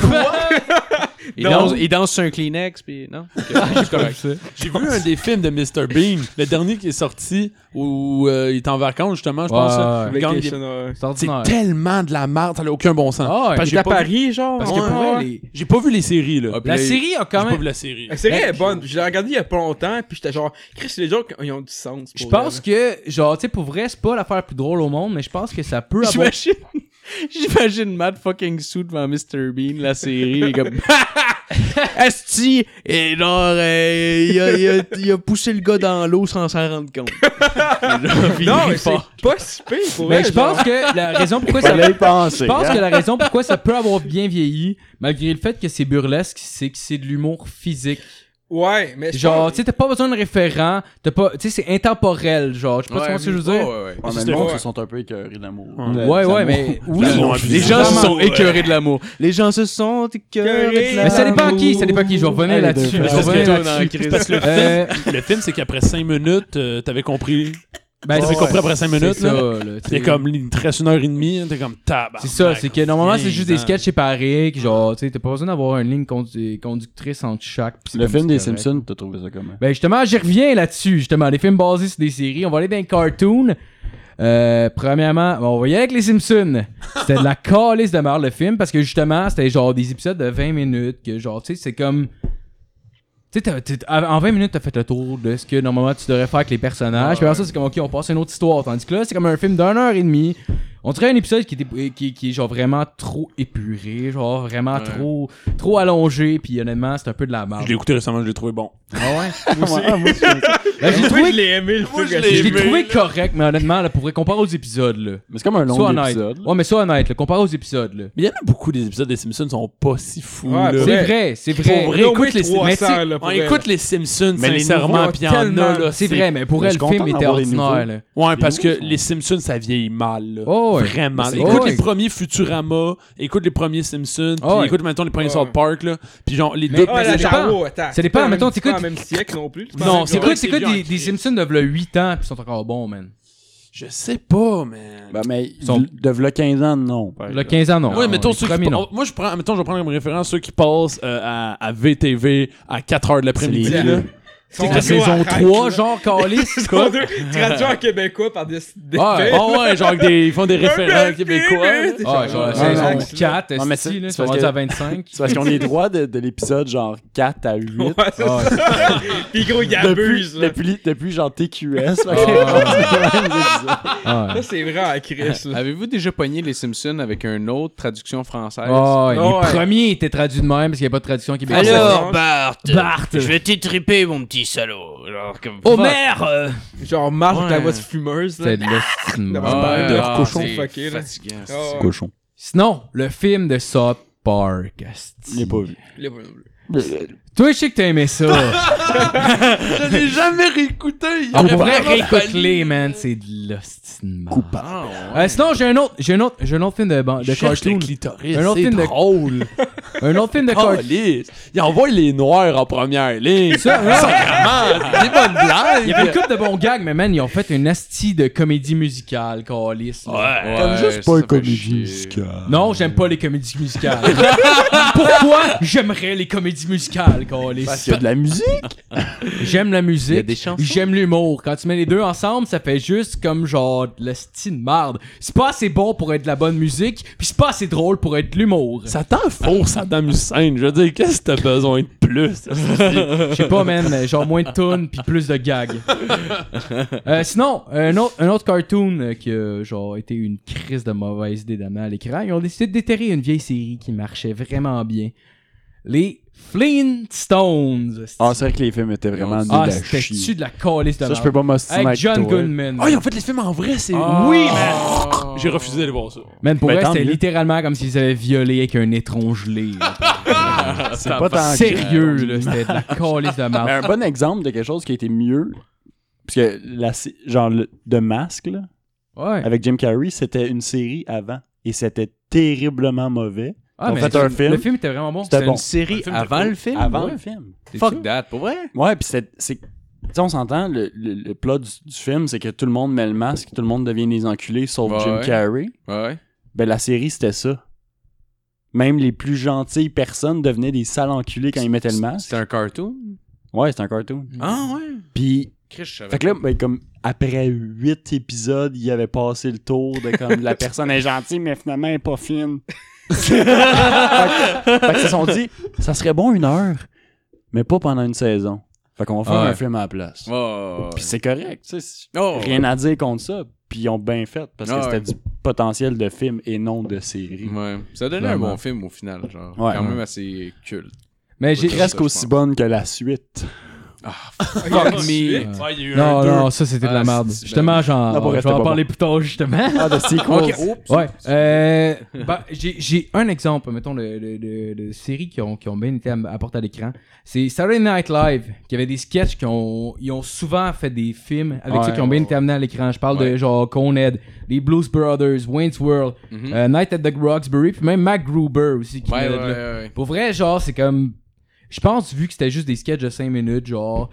Speaker 5: il, danse, il danse sur un Kleenex, puis non? Ok, c'est correct.
Speaker 4: J'ai vu un des films de Mr. Bean, le dernier qui est sorti, où euh, il est en vacances, justement, je pense.
Speaker 3: Ouais,
Speaker 4: hein.
Speaker 3: ouais.
Speaker 4: Il gagne des-
Speaker 7: Vacation, ouais.
Speaker 3: C'est
Speaker 4: C'est
Speaker 3: ordinaire.
Speaker 4: tellement de la merde, ça n'a aucun bon sens.
Speaker 3: Ah ouais,
Speaker 4: Parce que
Speaker 7: Il est
Speaker 4: j'ai
Speaker 7: à
Speaker 4: pas, vu-
Speaker 7: Paris, genre.
Speaker 3: Parce que
Speaker 7: Ouais,
Speaker 3: pour vrai,
Speaker 7: ouais.
Speaker 3: les-
Speaker 4: j'ai pas vu les séries, là.
Speaker 5: Ah, puis
Speaker 3: la
Speaker 5: là, il-
Speaker 3: série a
Speaker 4: J'ai
Speaker 3: quand
Speaker 4: pas
Speaker 3: même.
Speaker 4: vu la série.
Speaker 7: La série
Speaker 3: Ben,
Speaker 7: est bonne. Je l'ai regardée il y a pas longtemps, puis j'étais genre, Chris, les gens ils ont du sens.
Speaker 3: Je pense que, genre, tu sais, pour vrai, c'est pas l'affaire la plus drôle au monde, mais je pense que ça peut avoir.
Speaker 5: J'imagine, j'imagine Matt fucking sous devant Mr. Bean, la série, il est comme Asti! Et genre, euh, il, a, il, a, il a poussé le gars dans l'eau sans s'en rendre compte.
Speaker 7: que. Non, mais c'est pas si pire pour vrai.
Speaker 3: Mais je
Speaker 7: genre.
Speaker 3: pense que la raison pourquoi ça
Speaker 6: Fallait y penser.
Speaker 3: Je pense
Speaker 6: hein.
Speaker 3: que la raison pourquoi ça peut avoir bien vieilli, malgré le fait que c'est burlesque, c'est que c'est de l'humour physique.
Speaker 7: Ouais, mais. je
Speaker 3: Genre,
Speaker 7: pense-
Speaker 3: tu sais, t'as pas besoin de référent, t'as pas, tu sais, c'est intemporel, genre, je sais pas comment je veux dire.
Speaker 5: Ouais, ouais.
Speaker 6: Ouais, mais
Speaker 4: C'est
Speaker 6: le monde
Speaker 7: vrai.
Speaker 6: se sont un peu écœurés de l'amour.
Speaker 3: Ouais,
Speaker 6: De-
Speaker 3: ouais,
Speaker 6: de l'amour.
Speaker 3: mais oui.
Speaker 4: L'amour abusé.
Speaker 5: Les gens se
Speaker 3: Vraiment.
Speaker 5: sont écœurés de l'amour. Les gens se sont écœurés de
Speaker 3: Mais
Speaker 5: l'amour.
Speaker 3: ça dépend qui, ça dépend qui, je vais revenir
Speaker 6: Allez,
Speaker 3: là-dessus.
Speaker 6: deux
Speaker 3: je vais
Speaker 4: frères.
Speaker 3: revenir
Speaker 5: Parce que-
Speaker 3: là-dessus.
Speaker 5: parce que-
Speaker 3: Euh,
Speaker 4: Le film, c'est qu'après 5 minutes, euh, t'avais compris.
Speaker 3: ben,
Speaker 4: T'avais
Speaker 3: c'est-
Speaker 4: compris après 5 minutes,
Speaker 3: c'est ça,
Speaker 4: là.
Speaker 3: là, tu
Speaker 4: T'es
Speaker 3: sais.
Speaker 4: comme, bah, il te reste une heure et demie, hein, t'es comme, tab.
Speaker 3: C'est ça, c'est que normalement c'est juste des
Speaker 4: hein.
Speaker 3: sketchs séparés, que genre, tu sais, t'as pas besoin d'avoir une ligne condu- conductrice entre chaque. puis c'est
Speaker 6: Le
Speaker 3: comme
Speaker 6: film
Speaker 3: c'est
Speaker 6: des
Speaker 3: correct.
Speaker 6: Simpsons, t'as trouvé ça comment?
Speaker 3: Ben justement, j'y reviens là-dessus, justement. Les films basés sur des séries. On va aller dans les cartoons. Euh, premièrement, bon, on va y aller avec les Simpsons. C'était de la calice de merde le film parce que justement, c'était genre des épisodes de 20 minutes que genre, tu sais, c'est comme. Tu sais, t'as- t'as- en 20 minutes, t'as fait le tour de ce que normalement tu devrais faire avec les
Speaker 4: Ah
Speaker 3: personnages. Puis après ça, c'est comme, ok, on passe à une autre histoire. Tandis que là, c'est comme un film d'une heure et demie. On dirait un épisode qui, était- qui, qui est genre vraiment trop épuré, genre vraiment trop, trop allongé. Puis honnêtement, c'est un peu de la merde.
Speaker 4: Je l'ai écouté récemment, je l'ai trouvé bon.
Speaker 6: Ah, moi, je-
Speaker 3: Ben, j'ai trouvé
Speaker 7: Oui, je l'ai aimé, le truc.
Speaker 4: je l'ai
Speaker 3: je l'ai
Speaker 4: aimé,
Speaker 3: trouvé
Speaker 4: là.
Speaker 3: correct, mais honnêtement, là, pour vrai, comparé aux épisodes, là.
Speaker 6: Mais c'est comme un
Speaker 3: Sois
Speaker 6: long
Speaker 3: honnête.
Speaker 6: épisode.
Speaker 3: Ouais, mais sois honnête, là, comparé aux épisodes, là.
Speaker 4: Mais il y en a beaucoup des épisodes des Simpsons sont pas si fous, là.
Speaker 7: Ouais, c'est
Speaker 3: C'est vrai, c'est vrai.
Speaker 4: Pour vrai,
Speaker 7: Au moins
Speaker 4: écoute les,
Speaker 7: 300,
Speaker 4: mais tu sais,
Speaker 7: là, pour
Speaker 4: on
Speaker 7: vrai.
Speaker 4: écoute les Simpsons,
Speaker 6: Mais les
Speaker 4: sincèrement,
Speaker 7: nouveaux,
Speaker 4: puis il y en
Speaker 7: tellement-
Speaker 4: a, là.
Speaker 3: C'est vrai, mais pour
Speaker 6: Mais
Speaker 3: elle,
Speaker 6: je
Speaker 3: le
Speaker 6: suis
Speaker 3: film
Speaker 6: content
Speaker 3: était
Speaker 6: d'avoir les
Speaker 3: ordinaire,
Speaker 6: nouveaux.
Speaker 3: là.
Speaker 4: Ouais,
Speaker 6: Les
Speaker 4: parce que
Speaker 6: nouveaux sont-
Speaker 4: les Simpsons, ça vieillit mal, là.
Speaker 3: Oh, ouais.
Speaker 4: Vraiment.
Speaker 3: Mais c'est
Speaker 4: Écoute
Speaker 3: correct.
Speaker 4: les premiers Futurama, écoute les premiers Simpsons, puis
Speaker 3: Ouais.
Speaker 4: écoute maintenant les premiers
Speaker 7: Oh, Ouais.
Speaker 4: South Park, là. Puis genre, les
Speaker 3: Mais-
Speaker 4: deux.
Speaker 7: Ah,
Speaker 3: mais
Speaker 7: la
Speaker 3: ça dépend.
Speaker 7: Jarro, attends.
Speaker 3: Ça dépend,
Speaker 7: pas la
Speaker 3: mettons,
Speaker 7: même-
Speaker 3: t'écoutes-
Speaker 7: pas la même siècle non plus.
Speaker 3: Non, c'est quoi,
Speaker 4: vrai,
Speaker 3: c'est
Speaker 4: c'est
Speaker 3: quoi
Speaker 4: vieux en
Speaker 3: des, des
Speaker 4: crise.
Speaker 3: Simpsons de v'là 8 ans, pis ils sont encore bons, man.
Speaker 4: Je sais pas, mais.
Speaker 6: Ben, mais
Speaker 3: Sont-
Speaker 6: de v'là 15 ans, non. par
Speaker 3: Le
Speaker 6: exemple.
Speaker 3: 15 ans, non.
Speaker 4: Ouais,
Speaker 3: Non,
Speaker 4: mettons
Speaker 3: les
Speaker 4: ceux
Speaker 3: premiers,
Speaker 4: qui
Speaker 3: non.
Speaker 4: pa- Moi, je prends, mettons, je vais prendre comme référence ceux qui passent euh, à, à VTV à 4h de l'après-midi.
Speaker 6: C'est les-
Speaker 4: là.
Speaker 3: C'est la saison 3, genre, calice, quoi.
Speaker 7: Traduit en québécois par des. des
Speaker 4: Ah
Speaker 7: faits.
Speaker 4: oh ouais, genre que des- ils font des référents québécois. là.
Speaker 3: Ah, genre, la
Speaker 6: Ouais, ouais,
Speaker 3: saison
Speaker 6: ouais.
Speaker 3: 4,
Speaker 6: Non, mais
Speaker 3: esti,
Speaker 6: c'est-
Speaker 3: là, ils
Speaker 6: c'est
Speaker 3: sont
Speaker 6: parce
Speaker 3: rendus
Speaker 6: que-
Speaker 3: à 25.
Speaker 6: C'est parce qu'on est droit de, de l'épisode genre 4 à 8.
Speaker 7: Ouais, c'est ça. Puis gros, il
Speaker 6: Ah, Depuis,
Speaker 7: abuse, là.
Speaker 6: depuis, depuis genre TQS. fait que-
Speaker 3: Ah, ouais.
Speaker 7: Ça, c'est vrai à Chris, là.
Speaker 5: Avez-vous déjà pogné les Simpsons avec une autre traduction française? Ah,
Speaker 3: Ah, ouais,
Speaker 7: Ouais.
Speaker 3: Les premiers étaient traduits de même, parce qu'il n'y a pas de traduction québécoise.
Speaker 7: Alors,
Speaker 1: Alors, Bart,
Speaker 3: Bart.
Speaker 1: je vais t'étriper, mon petit salaud. Alors, comme...
Speaker 4: Oh,
Speaker 3: Homer!
Speaker 7: Genre, marche avec la
Speaker 5: Ouais.
Speaker 7: voix de fumeuse, là.
Speaker 3: C'était Oh, de l'esti de merde.
Speaker 7: Ah,
Speaker 5: ouais,
Speaker 7: leur
Speaker 5: ah,
Speaker 7: cochon
Speaker 5: c'est
Speaker 7: fucké, là.
Speaker 5: fatigant, c'est-
Speaker 7: Ah, ouais.
Speaker 6: Cochon.
Speaker 3: Sinon, le film de South Park.
Speaker 6: Je l'ai
Speaker 3: asti.
Speaker 6: pas vu.
Speaker 7: Les voix bleues.
Speaker 3: Toi, je sais que t'as aimé ça. Ah,
Speaker 4: Je l'ai jamais réécouté. il
Speaker 3: On
Speaker 6: Ah,
Speaker 4: aurait
Speaker 3: pourrait
Speaker 4: vraiment
Speaker 3: réécouter, man. C'est de l'ostinema.
Speaker 5: Ah, ouais.
Speaker 3: Euh, sinon, j'ai un autre, j'ai un autre, j'ai un autre film de, ban-
Speaker 4: fallu-
Speaker 3: de
Speaker 4: Cherche le
Speaker 3: cartoon.
Speaker 4: clitoris,
Speaker 3: Un autre
Speaker 4: c'est
Speaker 3: film de-
Speaker 4: drôle.
Speaker 3: Un autre film de
Speaker 4: Oh,
Speaker 3: cartoon.
Speaker 4: lisse. Il envoie les noirs en première ligne.
Speaker 3: Ça, ouais.
Speaker 4: Sacrement, des bonnes blagues.
Speaker 3: Il y avait une couple de bons gags, mais man, ils ont fait une astie de comédie musicale, Calis.
Speaker 1: Ouais.
Speaker 5: Comme
Speaker 6: juste pas une comédie musicale.
Speaker 3: Non, j'aime pas les comédies musicales. Pourquoi j'aimerais les comédies musicales, Calis?
Speaker 6: Parce qu'il y a de la musique.
Speaker 3: J'aime la
Speaker 5: Il y a
Speaker 3: musique.
Speaker 5: des chansons.
Speaker 3: J'aime l'humour. Quand tu mets les deux ensemble, ça fait juste comme genre de la style de merde. C'est pas assez bon pour être de la bonne musique, puis c'est pas assez drôle pour être de l'humour.
Speaker 4: Ça t'en fausse, Saddam Hussein. Je veux dire, qu'est-ce que t'as besoin de plus?
Speaker 6: Ah,
Speaker 3: Je sais pas, man. Genre moins de tunes puis plus de gags. Euh, sinon, un autre, un autre cartoon euh, qui a genre été une crise de mauvaise idée d'amener à l'écran, ils ont décidé de déterrer une vieille série qui marchait vraiment bien. Les Flintstones.
Speaker 6: Ah, c'est vrai que les films étaient vraiment nuls
Speaker 3: Ah,
Speaker 6: à
Speaker 3: c'était-tu
Speaker 6: chier.
Speaker 3: de la calisse de
Speaker 6: Ça, je
Speaker 3: merde?
Speaker 6: peux pas m'ostiner
Speaker 3: Avec
Speaker 6: avec
Speaker 3: John
Speaker 6: toi.
Speaker 3: Goodman.
Speaker 4: Ah, ils ont fait les films en vrai, c'est.
Speaker 5: Ah.
Speaker 3: Oui, man!
Speaker 6: Ah.
Speaker 4: J'ai refusé d'aller voir ça.
Speaker 3: Man, pour
Speaker 6: Ben,
Speaker 3: vrai,
Speaker 6: tant
Speaker 3: c'était
Speaker 6: mieux.
Speaker 3: littéralement comme s'ils avaient violé avec un étron gelé.
Speaker 6: C'est pas tant
Speaker 3: Sérieux, là, c'était de la calisse de
Speaker 6: Mais
Speaker 3: merde.
Speaker 6: un bon exemple de quelque chose qui a été mieux, parce que la, sé- genre le- de masque là,
Speaker 3: Ouais.
Speaker 6: avec Jim Carrey, c'était une série avant et c'était terriblement mauvais.
Speaker 3: Ah,
Speaker 6: Ils ont
Speaker 3: mais
Speaker 6: fait un film.
Speaker 3: Le film était vraiment bon.
Speaker 6: C'était bon
Speaker 5: série avant le film.
Speaker 6: avant
Speaker 3: ouais.
Speaker 6: le film.
Speaker 5: Fuck that, pour vrai?
Speaker 6: Ouais, puis c'est c'est- tu sais, on s'entend le, le- le plot du, du film, c'est que tout le monde met le masque, tout le monde devient des enculés sauf
Speaker 5: Ouais,
Speaker 6: Jim
Speaker 5: ouais.
Speaker 6: Carrey.
Speaker 5: Ouais.
Speaker 6: Ben la série c'était ça. Même les plus gentilles personnes devenaient des sales enculés quand ils mettaient le masque.
Speaker 5: C'était un cartoon?
Speaker 6: Ouais, c'est Mm. un cartoon.
Speaker 5: Ah ouais?
Speaker 6: Puis
Speaker 5: Chris, je savais
Speaker 6: Fait que là, ben, comme après huit épisodes, il avait passé le tour de comme la personne est gentille, mais finalement elle est pas fine. fait que- fait qu'ils se sont dit, ça serait bon une heure, mais pas pendant une saison. Fait qu'on va faire
Speaker 3: Ouais.
Speaker 6: un film à la place.
Speaker 5: pas. Oh.
Speaker 6: Puis c'est correct, tu sais. c'est-
Speaker 5: Oh.
Speaker 6: Rien à dire contre ça. Puis ils ont bien fait parce que
Speaker 5: Ah
Speaker 6: c'était
Speaker 5: ouais.
Speaker 6: du potentiel de film et non de série.
Speaker 5: Oh, Ouais. Ça donnait un
Speaker 6: Vraiment.
Speaker 5: bon film au final, genre.
Speaker 6: Ouais.
Speaker 5: Quand même
Speaker 6: Ouais.
Speaker 5: assez culte.
Speaker 3: Mais j'ai.
Speaker 5: Ouais.
Speaker 6: Presque aussi bonne que la suite.
Speaker 5: Fuck me.
Speaker 4: Ouais, il y a eu
Speaker 3: Non,
Speaker 4: un deux.
Speaker 3: non, ça c'était de la
Speaker 5: Ah,
Speaker 3: merde.
Speaker 5: c'est-
Speaker 3: Justement, j'en.
Speaker 6: Non, pour
Speaker 3: Je
Speaker 6: rester
Speaker 3: vais en
Speaker 6: pas
Speaker 3: parler plus tard, justement.
Speaker 6: Ah, de sequel.
Speaker 5: Oh,
Speaker 3: Ok, Ouais. Euh, bah, j'ai j'ai un exemple, mettons, de, de, de- de séries qui ont, qui ont bien été am- apportées à l'écran. C'est Saturday Night Live, qui avait des sketchs qui ont, ils ont souvent fait des films avec
Speaker 6: Ouais,
Speaker 3: ça qui ont bien été amenés à l'écran. Je parle de genre Coned, les Blues Brothers, Wayne's World,
Speaker 5: Mhm.
Speaker 3: euh, Night at the Roxbury, puis même Mac Gruber aussi. Qui
Speaker 5: Ouais, ouais,
Speaker 3: venait de là.
Speaker 5: ouais. ouais.
Speaker 3: Pour vrai, genre, c'est comme. Je pense, vu que c'était juste des sketchs de 5 minutes, genre.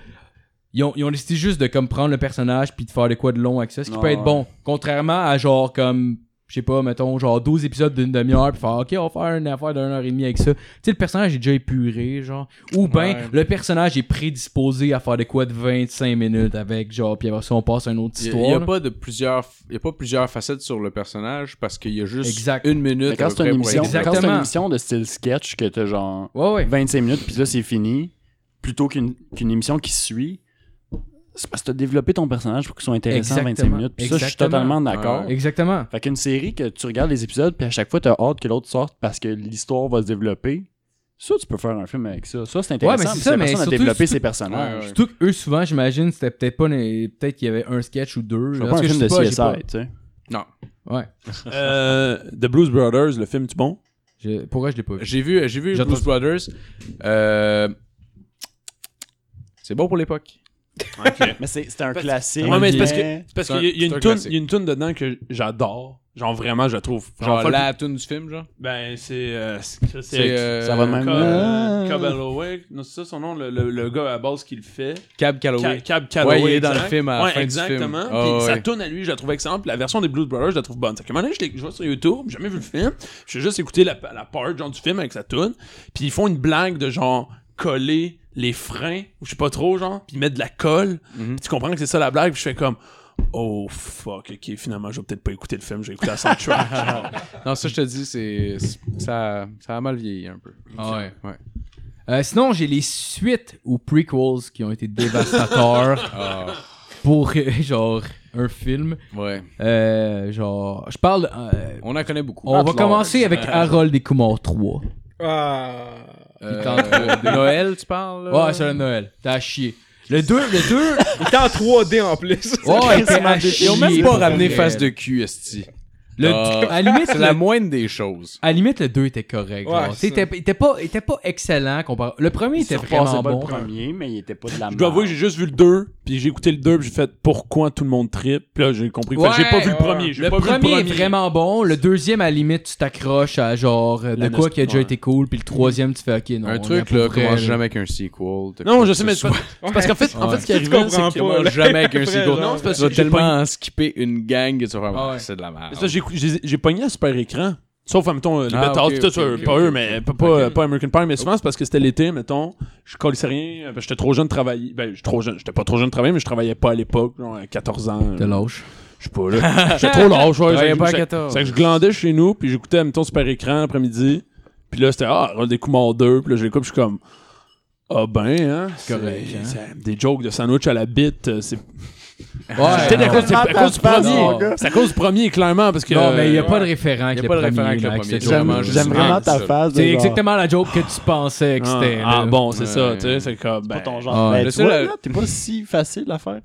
Speaker 3: Ils ont, ils ont décidé juste de comme prendre le personnage puis de faire de quoi de long avec ça, ce qui peut
Speaker 6: Ouais,
Speaker 3: être bon. Contrairement à genre comme, je sais pas, mettons, genre 12 épisodes d'une demi-heure puis faire, ok, on va faire une affaire d'une heure et demie avec ça. Tu sais, le personnage est déjà épuré, genre. Ou ben,
Speaker 5: Ouais.
Speaker 3: le personnage est prédisposé à faire de quoi de 25 minutes avec, genre, puis après ça, on passe à une autre
Speaker 5: Il
Speaker 3: histoire.
Speaker 5: n'y a,
Speaker 3: là.
Speaker 5: pas de plusieurs, il y a pas plusieurs facettes sur le personnage parce qu'il y a juste
Speaker 3: Exact.
Speaker 5: une minute.
Speaker 6: Mais quand
Speaker 5: à peu
Speaker 6: c'est une
Speaker 5: près pour être-
Speaker 6: émission, quand c'est
Speaker 3: Exactement.
Speaker 6: une émission de style sketch que t'as genre
Speaker 3: Ouais, ouais.
Speaker 6: 25 minutes, puis là, c'est fini, plutôt qu'une qu'une émission qui suit. C'est parce que t'as développé ton personnage pour qu'il soit intéressant en 25
Speaker 3: Exactement.
Speaker 6: minutes. Puis ça, je suis
Speaker 3: Exactement.
Speaker 6: totalement d'accord.
Speaker 5: Ouais.
Speaker 3: Ben, Exactement.
Speaker 6: Fait qu'une série que tu regardes les épisodes, puis à chaque fois, t'as hâte que l'autre sorte parce que l'histoire va se développer. Ça, tu peux faire un film avec ça. Ça, c'est intéressant.
Speaker 3: Ouais, mais c'est
Speaker 6: puis
Speaker 3: ça,
Speaker 6: la
Speaker 3: mais
Speaker 6: personne
Speaker 3: surtout-
Speaker 6: a développé
Speaker 3: surtout-
Speaker 6: ses personnages.
Speaker 5: Ouais, ouais.
Speaker 3: Surtout que eux, souvent, j'imagine, c'était peut-être pas. une- Peut-être qu'il y avait un sketch ou deux.
Speaker 6: Je
Speaker 3: là.
Speaker 6: veux pas
Speaker 3: Parce
Speaker 6: un
Speaker 3: que
Speaker 6: film de
Speaker 3: sais pas, j'ai
Speaker 6: CSI,
Speaker 3: pas-
Speaker 6: tu sais.
Speaker 5: Non.
Speaker 4: Euh, The Blues Brothers, le film du bon.
Speaker 3: Je- Pourquoi je l'ai pas vu?
Speaker 5: J'ai vu, j'ai vu
Speaker 3: J'attends-
Speaker 5: Blues Brothers. Euh, C'est bon pour l'époque.
Speaker 6: Mais c'est c'est un classique.
Speaker 4: Ouais, mais c'est parce que-
Speaker 6: mais-
Speaker 4: Parce
Speaker 5: C'est
Speaker 4: qu'il y a-
Speaker 5: un-
Speaker 4: il y, a
Speaker 5: c'est
Speaker 4: une
Speaker 5: un
Speaker 4: toune-
Speaker 5: classique.
Speaker 4: il y a une tune dedans que j'adore. Genre vraiment, je trouve.
Speaker 5: Genre
Speaker 4: folle.
Speaker 5: la tune du film, genre.
Speaker 4: Ben, c'est. euh, c'est-
Speaker 5: C'est
Speaker 4: c'est.
Speaker 5: euh,
Speaker 6: Ça va de même.
Speaker 4: Cobb-
Speaker 6: Ah.
Speaker 4: Cobb Holloway. Non, c'est ça son nom, le, le- le gars à base qui le fait.
Speaker 5: Cab Calloway.
Speaker 4: Ca- Cab Calloway.
Speaker 5: Ouais, il est dans le
Speaker 4: exact.
Speaker 5: film à la
Speaker 4: Ouais,
Speaker 5: fin du film.
Speaker 4: exactement.
Speaker 5: Ah,
Speaker 4: Puis
Speaker 5: ouais.
Speaker 4: sa tourne à lui, je la trouve excellente. Puis la version des Blues Brothers, je la trouve bonne. Fait que un moment donné, je l'ai- je vois sur YouTube, j'ai jamais vu le film. Je juste écouté la, la part genre, du film avec sa tourne. Puis ils font une blague de genre coller les freins, ou je sais pas trop, genre, puis ils mettent de la colle.
Speaker 5: Mhm.
Speaker 4: Puis tu comprends que c'est ça la blague, puis je fais comme. Oh fuck, ok, finalement, je vais peut-être pas écouter le film, j'ai écouté la soundtrack.
Speaker 5: Ah,
Speaker 4: genre.
Speaker 5: Non, ça, je te dis, c'est, c'est- ça, ça a mal vieilli un peu.
Speaker 3: Ah ouais.
Speaker 5: ouais.
Speaker 3: Euh, sinon, j'ai les suites ou prequels qui ont été dévastateurs
Speaker 5: Ah,
Speaker 3: pour euh, genre un film.
Speaker 5: ouais.
Speaker 3: Euh, genre, je parle. euh,
Speaker 5: On en connaît beaucoup.
Speaker 3: on va commencer avec Harold et Kumar 3.
Speaker 7: Ah.
Speaker 5: Euh,
Speaker 3: Il tente-
Speaker 5: de Noël, tu parles? là?
Speaker 3: Ouais, c'est le Noël. T'as chié. Le 2, le 2.
Speaker 7: Il était en 3D en plus.
Speaker 3: Ouais, t'as à
Speaker 6: Ils
Speaker 5: Ils ont même
Speaker 3: chier,
Speaker 5: pas
Speaker 3: pour
Speaker 5: ramené
Speaker 3: vrai.
Speaker 5: face de cul, esti.
Speaker 3: Le,
Speaker 5: Ah,
Speaker 3: à la limite,
Speaker 5: C'est
Speaker 3: le-
Speaker 5: la moindre des choses.
Speaker 3: à la limite, le 2 était correct. genre.
Speaker 7: Ouais,
Speaker 3: Tu sais,
Speaker 7: c'est
Speaker 3: Il était, il était pas, il était pas excellent. comparé- Le premier
Speaker 6: Il
Speaker 3: était
Speaker 6: repassait
Speaker 3: vraiment
Speaker 6: pas le
Speaker 3: bon.
Speaker 6: premier, mais il était pas de la
Speaker 4: Je dois avouer, j'ai juste vu le 2, puis j'ai écouté le 2, puis j'ai fait pourquoi tout le monde trip. Puis là, j'ai compris. Fait que j'ai pas vu le
Speaker 3: Ouais,
Speaker 4: premier. J'ai
Speaker 3: Le
Speaker 4: pas vu
Speaker 3: premier, est vraiment bon. Le deuxième, à la limite, tu t'accroches à genre euh,
Speaker 4: La
Speaker 3: de quoi qui a déjà
Speaker 4: nostalgie.
Speaker 3: été cool. Puis le troisième, tu fais OK, non.
Speaker 5: un
Speaker 3: on y a
Speaker 5: truc,
Speaker 3: pour
Speaker 5: là,
Speaker 3: vrai,
Speaker 5: commence
Speaker 3: là.
Speaker 5: jamais avec un sequel. T'as-
Speaker 4: Non, je sais, mais
Speaker 5: Tu
Speaker 4: c'est pas- c'est parce qu'en fait, en fait, ce qui arrivait, c'est que.
Speaker 5: commences jamais avec un sequel.
Speaker 4: Non, c'est parce
Speaker 5: Tu vas
Speaker 4: que j'ai
Speaker 5: tellement
Speaker 4: pogné-
Speaker 5: skipper une gang que tu vas faire,
Speaker 3: Ah ouais.
Speaker 5: c'est de la merde.
Speaker 4: c'est ça, j'ai écou- j'ai- j'ai pogné à super écran. Sauf, mettons, euh, les
Speaker 5: Ah,
Speaker 4: Better
Speaker 5: ok,
Speaker 4: Off, tout ça,
Speaker 5: ok, ok,
Speaker 4: pas
Speaker 5: ok,
Speaker 4: eux,
Speaker 5: ok. Oh.
Speaker 4: mais pas, pas, euh, pas American Pie, mais souvent, c'est parce que c'était l'été, mettons, je collissais rien, euh, ben, j'étais trop jeune de travailler. Ben, j'étais trop jeune, j'étais pas trop jeune de travailler, mais je travaillais pas à l'époque, genre, à 14 ans.
Speaker 3: T'es lâche.
Speaker 4: Je sais pas, là. J'étais trop large, ouais.
Speaker 5: Travaillais
Speaker 4: C'est-
Speaker 5: pas à
Speaker 4: c'est-
Speaker 5: 14.
Speaker 4: C'est que je glandais chez nous, puis j'écoutais, mettons, Super Écran l'après-midi. Puis là, c'était, ah, Harold Descoumont 2. Puis là, je l'écoute, puis je suis comme, ah ben, hein. C'est
Speaker 3: correct, hein.
Speaker 4: c'est Des jokes de sandwich à la bite. euh, C'est
Speaker 3: Ouais,
Speaker 4: peut-être à
Speaker 3: non.
Speaker 4: cause, c'est à cause du
Speaker 6: Complètement
Speaker 4: premier.
Speaker 3: transparent, gars.
Speaker 4: C'est à cause du premier, clairement, parce que.
Speaker 3: Non, mais il n'y a
Speaker 4: euh,
Speaker 3: pas de référent avec
Speaker 5: y a
Speaker 3: le
Speaker 5: pas de
Speaker 3: premier.
Speaker 5: référent avec le
Speaker 3: Max,
Speaker 5: premier.
Speaker 3: c'est
Speaker 5: J'aime-
Speaker 3: toujours-
Speaker 6: J'aime j'aime vraiment ta phase. de
Speaker 3: Ah, C'est
Speaker 6: genre-
Speaker 3: exactement la joke que tu pensais que c'était.
Speaker 4: Ah,
Speaker 3: là.
Speaker 4: bon, c'est ça,
Speaker 5: Ouais.
Speaker 4: tu sais, c'est comme.
Speaker 6: Pas
Speaker 4: ben,
Speaker 6: ton genre.
Speaker 3: Ah,
Speaker 6: Mais
Speaker 5: le
Speaker 6: tu
Speaker 5: seul
Speaker 6: vois,
Speaker 5: à-
Speaker 6: là, t'es pas si facile à faire.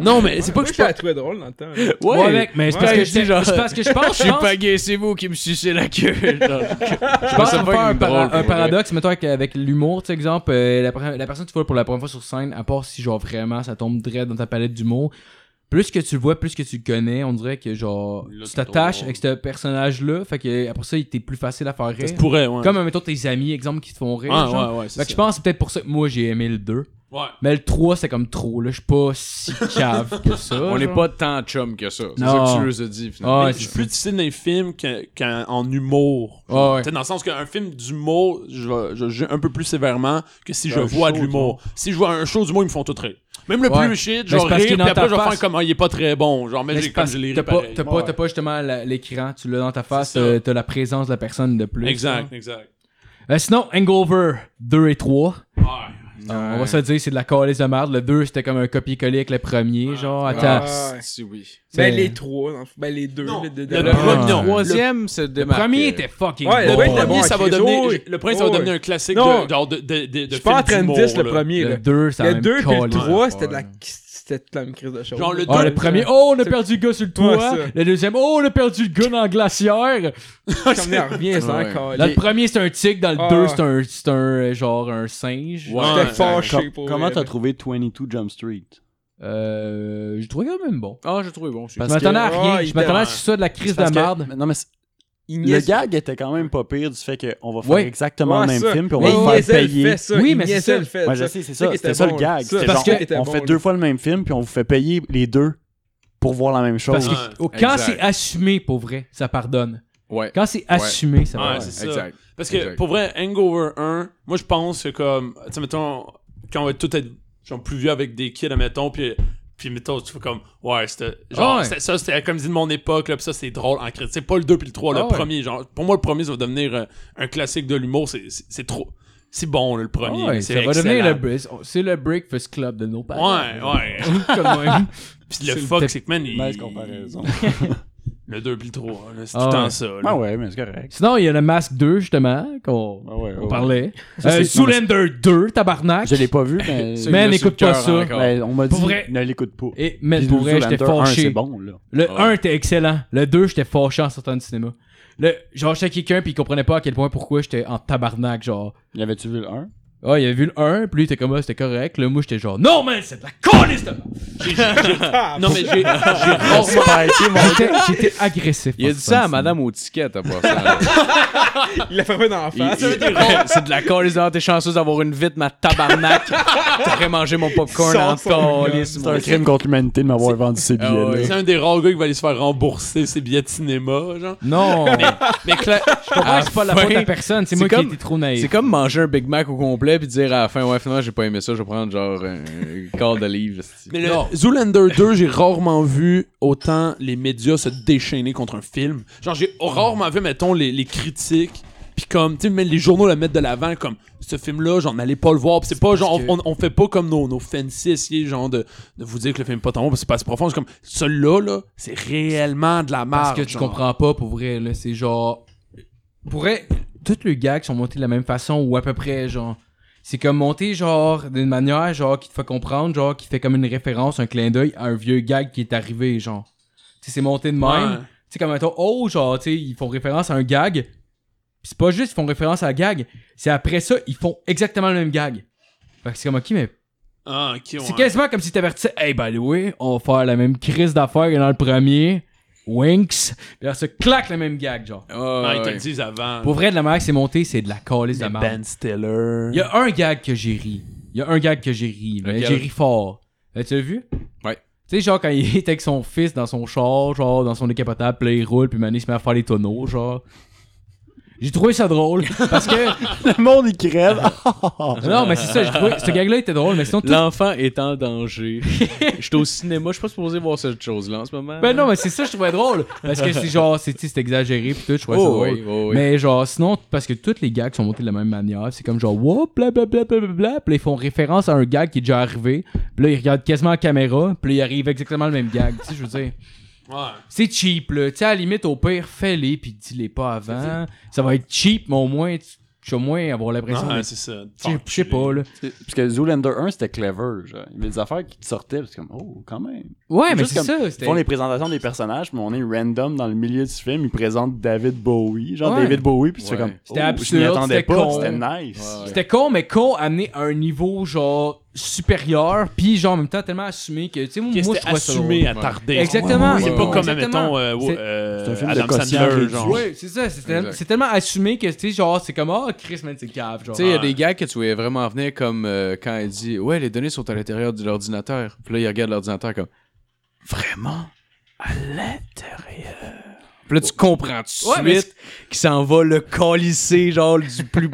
Speaker 4: Non, mais c'est pas
Speaker 7: Moi,
Speaker 4: que je
Speaker 7: je
Speaker 4: suis pas.
Speaker 7: la trouvais drôle dans le temps.
Speaker 3: Ouais,
Speaker 5: Ouais.
Speaker 3: mec, mais c'est
Speaker 7: Ouais,
Speaker 3: parce que
Speaker 5: je dis
Speaker 3: j'étais-
Speaker 5: genre-
Speaker 3: c'est parce que je pense.
Speaker 5: Je
Speaker 3: Je
Speaker 5: suis
Speaker 3: pense,
Speaker 5: pagué, c'est vous qui me sucez la queue.
Speaker 3: je pense
Speaker 5: ça
Speaker 3: qu'on
Speaker 5: pas
Speaker 3: fait un, para-
Speaker 5: drôle, pour
Speaker 3: un
Speaker 5: vrai.
Speaker 3: paradoxe, mettons avec, avec l'humour, tu sais, exemple, euh, la, pre- la personne que tu vois pour la première fois sur scène, à part si genre vraiment ça tombe direct dans ta palette d'humour, plus que tu le vois, plus que tu le connais, on dirait que genre
Speaker 5: Là,
Speaker 3: tu
Speaker 5: c'est
Speaker 3: t'attaches
Speaker 5: drôle.
Speaker 3: avec ce personnage-là, fait que après ça, il t'est plus facile à faire
Speaker 4: Ça se
Speaker 3: rire.
Speaker 4: pourrait, ouais. Ah,
Speaker 3: Comme mettons tes amis, exemple, qui te font rire.
Speaker 4: Ouais,
Speaker 3: genre.
Speaker 4: ouais, ouais,
Speaker 3: Fait
Speaker 4: c'est
Speaker 3: que je
Speaker 4: ça.
Speaker 3: pense que c'est peut-être pour ça que moi j'ai aimé le 2.
Speaker 4: Ouais.
Speaker 3: Mais le 3 c'est comme trop là, je suis pas si cave que ça.
Speaker 5: On n'est
Speaker 3: genre.
Speaker 5: pas tant chum que ça. C'est
Speaker 3: Non.
Speaker 5: ça que tu nous as dit, finalement.
Speaker 3: Ah, ouais,
Speaker 4: je suis
Speaker 3: c'est-
Speaker 4: plus difficile dans les films qu'en- qu'en en humour.
Speaker 3: Ah ouais.
Speaker 4: T'sais, dans le sens qu'un film d'humour, je vais je juge un peu plus sévèrement que si je
Speaker 5: Un
Speaker 4: vois de
Speaker 5: show
Speaker 4: l'humour. Si je vois un show d'humour, ils me font tout rire. Même le
Speaker 3: Ouais.
Speaker 4: plus shit,
Speaker 3: Mais
Speaker 4: genre
Speaker 3: c'est parce qu'il
Speaker 4: rire,
Speaker 3: est
Speaker 4: puis
Speaker 3: dans
Speaker 4: après
Speaker 3: ta
Speaker 4: je vais faire
Speaker 3: face.
Speaker 4: comme ah, il est pas très bon. Genre, mais,
Speaker 3: Mais
Speaker 4: j'ai
Speaker 3: c'est
Speaker 4: comme
Speaker 3: parce
Speaker 4: je l'ai
Speaker 3: que
Speaker 4: ri
Speaker 3: t'as pas,
Speaker 4: pareil.
Speaker 3: t'as pas, t'as pas justement la- l'écran, tu l'as dans ta face,
Speaker 4: C'est ça.
Speaker 3: euh, t'as la présence de la personne de plus.
Speaker 4: Exact, exact.
Speaker 3: Euh, sinon, Hangover 2 et 3.
Speaker 4: Ouais.
Speaker 3: On va se le dire, c'est de la calisse de merde. Le 2, c'était comme un copier-coller avec le premier. Genre, attends.
Speaker 7: Ah, ouais.
Speaker 5: Si oui.
Speaker 3: C'est-
Speaker 7: Ben, les trois, dans le fond. ben, les deux.
Speaker 4: Non,
Speaker 7: les deux
Speaker 4: le
Speaker 7: derniers.
Speaker 3: premier-
Speaker 7: Ah.
Speaker 3: non.
Speaker 5: Le troisième, c'est
Speaker 3: le premier était fucking
Speaker 7: Ouais,
Speaker 3: bon.
Speaker 7: le premier était
Speaker 4: Premier,
Speaker 7: bon.
Speaker 4: ça va
Speaker 7: Chris,
Speaker 4: devenir,
Speaker 7: oui.
Speaker 4: le premier, ça va
Speaker 7: Oui.
Speaker 4: devenir un classique
Speaker 7: Non.
Speaker 4: de, genre de, de, de, de
Speaker 7: Je suis pas en
Speaker 4: film
Speaker 7: train de
Speaker 4: d'humour,
Speaker 7: dire c'est le
Speaker 4: là.
Speaker 7: premier.
Speaker 3: Le
Speaker 7: là.
Speaker 3: 2, ça a
Speaker 7: Le 2 et le 3,
Speaker 3: trois
Speaker 7: c'était de la c'était de la crise de choses.
Speaker 4: Genre, le
Speaker 3: Oh,
Speaker 4: deux,
Speaker 3: le premier, oh, on a
Speaker 7: C'est-
Speaker 3: perdu le gars sur le
Speaker 7: Ouais,
Speaker 3: toit.
Speaker 7: ça.
Speaker 3: le deuxième, oh, on a perdu le gars dans la glacière.
Speaker 7: Comme il revient, ça
Speaker 5: Ouais.
Speaker 7: encore.
Speaker 3: Là, le premier, c'est un tigre. Dans le
Speaker 7: Ah.
Speaker 3: 2, c'est un, c'est un, euh, genre, un singe.
Speaker 4: Ouais.
Speaker 7: J'étais fâché pour
Speaker 6: Comment
Speaker 7: vrai,
Speaker 6: t'as
Speaker 7: là.
Speaker 6: trouvé 22 Jump Street?
Speaker 3: Euh, je le trouvais quand même bon.
Speaker 5: Ah, j'ai trouvé bon. celui-là.
Speaker 3: Je
Speaker 6: Parce que-
Speaker 3: m'attendais à rien.
Speaker 7: Ouais,
Speaker 3: je
Speaker 7: il
Speaker 3: m'attendais à
Speaker 4: était-
Speaker 3: ce que ce soit de la crise de la
Speaker 6: Parce que-
Speaker 3: merde.
Speaker 6: mais Non, mais c'est-
Speaker 7: Il
Speaker 6: le
Speaker 7: niaise-
Speaker 6: gag était quand même pas pire du fait qu'on va faire
Speaker 3: Ouais.
Speaker 6: exactement le
Speaker 7: Ouais,
Speaker 6: même
Speaker 7: ça.
Speaker 6: film puis on
Speaker 7: Mais
Speaker 6: va
Speaker 7: il
Speaker 6: le
Speaker 7: niaisait
Speaker 6: faire
Speaker 7: le
Speaker 6: payer.
Speaker 7: fait, ça.
Speaker 3: Oui,
Speaker 7: Il
Speaker 3: mais c'est
Speaker 7: niaisait
Speaker 3: ça.
Speaker 7: le fait,
Speaker 6: Ouais,
Speaker 7: ça.
Speaker 6: je sais, c'est ça.
Speaker 7: qui
Speaker 6: C'était
Speaker 7: était
Speaker 6: ça le
Speaker 7: bon,
Speaker 6: gag.
Speaker 7: ça.
Speaker 6: C'était
Speaker 3: Parce
Speaker 6: genre,
Speaker 3: que-
Speaker 7: était
Speaker 6: on
Speaker 7: bon,
Speaker 6: fait
Speaker 7: là.
Speaker 6: deux fois le même film puis on vous fait payer les deux pour voir la même
Speaker 3: Parce
Speaker 6: chose.
Speaker 3: que
Speaker 4: Ouais.
Speaker 3: oh, quand
Speaker 5: Exact.
Speaker 3: c'est assumé, pour vrai, ça pardonne.
Speaker 5: Ouais.
Speaker 3: Quand c'est assumé, ça pardonne.
Speaker 4: Ouais, c'est ça.
Speaker 5: Exact.
Speaker 4: Parce que
Speaker 5: Exact.
Speaker 4: pour vrai, Hangover 1, moi je pense que comme, tu sais, mettons, quand on va tout être genre, plus vieux avec des kids, mettons, puis, puis mettons, tu fais comme, ouais, c'était, genre,
Speaker 3: Ouais.
Speaker 4: c'était- ça c'était la comédie de mon époque, là, puis ça c'est drôle en critique. C'est pas le 2 puis le 3,
Speaker 3: Ah
Speaker 4: le
Speaker 3: ouais.
Speaker 4: premier, genre, pour moi le premier ça va devenir euh, un classique de l'humour, c'est, c'est, c'est trop, c'est bon là, le premier.
Speaker 3: Ah Ouais,
Speaker 4: c'est
Speaker 3: ça va
Speaker 4: excellent.
Speaker 3: devenir le br- c'est le Breakfast Club de nos parents.
Speaker 4: Ouais, ouais.
Speaker 3: Comme même.
Speaker 4: puis
Speaker 3: C'est
Speaker 4: le
Speaker 3: le
Speaker 4: fuck,
Speaker 3: tep-
Speaker 4: c'est que man, il-
Speaker 6: Mauvaise comparaison.
Speaker 4: le 2 puis le 3, là, c'est
Speaker 3: Ah
Speaker 4: tout le
Speaker 3: ouais.
Speaker 4: temps ça. là.
Speaker 6: Ah ouais, mais c'est correct.
Speaker 3: Sinon, il y a le Masque 2 justement qu'on
Speaker 6: Ah ouais,
Speaker 3: on
Speaker 6: ouais.
Speaker 3: parlait.
Speaker 6: Ça,
Speaker 3: Euh,
Speaker 6: c'est-
Speaker 3: Zoolander 2 tabarnak.
Speaker 6: Je l'ai pas vu, mais,
Speaker 5: Celui-là,
Speaker 3: Man,
Speaker 5: c'est
Speaker 3: écoute
Speaker 5: le cœur
Speaker 3: pas ça.
Speaker 5: encore.
Speaker 6: mais on m'a
Speaker 3: Pour
Speaker 6: dit
Speaker 3: vrai.
Speaker 6: ne l'écoute pas.
Speaker 3: Et mais
Speaker 6: Puis
Speaker 3: pour vrai,
Speaker 6: Zoolander
Speaker 3: j'étais
Speaker 6: 1,
Speaker 3: fâché.
Speaker 6: C'est bon, là.
Speaker 3: Le
Speaker 5: Ouais.
Speaker 3: 1 était excellent. Le 2, j'étais fâché en sortant du cinéma. Le, genre, j'étais quelqu'un puis il comprenait pas à quel point pourquoi j'étais en tabarnak, genre.
Speaker 6: Y avait-tu vu le 1?
Speaker 3: Ah, il avait vu le 1, puis lui, il était comme, ah, c'était correct. Là, moi, j'étais genre, non, man, c'est de la colisse de merde.
Speaker 4: Non, mais j'ai, j'ai
Speaker 6: Oh, spiké, mon
Speaker 3: J'étais- J'étais agressif.
Speaker 5: Il a
Speaker 3: en
Speaker 5: dit
Speaker 3: sortant
Speaker 5: ça à
Speaker 3: du cinéma.
Speaker 5: madame aux tickets, à part ça.
Speaker 7: Il l'a fait dans la
Speaker 5: Il- il-
Speaker 7: face.
Speaker 5: C'est de la colise dehors, t'es chanceuse d'avoir une vite, ma tabarnak. T'aurais mangé mon popcorn
Speaker 7: Sors
Speaker 5: en
Speaker 7: son gun.
Speaker 5: colisse.
Speaker 6: C'est
Speaker 5: mon
Speaker 6: un crime contre l'humanité de m'avoir vendu ces
Speaker 5: Ah ouais.
Speaker 6: billets-là.
Speaker 4: c'est un des rares gars qui va aller se faire rembourser ses billets de cinéma, genre.
Speaker 3: Non,
Speaker 5: Mais Cla-
Speaker 3: je comprends que c'est pas la
Speaker 5: Enfin,
Speaker 3: faute à personne. C'est
Speaker 5: c'est
Speaker 3: moi qui ai
Speaker 5: comme-
Speaker 3: été trop naïf.
Speaker 5: C'est comme manger un Big Mac au complet puis dire à la fin, ouais, finalement, j'ai pas aimé ça, je vais prendre genre un quart d'olive. c'est-tu.
Speaker 4: Mais le Zoolander 2, j'ai rarement vu autant les médias se déchaîner contre un film. Genre, j'ai rarement vu, mettons, les, les critiques. Puis comme, tu sais, même les journaux le mettent de l'avant, comme, ce film-là, genre, n'allez pas le voir. Puis c'est pas, genre, on, on fait pas comme nos, nos fancy essayer, genre, de, de vous dire que le film est pas tant bon, parce que c'est pas assez profond. C'est comme, celui-là, là, c'est réellement de la marque.
Speaker 3: Parce que tu comprends pas, pour vrai, là. C'est genre. Pour vrai, toutes les gags sont montés de la même façon ou à peu près, genre. C'est comme monté, genre, d'une manière, genre, qui te fait comprendre, genre, qui fait comme une référence, un clin d'œil à un vieux gag qui est arrivé, genre. Tu sais, c'est monté de même. sais, comme mettons, oh, genre, tu sais, ils font référence à un gag. Pis c'est pas juste ils font référence à un gag, c'est après ça, ils font exactement le même gag. Fait que c'est comme, ok, mais
Speaker 4: Ah, ok, ouais.
Speaker 3: c'est quasiment comme si t'avertissais, hey, by the way, on va faire la même crise d'affaires que dans le premier. Winx. Puis là, ça claque le même gag, genre.
Speaker 4: Ah, ils te le disent avant.
Speaker 3: Pour vrai, de la manière que c'est monté, c'est de la calice de
Speaker 4: Le
Speaker 3: merde.
Speaker 4: Ben Stiller.
Speaker 3: Il y a un gag que j'ai ri. Il y a un gag que j'ai ri. mais
Speaker 5: Lequel?
Speaker 3: J'ai ri fort. Euh, tu l'as vu?
Speaker 5: Ouais.
Speaker 3: Tu sais, genre, quand il est avec son fils dans son char, genre, dans son décapotable, puis là, il roule, puis Mané se met à faire les tonneaux, genre. J'ai trouvé ça drôle. Parce que.
Speaker 6: Le monde, il crève.
Speaker 3: non, mais c'est ça, j'ai trouvé. Ce gag-là était drôle, mais sinon, tout.
Speaker 5: L'enfant est en danger. Je suis au cinéma, je suis pas supposé voir cette chose-là en ce moment.
Speaker 3: Ben non, mais c'est ça, je trouvais drôle. Parce que c'est genre, c'est tu sais, c'est exagéré, puis tout, je trouvais ça
Speaker 5: Oh,
Speaker 3: drôle.
Speaker 5: oui, oh, oui.
Speaker 3: Mais genre, sinon, parce que toutes les gags sont montés de la même manière, c'est comme genre, whoop, blablabla, blablabla, puis là, ils font référence à un gag qui est déjà arrivé, puis là, ils regardent quasiment la caméra, puis là, ils arrivent exactement le même gag, tu sais, je veux dire.
Speaker 4: Ouais.
Speaker 3: C'est cheap, là. Tu sais, à la limite, au pire, fais-les, puis dis-les pas avant. Ça va être cheap, mais au moins, tu tu vas au moins avoir l'impression
Speaker 4: Ah,
Speaker 3: de...
Speaker 4: c'est ça.
Speaker 3: Je je sais pas, là.
Speaker 6: Parce que Zoolander 1, c'était clever. Genre. Il y avait des affaires qui te sortaient. C'est comme, oh, quand même.
Speaker 3: Ouais, mais
Speaker 6: Juste
Speaker 3: c'est
Speaker 6: comme-
Speaker 3: ça.
Speaker 6: Ils
Speaker 3: c'était-
Speaker 6: font les présentations des personnages, mais on est random dans le milieu du film. Ils présentent David Bowie. Genre
Speaker 3: Ouais.
Speaker 6: David Bowie, puis tu
Speaker 5: Ouais.
Speaker 6: fais comme, oh,
Speaker 3: C'était
Speaker 6: je m'y
Speaker 3: absurde,
Speaker 6: attendais
Speaker 3: c'était
Speaker 6: pas.
Speaker 3: con.
Speaker 6: C'était nice.
Speaker 3: C'était con, mais con amené à un niveau, genre, supérieur, puis genre, en même temps, tellement assumé que, tu sais, moi,
Speaker 4: Qui
Speaker 3: moi, je
Speaker 4: était
Speaker 3: trouvais ça
Speaker 4: assumé,
Speaker 3: drôle.
Speaker 4: attardé.
Speaker 3: Exactement.
Speaker 4: C'est
Speaker 5: Ouais,
Speaker 4: pas
Speaker 5: ouais,
Speaker 4: comme,
Speaker 3: Exactement.
Speaker 4: mettons, euh,
Speaker 3: C'est-
Speaker 4: euh,
Speaker 6: C'est un film de
Speaker 4: Adam
Speaker 6: cautionnaire
Speaker 4: Sandler,
Speaker 6: réduit.
Speaker 4: genre.
Speaker 3: Ouais, c'est ça. C'est tel-
Speaker 5: Exact.
Speaker 3: c'est tellement assumé que, tu sais, genre, c'est comme, ah, Chris, man, c'est cave, genre.
Speaker 5: Tu sais, il y a
Speaker 4: Ouais.
Speaker 5: des gars que tu voyais vraiment venir comme euh, quand elle dit Ouais, les données sont à l'intérieur de l'ordinateur. Puis là, il regarde l'ordinateur comme Vraiment À l'intérieur. Puis là, tu comprends tout de
Speaker 3: Ouais, mais
Speaker 5: suite qu'il s'en va le colisser, genre, du plus,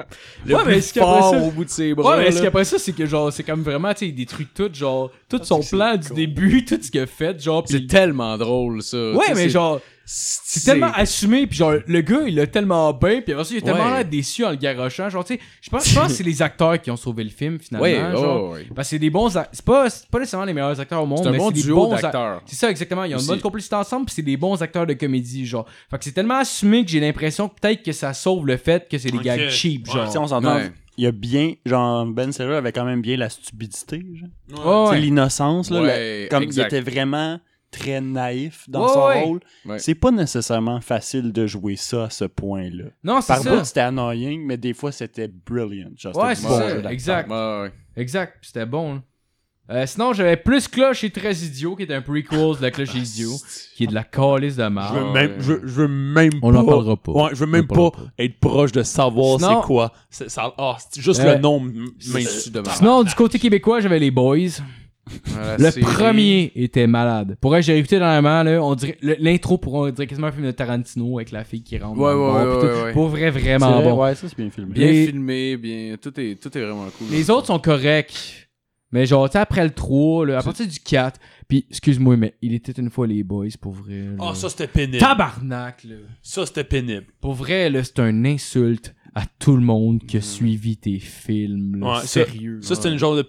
Speaker 5: le
Speaker 3: Ouais, mais
Speaker 5: plus
Speaker 3: est-ce qu'après
Speaker 5: fort
Speaker 3: ça-
Speaker 5: au bout de ses
Speaker 3: Ouais,
Speaker 5: bras.
Speaker 3: mais ce
Speaker 5: là.
Speaker 3: qu'après ça, c'est que, genre, c'est comme vraiment, tu sais, il détruit tout, genre, tout son plan du début, tout ce qu'il a fait, genre, puis
Speaker 5: Ah, C'est tellement drôle, ça. Tu
Speaker 3: Ouais,
Speaker 5: sais,
Speaker 3: mais
Speaker 5: c'est-
Speaker 3: genre,
Speaker 5: c'est
Speaker 3: c'est tellement assumé, puis genre, le gars, il l'a tellement bien, puis après ça, il a tellement
Speaker 5: Ouais.
Speaker 3: l'air déçu en le garochant. Genre, tu sais, je pense, je pense que c'est les acteurs qui ont sauvé le film, finalement.
Speaker 5: Ouais,
Speaker 3: genre.
Speaker 5: oh, ouais.
Speaker 3: Parce que c'est des bons. ac- C'est pas, c'est pas nécessairement les meilleurs acteurs au monde,
Speaker 5: C'est un
Speaker 3: mais
Speaker 5: bon
Speaker 3: c'est des
Speaker 5: duo
Speaker 3: bons ac-
Speaker 5: d'acteurs.
Speaker 3: C'est ça, exactement. Ils ont une
Speaker 5: Aussi.
Speaker 3: bonne complicité ensemble, puis c'est des bons acteurs de comédie, genre. Fait que c'est tellement assumé que j'ai l'impression que peut-être que ça sauve le fait que c'est des
Speaker 4: Ok.
Speaker 3: gags cheap,
Speaker 4: Ouais.
Speaker 3: genre.
Speaker 6: Tu sais, on s'entend.
Speaker 5: Ouais.
Speaker 6: Il y a bien, genre, Ben Stiller avait quand même bien la stupidité. Genre.
Speaker 3: Ouais,
Speaker 6: Tu sais,
Speaker 3: ouais.
Speaker 6: L'innocence, là,
Speaker 5: Ouais,
Speaker 6: la- comme
Speaker 5: exact.
Speaker 6: il était vraiment très naïf dans
Speaker 3: Ouais,
Speaker 6: son
Speaker 3: ouais.
Speaker 6: rôle.
Speaker 5: Ouais.
Speaker 6: C'est pas nécessairement facile de jouer ça à ce point-là.
Speaker 3: Non, c'est
Speaker 6: Par
Speaker 3: ça.
Speaker 6: bout, c'était annoying, mais des fois, c'était brilliant. Genre,
Speaker 3: Ouais, c'est
Speaker 6: c'était bon
Speaker 3: ça.
Speaker 6: jeu d'acteur.
Speaker 3: Exact.
Speaker 5: Ouais, ouais.
Speaker 3: Exact. C'était bon, là. Euh, sinon, j'avais plus Cloche et Très Idiot, qui est un prequel de la Cloche et Idiot, qui est de la calice de
Speaker 4: Je
Speaker 3: marre.
Speaker 4: veux même, je, veux- je veux même
Speaker 3: On
Speaker 4: pas.
Speaker 3: n'en parlera pas.
Speaker 4: Ouais, je veux même
Speaker 3: On en
Speaker 4: pas être proche de savoir
Speaker 3: Sinon-
Speaker 4: c'est quoi. C'est, ça, ah, c'est juste
Speaker 3: Euh,
Speaker 4: le nom m-
Speaker 5: c'est-
Speaker 4: m'insulte.
Speaker 3: Sinon, du côté québécois, j'avais les Boys.
Speaker 5: Voilà,
Speaker 3: Le
Speaker 5: c'est-
Speaker 3: premier était malade. Pour vrai, j'ai écouté dernièrement, là, on dirait, le- l'intro pour on dirait quasiment un film de Tarantino avec la fille qui rentre.
Speaker 5: Ouais,
Speaker 3: dans le bar,
Speaker 5: ouais, ouais,
Speaker 3: pis tout.
Speaker 5: ouais, ouais.
Speaker 3: Pour vrai,
Speaker 6: C'est
Speaker 3: vraiment
Speaker 6: vrai,
Speaker 3: bon.
Speaker 6: ouais, ça, c'est bien filmé.
Speaker 5: Bien
Speaker 3: Et-
Speaker 5: filmé, bien. Tout est, tout est vraiment cool.
Speaker 3: Les autres sont corrects. Mais genre, tu sais, après le 3, là, à partir du 4, puis excuse-moi, mais il était une fois les Boys, pour vrai. là.
Speaker 4: Ah, ça c'était pénible.
Speaker 3: Tabarnak, là.
Speaker 4: Ça c'était pénible.
Speaker 3: Pour vrai, là, c'est un insulte à tout le monde qui a suivi tes films, là.
Speaker 4: Ouais, ça-
Speaker 3: Sérieux.
Speaker 4: Ça c'était une genre de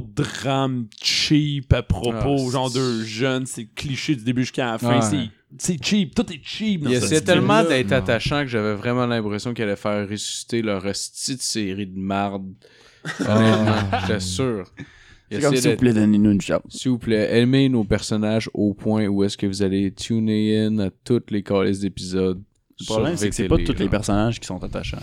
Speaker 4: pseudo-drame cheap à propos,
Speaker 5: Ah,
Speaker 4: genre de jeunes, c'est cliché du début jusqu'à la fin.
Speaker 3: Ouais.
Speaker 4: C'est, c'est cheap, tout est cheap. dans
Speaker 5: Il
Speaker 4: ce
Speaker 5: essayait
Speaker 4: film-là.
Speaker 5: tellement d'être attachant que j'avais vraiment l'impression qu'elle allait faire ressusciter leur petite série de marde. Honnêtement, j'étais sûr. Il
Speaker 6: C'est comme
Speaker 5: essayait
Speaker 6: s'il vous
Speaker 5: d'être-
Speaker 6: plaît, donnez-nous une chance.
Speaker 5: S'il vous plaît, aimez nos personnages au point où est-ce que vous allez tuner in à toutes les calices d'épisodes.
Speaker 6: Le problème, c'est que c'est pas tous les personnages qui sont attachants.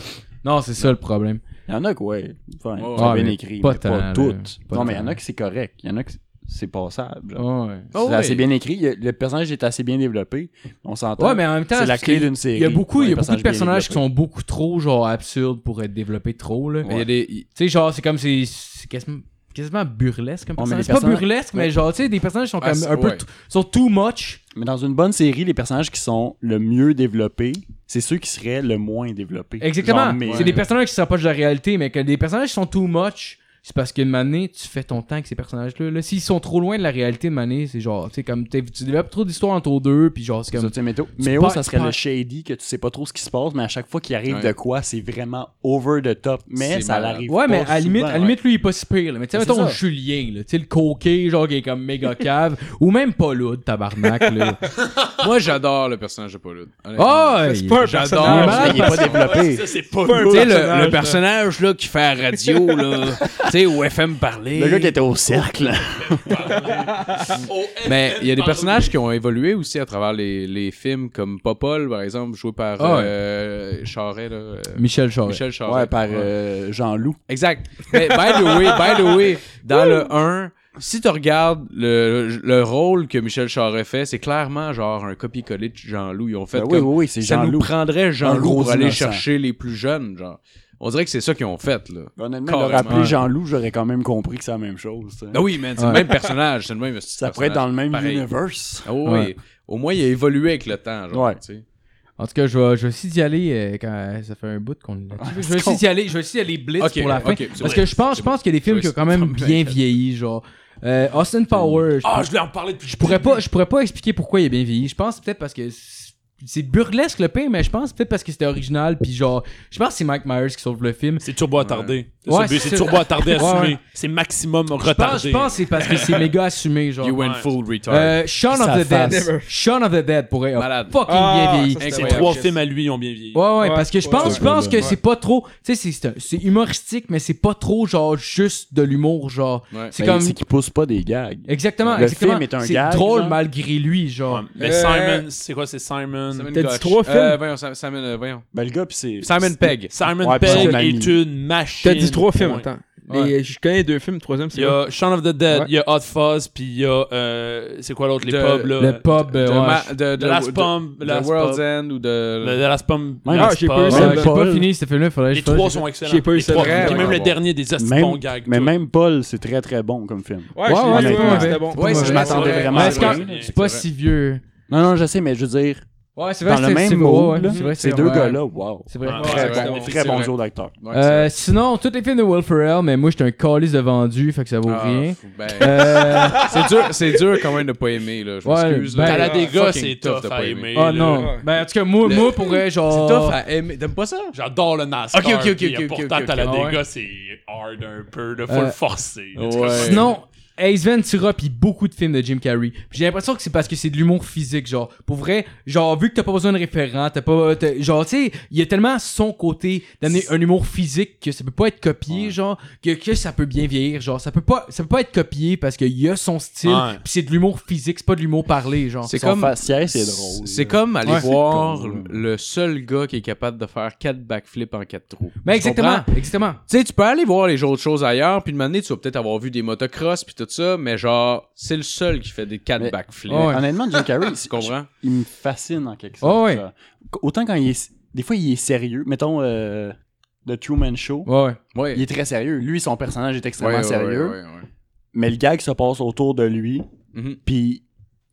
Speaker 3: Non, c'est ça le problème.
Speaker 6: Il y en a que, ouais, enfin,
Speaker 5: Ouais,
Speaker 6: ils sont
Speaker 3: ouais,
Speaker 6: bien
Speaker 3: mais
Speaker 6: écrits,
Speaker 3: pas
Speaker 6: mais
Speaker 3: tant,
Speaker 6: pas
Speaker 3: là.
Speaker 6: toutes.
Speaker 3: Pas
Speaker 6: non, mais il y
Speaker 3: tant.
Speaker 6: en a que c'est correct. Il y en a que c'est passable. genre.
Speaker 3: Ouais.
Speaker 5: Oh,
Speaker 6: Ah c'est
Speaker 5: ouais.
Speaker 6: assez bien écrit. il y a- Le personnage est assez bien développé. On s'entend.
Speaker 3: Ouais, mais en même temps,
Speaker 6: c'est la
Speaker 3: parce
Speaker 6: clé
Speaker 3: que
Speaker 6: d'une série.
Speaker 3: Il y a beaucoup,
Speaker 6: Ouais,
Speaker 3: il y a
Speaker 6: un
Speaker 3: beaucoup de personnages
Speaker 6: personnage
Speaker 3: qui sont beaucoup trop genre absurdes pour être développés trop là.
Speaker 5: Mais il y a des. il-
Speaker 3: Tu sais genre c'est comme c'est c'est quasiment quasiment burlesque comme
Speaker 6: Ouais, mais
Speaker 3: personnage.
Speaker 6: les
Speaker 3: C'est pas
Speaker 6: personnages-
Speaker 3: burlesque mais
Speaker 6: Ouais.
Speaker 3: genre tu sais des personnages sont
Speaker 5: Ah,
Speaker 3: comme
Speaker 5: c'est-
Speaker 3: un peu
Speaker 5: ouais.
Speaker 3: t- sont too much.
Speaker 6: bien développés. Mais dans une bonne série, les personnages qui sont le mieux développés, c'est ceux qui seraient le moins développés.
Speaker 3: Exactement.
Speaker 6: Genre, mais-
Speaker 3: C'est des personnages qui se rapprochent de la réalité mais que des personnages qui sont too much c'est parce que mané tu fais ton temps avec ces personnages là. Là s'ils sont trop loin de la réalité mané c'est genre tu sais comme t'es- tu développes trop d'histoires entre deux puis genre c'est
Speaker 6: Ça,
Speaker 3: comme
Speaker 6: tu sais, mais tôt-
Speaker 3: Tu
Speaker 6: mais oh,
Speaker 3: perds-
Speaker 6: ça
Speaker 3: tu
Speaker 6: serait le
Speaker 3: perds-
Speaker 6: shady que tu sais pas trop ce qui se passe, mais à chaque fois qu'il arrive
Speaker 5: Ouais.
Speaker 6: de quoi, c'est vraiment over the top. Mais
Speaker 5: C'est
Speaker 6: ça
Speaker 5: malade.
Speaker 6: l'arrive
Speaker 3: Ouais,
Speaker 6: pas
Speaker 3: mais à la
Speaker 6: souvent.
Speaker 3: limite, à la limite lui, il est pas si pire. là. Mais tu sais,
Speaker 6: Mais c'est
Speaker 3: mettons
Speaker 6: ça.
Speaker 3: Julien, là, tu sais, le coquet, genre, qui est comme méga cave, ou même pas lourd, tabarnak, là.
Speaker 5: Moi, j'adore le personnage de Paulud.
Speaker 3: Ah,
Speaker 7: C'est
Speaker 3: il-
Speaker 7: pas un
Speaker 3: Ah,
Speaker 7: personnage.
Speaker 3: malade,
Speaker 6: il est pas développé.
Speaker 4: Ça c'est pas
Speaker 7: Pas un
Speaker 5: Tu sais, euh,
Speaker 7: personnage,
Speaker 5: le, le
Speaker 7: là.
Speaker 5: personnage là, qui fait la radio, là, sais, au FM parler.
Speaker 6: Le gars qui était au cercle.
Speaker 5: Mais il y a des personnages qui ont évolué aussi à travers les, les films, comme Popol, par exemple, joué par
Speaker 3: Ah ouais.
Speaker 5: euh, Charret, là, euh,
Speaker 3: Michel Charest.
Speaker 5: Michel Charret.
Speaker 6: Ouais, par euh, Jean-Loup.
Speaker 5: Exact. Mais by the way, by the way, dans le 1, si tu regardes le, le rôle que Michel Charret fait, c'est clairement genre un copier-coller de Jean-Loup. Ils ont fait
Speaker 6: Ben oui,
Speaker 5: comme-
Speaker 6: oui, oui, c'est
Speaker 5: ça nous
Speaker 6: Jean-Loup.
Speaker 5: prendrait Jean-Loup
Speaker 6: gros
Speaker 5: pour aller
Speaker 6: innocent.
Speaker 5: chercher les plus jeunes, genre. On dirait que c'est ça qu'ils ont fait, là.
Speaker 6: Honnêtement, leur
Speaker 5: Carrément.
Speaker 6: appeler Jean-Loup, j'aurais quand même compris que c'est la même chose. tu sais.
Speaker 5: Ah oui, man, c'est
Speaker 3: Ouais.
Speaker 5: le même personnage, c'est le même
Speaker 6: Ça pourrait être dans le même
Speaker 5: Pareil.
Speaker 6: universe.
Speaker 5: Ah oui,
Speaker 3: Ouais.
Speaker 5: au moins il a évolué avec le temps, genre,
Speaker 6: Ouais.
Speaker 5: tu sais.
Speaker 3: En tout cas, je vais, je vais aussi y aller euh, quand ça fait un bout qu'on l'a. Je vais aussi y aller, je vais aussi y aller blitz
Speaker 5: Ok,
Speaker 3: pour la fin.
Speaker 5: ok, c'est
Speaker 3: parce
Speaker 5: vrai,
Speaker 3: que je pense,
Speaker 5: c'est
Speaker 3: je pense qu'il y a des films
Speaker 5: Oui,
Speaker 3: qui ont
Speaker 5: c'est
Speaker 3: quand même
Speaker 5: vrai.
Speaker 3: bien vieilli, genre euh, Austin Power.
Speaker 5: Ah,
Speaker 3: Je,
Speaker 4: Ah, je voulais en parler depuis.
Speaker 3: je pourrais pas, je pourrais pas expliquer pourquoi il est bien vieilli. Je pense peut-être parce que c'est- c'est burlesque le pain, mais je pense peut-être parce que c'était original, puis genre, je pense que c'est Mike Myers qui sauve le film.
Speaker 4: C'est turbo attardé. C'est
Speaker 3: Ouais,
Speaker 4: ça le but,
Speaker 3: c'est
Speaker 4: c'est
Speaker 3: ça.
Speaker 4: turbo attardé
Speaker 3: Ouais,
Speaker 4: assumé.
Speaker 3: ouais.
Speaker 4: C'est maximum
Speaker 3: Je pense,
Speaker 4: retardé.
Speaker 3: je pense que c'est parce que c'est méga assumé, genre.
Speaker 5: You went
Speaker 4: Ouais.
Speaker 5: full retard.
Speaker 3: Euh, Shaun
Speaker 6: Sa
Speaker 3: of the Dead.
Speaker 7: face.
Speaker 3: Shaun of the Dead pourrait
Speaker 5: Malade.
Speaker 3: fucking
Speaker 7: Ah,
Speaker 3: bien vieilli.
Speaker 7: ça,
Speaker 4: Ces
Speaker 5: Ouais,
Speaker 4: trois
Speaker 7: ouais.
Speaker 4: films à lui ont bien vieilli.
Speaker 3: Ouais, ouais,
Speaker 7: Ouais,
Speaker 3: parce que je
Speaker 7: ouais,
Speaker 3: pense,
Speaker 7: ouais.
Speaker 3: je pense que
Speaker 7: Ouais.
Speaker 3: c'est pas trop, tu sais, c'est- c'est un- c'est humoristique, mais c'est pas trop, genre, juste de l'humour, genre.
Speaker 5: Ouais.
Speaker 3: C'est
Speaker 6: Ben,
Speaker 3: comme.
Speaker 6: C'est qu'ils poussent pas des gags.
Speaker 3: Exactement,
Speaker 6: Le
Speaker 3: exactement.
Speaker 6: film est un
Speaker 3: C'est
Speaker 6: gag,
Speaker 3: drôle
Speaker 6: genre.
Speaker 3: malgré lui,
Speaker 4: Ouais,
Speaker 3: genre.
Speaker 4: Mais
Speaker 7: Euh,
Speaker 4: Simon, c'est quoi, c'est Simon?
Speaker 5: Simon
Speaker 7: T'as dit
Speaker 5: Gotch.
Speaker 7: trois films?
Speaker 5: Euh, voyons, Sam- Simon, euh, voyons.
Speaker 6: Ben, le gars, pis c'est.
Speaker 5: Simon Pegg.
Speaker 4: Simon
Speaker 6: Ouais, puis
Speaker 4: Pegg
Speaker 6: son ami.
Speaker 4: est une machine.
Speaker 7: T'as dit trois films,
Speaker 4: Ouais.
Speaker 7: attends.
Speaker 5: Ouais.
Speaker 7: Les- je connais deux films, le troisième,
Speaker 4: Il
Speaker 7: c'est
Speaker 4: y a Shaun of the Dead,
Speaker 7: Ouais.
Speaker 4: il y a Hot Fuzz, puis il y a. euh, c'est quoi l'autre? Les
Speaker 5: De-
Speaker 4: pubs, là.
Speaker 3: Le pub, euh,
Speaker 5: De
Speaker 3: ouais,
Speaker 5: ma-
Speaker 3: je-
Speaker 5: de-
Speaker 4: The
Speaker 5: de-
Speaker 4: Last
Speaker 5: de-
Speaker 4: Pump,
Speaker 5: de
Speaker 4: The Last
Speaker 5: World's
Speaker 4: Pub.
Speaker 5: End ou de...
Speaker 4: Le The Last Pump,
Speaker 6: Ouais,
Speaker 4: The
Speaker 7: ah,
Speaker 4: Last
Speaker 7: j'ai
Speaker 4: Pub.
Speaker 7: pas eu
Speaker 3: Ouais,
Speaker 7: ça.
Speaker 3: j'ai pas
Speaker 6: Paul.
Speaker 3: fini ce film-là, faudrait que
Speaker 4: Les
Speaker 3: je fasse-
Speaker 4: trois sont excellents.
Speaker 7: j'ai pas eu
Speaker 4: Les
Speaker 7: ça.
Speaker 4: trois.
Speaker 5: Vraiment.
Speaker 4: Puis même le
Speaker 5: Bon.
Speaker 4: dernier des hosties bons
Speaker 6: Même,
Speaker 4: gags.
Speaker 6: mais
Speaker 4: tout.
Speaker 6: même Paul, c'est très très bon comme film.
Speaker 7: Ouais,
Speaker 3: Ouais,
Speaker 7: ouais, ouais,
Speaker 3: ouais,
Speaker 7: ouais,
Speaker 3: ouais,
Speaker 7: c'était
Speaker 3: ouais.
Speaker 7: bon.
Speaker 3: Ouais,
Speaker 5: c'est
Speaker 3: je
Speaker 5: vrai,
Speaker 6: m'attendais
Speaker 5: c'est vrai.
Speaker 6: vraiment
Speaker 3: Mais
Speaker 6: à
Speaker 3: c'est
Speaker 6: ça.
Speaker 3: quand- c'est pas
Speaker 5: vrai.
Speaker 3: si vieux.
Speaker 6: Non, non, je sais, mais je veux dire,
Speaker 3: Ouais, c'est
Speaker 6: dans le même mot, là, ces deux gars-là, wow.
Speaker 3: C'est vrai.
Speaker 4: Ouais.
Speaker 5: c'est
Speaker 6: Très
Speaker 5: vrai,
Speaker 6: bon,
Speaker 5: c'est
Speaker 6: très bon
Speaker 5: vrai.
Speaker 6: jour d'acteur.
Speaker 5: Ouais, c'est
Speaker 3: Euh, sinon, tous les films de Will Ferrell, mais moi, j'étais un calice de vendu, fait que ça vaut
Speaker 5: Ah,
Speaker 3: rien.
Speaker 5: fou, ben,
Speaker 3: Euh,
Speaker 5: c'est dur, c'est dur quand même de pas aimer là. Je
Speaker 3: Ouais,
Speaker 5: m'excuse.
Speaker 3: ben-
Speaker 5: là.
Speaker 4: T'as la des gars,
Speaker 5: Ah, Fucking
Speaker 4: c'est tough à aimer.
Speaker 3: oh
Speaker 7: Ah,
Speaker 4: là.
Speaker 3: non. Ben, en tout cas, moi,
Speaker 5: Le-
Speaker 3: moi pourrais, genre.
Speaker 6: Oh.
Speaker 5: C'est tough à aimer. T'aimes pas ça?
Speaker 4: J'adore le NASCAR.
Speaker 5: Ok, ok, ok,
Speaker 4: puis,
Speaker 5: ok, ok,
Speaker 4: Pourtant,
Speaker 5: ok,
Speaker 4: t'as la
Speaker 5: ok.
Speaker 4: des
Speaker 5: Ah ouais.
Speaker 4: gars, c'est hard un peu, là. Faut
Speaker 3: Euh,
Speaker 4: le forcer. En tout
Speaker 5: ouais.
Speaker 4: cas,
Speaker 3: Sinon, Ace Ventura puis beaucoup de films de Jim Carrey. Puis J'ai l'impression que c'est parce que c'est de l'humour physique, genre. Pour vrai, genre vu que t'as pas besoin de référent, t'as pas, t'as- genre tu sais, il y a tellement son côté d'amener un humour physique que ça peut pas être copié, genre que, que ça peut bien vieillir, genre ça peut pas, ça peut pas être copié parce qu'il y a son style.
Speaker 4: Ouais.
Speaker 3: Puis c'est de l'humour physique, c'est pas de l'humour parlé, genre.
Speaker 5: C'est
Speaker 6: Son
Speaker 5: comme-
Speaker 6: faciès, c'est drôle.
Speaker 5: C'est comme aller
Speaker 3: Ouais.
Speaker 5: voir
Speaker 6: C'est con, là.
Speaker 5: le seul gars qui est capable de faire 4 backflips en 4 trous.
Speaker 3: Mais
Speaker 5: Tu
Speaker 3: exactement,
Speaker 5: comprends?
Speaker 3: exactement.
Speaker 5: Tu sais, tu peux aller voir les autres choses ailleurs, puis demander, tu vas peut-être avoir vu des motocross puis tout ça, mais genre, c'est le seul qui fait des 4
Speaker 6: Mais-
Speaker 5: backflips.
Speaker 6: Mais
Speaker 3: Ouais.
Speaker 6: Honnêtement, Jim Carrey,
Speaker 5: Tu
Speaker 6: c'est-
Speaker 5: comprends?
Speaker 6: il me fascine en quelque sorte.
Speaker 3: Oh, ouais.
Speaker 6: Euh, Autant quand il est. Des fois, il est sérieux. Mettons euh, The Truman Show.
Speaker 3: Ouais, ouais.
Speaker 5: Ouais.
Speaker 6: Il est très sérieux. Lui, son personnage est
Speaker 5: Ouais,
Speaker 6: extrêmement
Speaker 5: ouais,
Speaker 6: sérieux.
Speaker 5: ouais, ouais, ouais.
Speaker 6: Mais le gag se passe autour de lui.
Speaker 5: Mhm.
Speaker 6: Puis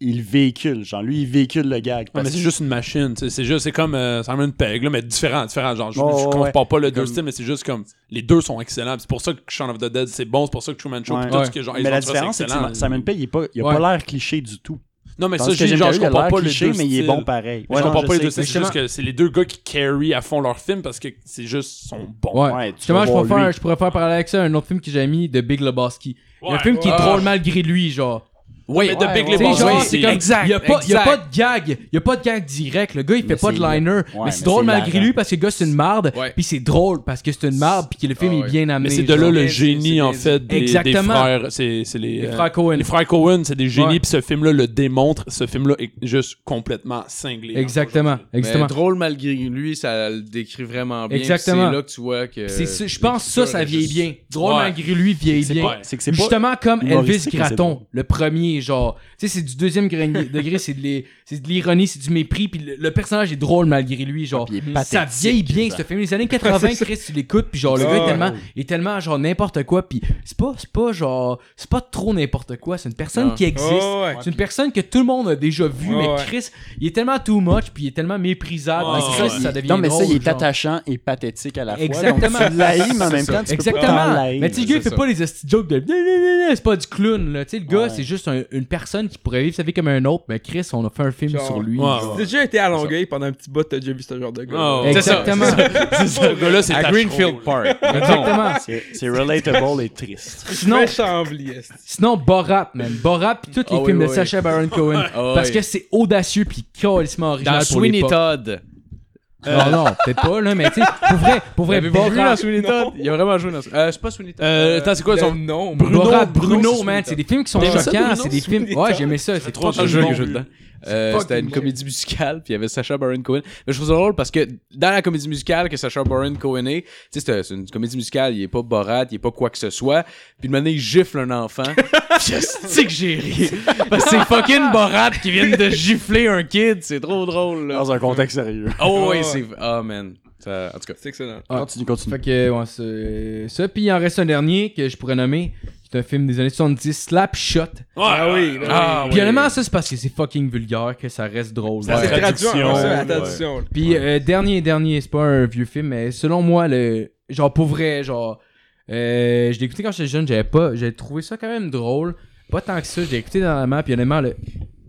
Speaker 6: il véhicule. Genre, lui, il véhicule le gag.
Speaker 4: Ouais,
Speaker 6: parce
Speaker 4: mais c'est juste une machine, tu sais, c'est juste c'est comme euh, Simon Pegg là, mais différent, différent genre je,
Speaker 6: Ouais,
Speaker 4: je
Speaker 6: ouais,
Speaker 4: compare pas le deux
Speaker 6: Comme-
Speaker 4: styles mais c'est juste comme les deux sont excellents, puis c'est pour ça que Shaun of the Dead c'est bon, c'est pour ça que Truman Show
Speaker 6: Ouais.
Speaker 4: puis tout
Speaker 3: Ouais.
Speaker 4: ce que genre
Speaker 6: Mais
Speaker 4: ils ont
Speaker 6: la
Speaker 4: fait, c'est
Speaker 6: différence, c'est que
Speaker 4: excellent.
Speaker 6: Simon- Simon Pegg, il, est pas- il a
Speaker 3: Ouais.
Speaker 6: pas l'air cliché du tout.
Speaker 4: Non mais ça
Speaker 6: Tandis que
Speaker 4: j'ai
Speaker 6: Jim
Speaker 4: genre
Speaker 6: Carrey,
Speaker 4: je
Speaker 6: il a
Speaker 4: comprends
Speaker 6: l'air
Speaker 4: pas
Speaker 6: cliché,
Speaker 4: les deux
Speaker 6: mais il est
Speaker 4: styles.
Speaker 6: bon pareil.
Speaker 4: je
Speaker 6: Ouais, non,
Speaker 4: comprends pas les
Speaker 6: sais.
Speaker 4: deux, c'est juste que c'est les deux gars qui carry à fond leur film parce que c'est juste sont bons.
Speaker 3: Ouais.
Speaker 6: Ouais, tu
Speaker 3: Justement,
Speaker 6: vas
Speaker 3: je
Speaker 6: voir
Speaker 3: pourrais, faire,
Speaker 6: lui.
Speaker 3: je pourrais faire parler avec ça un autre film que j'ai mis, de Big Lebowski. un film qui est
Speaker 5: ouais.
Speaker 3: drôle malgré lui, genre.
Speaker 5: Oui,
Speaker 4: Mais de Big
Speaker 3: T'sais,
Speaker 4: Lebowski,
Speaker 3: genre,
Speaker 4: oui,
Speaker 3: c'est
Speaker 4: c'est
Speaker 3: comme,
Speaker 5: exact,
Speaker 3: y a pas, y a
Speaker 5: exact.
Speaker 3: pas de gag, y a pas de gag direct. Le gars, il fait
Speaker 6: Mais
Speaker 3: pas de
Speaker 6: c'est-
Speaker 3: liner, mais
Speaker 6: mais
Speaker 3: c'est drôle
Speaker 6: c'est
Speaker 3: malgré
Speaker 6: hilarant.
Speaker 3: lui parce que le gars, c'est une marde,
Speaker 5: Ouais.
Speaker 3: puis c'est drôle parce que c'est une marde, puis que le film
Speaker 5: Ah
Speaker 3: est
Speaker 5: ouais.
Speaker 3: bien amené.
Speaker 4: Mais c'est de là
Speaker 3: genre.
Speaker 4: le
Speaker 5: c'est- c'est
Speaker 4: génie
Speaker 5: bien
Speaker 4: en
Speaker 5: dit.
Speaker 4: fait des, des
Speaker 3: Exactement.
Speaker 4: frères, c'est c'est les
Speaker 3: Les
Speaker 4: euh,
Speaker 3: frères Cohen.
Speaker 4: les frères Cohen, c'est des
Speaker 3: Ouais.
Speaker 4: génies puis ce film là le démontre, ce film là est juste complètement cinglé.
Speaker 3: Exactement,
Speaker 5: Mais
Speaker 3: exactement.
Speaker 5: drôle malgré lui, ça le décrit vraiment bien.
Speaker 3: Exactement.
Speaker 5: puis C'est là que tu vois que.
Speaker 3: C'est ça- je pense que ça, ça vieillit bien. Drôle
Speaker 4: Ouais.
Speaker 3: malgré lui, vieillit
Speaker 4: C'est
Speaker 3: bien.
Speaker 4: pas-
Speaker 6: C'est que c'est pas.
Speaker 3: Justement comme Elvis
Speaker 6: humoristique, mais c'est
Speaker 3: Gratton,
Speaker 6: bon.
Speaker 3: le premier, genre. Tu sais, c'est du deuxième grenier- degré, c'est de l'é- c'est de l'ironie, c'est du mépris, puis le, le personnage est drôle malgré lui, genre.
Speaker 6: Puis il est
Speaker 3: ça
Speaker 6: pathétique,
Speaker 3: vieillit bien,
Speaker 6: ça.
Speaker 3: ce film. Les années 80, Chris, tu l'écoutes, puis genre, le gars est
Speaker 7: Ah,
Speaker 3: tellement, est tellement genre n'importe quoi, puis c'est pas, c'est pas genre, c'est pas trop n'importe quoi. C'est une personne
Speaker 5: Ah.
Speaker 3: qui existe.
Speaker 7: Oh, ouais.
Speaker 3: C'est une personne que tout le monde a déjà vue,
Speaker 7: Ouais,
Speaker 3: mais
Speaker 7: ouais.
Speaker 3: Chris, il est tellement too much, puis il est tellement méprisable.
Speaker 4: Ouais,
Speaker 3: que
Speaker 4: c'est
Speaker 3: Chris,
Speaker 4: ça,
Speaker 3: ça devient
Speaker 6: non, mais ça, il
Speaker 3: drôle,
Speaker 6: est
Speaker 3: genre.
Speaker 6: attachant et pathétique à la fois.
Speaker 3: Exactement.
Speaker 6: Donc, tu l'haïs, mais en même
Speaker 5: C'est
Speaker 6: temps, tu peux pas tant
Speaker 3: Exactement.
Speaker 6: l'haïr.
Speaker 3: Mais tu sais, le gars, il
Speaker 5: C'est
Speaker 3: fait
Speaker 5: ça.
Speaker 3: pas les esti jokes de. Blablabla, C'est pas du clown, là. Tu sais, le gars,
Speaker 6: Ouais.
Speaker 3: c'est juste un- une personne qui pourrait vivre sa vie comme un autre. Mais Chris, on a fait un film
Speaker 7: Genre.
Speaker 3: sur lui.
Speaker 4: Ouais,
Speaker 7: T'as
Speaker 4: ouais.
Speaker 7: déjà été à Longueuil pendant un petit bout, t'as déjà vu ce genre de gars.
Speaker 4: Oh,
Speaker 5: C'est ça,
Speaker 3: Exactement.
Speaker 4: c'est ça. Ce gars-là, c'est
Speaker 5: À
Speaker 4: ta
Speaker 5: Greenfield
Speaker 4: chose.
Speaker 5: Park.
Speaker 3: Exactement.
Speaker 6: C'est c'est relatable et triste.
Speaker 7: Non.
Speaker 3: Sinon,
Speaker 7: Mais Chambly, est-ce que-
Speaker 3: sinon Borat, même. Borat, puis tous les
Speaker 5: Ah oui,
Speaker 3: films de
Speaker 5: oui,
Speaker 3: Sacha Baron Cohen.
Speaker 5: Ah
Speaker 3: parce
Speaker 5: oui.
Speaker 3: que c'est audacieux, puis carrément original.
Speaker 5: Dans
Speaker 3: pour
Speaker 5: Sweeney
Speaker 3: l'époque.
Speaker 5: Todd.
Speaker 3: Non, non, peut-être pas, là, mais tu sais, pour vrai, pour vrai,
Speaker 5: Avez-vous vu dans
Speaker 3: Borat,
Speaker 5: Sweeney Todd? Il a vraiment joué dans Euh, c'est pas Sweeney Todd.
Speaker 4: Euh, attends, c'est quoi son.
Speaker 7: Ben Non,
Speaker 3: Borat,
Speaker 4: Bruno,
Speaker 3: Bruno,
Speaker 4: c'est
Speaker 3: man, c'est des films qui sont
Speaker 4: T'aimes ça,
Speaker 3: choquants,
Speaker 4: Bruno,
Speaker 3: c'est des
Speaker 7: Sweeney
Speaker 3: films. Ouais,
Speaker 7: Todd?
Speaker 3: j'aimais ça, c'est trop
Speaker 5: Trop de jeux que je joue dedans. Euh,
Speaker 3: fucking
Speaker 5: C'était une
Speaker 3: bon.
Speaker 5: comédie musicale, puis il y avait Sacha Baron Cohen. Mais je trouve ça drôle parce que dans la comédie musicale que Sacha Baron Cohen est, tu sais, c'est- c'est une comédie musicale, il est pas Borat, il est pas quoi que ce soit. Puis de manière, il gifle un enfant. je sais que j'ai ri. Parce que c'est fucking Borat qui vient de gifler un kid, c'est trop drôle, là.
Speaker 6: Dans un contexte sérieux.
Speaker 5: Oh, ouais, c'est. Ah, man. Ça- en tout cas.
Speaker 7: C'est excellent.
Speaker 6: Ah, Continue, continue.
Speaker 3: Fait que, ouais, c'est- ça. Puis il en reste un dernier que je pourrais nommer, qui est un film des années 70, Slap Shot.
Speaker 7: Ah oui, ben
Speaker 5: Ah,
Speaker 3: Puis honnêtement, ça, c'est parce que c'est fucking vulgaire que ça reste drôle.
Speaker 7: oui.
Speaker 3: Ouais.
Speaker 7: C'est traduit en
Speaker 4: Traduction,
Speaker 7: français, la
Speaker 4: ouais.
Speaker 7: traduction. là.
Speaker 3: Puis euh, dernier, dernier, c'est pas un vieux film, mais selon moi, le genre pour vrai, genre euh, je l'ai écouté quand j'étais jeune, j'avais pas, j'ai trouvé ça quand même drôle, pas tant que ça, j'ai écouté dans la map, puis honnêtement le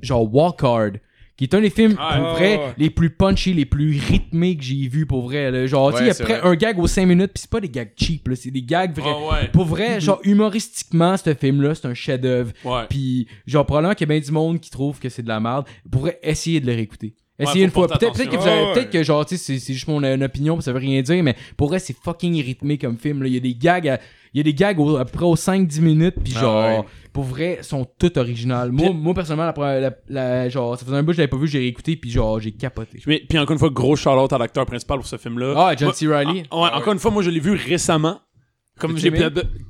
Speaker 3: genre Walk Hard, qui est un des films
Speaker 7: Ah,
Speaker 3: pour
Speaker 7: ouais,
Speaker 3: vrai
Speaker 7: ouais, ouais.
Speaker 3: les plus punchy, les plus rythmés que j'ai vu pour vrai, là. genre tu sais,
Speaker 5: Ouais,
Speaker 3: il y a
Speaker 5: c'est
Speaker 3: près
Speaker 5: vrai.
Speaker 3: un gag aux 5 minutes, puis c'est pas des gags cheap, là, c'est des gags vrais.
Speaker 4: hein, ouais.
Speaker 3: Pour vrai, genre humoristiquement, ce film-là, c'est un chef-d'œuvre.
Speaker 4: Ouais.
Speaker 3: Puis, genre, probablement qu'il y a bien du monde qui trouve que c'est de la merde. Pourrait essayer de le réécouter. Essayez
Speaker 4: faut
Speaker 3: une fois.
Speaker 4: porter
Speaker 3: Peut-être peut-être que, vous
Speaker 7: attention.
Speaker 3: avez-
Speaker 7: Ouais,
Speaker 3: peut-être que, genre, tu sais, c'est- c'est juste mon euh, opinion, puis ça veut rien dire, mais pour vrai, c'est fucking rythmé comme film. là. Il y a des gags à, il y a des gags au- à peu près aux 5-10 minutes, puis
Speaker 5: Ah
Speaker 3: genre,
Speaker 5: ouais.
Speaker 3: pour vrai, sont toutes originales. Moi, moi personnellement, la, première- la- la- genre, ça faisait un bout que je l'avais pas vu, j'ai réécouté, puis genre, j'ai capoté.
Speaker 4: Mais, puis encore une fois, gros shout-out à l'acteur principal pour ce film-là.
Speaker 3: Ah, John
Speaker 4: Euh, Moi-
Speaker 3: C. Reilly.
Speaker 4: Ah, ouais, encore une fois, moi je l'ai vu récemment. Comme
Speaker 3: T'as-tu
Speaker 4: j'ai
Speaker 3: aimé?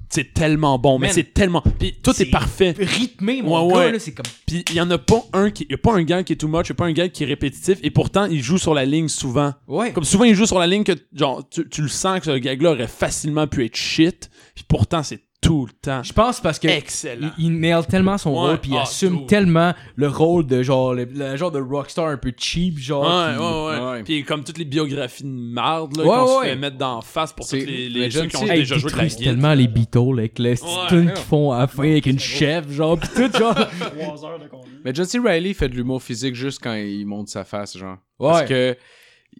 Speaker 4: c'est tellement bon, mais
Speaker 3: Man.
Speaker 4: c'est tellement puis tout est,
Speaker 3: C'est-
Speaker 4: parfait.
Speaker 3: Rythmé, mon
Speaker 4: Ouais,
Speaker 3: gars,
Speaker 4: ouais.
Speaker 3: là, c'est comme.
Speaker 4: Puis il y en a pas un qui y a pas un gars qui est too much, y a pas un gars qui est répétitif et pourtant il joue sur la ligne souvent.
Speaker 3: Ouais.
Speaker 4: Comme souvent il joue sur la ligne que genre tu, tu le sens que ce gag-là aurait facilement pu être shit, puis pourtant c'est tout le temps
Speaker 3: Je pense parce que.
Speaker 4: excellent.
Speaker 3: Il, il nail tellement son
Speaker 4: Ouais,
Speaker 3: rôle, puis il
Speaker 4: ah,
Speaker 3: assume
Speaker 4: tout.
Speaker 3: tellement le rôle de genre, le, le genre de rockstar un peu cheap, genre.
Speaker 4: Ouais,
Speaker 3: qui-
Speaker 4: ouais, ouais,
Speaker 5: Ouais.
Speaker 4: Puis comme toutes les biographies de marde là
Speaker 3: Ouais,
Speaker 4: qu'on
Speaker 3: ouais.
Speaker 4: se fait mettre d'en face pour tous
Speaker 5: C'est-
Speaker 4: les,
Speaker 5: mais
Speaker 4: les
Speaker 5: John
Speaker 4: ceux qui ont
Speaker 5: C.
Speaker 3: Hey,
Speaker 4: déjà joué de la
Speaker 3: détruisent
Speaker 4: guitare.
Speaker 3: tellement les Beatles avec les tunes qu'ils font à la fin avec une chef, genre, pis tout, genre.
Speaker 5: Mais John C. Reilly fait de l'humour physique juste quand il monte sa face, genre. Parce
Speaker 3: Ouais.
Speaker 5: que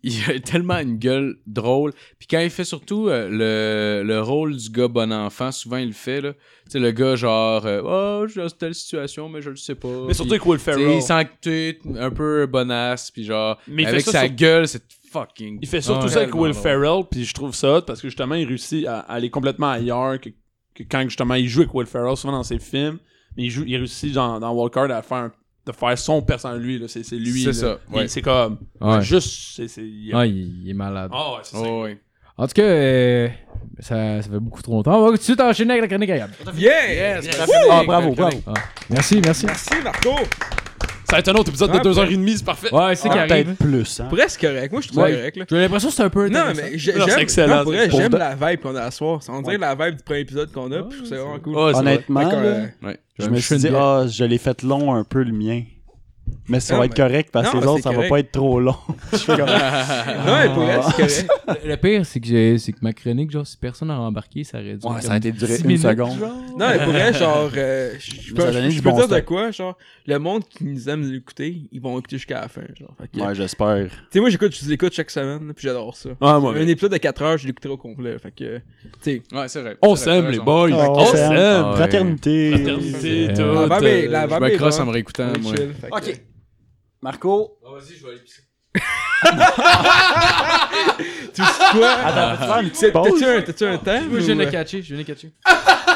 Speaker 5: il a tellement une gueule drôle. Puis quand il fait surtout euh, le, le rôle du gars bon enfant, souvent il le fait, là. Tu sais, le gars genre, euh, oh, je suis dans telle situation, mais je le sais pas.
Speaker 4: Mais surtout
Speaker 5: Puis,
Speaker 4: avec Will
Speaker 5: tu sais,
Speaker 4: Ferrell.
Speaker 5: il sent que tu es un peu bonasse, puis genre,
Speaker 4: Mais il fait
Speaker 5: avec
Speaker 4: ça
Speaker 5: sa
Speaker 4: sur-
Speaker 5: gueule, c'est fucking.
Speaker 4: Il fait surtout
Speaker 5: Ouais.
Speaker 4: ça avec Will
Speaker 5: Tellement
Speaker 4: Ferrell, puis je trouve ça hot parce que justement, il réussit à aller complètement ailleurs que, que quand justement il joue avec Will Ferrell, souvent dans ses films. Mais il, joue, il réussit dans, dans Walker à faire, un- de faire son personnage, lui. là. C'est c'est lui.
Speaker 5: C'est
Speaker 4: là.
Speaker 5: ça,
Speaker 4: Il-
Speaker 5: ouais.
Speaker 4: C'est comme. ah,
Speaker 3: Ouais.
Speaker 4: Juste. c'est- c'est- il-
Speaker 3: Ah, il, il est malade.
Speaker 4: Ah ouais, c'est ça.
Speaker 5: Oh, ouais.
Speaker 3: En tout cas, euh, ça, ça fait beaucoup trop longtemps. On va tout de suite enchaîner avec la chronique agréable.
Speaker 7: Yeah!
Speaker 6: Ah, bravo, bravo.
Speaker 3: Merci, merci.
Speaker 7: Merci, Marco!
Speaker 4: Ça va être un autre épisode de
Speaker 7: Ah,
Speaker 4: 2h30, c'est parfait.
Speaker 3: Ouais, c'est qui arrive.
Speaker 6: Ah, Peut-être plus, hein.
Speaker 7: Presque correct. Moi, je trouve
Speaker 3: Ouais.
Speaker 7: ça correct, là.
Speaker 3: J'ai l'impression que c'est un peu.
Speaker 7: Non,
Speaker 3: intéressant.
Speaker 7: mais j'ai-
Speaker 4: Non, c'est
Speaker 7: j'aime
Speaker 4: excellent,
Speaker 7: non, pour vrai,
Speaker 4: pour
Speaker 7: j'aime
Speaker 4: de-
Speaker 7: la vibe qu'on a à soir. Ça, On dirait la vibe du premier épisode qu'on a, puis je trouve ça vraiment cool.
Speaker 5: Ouais, c'est vrai.
Speaker 6: Honnêtement,
Speaker 7: Fait que,
Speaker 6: là,
Speaker 7: euh,
Speaker 6: je me suis dit, ah, je l'ai fait long un peu le mien. Mais ça
Speaker 3: Ah,
Speaker 7: Non,
Speaker 6: va être
Speaker 7: mais-
Speaker 6: correct parce que
Speaker 7: Non,
Speaker 6: les
Speaker 7: mais
Speaker 6: autres,
Speaker 7: c'est
Speaker 6: ça va
Speaker 7: correct.
Speaker 6: pas être trop long. Je suis comme-
Speaker 7: Non, mais pour vrai, c'est correct.
Speaker 3: Le- Le pire, c'est que, j'ai- c'est que ma chronique, genre, si personne n'a embarqué, ça aurait dû.
Speaker 6: Ouais, ça
Speaker 3: comme
Speaker 6: a été duré
Speaker 3: six
Speaker 6: une
Speaker 3: minutes,
Speaker 6: seconde.
Speaker 7: Non, mais pour vrai, genre, euh, je je
Speaker 6: Mais ça
Speaker 7: peux,
Speaker 6: a donné
Speaker 7: je
Speaker 6: du
Speaker 7: peux
Speaker 6: bon
Speaker 7: dire de
Speaker 6: stock.
Speaker 7: quoi, genre, le monde qui nous aime l'écouter, ils vont écouter jusqu'à la fin, genre. Fait que,
Speaker 6: Ouais, j'espère.
Speaker 7: Tu sais, moi, j'écoute, je les écoute chaque semaine, là, puis j'adore ça.
Speaker 4: Ah, moi,
Speaker 7: Un épisode de 4 heures, je l'écouterai au complet, fait que, tu sais,
Speaker 5: Ouais, c'est vrai.
Speaker 4: on
Speaker 5: C'est vrai,
Speaker 4: s'aime,
Speaker 5: t'as
Speaker 4: les
Speaker 5: raison.
Speaker 4: boys.
Speaker 6: Oh,
Speaker 4: on
Speaker 6: on s'aime.
Speaker 4: s'aime.
Speaker 5: Ouais.
Speaker 6: Fraternité.
Speaker 4: Fraternité,
Speaker 3: Euh,
Speaker 4: tout.
Speaker 3: la
Speaker 7: vibe est- Ah, la
Speaker 4: euh,
Speaker 5: Je
Speaker 7: vibe
Speaker 5: me
Speaker 7: est
Speaker 5: crosse en
Speaker 7: bonne.
Speaker 5: me réécoutant,
Speaker 7: on est
Speaker 5: moi.
Speaker 7: chill, fait que-
Speaker 6: Marco.
Speaker 7: Tu sais quoi?
Speaker 6: Attends, peux-tu faire une petite
Speaker 7: C'est- T'as-tu
Speaker 6: pause?
Speaker 7: un, t'as-tu un temps?
Speaker 3: Moi, je viens
Speaker 7: ou,
Speaker 3: de
Speaker 7: euh,
Speaker 3: catcher, je viens de catcher.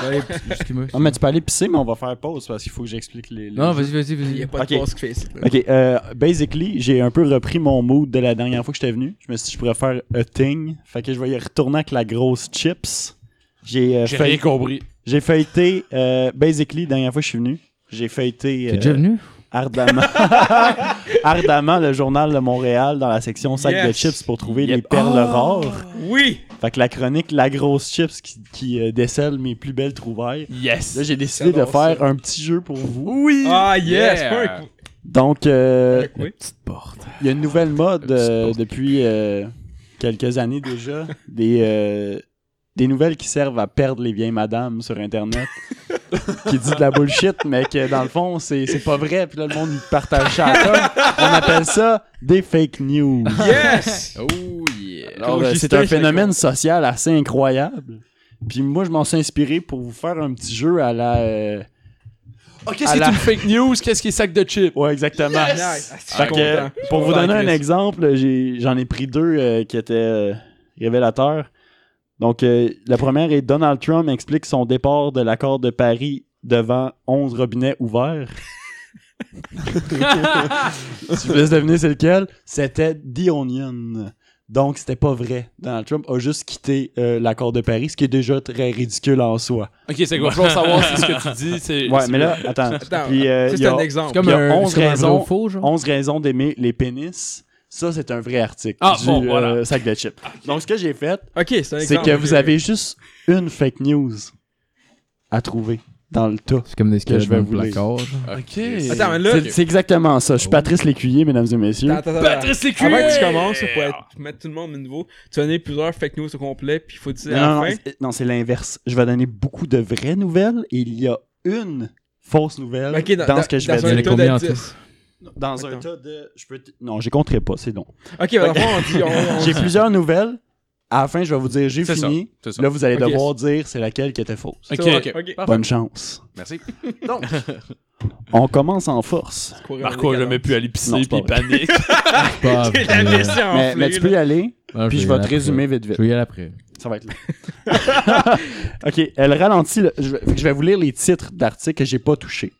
Speaker 3: Ouais, Excuse-moi.
Speaker 6: Non, mais tu peux aller pisser, mais on va faire pause parce qu'il faut que j'explique les. les-
Speaker 3: Non, vas-y, vas-y,
Speaker 7: Il n'y
Speaker 3: vas-y.
Speaker 7: a pas
Speaker 6: Ok.
Speaker 7: de pause qui fait ici, là.
Speaker 6: Ok, euh, basically, j'ai un peu repris mon mood de la dernière fois que j'étais venu. Je me suis dit, je pourrais faire a thing. Fait que je vais y retourner avec la grosse chips. J'ai euh,
Speaker 4: J'ai
Speaker 6: feuille-
Speaker 4: rien compris.
Speaker 6: j'ai feuilleté, euh, basically, la dernière fois que je suis venu, j'ai feuilleté euh,
Speaker 3: venu?
Speaker 6: ardemment, ardemment le journal de Montréal dans la section sac de
Speaker 7: Yes.
Speaker 6: chips pour trouver les perles rares.
Speaker 7: Oui!
Speaker 6: Fait que la chronique La grosse chips qui, qui euh, décèle mes plus belles trouvailles.
Speaker 4: Yes.
Speaker 6: Là, j'ai décidé de
Speaker 7: J'adore
Speaker 6: faire un petit jeu pour vous.
Speaker 4: Oui.
Speaker 7: Ah, yes!
Speaker 5: Yeah.
Speaker 7: pas un coup-
Speaker 6: Donc, euh,
Speaker 7: Oui.
Speaker 6: Il y a une nouvelle mode
Speaker 5: Petite
Speaker 6: euh,
Speaker 5: pause.
Speaker 6: depuis euh, quelques années déjà. des, euh, des nouvelles qui servent à perdre les vieilles madames sur Internet. qui dit de la bullshit, mais que dans le fond, c'est c'est pas vrai. Puis là, le monde il partage ça. à la tonne. On appelle ça des fake news.
Speaker 7: Yes!
Speaker 5: Oh, yeah.
Speaker 6: Alors, euh, c'est un phénomène social assez incroyable. Puis moi, je m'en suis inspiré pour vous faire un petit jeu à la. euh,
Speaker 4: Ah, qu'est-ce qui est une fake news? Qu'est-ce qui est sac de chips?
Speaker 6: Ouais, exactement.
Speaker 7: Nice.
Speaker 6: Fait que,
Speaker 4: content.
Speaker 6: pour vous
Speaker 4: content,
Speaker 6: donner un
Speaker 4: Chris.
Speaker 6: exemple, j'ai- j'en ai, pris deux euh, qui étaient euh, révélateurs. Donc, euh, la première est Donald Trump explique son départ de l'accord de Paris devant 11 robinets ouverts. si je vous laisse deviner c'est lequel, c'était The Onion. Donc, c'était pas vrai. Donald Trump a juste quitté euh, l'accord de Paris, ce qui est déjà très ridicule en soi.
Speaker 4: Ok, c'est quoi? Je veux savoir si ce que tu dis, c'est.
Speaker 6: Ouais,
Speaker 4: c'est-
Speaker 6: mais là, attends.
Speaker 7: Attends,
Speaker 6: Puis, euh,
Speaker 7: ça,
Speaker 6: il y
Speaker 7: c'est
Speaker 6: a-
Speaker 7: un exemple.
Speaker 3: Comme
Speaker 6: Il y a
Speaker 3: un,
Speaker 6: 11
Speaker 3: comme un vrai
Speaker 6: raisons.
Speaker 3: ou faux, genre.
Speaker 6: 11 raisons d'aimer les pénis. Ça, c'est un vrai article
Speaker 4: Ah,
Speaker 6: du
Speaker 4: bon, voilà.
Speaker 6: euh, sac de chips. Donc, ce que j'ai fait,
Speaker 7: Ok, c'est un exemple.
Speaker 6: c'est que
Speaker 7: ok,
Speaker 6: vous
Speaker 7: ok.
Speaker 6: avez juste une fake news à trouver dans le tas.
Speaker 3: C'est comme des
Speaker 6: Que je vais
Speaker 3: skeletons de
Speaker 6: vous lire.
Speaker 3: placard. genre.
Speaker 4: Ok.
Speaker 7: Attends, mais là.
Speaker 6: C'est c'est exactement ça. Je suis Patrice Lécuyer, mesdames et messieurs.
Speaker 7: Attends, attends, attends.
Speaker 6: Ah
Speaker 7: Avant que tu commences, pour être- mettre tout le monde au niveau, tu as donné plusieurs fake news au complet, puis il faut dire
Speaker 6: Non,
Speaker 7: à
Speaker 6: non,
Speaker 7: la
Speaker 6: non,
Speaker 7: fin.
Speaker 6: c'est- non, c'est l'inverse. Je vais donner beaucoup de vraies nouvelles et il y a une fausse nouvelle
Speaker 7: Ok,
Speaker 6: dans, ce que je vais
Speaker 7: dans un
Speaker 3: Il y en a
Speaker 6: dire.
Speaker 7: tas
Speaker 3: combien
Speaker 7: de
Speaker 3: en tout?
Speaker 7: 10.
Speaker 6: Dans un
Speaker 7: Attends.
Speaker 6: tas de... je peux t- Non, je compterai pas, c'est non.
Speaker 7: Ok, mais dans le fond, on dit. on- on-
Speaker 6: J'ai plusieurs nouvelles. À la fin, je vais vous dire, j'ai
Speaker 5: C'est ça,
Speaker 6: fini.
Speaker 5: c'est ça.
Speaker 6: Là, vous allez
Speaker 7: Ok.
Speaker 6: devoir dire c'est laquelle qui était fausse.
Speaker 7: c'est
Speaker 4: Ok.
Speaker 7: vrai, ok.
Speaker 6: Bonne chance.
Speaker 5: Merci.
Speaker 6: On commence en force.
Speaker 4: Marco a jamais pu aller
Speaker 6: Non,
Speaker 4: pisser
Speaker 6: c'est
Speaker 4: puis il
Speaker 6: pas
Speaker 4: panique.
Speaker 3: Pas
Speaker 7: Il a
Speaker 3: vrai.
Speaker 7: laissé
Speaker 6: Mais,
Speaker 7: enfler,
Speaker 6: mais tu peux y
Speaker 7: là.
Speaker 6: aller,
Speaker 3: Ah,
Speaker 6: puis je
Speaker 3: y
Speaker 6: vais
Speaker 3: aller
Speaker 6: te
Speaker 3: après.
Speaker 6: résumer vite vite.
Speaker 3: Je vais y aller après.
Speaker 6: Ça va être long. ok, elle ralentit. le- Je, vais, fait que je vais vous lire les titres d'articles que j'ai pas touchés.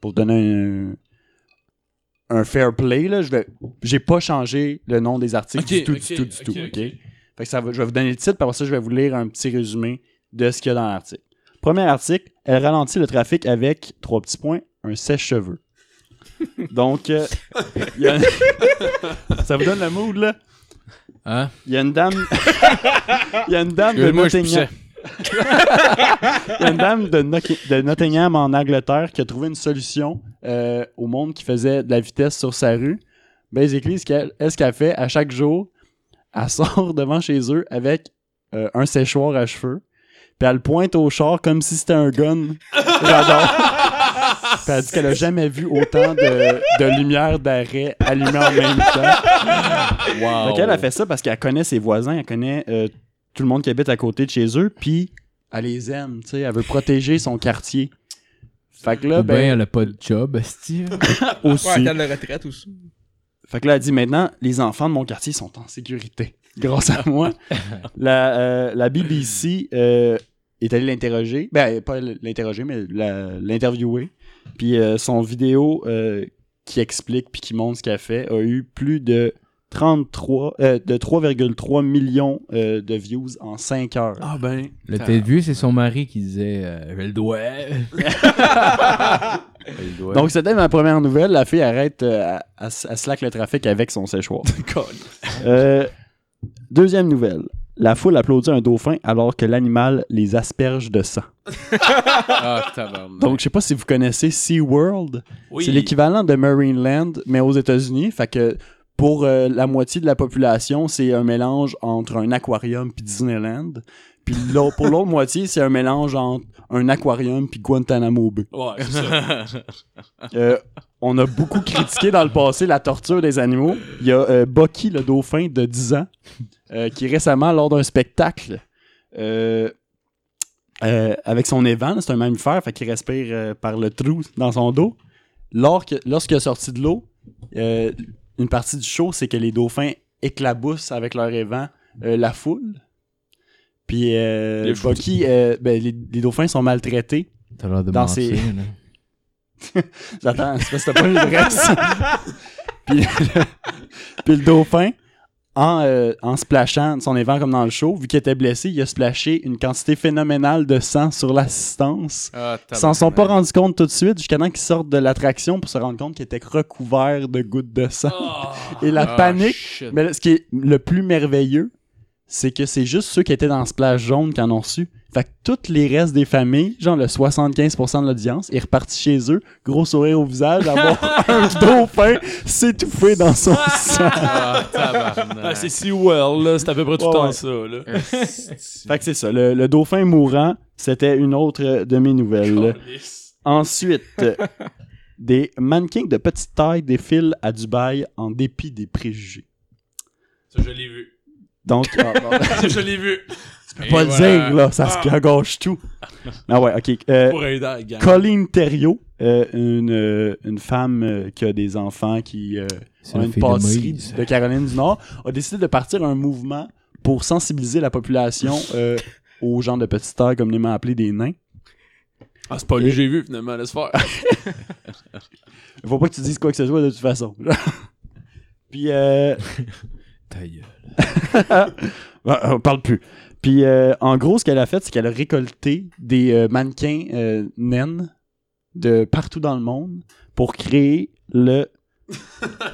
Speaker 6: Pour donner un, un fair play, là, je vais, j'ai pas changé le nom des articles
Speaker 4: Ok,
Speaker 6: du tout,
Speaker 4: ok,
Speaker 6: du tout, du
Speaker 4: ok,
Speaker 6: tout.
Speaker 4: ok.
Speaker 6: ok? Fait que ça va- je vais vous donner le titre, puis après ça, je vais vous lire un petit résumé de ce qu'il y a dans l'article. Premier article, elle ralentit le trafic avec, trois petits points, un sèche-cheveux. Donc, euh, il y a- ça vous donne le mood, là?
Speaker 3: Hein?
Speaker 6: Il y a une dame. Il y a une dame de
Speaker 5: Excuse-moi, je
Speaker 6: Nottingham. Il y a une dame de, Noki- de Nottingham en Angleterre qui a trouvé une solution euh, au monde qui faisait de la vitesse sur sa rue. Basically, ce qu'elle est-ce qu'elle fait à chaque jour, elle sort devant chez eux avec euh, un séchoir à cheveux. Puis elle le pointe au char comme si c'était un gun. J'adore. Puis elle dit qu'elle a jamais vu autant de, de lumière d'arrêt allumée en même temps.
Speaker 5: Wow. Ah
Speaker 6: Fait qu'elle a fait ça parce qu'elle connaît ses voisins, elle connaît euh, tout le monde qui habite à côté de chez eux, puis elle les aime, tu sais, elle veut protéger son quartier. Fait que là,
Speaker 3: Ou bien,
Speaker 6: ben,
Speaker 3: elle a pas de job, Steve.
Speaker 7: Ouais,
Speaker 6: aussi.
Speaker 7: t'as de la retraite aussi.
Speaker 6: Fait que là, elle dit maintenant, les enfants de mon quartier sont en sécurité, grâce à moi. La, euh, la BBC euh, est allée l'interroger, ben, pas l'interroger, mais la- l'interviewer. Puis euh, son vidéo euh, qui explique puis qui montre ce qu'elle fait a eu plus de 33, euh, de 3,3 millions euh, de views en 5 heures.
Speaker 4: Ah ben.
Speaker 3: Le tête vue, c'est son mari qui disait euh, Je le dois.
Speaker 6: Donc, c'était ma première nouvelle. La fille arrête, euh, à- à s- à slack le trafic avec son séchoir. Euh, deuxième nouvelle. La foule applaudit un dauphin alors que l'animal les asperge de sang.
Speaker 5: Ah, tabarnak.
Speaker 6: Donc, je sais pas si vous connaissez SeaWorld.
Speaker 4: Oui.
Speaker 6: C'est l'équivalent de Marineland, mais aux États-Unis. Fait que pour euh, la moitié de la population, c'est un mélange entre un aquarium puis Disneyland. Puis l'autre- pour l'autre moitié, c'est un mélange entre un aquarium puis Guantanamo Bay.
Speaker 4: Ouais, c'est ça.
Speaker 6: Euh, on a beaucoup critiqué dans le passé la torture des animaux. Il y a euh, Bucky, le dauphin de 10 ans, euh, qui récemment, lors d'un spectacle, euh, euh, avec son évent, c'est un mammifère, fait qu'il respire euh, par le trou dans son dos. Lorsque, lorsqu'il est sorti de l'eau, euh, une partie du show, c'est que les dauphins éclaboussent avec leur évent euh, la foule. Puis euh,
Speaker 4: Les fous-
Speaker 6: Bucky, euh, ben, les- les dauphins sont maltraités.
Speaker 3: T'as l'air de
Speaker 6: Dans
Speaker 3: mentir.
Speaker 6: ses-
Speaker 3: là.
Speaker 6: J'attends, c'est parce que t'as pas eu le reste. puis, le, puis le dauphin, en, euh, en splashant son évent comme dans le show, vu qu'il était blessé, il a splashé une quantité phénoménale de sang sur l'assistance.
Speaker 5: Ah,
Speaker 6: Ils s'en sont pas
Speaker 5: tabarnak.
Speaker 6: rendus compte tout de suite jusqu'à temps qu'ils sortent de l'attraction pour se rendre compte qu'ils étaient recouverts de gouttes de sang. Et la
Speaker 5: Ah,
Speaker 6: panique.
Speaker 5: shit.
Speaker 6: Mais là, ce qui est le plus merveilleux, c'est que c'est juste ceux qui étaient dans Splash Jaune qui en ont su. Fait que toutes les restes des familles, genre le 75% de l'audience, est reparti chez eux, gros sourire au visage, à voir un dauphin s'étouffer dans son sang.
Speaker 5: Ah, tabarnak.
Speaker 4: Ah, c'est SeaWorld, là. C'est à peu près tout le
Speaker 6: Ouais,
Speaker 4: temps
Speaker 6: ouais.
Speaker 4: ça, là.
Speaker 6: Fait que c'est ça, le, le dauphin mourant, c'était une autre euh, de mes nouvelles. Ensuite, euh, des mannequins de petite taille défilent à Dubaï en dépit des préjugés.
Speaker 4: Ça, je l'ai vu.
Speaker 6: Donc, ah, bon,
Speaker 4: Ça, je l'ai vu.
Speaker 6: tu pas le
Speaker 5: voilà.
Speaker 6: dire, là, ça se gâche tout. Ah ouais, ok. euh,
Speaker 4: Pour aider à la gang.
Speaker 6: Colleen Thériault, euh, une, euh, une femme euh, qui a des enfants qui euh,
Speaker 8: C'est
Speaker 6: ont
Speaker 8: la
Speaker 6: une
Speaker 8: fille de
Speaker 6: pâtisserie
Speaker 8: Moïse.
Speaker 6: de, Caroline du Nord, a décidé de partir un mouvement pour sensibiliser la population euh, aux gens de petite taille, communément appelés des nains.
Speaker 4: Ah, c'est pas lui, j'ai vu finalement, laisse faire.
Speaker 6: Faut pas que tu dises quoi que ce soit de toute façon. Puis euh,
Speaker 8: Ta gueule.
Speaker 6: Ouais, Ah, on parle plus. Puis, euh, en gros, ce qu'elle a fait, c'est qu'elle a récolté des euh, mannequins euh, naines de partout dans le monde pour créer le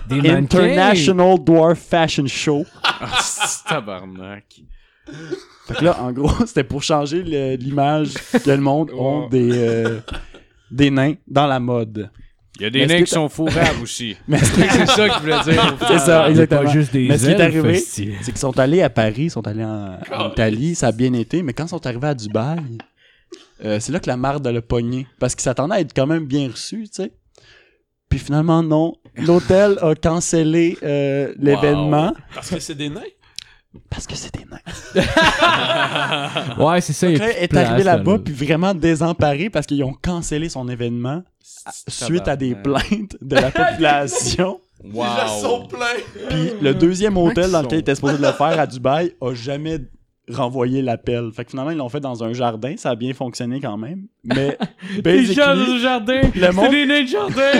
Speaker 8: Des mannequins.
Speaker 6: International Dwarf Fashion Show.
Speaker 5: Ah, tabarnak.
Speaker 6: Fait que là, en gros, c'était pour changer le- l'image que le monde ont des, euh, des nains dans la mode.
Speaker 5: Il y a
Speaker 6: Mais
Speaker 5: des
Speaker 6: est-ce
Speaker 5: nains
Speaker 6: que
Speaker 5: qui sont fourrables aussi.
Speaker 6: Mais ce qui-
Speaker 5: C'est ça qu'il voulait dire.
Speaker 6: Ah, c'est ça,
Speaker 8: Ah, Pas
Speaker 6: exactement.
Speaker 8: juste des
Speaker 6: Mais ce qui est
Speaker 8: elfes,
Speaker 6: arrivé,
Speaker 8: hostie.
Speaker 6: C'est qu'ils sont allés à Paris, ils sont allés en, en Italie, ça a bien été, mais quand ils sont arrivés à Dubaï, euh, c'est là que la marde a le pogné. Parce qu'ils s'attendaient à être quand même bien reçus, tu sais. Puis finalement, non. L'hôtel a cancellé euh, l'événement
Speaker 4: Parce que c'est des nains.
Speaker 6: parce que c'était nains.
Speaker 8: Ouais, c'est ça. il y a plus
Speaker 6: Donc là, elle
Speaker 8: de
Speaker 6: est
Speaker 8: place,
Speaker 6: arrivée
Speaker 8: là,
Speaker 6: là-bas,
Speaker 8: là.
Speaker 6: puis vraiment désemparée parce qu'ils ont cancellé son événement à- suite à des plaintes de la population.
Speaker 5: Wow.
Speaker 6: Puis le deuxième hôtel dans lequel ils étaient supposés de le faire à Dubaï a jamais renvoyé l'appel. Fait que finalement, ils l'ont fait dans un jardin. Ça a bien fonctionné quand même. Mais
Speaker 8: Les gens dans
Speaker 6: basically,
Speaker 8: le jardin.
Speaker 6: le
Speaker 8: C'est
Speaker 6: monde...
Speaker 8: des nains de jardin.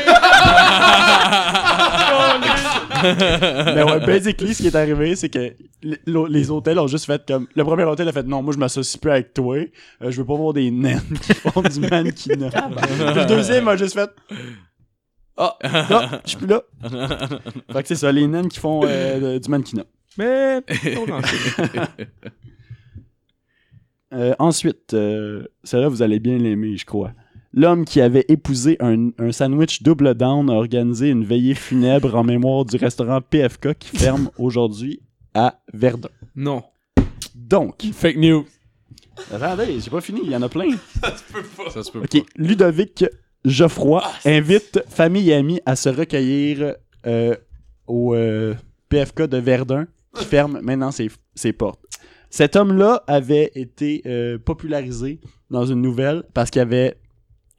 Speaker 6: Mais ben ouais, basically, ce qui est arrivé, c'est que l- l'hô- les hôtels ont juste fait comme... Le premier hôtel a fait « Non, moi, je m'associe plus avec toi. Euh, je veux pas voir des naines qui font du mannequinat. » Le deuxième a juste fait « Ah, non, je suis plus là. » Fait que c'est ça, les naines qui font euh, de- du mannequinat.
Speaker 7: Mais. on en sait.
Speaker 6: Euh, ensuite, euh, celle-là, vous allez bien l'aimer, je crois. L'homme qui avait épousé un, un sandwich double down a organisé une veillée funèbre en mémoire du restaurant PFK qui ferme aujourd'hui à Verdun.
Speaker 7: non.
Speaker 6: Donc,
Speaker 4: Fake news.
Speaker 6: attendez, j'ai pas fini, il y en a plein.
Speaker 5: Ça se peut
Speaker 6: Ok, Ludovic Geoffroy invite famille et amis à se recueillir euh, au euh, PFK de Verdun qui ferme maintenant ses, ses portes. Cet homme-là avait été euh, popularisé dans une nouvelle parce qu'il avait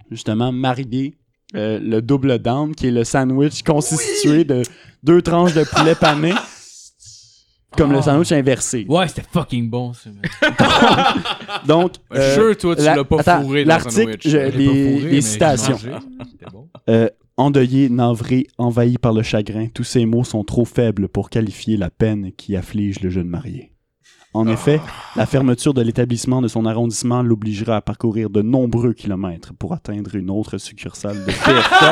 Speaker 6: justement marié euh, le double down qui est le sandwich constitué de deux tranches de poulet pané comme le sandwich inversé.
Speaker 8: Ouais, c'était fucking bon, ça. man.
Speaker 6: Donc,
Speaker 5: pas.
Speaker 6: euh,
Speaker 5: Sure, toi, tu
Speaker 6: la-
Speaker 5: l'as pas
Speaker 6: attends,
Speaker 5: fourré dans un
Speaker 6: l'article,
Speaker 5: sandwich.
Speaker 6: je-
Speaker 8: Je l'ai pas
Speaker 6: les-
Speaker 8: fourré,
Speaker 6: Euh, les
Speaker 8: mais j'ai
Speaker 6: citations.
Speaker 8: mangé. C'était bon.
Speaker 6: Euh, endeuillé, navré, envahi par le chagrin, tous ces mots sont trop faibles pour qualifier la peine qui afflige le jeune marié. En effet, la fermeture de l'établissement de son arrondissement l'obligera à parcourir de nombreux kilomètres pour atteindre une autre succursale de PFK.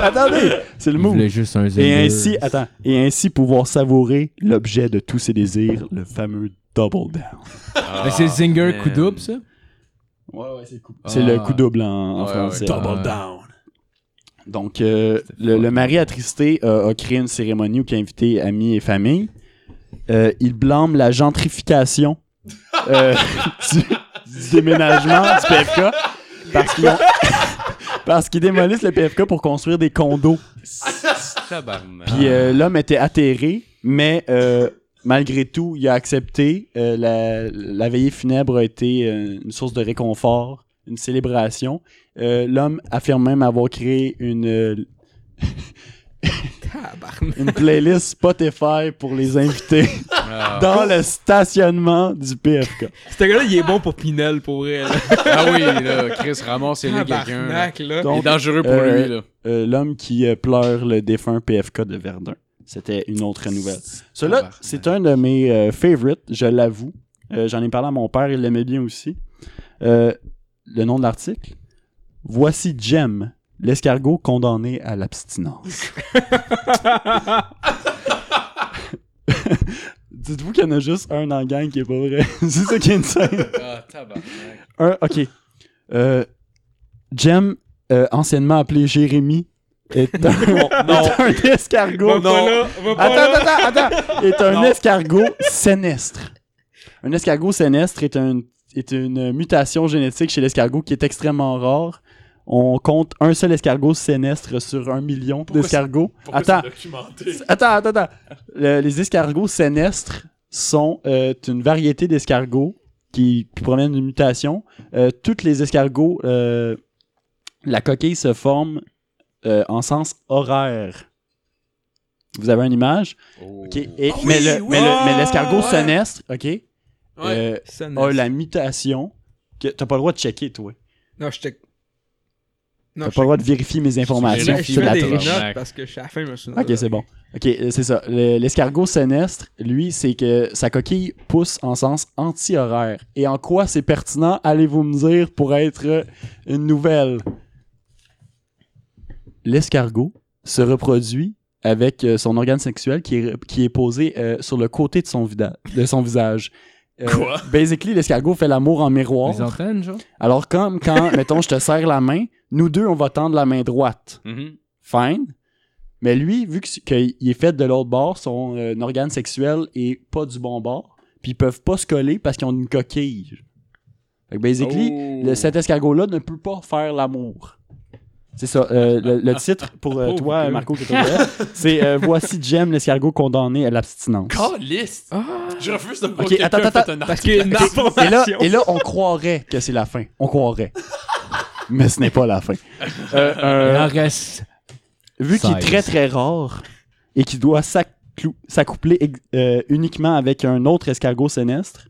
Speaker 6: Attendez, c'est le
Speaker 8: Il
Speaker 6: mot.
Speaker 8: voulait juste un
Speaker 6: Et
Speaker 8: Zender.
Speaker 6: ainsi, attends, et ainsi pouvoir savourer l'objet de tous ses désirs, le fameux double down.
Speaker 8: Mais c'est Zinger coup double, ça?
Speaker 6: C'est le coup double en, en
Speaker 5: Ouais,
Speaker 6: français.
Speaker 5: ouais.
Speaker 8: Double
Speaker 6: down. Donc, euh, le, le mari attristé euh, a créé une cérémonie où il a invité amis et famille. Euh, il blâme la gentrification euh, du, du déménagement du PFK parce qu'ils ont- parce qu'ils démolissent le PFK pour construire des condos.
Speaker 5: Tabarnak.
Speaker 6: Puis euh, l'homme était atterré, mais euh, malgré tout, il a accepté. Euh, la, la veillée funèbre a été euh, une source de réconfort, une célébration. Euh, l'homme affirme même avoir créé une, euh,
Speaker 7: Tabarnak.
Speaker 6: une playlist Spotify pour les invités dans le stationnement du PFK.
Speaker 7: Ce gars-là, il est bon pour Pinel, pour vrai. là.
Speaker 5: Ah oui, là, Chris ramasse les quelqu'un. là.
Speaker 7: Tabarnak, là.
Speaker 5: Il est
Speaker 6: Donc,
Speaker 5: dangereux pour
Speaker 6: euh,
Speaker 5: lui, là.
Speaker 6: euh, l'homme qui euh, pleure le défunt PFK de Verdun. C'était une autre nouvelle. Cela,
Speaker 5: Tabarnak.
Speaker 6: c'est un de mes euh, favorites, je l'avoue. Euh, J'en ai parlé à mon père, il l'aimait bien aussi. Euh, le nom de l'article Voici Jem, l'escargot condamné à l'abstinence. Dites-vous qu'il y en a juste un dans la gang qui est pas vrai. c'est ça qui est insane.
Speaker 5: Ah, tabarnak.
Speaker 6: Un, ok. Euh, Jem, euh, anciennement appelé Jérémy, est un, est un escargot.
Speaker 7: Va pas là, va pas là.
Speaker 6: Attends, attends, attends, Est un escargot sénestre. Un escargot sénestre est, un- est une mutation génétique chez l'escargot qui est extrêmement rare. On compte un seul escargot sénestre sur un million d'escargots. Attends,
Speaker 4: documenté?
Speaker 6: attends, attends, attends. Le- les escargots sénestres sont euh, une variété d'escargots qui, qui proviennent d'une mutation. Euh, toutes les escargots, euh, la coquille se forme euh, en sens horaire. Vous avez une image? OK.
Speaker 5: Oh.
Speaker 6: Et- mais le- mais le- mais l'escargot senestre, OK, euh,
Speaker 7: Ça,
Speaker 6: a
Speaker 7: non.
Speaker 6: la mutation que t'as pas le droit de checker, toi.
Speaker 7: Non, je check. Non,
Speaker 6: T'as
Speaker 7: je
Speaker 6: pas le droit de vérifier mes informations.
Speaker 7: check. Je
Speaker 6: c'est
Speaker 7: fais
Speaker 6: la
Speaker 7: des
Speaker 6: triche.
Speaker 7: notes parce que je suis à la fin, je me souviens.
Speaker 6: Ok, c'est bon. Ok, euh, c'est ça. Le- L'escargot sénestre, lui, c'est que sa coquille pousse en sens anti-horaire. Et en quoi c'est pertinent, allez-vous me dire, pour être euh, une nouvelle? L'escargot se reproduit avec euh, son organe sexuel qui est, qui est posé euh, sur le côté de son, vida- de son visage. Quoi? Basically, l'escargot fait l'amour en miroir.
Speaker 8: Les antennes, genre.
Speaker 6: Alors, comme quand, mettons, je te serre la main, nous deux, on va tendre la main droite.
Speaker 5: Mhm.
Speaker 6: Fine. Mais lui, vu que- qu'il est fait de l'autre bord, son euh, organe sexuel est pas du bon bord, puis ils peuvent pas se coller parce qu'ils ont une coquille. Fait que basically, le- cet escargot-là ne peut pas faire l'amour. C'est ça. euh, le, le titre pour euh, toi, Marco, qui est au Québec, c'est euh, Voici Jem, l'escargot condamné à l'abstinence.
Speaker 4: Caliste! Ah. Je refuse de me
Speaker 6: Ok, attends, attends, attends.
Speaker 7: Parce que une
Speaker 6: Et là,
Speaker 7: information.
Speaker 6: et là, on croirait que c'est la fin. On croirait. Mais ce n'est pas la fin. Euh, euh,
Speaker 8: Il en reste.
Speaker 6: vu qu'il est
Speaker 8: 16.
Speaker 6: très très rare et qu'il doit s'acclou- s'accoupler ex- euh, uniquement avec un autre escargot sénestre,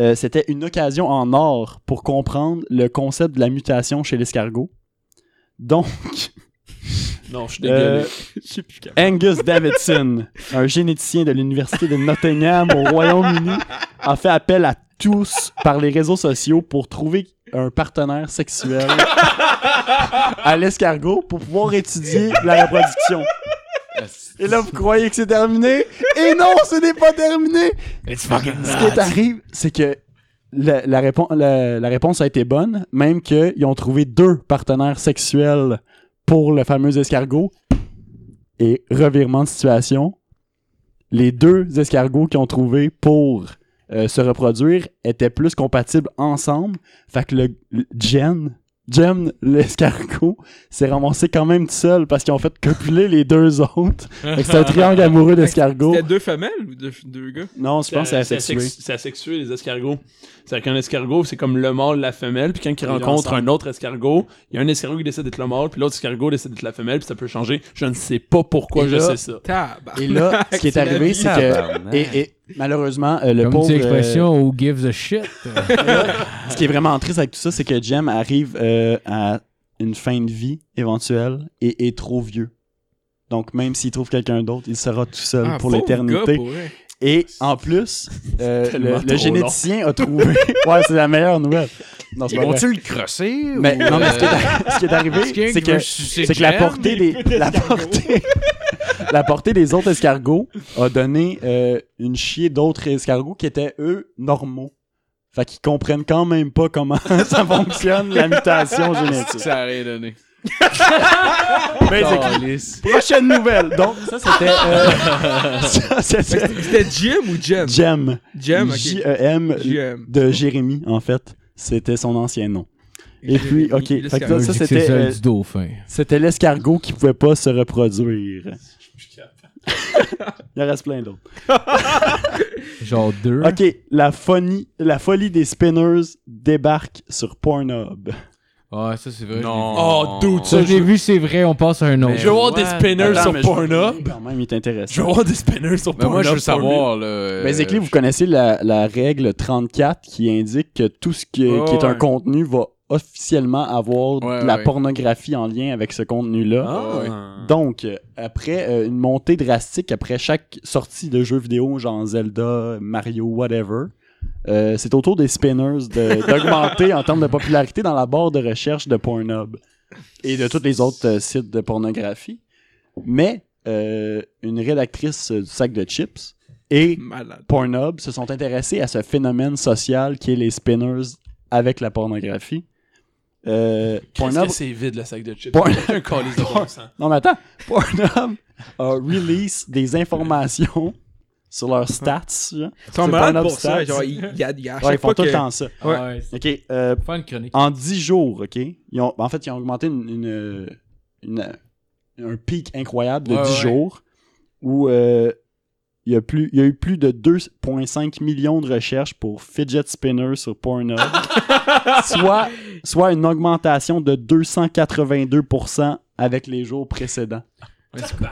Speaker 6: euh, c'était une occasion en or pour comprendre le concept de la mutation chez l'escargot. Donc,
Speaker 4: Non, je suis
Speaker 6: euh,
Speaker 4: dégueulé.
Speaker 6: Angus Davidson, un généticien de l'université de Nottingham au Royaume-Uni, a fait appel à tous par les réseaux sociaux pour trouver un partenaire sexuel à l'escargot pour pouvoir étudier la reproduction. Et là, vous croyez que c'est terminé? Et non, ce n'est pas terminé! Ce qui arrive, c'est que la, la répon- la- la réponse a été bonne, même qu'ils ont trouvé deux partenaires sexuels pour le fameux escargot. Et revirement de situation, les deux escargots qu'ils ont trouvé pour euh, se reproduire étaient plus compatibles ensemble. Fait que le, le- Jen, Jen, l'escargot, s'est ramassé quand même tout seul parce qu'ils ont fait copuler les deux autres. Fait que c'est un triangle amoureux d'escargots.
Speaker 7: C'était deux femelles ou deux, deux gars
Speaker 6: Non, je pense que c'est asexué.
Speaker 4: asexu- C'est asexué, les escargots. C'est-à-dire qu'un escargot, c'est comme le mâle, la femelle, puis quand il
Speaker 6: Ils
Speaker 4: rencontre un
Speaker 6: ensemble.
Speaker 4: autre escargot, il y a un escargot qui décide d'être le mâle, puis l'autre escargot décide d'être la femelle, puis ça peut changer. Je ne sais pas pourquoi
Speaker 6: Et
Speaker 4: je
Speaker 6: là-
Speaker 4: sais ça.
Speaker 7: Tabarnak.
Speaker 6: Et là, ce qui est
Speaker 7: C'est la
Speaker 6: arrivé,
Speaker 7: vie.
Speaker 6: c'est que. Et, et malheureusement, euh, le
Speaker 8: Comme
Speaker 6: pauvre.
Speaker 8: dit
Speaker 6: euh,
Speaker 8: l'expression, who gives a shit.
Speaker 6: ce qui est vraiment triste avec tout ça, c'est que Jem arrive euh, à une fin de vie éventuelle et est trop vieux. Donc, même s'il trouve quelqu'un d'autre, il sera tout seul
Speaker 7: Ah,
Speaker 6: euh, pour
Speaker 7: pauvre gars,
Speaker 6: l'éternité.
Speaker 7: pour vrai.
Speaker 6: Et en plus, euh, le,
Speaker 4: tellement
Speaker 6: le
Speaker 4: trop
Speaker 6: généticien a trouvé. ouais, c'est la meilleure nouvelle. Non, c'est
Speaker 1: Ils
Speaker 6: pas vrai.
Speaker 1: vont-tu le crosser?
Speaker 6: Mais,
Speaker 1: ou,
Speaker 6: non, mais ce qui est,
Speaker 1: euh,
Speaker 6: ce qui est arrivé, c'est que c'est que la portée des la portée, la portée des autres escargots a donné euh, une chier d'autres escargots qui étaient eux normaux. Fait qu'ils comprennent quand même pas comment ça fonctionne la mutation génétique.
Speaker 5: Ça a rien donné.
Speaker 6: Mais c'est que-
Speaker 5: Calisse.
Speaker 6: prochaine nouvelle. Donc ça c'était euh, ça, c'était
Speaker 7: C'était Jim ou Jem
Speaker 6: Jem
Speaker 7: Jem,
Speaker 6: J
Speaker 7: ok.
Speaker 6: E M
Speaker 7: Jem.
Speaker 6: de Jérémy en fait, c'était son ancien nom. Et puis ok, fait que ça, ça,
Speaker 8: C'est
Speaker 6: c'était
Speaker 8: celle
Speaker 6: euh,
Speaker 8: du dauphin.
Speaker 6: C'était l'escargot qui pouvait pas se reproduire. Il en reste plein d'autres.
Speaker 8: Genre deux.
Speaker 6: Ok, la, phonie- la folie des spinners débarque sur Pornhub.
Speaker 8: Ah, ça, c'est vrai.
Speaker 4: Oh, dude,
Speaker 8: Ça,
Speaker 4: ça,
Speaker 8: je l'ai vu, c'est vrai, on passe à un autre.
Speaker 4: Je veux voir des
Speaker 1: what?
Speaker 4: spinners
Speaker 6: ben Attends,
Speaker 4: sur
Speaker 6: mais je- Ben,
Speaker 4: Pornhub.
Speaker 6: Quand même, il est
Speaker 4: Je
Speaker 6: intéressant.
Speaker 4: veux voir des spinners sur
Speaker 5: Mais
Speaker 4: Pornhub.
Speaker 5: moi, je veux
Speaker 4: for me.
Speaker 5: savoir, là. euh,
Speaker 6: Basically, vous connaissez la, la règle 34 qui indique que tout ce qui est, qui est un
Speaker 5: Ouais.
Speaker 6: contenu va officiellement avoir
Speaker 5: Ouais,
Speaker 6: de la
Speaker 5: ouais.
Speaker 6: pornographie en lien avec ce contenu-là.
Speaker 5: Ah, ouais.
Speaker 6: Donc, euh, après euh, une montée drastique, après chaque sortie de jeux vidéo, genre Zelda, Mario, whatever, euh, c'est au tour des spinners de- d'augmenter en termes de popularité dans la barre de recherche de Pornhub et de tous les autres euh, sites de pornographie. Mais euh, une rédactrice euh, du sac de chips et
Speaker 7: Malade.
Speaker 6: Pornhub se sont intéressés à ce phénomène social qui est les spinners avec la pornographie. Euh,
Speaker 4: Qu'est-ce
Speaker 6: Pornhub
Speaker 4: que c'est vide, le sac de chips?
Speaker 6: Porn-
Speaker 4: Un calice de bon sens.
Speaker 6: non, mais attends. Pornhub a release des informations sur leurs stats. genre.
Speaker 7: Ils sont
Speaker 6: C'est
Speaker 7: malades
Speaker 6: pas un
Speaker 7: pour ça.
Speaker 6: obstacle.
Speaker 7: Genre, il y a, il y a à
Speaker 6: Ouais, ils
Speaker 7: chaque
Speaker 6: font
Speaker 7: fois
Speaker 6: tout
Speaker 7: que...
Speaker 6: le temps ça.
Speaker 7: Ouais.
Speaker 8: Ah Ouais, c'est
Speaker 6: OK. euh,
Speaker 8: pas une chronique.
Speaker 6: en 10 jours, OK? Ils ont, en fait, ils ont augmenté une, une- une- un pic incroyable de
Speaker 3: Ouais,
Speaker 6: 10
Speaker 3: ouais.
Speaker 6: jours où euh, il y a, plus, il y a eu plus de 2,5 millions de recherches pour fidget spinner sur Pornhub, soit, soit une augmentation de 282% avec les jours précédents.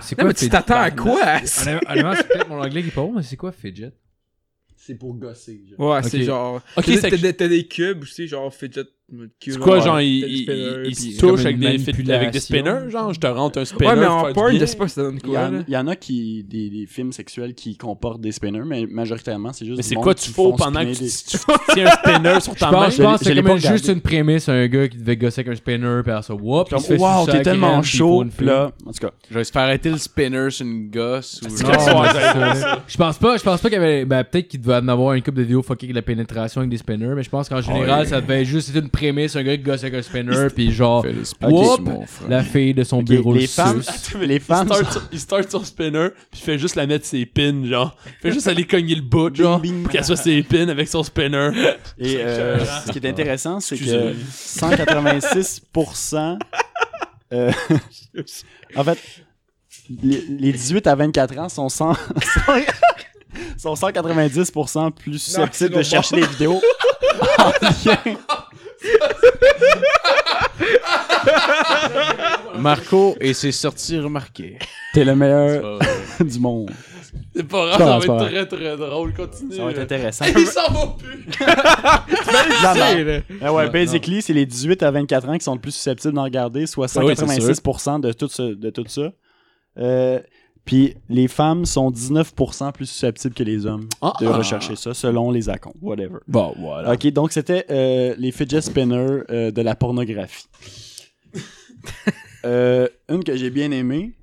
Speaker 3: C'est
Speaker 7: Non, mais tu t'attends à quoi?
Speaker 3: Honnêtement, c'est peut-être mon anglais qui est pas bon, mais c'est quoi fidget?
Speaker 6: C'est pour gosser. genre.
Speaker 7: Ouais,
Speaker 3: Ok.
Speaker 7: c'est genre.
Speaker 4: Ok,
Speaker 7: T'as-
Speaker 4: c'est-
Speaker 7: t'as, des- t'as des cubes aussi, genre fidget.
Speaker 4: C'est quoi, genre, il, il, il- il se
Speaker 3: comme
Speaker 4: touche avec
Speaker 3: une
Speaker 4: des, fit- avec des
Speaker 3: manipulation.
Speaker 4: spinners, genre, je te rentre un spinner.
Speaker 7: Ouais, mais
Speaker 4: faire
Speaker 7: en
Speaker 4: du
Speaker 7: porn,
Speaker 4: bien.
Speaker 7: je sais pas si ça donne
Speaker 6: Il y,
Speaker 7: quoi.
Speaker 6: en,
Speaker 7: là.
Speaker 6: il y en a qui des, des films sexuels qui comportent des spinners, mais majoritairement c'est juste.
Speaker 4: Mais
Speaker 6: du
Speaker 4: c'est
Speaker 6: monde
Speaker 4: quoi
Speaker 6: qui
Speaker 4: tu fous
Speaker 6: font
Speaker 4: pendant que
Speaker 6: spinner
Speaker 4: tu, tu-
Speaker 6: des-
Speaker 4: tu tiens un spinner sur
Speaker 3: Je
Speaker 4: ta main?
Speaker 3: pense, je pense que
Speaker 6: je
Speaker 3: c'est
Speaker 6: l'ai
Speaker 3: comme
Speaker 6: pas
Speaker 3: une-
Speaker 6: regardé.
Speaker 3: juste une prémisse, un gars qui devait gosser avec un spinner, puis à ça, whoop, il se fait
Speaker 6: Wow,
Speaker 3: sucer
Speaker 6: t'es
Speaker 3: la
Speaker 6: tellement
Speaker 3: graine, puis il faut
Speaker 6: chaud.
Speaker 3: une
Speaker 6: Puis
Speaker 3: fille.
Speaker 6: là, en tout cas,
Speaker 5: Je vais se faire arrêter le spinner sur une gosse ou
Speaker 4: C'est
Speaker 5: genre.
Speaker 3: Non,
Speaker 4: Quel soir,
Speaker 3: mais
Speaker 4: ça
Speaker 3: c'est ça. Je pense pas, je pense pas qu'il y avait, ben, peut-être qu'il devait en avoir une coupe de vidéos fucking avec la pénétration avec des spinners, mais je pense qu'en général, ça devait juste être une prémisse, un gars qui gosse avec un spinner, puis genre,
Speaker 5: Fais le spinner
Speaker 3: whoop,
Speaker 5: sur mon frère.
Speaker 3: la fille de son
Speaker 6: ok,
Speaker 3: bureau
Speaker 6: les
Speaker 3: le
Speaker 6: femmes,
Speaker 3: suce.
Speaker 6: les femmes,
Speaker 4: Il start, sur- il start son spinner, puis il fait juste la mettre ses pins, genre. Il fait juste aller cogner le bout, genre,
Speaker 6: Bing, bing.
Speaker 4: pour qu'elle soit ses pins avec son spinner.
Speaker 6: Et euh, ce qui est intéressant, c'est que
Speaker 4: Excusez.
Speaker 6: 186%. euh, en fait, les, les 18 à 24 ans sont, 100, sont 190% plus
Speaker 7: c'est
Speaker 6: susceptibles de
Speaker 7: bon.
Speaker 6: chercher des vidéos. Ah, en lien-
Speaker 5: Marco et ses sorties remarquées.
Speaker 6: T'es le meilleur du monde.
Speaker 4: C'est pas grave,
Speaker 6: Non,
Speaker 4: ça
Speaker 6: c'est pas
Speaker 4: va être très très drôle, continue.
Speaker 6: Ça va être intéressant.
Speaker 4: Il s'en va plus!
Speaker 6: La merde.
Speaker 7: là.
Speaker 6: Ben ouais, basically, c'est les 18 à 24 ans qui sont le plus susceptibles d'en regarder, soit
Speaker 4: Ah oui, c'est
Speaker 6: 186% de tout, ce- de tout ça. Euh, puis les femmes sont 19% plus susceptibles que les hommes
Speaker 4: Ah.
Speaker 6: de rechercher ça, selon les accounts, whatever.
Speaker 3: Bon, voilà.
Speaker 6: Ok, donc c'était euh, les fidget spinners euh, de la pornographie. Euh, une que j'ai bien aimée,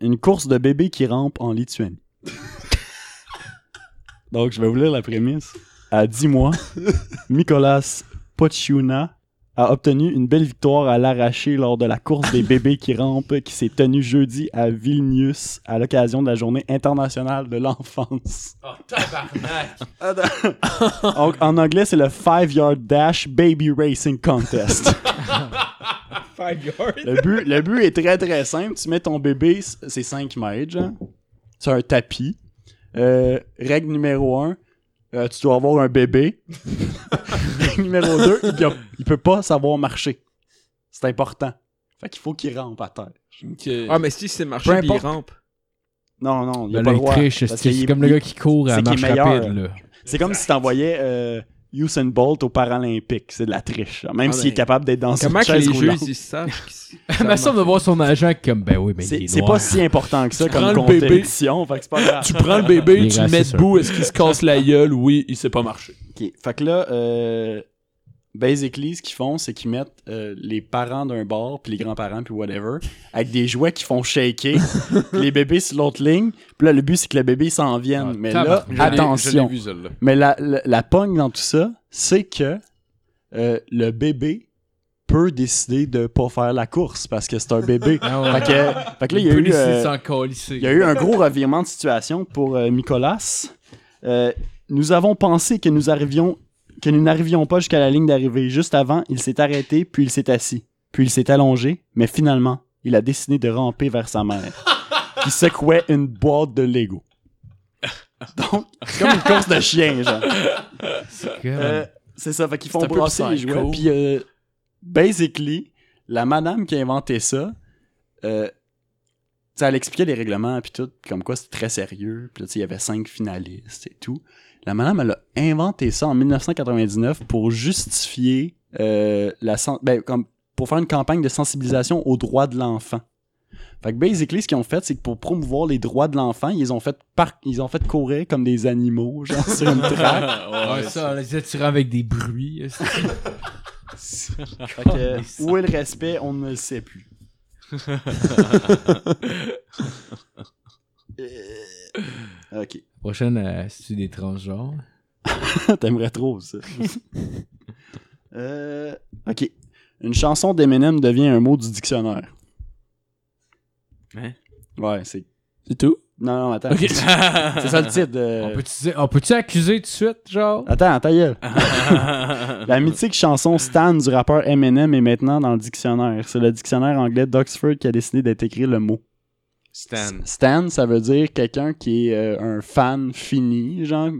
Speaker 6: une course de bébé qui rampe en Lituanie. donc je vais vous lire la prémisse. À 10 mois, Nicolas Pociuna a obtenu une belle victoire à l'arraché lors de la course des bébés qui rampent qui s'est tenue jeudi à Vilnius à l'occasion de la journée internationale de l'enfance. En, en anglais, c'est le 5 Yard Dash Baby Racing Contest.
Speaker 7: Five yards.
Speaker 6: Le but, le but est très très simple. Tu mets ton bébé, c'est 5 mètres, genre, sur un tapis. Euh, règle numéro 1, tu dois avoir un bébé. règle numéro 2, il, a- il peut pas savoir marcher. C'est important. Fait qu'il faut qu'il rampe à terre.
Speaker 7: Ah, mais si c'est marché,
Speaker 6: Peu
Speaker 7: puis il
Speaker 6: importe.
Speaker 7: rampe.
Speaker 6: Non, non, il a
Speaker 3: Ben
Speaker 6: pas
Speaker 3: là,
Speaker 6: le
Speaker 3: il
Speaker 6: droit.
Speaker 3: triche,
Speaker 6: parce
Speaker 3: c'est
Speaker 6: qu'il
Speaker 3: c'est
Speaker 6: est-
Speaker 3: comme le gars qui court à
Speaker 6: c'est qu'il est
Speaker 3: marche
Speaker 6: meilleur. euh.
Speaker 3: rapide, là.
Speaker 6: C'est comme si t'envoyais euh, Usain Bolt aux Paralympiques. C'est de la triche. genre, Même
Speaker 7: Ah
Speaker 6: s'il est
Speaker 7: ben,
Speaker 6: capable d'être dans
Speaker 7: Comment
Speaker 6: une
Speaker 7: que les
Speaker 6: chaise
Speaker 7: jeux,
Speaker 6: roulante.
Speaker 7: ils sachent qu'ils-
Speaker 3: Ma somme de voir son agent comme, ben oui, mais il
Speaker 6: C'est
Speaker 3: est
Speaker 6: c'est
Speaker 3: noir.
Speaker 6: pas si important que ça
Speaker 4: prends
Speaker 6: comme
Speaker 4: le bébé.
Speaker 6: compétition, fait que c'est pas grave.
Speaker 4: Ah, Tu prends le
Speaker 3: Il
Speaker 4: bébé,
Speaker 3: est
Speaker 4: tu le mets
Speaker 3: raciste,
Speaker 4: debout, est-ce qu'il se casse la gueule? Oui, il sait pas marcher.
Speaker 6: Ok, Fait que là, euh, basically, ce qu'ils font, c'est qu'ils mettent euh, les parents d'un bord, puis les grands-parents, puis whatever, avec des jouets qui font shaker, puis les bébés sur l'autre ligne. Puis là, le but, c'est que le bébé s'en vienne.
Speaker 3: Ah,
Speaker 6: mais là,
Speaker 3: tabarnak.
Speaker 5: Je l'ai
Speaker 6: attention.
Speaker 5: vu, celle-là.
Speaker 6: Mais la, la, la pogne dans tout ça, c'est que euh, le bébé peut décider de pas faire la course parce que c'est un bébé.
Speaker 3: Ah ouais.
Speaker 6: fait, que, fait que là, il y a
Speaker 3: peut
Speaker 6: eu...
Speaker 3: décider de
Speaker 6: euh,
Speaker 3: s'en câlisser.
Speaker 6: Il y a eu un gros revirement de situation pour euh, Nicolas. Euh, nous avons pensé que nous arrivions que nous n'arrivions pas jusqu'à la ligne d'arrivée. Juste avant, il s'est arrêté, puis il s'est assis, puis il s'est allongé, mais finalement, il a décidé de ramper vers sa mère, qui secouait une boîte de Lego. Donc, c'est comme une course de chien, genre.
Speaker 3: Comme-
Speaker 6: Euh, c'est ça, fait qu'ils font
Speaker 4: C'est un peu
Speaker 6: brasser les
Speaker 4: psycho.
Speaker 6: jouets. Puis, euh, basically, la madame qui a inventé ça, euh, tu sais, elle expliquait les règlements, puis tout, comme quoi c'était très sérieux. Puis là, tu sais, il y avait cinq finalistes et tout. La madame, elle a inventé ça en 1999 pour justifier euh, la sen- ben, comme pour faire une campagne de sensibilisation aux droits de l'enfant. Fait que basically, ce qu'ils ont fait, c'est que pour promouvoir les droits de l'enfant, ils les ont fait par... ils ont fait courir comme des animaux, genre sur une traque.
Speaker 3: Ouais, ça, là, ils attirent avec des bruits. euh, c'est-
Speaker 6: Fait que, où est le respect, on ne le sait plus. Euh, ok.
Speaker 3: Prochaine, euh, c'est-tu des transgenres?
Speaker 6: T'aimerais trop ça. Euh, ok. Une chanson d'Eminem devient un mot du dictionnaire.
Speaker 5: Hein?
Speaker 6: Ouais, c'est.
Speaker 4: C'est tout?
Speaker 6: Non, non, attends. C'est ça le titre. de-
Speaker 3: On peut-tu dire- on peut-tu accuser tout de suite, genre?
Speaker 6: Attends, ta gueule. La mythique chanson Stan du rappeur Eminem est maintenant dans le dictionnaire. C'est le dictionnaire anglais d'Oxford qui a décidé d'intégrer le mot.
Speaker 5: Stan.
Speaker 6: Stan, ça veut dire quelqu'un qui est euh, un fan fini, genre,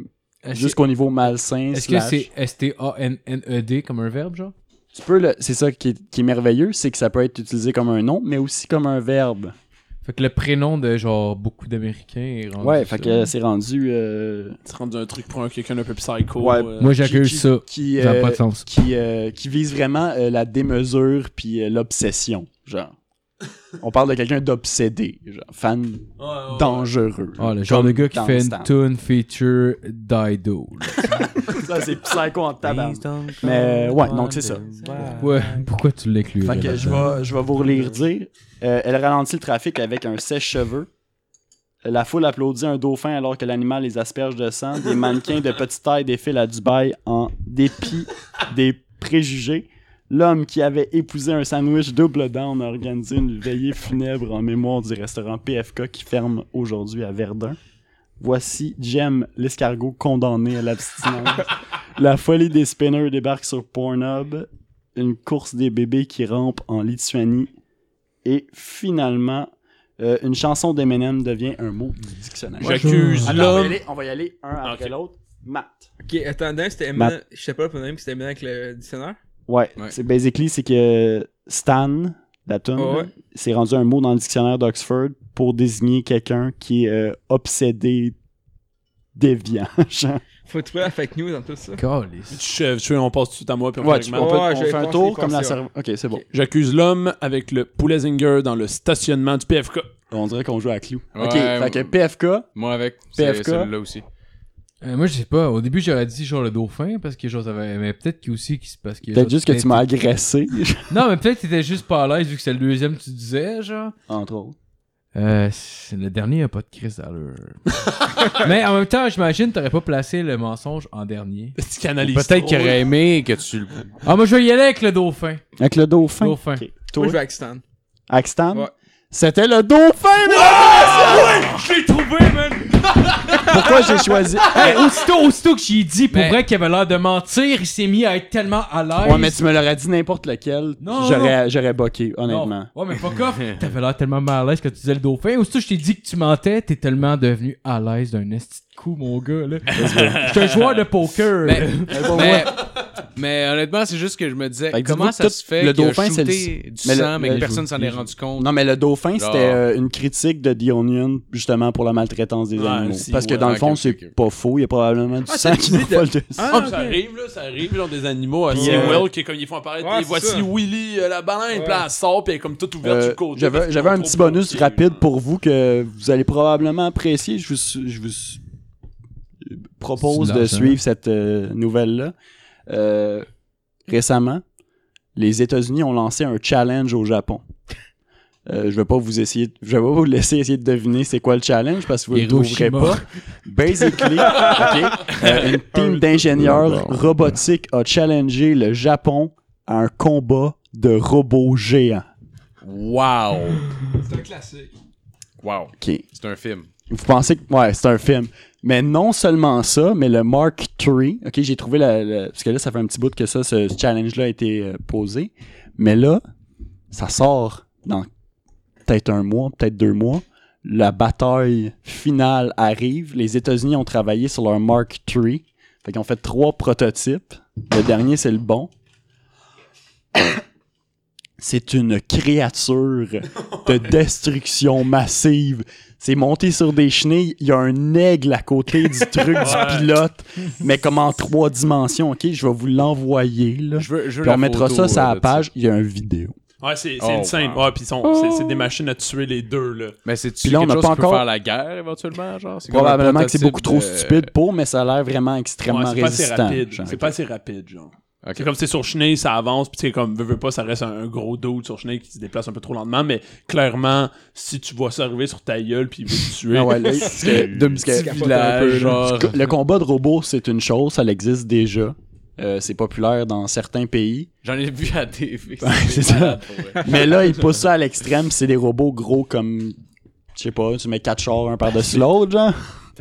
Speaker 6: jusqu'au niveau malsain.
Speaker 3: Est-ce que
Speaker 6: Ah, slash.
Speaker 3: c'est S-T-A-N-N-E-D E comme un verbe, genre
Speaker 6: Tu peux le- C'est ça qui est, qui est merveilleux, c'est que ça peut être utilisé comme un nom, mais aussi comme un verbe.
Speaker 3: Fait que le prénom de genre beaucoup d'Américains est rendu
Speaker 6: ouais,
Speaker 3: ça.
Speaker 6: fait que euh, c'est rendu. euh,
Speaker 4: Tu rends un truc pour un quelqu'un un peu psycho.
Speaker 6: Ouais.
Speaker 4: euh,
Speaker 3: Moi, j'accueille
Speaker 6: qui-
Speaker 3: ça.
Speaker 6: Qui,
Speaker 3: Ça n'a
Speaker 6: euh,
Speaker 3: pas de sens.
Speaker 6: qui, euh, qui vise vraiment euh, la démesure puis euh, l'obsession, genre. On parle de quelqu'un d'obsédé, genre fan dangereux.
Speaker 3: Ah, le genre
Speaker 6: Comme
Speaker 3: de gars qui
Speaker 6: dans
Speaker 3: fait
Speaker 6: Stan.
Speaker 3: une tune feature Dido. là.
Speaker 6: Ça, c'est psycho en tabarnak. Mais, euh, ouais, donc c'est ça.
Speaker 3: Ouais, pourquoi tu l'inclus
Speaker 6: Ah. Fait que je vais, je vais vous relire dire. Euh, elle ralentit le trafic avec un sèche-cheveux. La foule applaudit un dauphin alors que l'animal les asperge de sang. Des mannequins de petite taille défilent à Dubaï en dépit des préjugés. L'homme qui avait épousé un sandwich double down a organisé une veillée funèbre en mémoire du restaurant PFK qui ferme aujourd'hui à Verdun. Voici Jem, l'escargot condamné à l'abstinence. La folie des spinners débarque sur Pornhub une course des bébés qui rampent en Lituanie. Et finalement, euh, une chanson d'Eminem devient un mot du dictionnaire.
Speaker 4: J'accuse
Speaker 6: Attends, Ah on, va y
Speaker 4: l'homme.
Speaker 6: aller, on va y aller un après
Speaker 4: Ok.
Speaker 6: l'autre. Matt.
Speaker 7: Ok, attends, Dan, c'était
Speaker 6: Matt.
Speaker 7: Eminem. Je sais pas le problème que c'était Eminem avec le dictionnaire.
Speaker 6: Ouais,
Speaker 5: Ouais.
Speaker 6: c'est basically, c'est que Stan, la tune,
Speaker 7: Ouais,
Speaker 6: là,
Speaker 7: ouais.
Speaker 6: c'est rendu un mot dans le dictionnaire d'Oxford pour désigner quelqu'un qui est euh, obsédé, déviant. genre.
Speaker 7: Faut trouver la fake news dans tout ça.
Speaker 4: Tu chef, tu sais, on passe tout de suite à moi puis on
Speaker 6: Ouais,
Speaker 4: fait
Speaker 6: tu-
Speaker 4: le
Speaker 6: on,
Speaker 4: match.
Speaker 6: peut-
Speaker 7: Ouais,
Speaker 6: on
Speaker 7: j'avais
Speaker 6: fait un
Speaker 7: pensé,
Speaker 6: tour comme la
Speaker 7: pensé,
Speaker 6: serve- Ok, c'est bon.
Speaker 4: J'accuse l'homme avec le poulet zinger dans le stationnement du PFK.
Speaker 6: On dirait qu'on joue à clou. ok,
Speaker 5: Ouais,
Speaker 6: fait que PFK,
Speaker 5: Moi avec.
Speaker 6: PFK.
Speaker 5: C'est celui-là aussi.
Speaker 3: Euh, moi, je sais pas. Au début, j'aurais dit genre le dauphin parce que genre ça avait- Mais peut-être qu'il aussi qui se passe. que,
Speaker 6: peut-être
Speaker 3: genre,
Speaker 6: juste que tu m'as agressé,
Speaker 3: Non, mais peut-être que t'étais juste pas à l'aise vu que c'est le deuxième que tu disais, genre.
Speaker 6: entre autres.
Speaker 3: Euh, c'est- le dernier a pas de crise d'allure. mais en même temps, j'imagine t'aurais pas placé le mensonge en dernier.
Speaker 4: Tu canalises
Speaker 5: Peut-être
Speaker 4: trop,
Speaker 5: qu'il aurait aimé que tu le.
Speaker 3: Ah, moi, je vais y aller avec le dauphin.
Speaker 6: Avec le dauphin.
Speaker 3: Dauphin.
Speaker 6: Ok, toi?
Speaker 7: Moi, je vais avec Stan.
Speaker 6: Axtan,
Speaker 7: Ouais.
Speaker 6: c'était le dauphin, Ouais! Je l'ai trouvé, man! Pourquoi j'ai choisi...
Speaker 3: Hey, aussitôt, aussitôt que j'y ai dit, pour
Speaker 6: Mais-
Speaker 3: vrai qu'il avait l'air de mentir, il s'est mis à être tellement à l'aise.
Speaker 6: Ouais, mais tu me l'aurais dit n'importe lequel,
Speaker 3: Ah, Non,
Speaker 6: j'aurais, j'aurais boqué,
Speaker 3: Non.
Speaker 6: honnêtement.
Speaker 3: Ouais, mais fuck off. T'avais l'air tellement mal à l'aise que tu disais le dauphin. Aussitôt, que je t'ai dit que tu mentais, t'es tellement devenu à l'aise d'un esti de coup, mon gars, là. J'étais un joueur de poker.
Speaker 5: Mais-
Speaker 3: là.
Speaker 5: mais, mais honnêtement, c'est juste que je me disais,
Speaker 6: Fait que
Speaker 5: comment
Speaker 6: dis-vous
Speaker 5: ça
Speaker 6: tout-
Speaker 5: se fait
Speaker 6: le
Speaker 5: qu'il a
Speaker 6: dauphin, c'est le-
Speaker 5: shooté du
Speaker 6: mais le-
Speaker 5: sang, mais
Speaker 6: le-
Speaker 5: que personne s'en est rendu compte?
Speaker 6: Non, mais le dauphin, c'était
Speaker 5: Genre.
Speaker 6: euh, une critique de The Onion, justement, pour la maltraitance des
Speaker 4: Ouais,
Speaker 6: animaux.
Speaker 4: si,
Speaker 6: Parce que
Speaker 4: ouais,
Speaker 6: dans le
Speaker 5: ok,
Speaker 6: fond,
Speaker 5: ok,
Speaker 6: c'est
Speaker 5: ok.
Speaker 6: pas faux, il y a probablement du sang qui nous
Speaker 7: l'idée de-
Speaker 6: vole dessus.
Speaker 4: Ah, mais ça arrive, là, ça arrive, genre des animaux.
Speaker 6: Puis,
Speaker 4: C'est
Speaker 6: euh,
Speaker 4: Will qui est comme ils font apparaître.
Speaker 7: Ouais,
Speaker 4: et
Speaker 7: c'est
Speaker 4: voici
Speaker 7: ça.
Speaker 4: Willy, euh, la baleine,
Speaker 7: Ouais.
Speaker 4: puis là, elle sort, puis elle est comme toute ouverte
Speaker 6: Euh,
Speaker 4: du côté. parce
Speaker 6: j'avais,
Speaker 4: qu'ils
Speaker 6: j'avais
Speaker 4: ont
Speaker 6: un
Speaker 4: trop
Speaker 6: petit bonus
Speaker 4: bloqué.
Speaker 6: rapide pour vous que vous allez probablement apprécier. Je vous, su- je vous su- propose
Speaker 3: C'est
Speaker 6: de
Speaker 3: l'argent.
Speaker 6: suivre cette euh, nouvelle-là. Euh, récemment, les États-Unis ont lancé un challenge au Japon. Euh, je vais pas vous essayer, je vais pas vous laisser essayer de deviner c'est quoi le challenge parce que vous ne le trouverez
Speaker 3: Hiroshima.
Speaker 6: pas. Basically, ok, euh, une team d'ingénieurs robotiques a challengé le Japon à un combat de robots géants.
Speaker 5: Wow!
Speaker 7: C'est un classique.
Speaker 5: Wow.
Speaker 6: Ok.
Speaker 5: C'est un film.
Speaker 6: Vous pensez que. Ouais, c'est un film. Mais non seulement ça, mais le Mark III. Ok, j'ai trouvé la, la- Parce que là, ça fait un petit bout que ça, ce ce challenge-là a été euh, posé. Mais là, ça sort dans peut-être un mois, peut-être deux mois. La bataille finale arrive. Les États-Unis ont travaillé sur leur Mark III. Fait qu'ils ont fait trois prototypes. Le dernier, c'est le bon. C'est une créature de destruction massive. C'est monté sur des chenilles. Il y a un aigle à côté du truc du pilote, mais comme en trois dimensions. Ok, je vais vous l'envoyer. là.
Speaker 5: Je veux, je veux
Speaker 6: Puis on
Speaker 5: la
Speaker 6: mettra
Speaker 5: photo,
Speaker 6: ça sur
Speaker 5: euh,
Speaker 6: la
Speaker 5: de
Speaker 6: page. Il y a une vidéo.
Speaker 4: Ouais, c'est
Speaker 5: Oh,
Speaker 4: c'est insane.
Speaker 5: wow.
Speaker 4: Ouais, puis ils sont- c'est c'est des machines à tuer les deux, là.
Speaker 5: Mais c'est
Speaker 6: Puis
Speaker 5: tu
Speaker 6: là,
Speaker 5: quelque
Speaker 6: on n'a
Speaker 5: chose
Speaker 6: pas
Speaker 5: qui peut
Speaker 6: encore-
Speaker 5: faire la guerre éventuellement, genre? C'est comme un
Speaker 6: Probablement que c'est beaucoup trop
Speaker 5: prototype de-
Speaker 6: stupide pour, mais ça a l'air vraiment extrêmement
Speaker 4: Ouais, c'est pas assez
Speaker 6: résistant.
Speaker 4: rapide.
Speaker 6: genre.
Speaker 4: C'est pas assez rapide, genre.
Speaker 5: Ok.
Speaker 4: C'est comme c'est sur chenille, ça avance, puis c'est comme veut, veut pas, ça reste un, un gros dos sur chenille qui se déplace un peu trop lentement, mais clairement, si tu vois ça arriver sur ta gueule puis il veut te tuer,
Speaker 6: Ah ouais, là, parce que- de- parce que-
Speaker 5: Petit
Speaker 7: capote un
Speaker 5: village,
Speaker 7: peu, là.
Speaker 5: genre.
Speaker 6: Le combat de robots, c'est une chose, ça existe déjà. Euh, c'est populaire dans certains pays.
Speaker 5: J'en ai vu à TV.
Speaker 6: c'est ça. Mais là, ils poussent ça à l'extrême, c'est des robots gros comme. Je sais pas, tu mets quatre chars un par-dessus l'autre, genre.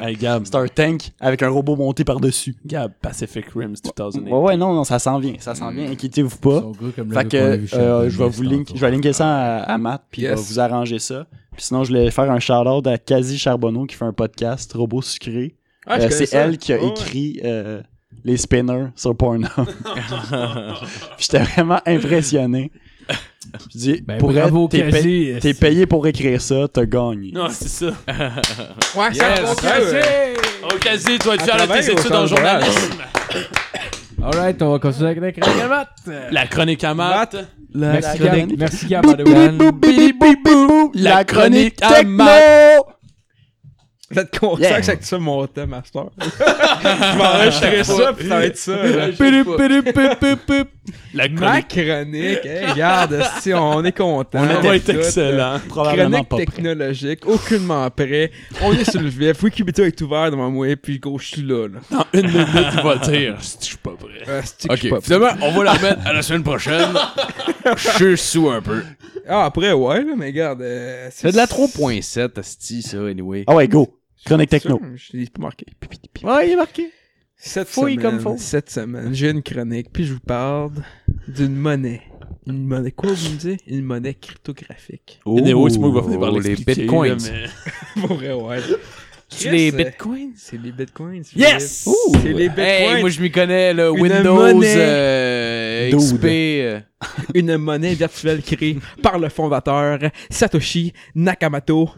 Speaker 4: hey, Gab,
Speaker 6: C'est un tank avec un robot monté par-dessus.
Speaker 4: Gab, Pacific Rims 2008.
Speaker 6: Ouais, ouais, non, non, ça s'en vient, ça s'en vient, inquiétez-vous
Speaker 3: Ils
Speaker 6: pas.
Speaker 3: sont gros comme le gars
Speaker 6: Fait que
Speaker 3: qu'on a vu chez
Speaker 6: euh,
Speaker 3: Apple
Speaker 6: je vais vous
Speaker 3: News
Speaker 6: link,
Speaker 3: tantôt.
Speaker 6: je vais linker ça à, à Matt puis il va
Speaker 7: Yes.
Speaker 6: vous arranger ça. Puis sinon, je voulais faire un shout-out à Casie Charbonneau qui fait un podcast, Robot Sucré.
Speaker 7: Ah, je
Speaker 6: Euh,
Speaker 7: connais
Speaker 6: c'est
Speaker 7: ça.
Speaker 6: elle qui a
Speaker 7: Oh, ouais.
Speaker 6: écrit euh, les spinners sur Pornhub. Puis j'étais vraiment impressionné. Je dis,
Speaker 8: Ben,
Speaker 6: pour
Speaker 8: bravo,
Speaker 6: elle, t'es, pay-
Speaker 8: Casie,
Speaker 6: t'es payé pour écrire ça, t'as gagné.
Speaker 4: Non, c'est ça.
Speaker 7: Ouais, ça
Speaker 3: Yes.
Speaker 7: compte, ouais.
Speaker 4: Au quasi, toi, tu
Speaker 7: À
Speaker 4: as
Speaker 7: travail,
Speaker 4: tes
Speaker 7: au
Speaker 4: études en
Speaker 7: centre Bell.
Speaker 4: journalisme.
Speaker 8: Alright, on va continuer avec la chronique à Matt.
Speaker 4: La chronique à maths.
Speaker 8: La Merci,
Speaker 6: chronique.
Speaker 8: Gab. Merci, Gab, by the way.
Speaker 6: La chronique
Speaker 4: à
Speaker 6: techno!
Speaker 7: Vous êtes content
Speaker 6: Yeah.
Speaker 7: que c'est ça mon thème, Master? je m'enregistrerai ça, puis ça va être ça. là.
Speaker 4: La
Speaker 7: Ma
Speaker 4: chronique.
Speaker 7: chronique, hey, regarde, si on est content.
Speaker 4: On va être
Speaker 7: Tout, euh,
Speaker 4: excellent.
Speaker 6: Probablement
Speaker 7: Chronique
Speaker 6: pas prêt.
Speaker 7: technologique, aucunement prêt. On est sur le VF, Wikipédia est ouvert devant moi, puis gauche, je suis là. là.
Speaker 4: Dans une minute, tu vas dire si je suis pas prêt.
Speaker 7: Ah, c'est-tu que je suis
Speaker 5: Ok,
Speaker 7: pas-
Speaker 5: finalement, on va la remettre à la semaine prochaine. Je suis sous un peu.
Speaker 7: Ah, après, ouais, là, mais regarde. euh,
Speaker 5: C'est de la 3.7, Asti, ça, anyway.
Speaker 6: Ah ouais, go. Chronique
Speaker 7: c'est
Speaker 6: techno.
Speaker 7: sûr, Je l'ai pas marqué.
Speaker 6: Ouais, il est marqué.
Speaker 7: Cette
Speaker 6: Fouille
Speaker 7: semaine,
Speaker 6: comme faux.
Speaker 7: cette semaine, j'ai une chronique, puis je vous parle d'une monnaie. Une monnaie, quoi vous me dites? Une monnaie cryptographique.
Speaker 6: Oh,
Speaker 4: Néo, tu va finir par
Speaker 5: les
Speaker 4: l'expliquer,
Speaker 5: bitcoins.
Speaker 4: là, mais-
Speaker 7: Pour vrai, ouais. Chris,
Speaker 3: les
Speaker 7: euh,
Speaker 3: bitcoins?
Speaker 7: C'est les bitcoins.
Speaker 3: Yes!
Speaker 7: Philippe. C'est les bitcoins.
Speaker 3: Hey, moi je m'y connais, le
Speaker 7: Une
Speaker 3: Windows,
Speaker 7: monnaie.
Speaker 3: euh,
Speaker 6: Dude.
Speaker 3: XP. euh.
Speaker 7: Une monnaie virtuelle créée par le fondateur Satoshi Nakamoto.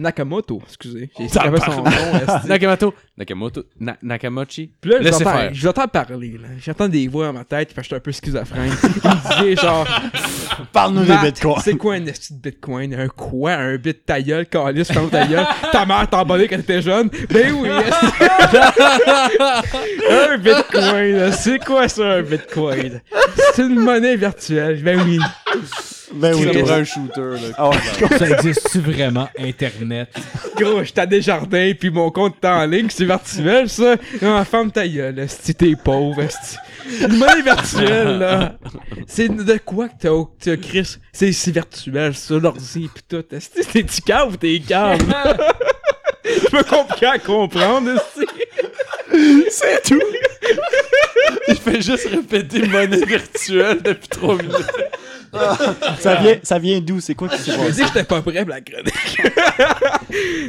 Speaker 7: Nakamoto, excusez. J'ai esquivé son nom. esti.
Speaker 3: Nakamoto.
Speaker 5: Nakamoto, Na- Nakamochi.
Speaker 7: Puis là, je
Speaker 5: Laissez
Speaker 7: l'entends-
Speaker 5: faire.
Speaker 7: je l'entends parler. là. J'entends des voix dans ma tête, puis je suis un peu schizophrène. Il me disait genre,
Speaker 6: Parle-nous des
Speaker 7: Matt,
Speaker 6: bitcoins.
Speaker 7: C'est quoi un esti de bitcoin? Un quoi? Un bit ta gueule, calice, ferme ta gueule. Ta mère t'a emballé quand t'étais jeune? Ben oui! esti. un bitcoin, là. c'est quoi ça un bitcoin? C'est une monnaie virtuelle, ben oui.
Speaker 6: Ben oui.
Speaker 7: C'est vrai.
Speaker 5: un shooter, là.
Speaker 6: Ah ouais.
Speaker 8: Ça existe-tu vraiment, Internet?
Speaker 7: Gros, j'étais à Desjardins, puis mon compte est en ligne, c'est virtuel, ça. Ah, ferme ta gueule, si t'es pauvre, esti. Une monnaie virtuelle, là. C'est de quoi que t'as, au- t'as Chris? C'est, c'est virtuel, ça, l'ordi, pis tout. Esti, t'es-tu cave ou t'es cave? Je me comprends à comprendre, esti.
Speaker 6: C'est tout.
Speaker 4: Il fait juste répéter monnaie virtuelle depuis 3 minutes.
Speaker 6: Ça vient, ça vient d'où? C'est quoi qui s'est
Speaker 7: Je me
Speaker 6: passé?
Speaker 7: dis que j'étais pas prêt pour la chronique.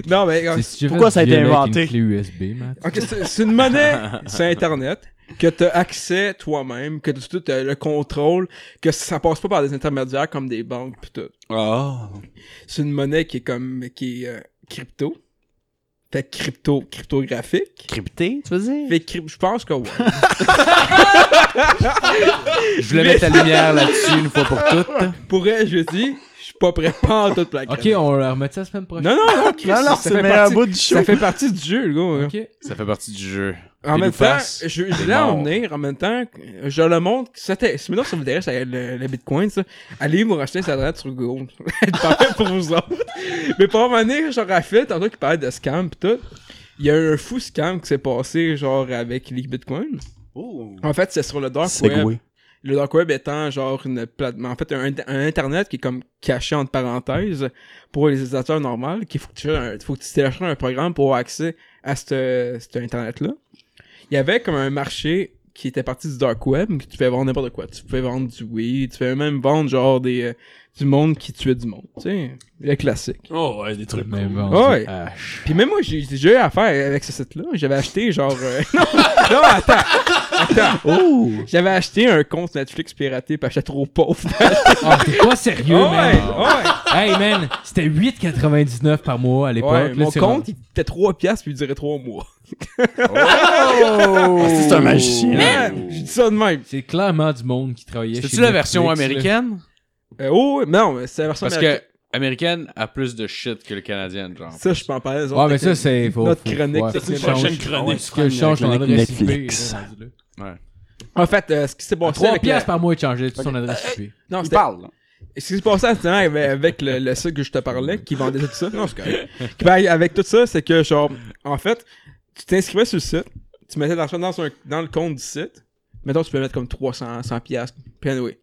Speaker 7: non, mais... euh,
Speaker 6: Ah, Pourquoi ça a été inventé?
Speaker 8: Une clé USB, Matt.
Speaker 7: Ok, c'est c'est une monnaie sur Internet que tu as accès toi-même, que tu as le contrôle, que ça passe pas par des intermédiaires comme des banques pis tout.
Speaker 3: Ah.
Speaker 7: C'est une monnaie qui est comme qui est euh, crypto. Fait que crypto cryptographique.
Speaker 3: Crypté, tu veux dire?
Speaker 7: Fait que cryp- je pense que ouais.
Speaker 5: Je voulais mettre la lumière là-dessus une fois pour toutes.
Speaker 7: Pour vrai, je dis, je suis pas prêt pas en toute plaque.
Speaker 8: Ok, on la remet ça la semaine prochaine.
Speaker 7: Non non non, Chris,
Speaker 6: Non, non,
Speaker 7: ça,
Speaker 6: c'est
Speaker 7: fait
Speaker 6: le meilleur
Speaker 7: partie,
Speaker 6: bout du show.
Speaker 7: ça fait partie du jeu, le hein. gars.
Speaker 8: Ok.
Speaker 5: Ça fait partie du jeu.
Speaker 7: En
Speaker 5: Puis
Speaker 7: même
Speaker 5: nous
Speaker 7: temps,
Speaker 5: face,
Speaker 7: je, je
Speaker 5: t'es
Speaker 7: voulais en
Speaker 5: mort.
Speaker 7: venir, en même temps, que je le montre, que c'était, si maintenant ça vous intéresse, à le, le bitcoin, ça, allez vous racheter ça droite sur Google. C'est parfait pour vous autres. Mais pour en venir, genre, à Phil, tantôt qui parlait de scam pis tout, il y a eu un fou scam qui s'est passé, genre, avec les bitcoins.
Speaker 6: Oh.
Speaker 7: En fait, c'est sur le
Speaker 6: Ah,
Speaker 7: dark web.
Speaker 6: Segway.
Speaker 7: Le dark web étant, genre, une plate- en fait, un, un internet qui est comme caché entre parenthèses pour les utilisateurs normaux, qu'il faut que tu, fasses un- faut que tu télécharges un programme pour avoir accès à ce- cet internet-là il y avait comme un marché qui était parti du dark web que tu pouvais vendre n'importe quoi tu pouvais vendre du weed tu pouvais même vendre genre des euh, du monde qui tuait du monde tu sais le classique
Speaker 4: Oh, ouais, des trucs.
Speaker 8: Mais
Speaker 4: cool.
Speaker 8: bon,
Speaker 7: Ouais.
Speaker 8: c'est- ah,
Speaker 7: puis même moi j'ai j'ai déjà eu affaire avec ce site là j'avais acheté genre euh, non, non attends attends
Speaker 6: Oh!
Speaker 7: j'avais acheté un compte Netflix piraté parce que j'étais trop pauvre
Speaker 8: Ah, t'es pas sérieux,
Speaker 7: Oh,
Speaker 8: man?
Speaker 7: ouais, ouais.
Speaker 8: Hey, man, c'était 8,99 par mois à l'époque.
Speaker 7: Ouais,
Speaker 8: là,
Speaker 7: mon
Speaker 8: c'est
Speaker 7: compte il était 3 piastres puis il durait 3 mois
Speaker 6: Ah, C'est un magicien.
Speaker 7: j'ai dit ça de même
Speaker 8: C'est clairement du monde qui travaillait
Speaker 5: C'est-tu
Speaker 8: chez
Speaker 5: la
Speaker 8: Netflix,
Speaker 5: version
Speaker 8: là.
Speaker 5: américaine?
Speaker 7: Euh, oh non mais c'est la version
Speaker 5: Parce que
Speaker 7: américaine.
Speaker 5: américaine a plus de shit que le canadienne, genre.
Speaker 7: ça je peux en parler les
Speaker 8: Ouais,
Speaker 7: autres
Speaker 8: mais ça, c'est. faut-
Speaker 7: Notre
Speaker 8: faut-
Speaker 7: chronique,
Speaker 8: ouais,
Speaker 7: ça,
Speaker 8: faut
Speaker 7: c'est
Speaker 8: que
Speaker 7: une
Speaker 8: je change-
Speaker 4: prochaine
Speaker 3: Ah
Speaker 7: Ah
Speaker 4: chronique.
Speaker 8: ouais, faut que je change ton
Speaker 6: Chronique
Speaker 8: adresse
Speaker 6: Netflix.
Speaker 8: IP. là, rendu là.
Speaker 7: en fait euh, ce qui s'est passé
Speaker 8: 3
Speaker 7: Ah, avec la- Euh,
Speaker 8: piastres par mois, il changeait son adresse IP.
Speaker 7: non
Speaker 6: Il
Speaker 7: c'était
Speaker 6: parle.
Speaker 7: Et ce qui se passait justement avec, avec le, le site que je te parlais, qui vendait tout ça, non, c'est correct. Qui parlait ben, avec tout ça, c'est que genre, en fait, tu t'inscrivais sur le site, tu mettais de l'argent dans, un- dans le compte du site. Mettons, tu peux mettre comme 300, 100 piastres, puis anyway.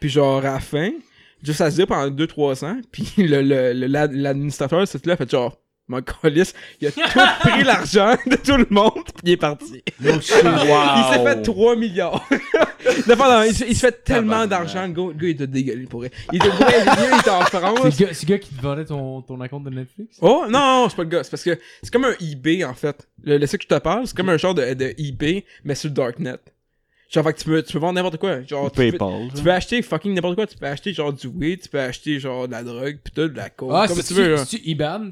Speaker 7: Puis genre, à la fin, juste à se dire pendant 2-3 ans, puis le- le- le- la- l'administrateur de ce site-là a fait genre, mon colis, il a tout pris l'argent de tout le monde, il est parti. Il s'est
Speaker 5: Wow.
Speaker 7: fait 3 milliards. Non, pardon, il, se- il se fait tellement d'argent. Le gars, le gars, il était dégueulé pour vrai. Il était dégueulé, il était en France.
Speaker 3: C'est le gars- c'est le gars qui te vendait ton, ton compte de Netflix?
Speaker 7: Oh, non, non, c'est pas le gars. C'est parce que c'est comme un eBay, en fait. Le, le site que je te parle, c'est comme un genre de, de eBay, mais sur le Darknet. Genre, fait que tu peux, tu peux vendre n'importe quoi. Genre, tu peux,
Speaker 6: PayPal.
Speaker 7: tu peux acheter fucking n'importe quoi. Tu peux acheter genre du weed, tu peux acheter genre de la drogue, pis tout, de la coke.
Speaker 3: Ah,
Speaker 7: comme
Speaker 3: c'est
Speaker 7: tu veux. hein.
Speaker 3: tu Iband?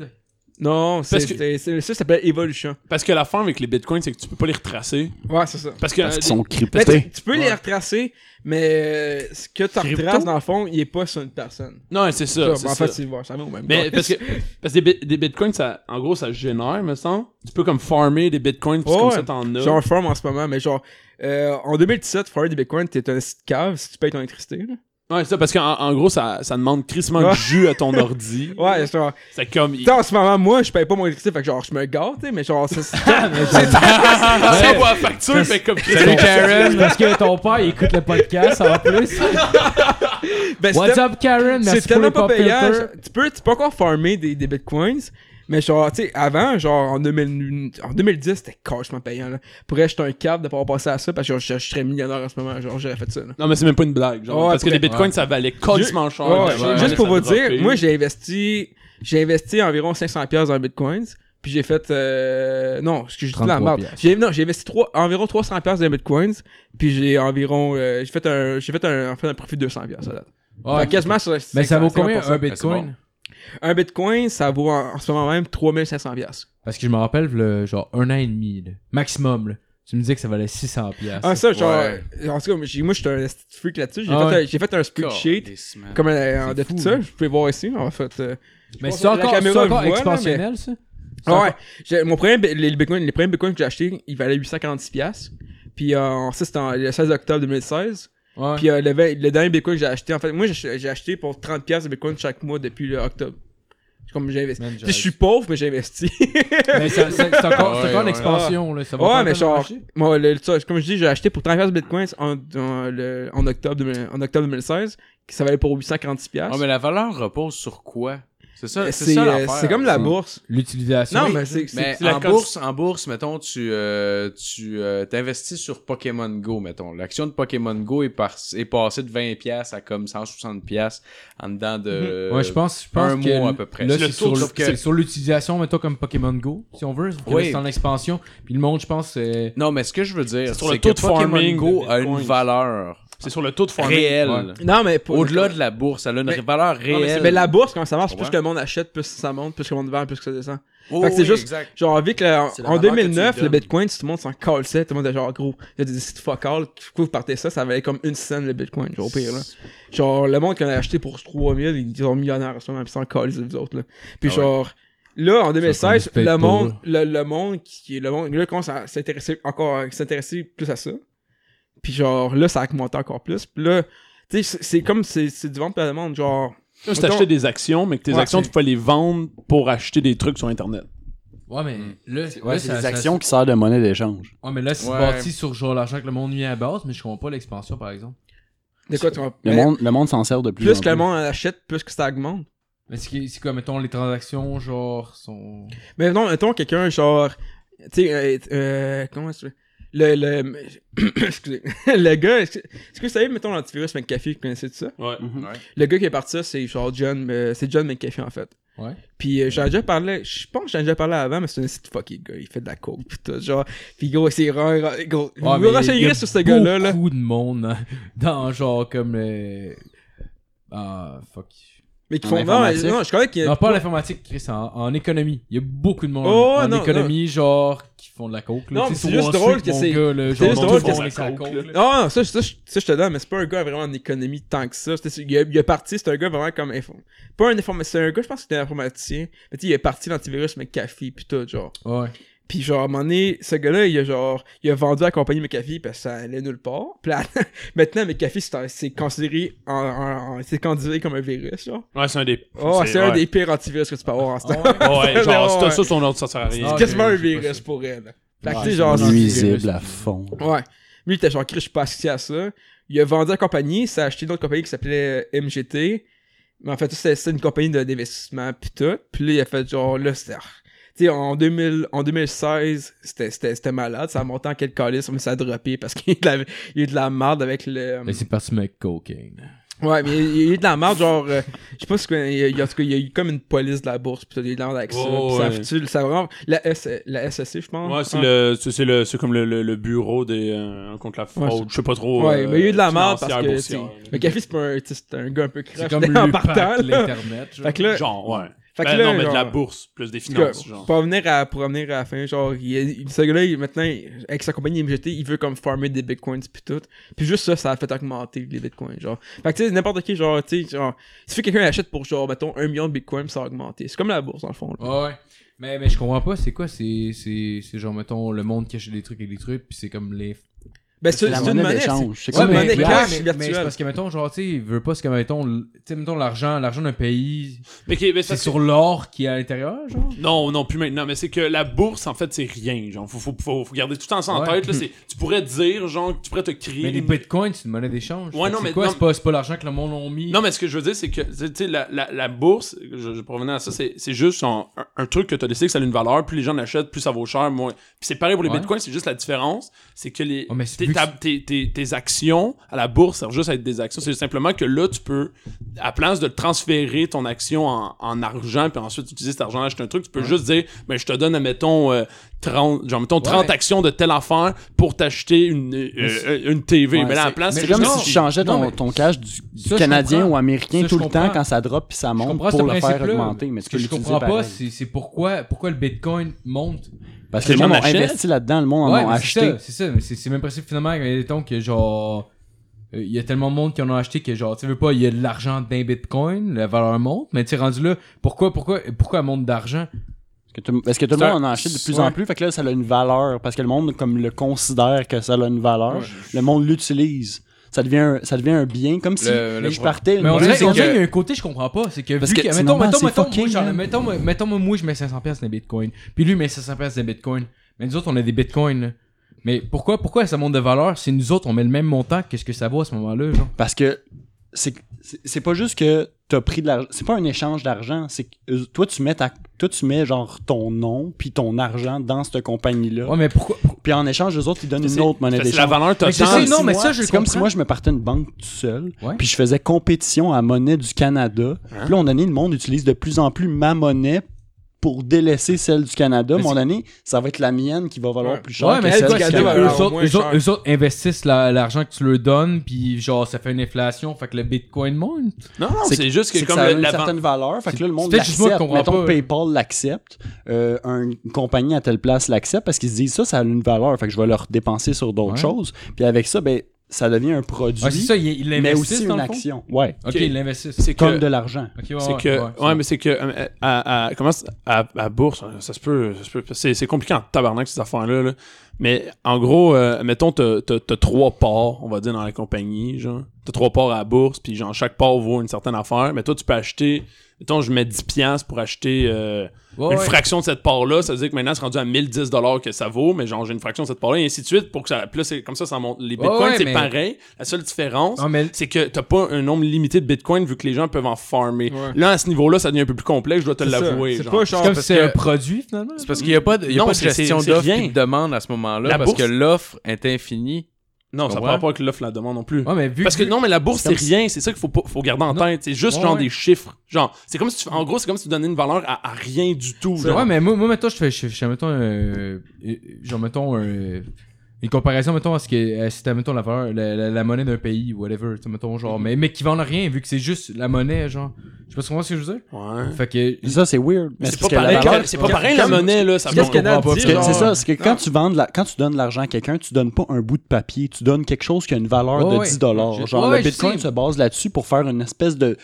Speaker 7: Non, c'est,
Speaker 4: Parce que-
Speaker 7: c'est- c'est- ça s'appelle Evolution.
Speaker 4: Parce que la fin avec les bitcoins, c'est que tu peux pas les retracer.
Speaker 7: Ouais, c'est ça.
Speaker 4: Parce que.
Speaker 6: Parce qu'ils
Speaker 4: euh,
Speaker 6: sont
Speaker 7: Ben, tu,
Speaker 6: cryptés.
Speaker 7: tu peux les retracer, mais euh, ce que tu
Speaker 4: Crypto?
Speaker 7: retraces, dans le fond, il est pas sur une personne.
Speaker 4: Non, c'est ça.
Speaker 7: Ça,
Speaker 4: c'est
Speaker 7: en
Speaker 4: ça.
Speaker 7: fait, c'est bon, ça va au même
Speaker 4: Mais
Speaker 7: temps.
Speaker 4: parce que, parce que des, bi- des bitcoins, ça, en gros, ça génère, me semble. Tu peux comme farmer des bitcoins, puis
Speaker 7: Ouais,
Speaker 4: comme
Speaker 7: ouais.
Speaker 4: ça, t'en as.
Speaker 7: Genre, Farm en ce moment, mais genre, euh, en 2017, Farm des Bitcoin, t'es un site cave si tu payes ton électricité. là.
Speaker 4: Ouais, c'est ça, parce qu'en en gros, ça, ça demande crissement de
Speaker 7: Ouais.
Speaker 4: jus à ton ordi.
Speaker 7: Ouais, genre,
Speaker 4: C'est comme.
Speaker 7: tu sais, en ce moment, moi, je paye pas mon électricité, fait que genre, je me gâte, tu sais, mais genre, ça, c'est.
Speaker 4: Ça va à facture, mais comme.
Speaker 3: Salut Karen! Parce que ton père il écoute le podcast en plus.
Speaker 7: ben, c'est
Speaker 3: What's
Speaker 7: tel-
Speaker 3: up Karen?
Speaker 7: c'est
Speaker 3: Merci pour
Speaker 7: tellement
Speaker 3: le
Speaker 7: pas
Speaker 3: pop
Speaker 7: payant.
Speaker 3: filter.
Speaker 7: genre, Tu peux, tu peux encore farmer des, des Bitcoins. Mais genre, tu sais, avant, genre, en, 2000 en 2010, c'était carrément payant, là. Pourrais acheter un cap de pouvoir passer à ça, parce que genre, je, je serais millionnaire en ce moment, genre, j'aurais fait ça, là.
Speaker 4: Non, mais c'est même pas une blague. Genre,
Speaker 7: Ouais,
Speaker 4: parce que les
Speaker 7: après-
Speaker 4: bitcoins, ça valait carrément cher.
Speaker 7: Ouais,
Speaker 4: Genre,
Speaker 7: juste pour
Speaker 4: ça
Speaker 7: vous
Speaker 4: a droppé.
Speaker 7: dire, moi j'ai investi j'ai investi environ 500 pièces dans bitcoins, puis j'ai fait euh, non, ce que je dis de la
Speaker 3: 33
Speaker 7: merde. J'ai non, j'ai investi trois- environ 300 pièces dans bitcoins, puis j'ai environ euh, j'ai fait un j'ai fait un en fait un profit de 200 pièces à date. Fait
Speaker 3: Ouais.
Speaker 7: quasiment sur
Speaker 3: Ah, Mais ça vaut combien
Speaker 7: 50%.
Speaker 3: un bitcoin?
Speaker 7: Un bitcoin, ça vaut en, en ce moment même 3500 pièces.
Speaker 3: Parce que je me rappelle, le, genre, un an et demi, là, maximum, là, tu me disais que ça valait 600$. piastres.
Speaker 7: Ah ça genre
Speaker 5: ouais.
Speaker 7: en tout cas, j'ai- moi j'étais un petit freak là-dessus, j'ai
Speaker 3: Ah
Speaker 7: fait
Speaker 3: ouais.
Speaker 7: un- j'ai fait un spreadsheet comme euh, de
Speaker 3: fou,
Speaker 7: tout ça,
Speaker 3: hein.
Speaker 7: vous pouvez voir ici en fait euh,
Speaker 3: mais
Speaker 7: je pense
Speaker 3: c'est
Speaker 7: que la
Speaker 3: encore, c'est encore
Speaker 7: caméra le voit, là,
Speaker 3: expansionnel, ça? C'est
Speaker 7: Ah
Speaker 3: encore-
Speaker 7: ouais, J'ai- mon premier, bi- les, bitcoins, les premiers bitcoins que j'ai achetés, ils valaient 846$. piastres. Puis euh, en- ça, c'était en- le 16 octobre 2016.
Speaker 3: Ouais.
Speaker 7: Puis euh, le, vingt- le dernier bitcoin que j'ai acheté, en fait, moi, j'ai j'ai acheté pour 30$ piastres de bitcoin chaque mois depuis le octobre. C'est Comme j'ai investi.
Speaker 3: Man,
Speaker 7: Tu sais, Je suis pauvre, mais j'ai investi.
Speaker 3: Mais ça- c'est c'est encore, c'est
Speaker 5: Ouais,
Speaker 3: encore une
Speaker 5: ouais.
Speaker 3: expansion, là. Ça va pas
Speaker 7: ouais, mais
Speaker 3: le
Speaker 7: genre,
Speaker 3: marché.
Speaker 7: moi, le, ça, comme je dis, j'ai acheté pour 30$ piastres de bitcoin en, en, le- en octobre, 2000 en octobre 2016, qui ça valait pour 846$.
Speaker 5: Ah,
Speaker 7: piastres.
Speaker 5: mais la valeur repose sur quoi? C'est ça, c'est
Speaker 7: c'est
Speaker 5: ça
Speaker 7: euh,
Speaker 5: l'affaire.
Speaker 7: c'est comme la
Speaker 5: bourse.
Speaker 7: bourse.
Speaker 3: L'utilisation.
Speaker 7: Non, mais c'est
Speaker 5: Mais
Speaker 7: c'est-
Speaker 5: en bourse, en bourse, mettons, tu euh, tu euh, t'investis sur Pokémon Go, mettons. L'action de Pokémon Go est, par- est passée de 20 pièces à comme 160 pièces en dedans
Speaker 7: Mm-hmm.
Speaker 5: de.
Speaker 3: Ouais, je pense, je pense
Speaker 5: un
Speaker 3: que
Speaker 5: mois à peu près.
Speaker 3: là,
Speaker 5: C'est
Speaker 3: c'est
Speaker 5: le
Speaker 3: sur,
Speaker 5: tour,
Speaker 3: le-
Speaker 5: sauf que-
Speaker 3: c'est sur l'utilisation, mettons, comme Pokémon Go, si on veut,
Speaker 5: Oui.
Speaker 3: c'est en expansion. Puis le monde, je pense, c'est...
Speaker 5: Non, mais ce que je veux dire,
Speaker 4: C'est sur le
Speaker 5: c'est
Speaker 4: taux
Speaker 5: que
Speaker 4: de
Speaker 5: Pokémon
Speaker 4: farming
Speaker 5: Go
Speaker 4: de
Speaker 5: a une
Speaker 4: Bitcoin.
Speaker 5: valeur
Speaker 4: C'est sur le taux de farming.
Speaker 5: réelle.
Speaker 7: Non, mais pour-
Speaker 5: Au-delà de la bourse, elle a une
Speaker 7: Mais-
Speaker 5: valeur
Speaker 7: Non, mais c'est-
Speaker 5: réelle.
Speaker 7: mais la bourse, quand ça marche, plus
Speaker 5: Ouais.
Speaker 7: que le monde achète, plus ça monte, plus que le monde vend, plus que ça descend.
Speaker 5: Oh,
Speaker 7: Fait que c'est
Speaker 5: oui,
Speaker 7: juste- Mm-hmm.
Speaker 5: exact.
Speaker 7: Genre, vu que
Speaker 10: C'est
Speaker 7: le-
Speaker 10: la
Speaker 7: en
Speaker 10: valeur que tu lui
Speaker 7: 2009, le
Speaker 10: donnes.
Speaker 7: bitcoin, tout le monde s'en calçait, tout le monde était genre, gros, il y a des sites fuck all, pourquoi vous partez ça, ça valait comme une scène le bitcoin, genre, au pire, là. Genre, le monde qu'on a acheté pour 3000, ils sont millionnaires en ce moment, puis ils s'en calcent, les autres, là. Puis
Speaker 5: Ah ouais.
Speaker 7: genre, là, en
Speaker 3: qu'on
Speaker 7: 2016,
Speaker 3: se paye
Speaker 7: le
Speaker 3: pas,
Speaker 7: monde, le, le monde qui est, le monde, là, commence à s'intéresser encore, à s'intéresser plus à ça. Puis genre, là, ça a augmenté encore plus. Puis là, tu sais, c'est- c'est comme, c'est c'est du vente par la demande, genre,
Speaker 4: Comme si t'achetais des actions, mais que tes
Speaker 7: Ouais,
Speaker 4: actions,
Speaker 7: c'est-
Speaker 4: tu pouvais les vendre pour acheter des trucs sur Internet.
Speaker 3: Ouais, mais là,
Speaker 6: Ouais,
Speaker 3: là,
Speaker 6: c'est
Speaker 3: ça-
Speaker 6: des
Speaker 3: ça-
Speaker 6: actions qui servent de monnaie d'échange.
Speaker 3: Ouais, mais là, c'est
Speaker 5: Ouais.
Speaker 3: bâti sur genre l'argent que le monde met à la base, mais je comprends pas l'expansion, par exemple.
Speaker 7: de quoi tu vas-
Speaker 6: Le
Speaker 7: mais
Speaker 6: monde, le monde s'en sert de plus.
Speaker 7: Plus
Speaker 6: en
Speaker 7: que le monde en achète, plus que ça augmente.
Speaker 3: Mais c'est qui- c'est quoi, mettons, les transactions, genre, sont...
Speaker 7: Mais non, mettons quelqu'un genre. Tu sais, euh, euh, comment ça se fait? Le. le excusez. le gars. Est-ce que est-ce que vous savez, mettons, l'antivirus McAfee, vous connaissez tout ça?
Speaker 4: Ouais.
Speaker 6: Mhm.
Speaker 5: Ouais.
Speaker 7: Le gars qui est parti, ça, c'est genre John. euh, c'est John McAfee, en fait.
Speaker 3: Ouais.
Speaker 7: Puis euh, j'en ai déjà parlé. Je pense que j'en ai déjà parlé avant, mais c'est un site fucké, le gars. Il fait de la coke, pis tout. Genre. Pis gros, c'est rare. Gros.
Speaker 3: Ouais,
Speaker 7: vous
Speaker 3: mais il y a
Speaker 7: renseignerez sur ce gars-là, là.
Speaker 3: beaucoup de monde hein, dans genre comme euh... Ah, fuck.
Speaker 7: Mais qui
Speaker 6: En
Speaker 7: font. Non, mais-
Speaker 6: informatique.
Speaker 7: non, je crois qu'il y a.
Speaker 3: Non, pas en informatique, Chris, en, en économie. Il y a beaucoup de monde
Speaker 7: Oh,
Speaker 3: en
Speaker 7: non,
Speaker 3: économie, genre, qui font de la coke. là.
Speaker 7: Non,
Speaker 3: Tu sais,
Speaker 7: mais c'est
Speaker 3: sur
Speaker 7: juste
Speaker 3: Wall Street,
Speaker 7: drôle que
Speaker 3: mon
Speaker 7: c'est-
Speaker 3: gars, là,
Speaker 7: c'est
Speaker 3: genre,
Speaker 7: juste
Speaker 3: tout
Speaker 7: drôle
Speaker 3: le monde
Speaker 7: que
Speaker 3: est sur la coke, là.
Speaker 7: Ah, Non, non, ça, ça, je- ça, je te donne, mais c'est pas un gars vraiment en économie tant que ça. C'était- il, a, il a parti, c'est un gars vraiment comme info. Pas un informaticien, c'est un gars, je pense que c'était un informaticien. Mais tu sais, il a parti l'antivirus McAfee, pis tout, genre.
Speaker 3: Ouais.
Speaker 7: Pis genre, à un moment donné, ce gars-là, il a genre, il a vendu à la compagnie McAfee parce que ça allait nulle part. Pis là, maintenant, McAfee, c'est un- c'est considéré, en, en- en- c'est considéré comme un virus, genre.
Speaker 4: Ouais, c'est un des.
Speaker 7: Oh, c'est un
Speaker 4: ouais.
Speaker 7: des pires antivirus que tu peux avoir en ce temps.
Speaker 4: Ouais, genre, si
Speaker 7: Ah Ouais.
Speaker 4: t'as ça, son ordre, ça sert à rien.
Speaker 3: Ah,
Speaker 7: C'est
Speaker 3: ok,
Speaker 7: quasiment un
Speaker 3: je sais pas
Speaker 7: virus
Speaker 3: ça.
Speaker 7: pour elle. Fait que
Speaker 6: Ouais,
Speaker 7: tu sais,
Speaker 6: c'est
Speaker 7: genre,
Speaker 6: nuisible à fond.
Speaker 7: Ouais. Lui, il était genre, Chris, je suis pas associé à ça. Il a vendu la compagnie, ça a acheté une autre compagnie qui s'appelait euh, MGT. Mais en fait, ça, c'était c'était une compagnie de- d'investissement, pis tout. Puis là, il a fait genre, là, c'est. ah. Tu Tu sais, en, 2000 en 2016, c'était- c'était c'était malade. Ça a monté en quelques calices, mais ça a droppé parce qu'il y a eu de la- il y a eu de la merde avec le. euh,
Speaker 3: Mais c'est parti avec cocaine.
Speaker 7: Ouais, mais il y a eu de la merde, genre, euh, je sais pas si il y a- il y a, en tout cas, il y a eu comme une police de la bourse, pis t'as des larmes avec ça,
Speaker 4: Oh,
Speaker 7: pis ça a
Speaker 4: ouais.
Speaker 7: foutu, ça a vraiment, la, S, la SSC, je pense.
Speaker 4: Ouais, c'est
Speaker 7: hein.
Speaker 4: le, c'est- c'est le, c'est comme le, le, le bureau des euh, contre la fraude.
Speaker 7: Ouais,
Speaker 4: je sais pas trop.
Speaker 7: Ouais,
Speaker 4: euh,
Speaker 7: mais il y a eu de la merde parce
Speaker 4: financière,
Speaker 7: que,
Speaker 4: boursière,
Speaker 7: tu sais, McAfee, c'est pas un, tu sais, c'est un gars un peu crache,
Speaker 3: C'est comme
Speaker 7: là, en
Speaker 3: le
Speaker 7: partant,
Speaker 3: pack de
Speaker 7: là.
Speaker 3: l'Internet. genre.
Speaker 7: Fait que là,
Speaker 4: Genre, ouais.
Speaker 7: fait que
Speaker 4: Ben
Speaker 7: là,
Speaker 4: non, mais de la
Speaker 7: genre,
Speaker 4: bourse, plus des
Speaker 7: en tout cas,
Speaker 4: finances, genre.
Speaker 7: Pour en venir à, pour en venir à la fin, genre, il, il- ce gars-là, il- maintenant, il- avec sa compagnie MGT, il veut comme farmer des bitcoins pis tout. Pis juste ça, ça a fait augmenter les bitcoins, genre. Fait que tu sais, n'importe qui, genre, tu sais, genre, si quelqu'un achète pour genre, mettons, un million de bitcoins, pis ça a augmenté. C'est comme la bourse, dans le fond, là.
Speaker 3: Ouais, ouais. Mais, mais je comprends pas, c'est quoi C'est c'est- c'est genre, mettons, le monde qui achète des trucs et des trucs, puis c'est comme les.
Speaker 7: Ben, c'est
Speaker 6: C'est la
Speaker 7: c'est une
Speaker 6: monnaie
Speaker 7: monnaie. c'est-
Speaker 6: d'échange. C'est
Speaker 7: Ouais,
Speaker 6: comme
Speaker 7: mais-
Speaker 6: un-
Speaker 7: monnaie cash
Speaker 3: mais- mais
Speaker 7: virtuelle.
Speaker 3: c'est parce que, mettons, genre, tu sais, il veut pas, c'est comme, mettons, l- tu sais, mettons, l'argent, l'argent d'un pays,
Speaker 4: Mais qui- mais
Speaker 3: c'est
Speaker 4: parce que-
Speaker 3: sur l'or qui est à l'intérieur, genre
Speaker 4: Non, non, plus maintenant. Mais c'est que la bourse, en fait, c'est rien. Genre, faut, faut, faut, faut garder tout le temps ça en
Speaker 3: Ouais.
Speaker 4: tête. Là, c'est- tu pourrais dire, genre, que tu pourrais te créer.
Speaker 3: Mais les
Speaker 4: une-
Speaker 3: bitcoins, c'est une monnaie d'échange.
Speaker 4: Ouais,
Speaker 3: Fait que
Speaker 4: non,
Speaker 3: c'est
Speaker 4: mais-
Speaker 3: quoi
Speaker 4: non,
Speaker 3: C'est pas, c'est pas l'argent que le monde a mis.
Speaker 4: Non, mais ce que je veux dire, c'est que, tu sais, tu sais, la, la, la bourse, je, je provenais à ça, c'est c'est juste un, un- un truc que tu as décidé que ça a une valeur. Plus les gens l'achètent, plus ça vaut cher. Moins... Puis c'est pareil pour les
Speaker 3: Ouais.
Speaker 4: bitcoins, c'est juste la différence. C'est que les,
Speaker 3: Oh, mais c'est
Speaker 4: tes,
Speaker 3: plus que
Speaker 4: ta- tes- tes- tes actions à la bourse servent juste à être des actions. C'est simplement que là, tu peux, à place de transférer ton action en, en argent, puis ensuite utiliser cet argent à acheter un truc, tu peux juste dire, mais je te donne, admettons, euh, 30, genre, mettons, 30
Speaker 3: Ouais.
Speaker 4: actions de telle affaire pour t'acheter une, euh, euh, une TV.
Speaker 6: Ouais,
Speaker 4: mais là, à la
Speaker 6: c'est-
Speaker 4: place,
Speaker 3: mais
Speaker 4: c'est
Speaker 6: comme
Speaker 4: juste-
Speaker 6: si tu changeais
Speaker 3: non,
Speaker 6: ton,
Speaker 3: mais-
Speaker 6: ton cash du, du
Speaker 3: Ça, je
Speaker 6: canadien
Speaker 3: comprends.
Speaker 6: ou américain
Speaker 3: Ça, je
Speaker 6: tout le temps
Speaker 3: comprends.
Speaker 6: quand ça drop puis ça
Speaker 3: je
Speaker 6: monte
Speaker 3: comprends
Speaker 6: pour
Speaker 3: ce
Speaker 6: le faire
Speaker 3: principe-là,
Speaker 6: augmenter. Mais
Speaker 3: ce que
Speaker 6: tu peux
Speaker 3: je
Speaker 6: l'utiliser
Speaker 3: comprends pas,
Speaker 6: pareil.
Speaker 3: c'est c'est pourquoi, pourquoi le bitcoin monte.
Speaker 6: Parce
Speaker 4: que
Speaker 6: que le
Speaker 4: les
Speaker 6: monde
Speaker 4: gens
Speaker 6: a
Speaker 4: l'achètent.
Speaker 6: investi là-dedans, le monde
Speaker 3: ouais,
Speaker 6: en a
Speaker 3: mais
Speaker 6: acheté.
Speaker 3: C'est ça, c'est ça, mais c'est c'est le même principe finalement. Mais mettons que genre. euh, Il y a tellement de monde qui en a acheté que genre, tu veux pas, il y a de l'argent d'un bitcoin, la valeur monte, mais tu es rendu là, pourquoi, pourquoi, pourquoi elle monte d'argent?
Speaker 6: Que tout- Parce que tout le
Speaker 4: C'est
Speaker 6: monde en
Speaker 4: un-
Speaker 6: achète de plus
Speaker 4: ouais.
Speaker 6: en plus, fait que là, ça a une valeur. Parce que le monde, comme le considère que ça a une valeur, le monde l'utilise. Ça devient, un, ça devient un bien, comme si
Speaker 5: Le- le
Speaker 6: je
Speaker 5: pro-
Speaker 6: partais. le
Speaker 3: Mais on
Speaker 6: monde-
Speaker 3: dirait
Speaker 5: c'est
Speaker 3: on dirait
Speaker 5: que-
Speaker 3: qu'il y a un côté, je comprends pas, c'est que
Speaker 6: Parce
Speaker 3: vu
Speaker 6: que
Speaker 3: que,
Speaker 6: sinon,
Speaker 3: mettons,
Speaker 6: man,
Speaker 3: mettons,
Speaker 6: c'est
Speaker 3: mettons, moi,
Speaker 6: fucking,
Speaker 3: j'en ai-
Speaker 6: man.
Speaker 3: mettons, moi- mettons, moi, moi, je mets 500 pièces dans les bitcoins, puis lui, il met 500 pièces dans les bitcoins, mais nous autres, on a des bitcoins, là. Mais pourquoi, pourquoi ça monte de valeur si nous autres, on met le même montant, qu'est-ce que ça vaut à ce moment-là, genre?
Speaker 6: Parce que c'est c'est- c'est pas juste que t'as pris de l'argent. C'est pas un échange d'argent. C'est que euh, toi, tu mets ta, toi, tu mets genre ton nom puis ton argent dans cette compagnie-là.
Speaker 3: Ouais, mais pourquoi?
Speaker 6: Puis en échange, les autres, ils donnent une autre monnaie
Speaker 4: C'est la
Speaker 6: d'échange.
Speaker 4: valeur
Speaker 3: Mais c'est
Speaker 6: C'est
Speaker 4: totale.
Speaker 6: comme
Speaker 3: non,
Speaker 6: si
Speaker 3: mais
Speaker 6: moi-
Speaker 3: ça, je
Speaker 6: C'est comme si
Speaker 3: comprends.
Speaker 6: moi, je me partais une banque tout seul,
Speaker 3: Ouais. Hein?
Speaker 6: puis je faisais compétition à la monnaie du Canada. Puis là, on donné, le monde utilise de plus en plus ma monnaie pour délaisser celle du Canada.
Speaker 3: Mais
Speaker 6: Mon année, ça va être la mienne qui va valoir
Speaker 7: Ouais.
Speaker 6: plus cher
Speaker 3: Ouais, mais
Speaker 6: que
Speaker 3: c'est
Speaker 6: celle
Speaker 3: quoi,
Speaker 6: du
Speaker 3: c'est
Speaker 7: Canada
Speaker 3: que
Speaker 7: va
Speaker 3: eux
Speaker 7: valoir
Speaker 3: autres,
Speaker 7: moins
Speaker 3: eux autres-
Speaker 7: cher.
Speaker 3: eux autres investissent la- l'argent que tu leur donnes, puis genre, ça fait une inflation, fait que le bitcoin monte.
Speaker 4: Non, non, c'est juste que
Speaker 6: c'est
Speaker 4: comme
Speaker 6: ça a
Speaker 4: le-
Speaker 6: une
Speaker 4: la ban-
Speaker 6: certaine valeur. Fait que là, le monde
Speaker 3: C'est peut-être juste moi qui
Speaker 6: l'accepte.
Speaker 3: comprends
Speaker 6: Mettons,
Speaker 3: pas.
Speaker 6: PayPal l'accepte. euh, un- une compagnie à telle place l'accepte parce qu'ils se disent ça, ça a une valeur. Fait que je vais leur dépenser sur d'autres
Speaker 3: Ouais.
Speaker 6: choses. Puis avec ça, ben, ça devient un produit,
Speaker 3: Ah, c'est ça, ils il
Speaker 6: mais
Speaker 3: l'investissent
Speaker 6: aussi
Speaker 3: dans
Speaker 6: une
Speaker 3: le fond?
Speaker 6: action. Ouais.
Speaker 3: Ok,
Speaker 4: Ok.
Speaker 3: ils l'investissent.
Speaker 4: c'est
Speaker 6: Comme
Speaker 4: que
Speaker 6: de l'argent.
Speaker 3: Ok, ouais,
Speaker 4: c'est
Speaker 3: ouais,
Speaker 4: que
Speaker 3: ouais,
Speaker 4: ouais, mais c'est que euh, à, à- comment c'est- à, à bourse hein, ça se peut, ça se peut- c'est c'est compliqué en tabarnak ces affaires là, mais en gros euh, mettons t'as t'as- t'as trois parts on va dire dans la compagnie genre t'as trois parts à la bourse puis genre chaque part vaut une certaine affaire mais toi tu peux acheter mettons je mets 10 piastres pour acheter euh,
Speaker 3: Ouais,
Speaker 4: une
Speaker 3: ouais.
Speaker 4: fraction de cette part-là, ça veut dire que maintenant c'est rendu à 1010 dollars que ça vaut, mais genre j'ai une fraction de cette part-là et ainsi de suite pour que ça plus comme ça ça monte les
Speaker 3: Ouais,
Speaker 4: bitcoins
Speaker 3: ouais,
Speaker 4: c'est
Speaker 3: mais-
Speaker 4: pareil, la seule différence
Speaker 3: Non, mais-
Speaker 4: c'est que t'as pas un nombre limité de bitcoins vu que les gens peuvent en farmer.
Speaker 7: Ouais.
Speaker 4: Là à ce niveau-là, ça devient un peu plus complexe, je dois te
Speaker 7: C'est ça.
Speaker 4: l'avouer.
Speaker 7: C'est
Speaker 4: genre.
Speaker 7: pas
Speaker 3: C'est
Speaker 7: genre.
Speaker 3: comme
Speaker 7: parce
Speaker 3: si c'est
Speaker 7: que-
Speaker 3: un produit, finalement.
Speaker 5: C'est parce qu'il n'y a pas de, il y a
Speaker 4: Non,
Speaker 5: pas de
Speaker 4: c'est- c'est-
Speaker 5: gestion
Speaker 4: c'est
Speaker 5: d'offre
Speaker 4: rien.
Speaker 5: et de demande à ce moment-là
Speaker 4: La
Speaker 5: parce
Speaker 4: bourse-
Speaker 5: que l'offre est infinie.
Speaker 4: Non,
Speaker 3: Ouais. Ah,
Speaker 4: ça n'a pas rapport avec l'offre et la demande non plus.
Speaker 3: Ouais, mais vu
Speaker 4: Parce que
Speaker 3: vu-
Speaker 4: non, mais la bourse,
Speaker 6: C'est comme
Speaker 4: c'est rien. C'est ça qu'il faut, pas- faut garder en
Speaker 3: Non.
Speaker 4: tête. C'est juste
Speaker 3: Ouais,
Speaker 4: genre
Speaker 3: ouais.
Speaker 4: des chiffres. Genre, c'est comme si tu, en gros, c'est comme si tu donnais une valeur à, à rien du tout.
Speaker 3: Ouais,
Speaker 4: genre.
Speaker 3: mais moi, moi mettons, je fais, je, je- mettons, euh, euh, genre, mettons, euh, une comparaison, mettons, à ce que, à, si t'as, mettons, la valeur, la, la- la monnaie d'un pays, whatever, tu sais, mettons, genre, mais, mais qui vendent rien, vu que c'est juste la monnaie, genre. Je sais pas comment ce que je veux dire.
Speaker 4: Ouais.
Speaker 3: Fait que,
Speaker 6: Ça, c'est weird. Mais
Speaker 4: C'est
Speaker 6: parce
Speaker 4: pas
Speaker 6: que la
Speaker 4: pareil,
Speaker 6: valeur-
Speaker 4: que- c'est pas pareil la monnaie, là. Ça
Speaker 7: Qu'est-ce
Speaker 4: monte.
Speaker 7: qu'elle a
Speaker 3: comprend pas,
Speaker 7: dit,
Speaker 6: Parce que
Speaker 7: genre-
Speaker 6: c'est ça, c'est que quand
Speaker 7: Non.
Speaker 6: tu, vends de la- quand tu donnes de l'argent à quelqu'un, tu donnes pas un bout de papier, tu donnes quelque chose qui a une valeur
Speaker 3: Ouais,
Speaker 6: de
Speaker 3: ouais.
Speaker 6: 10 dollars.
Speaker 3: Je-
Speaker 6: Genre
Speaker 3: ouais,
Speaker 6: le
Speaker 3: je
Speaker 6: Bitcoin
Speaker 3: sais.
Speaker 6: se base là-dessus pour faire une espèce de,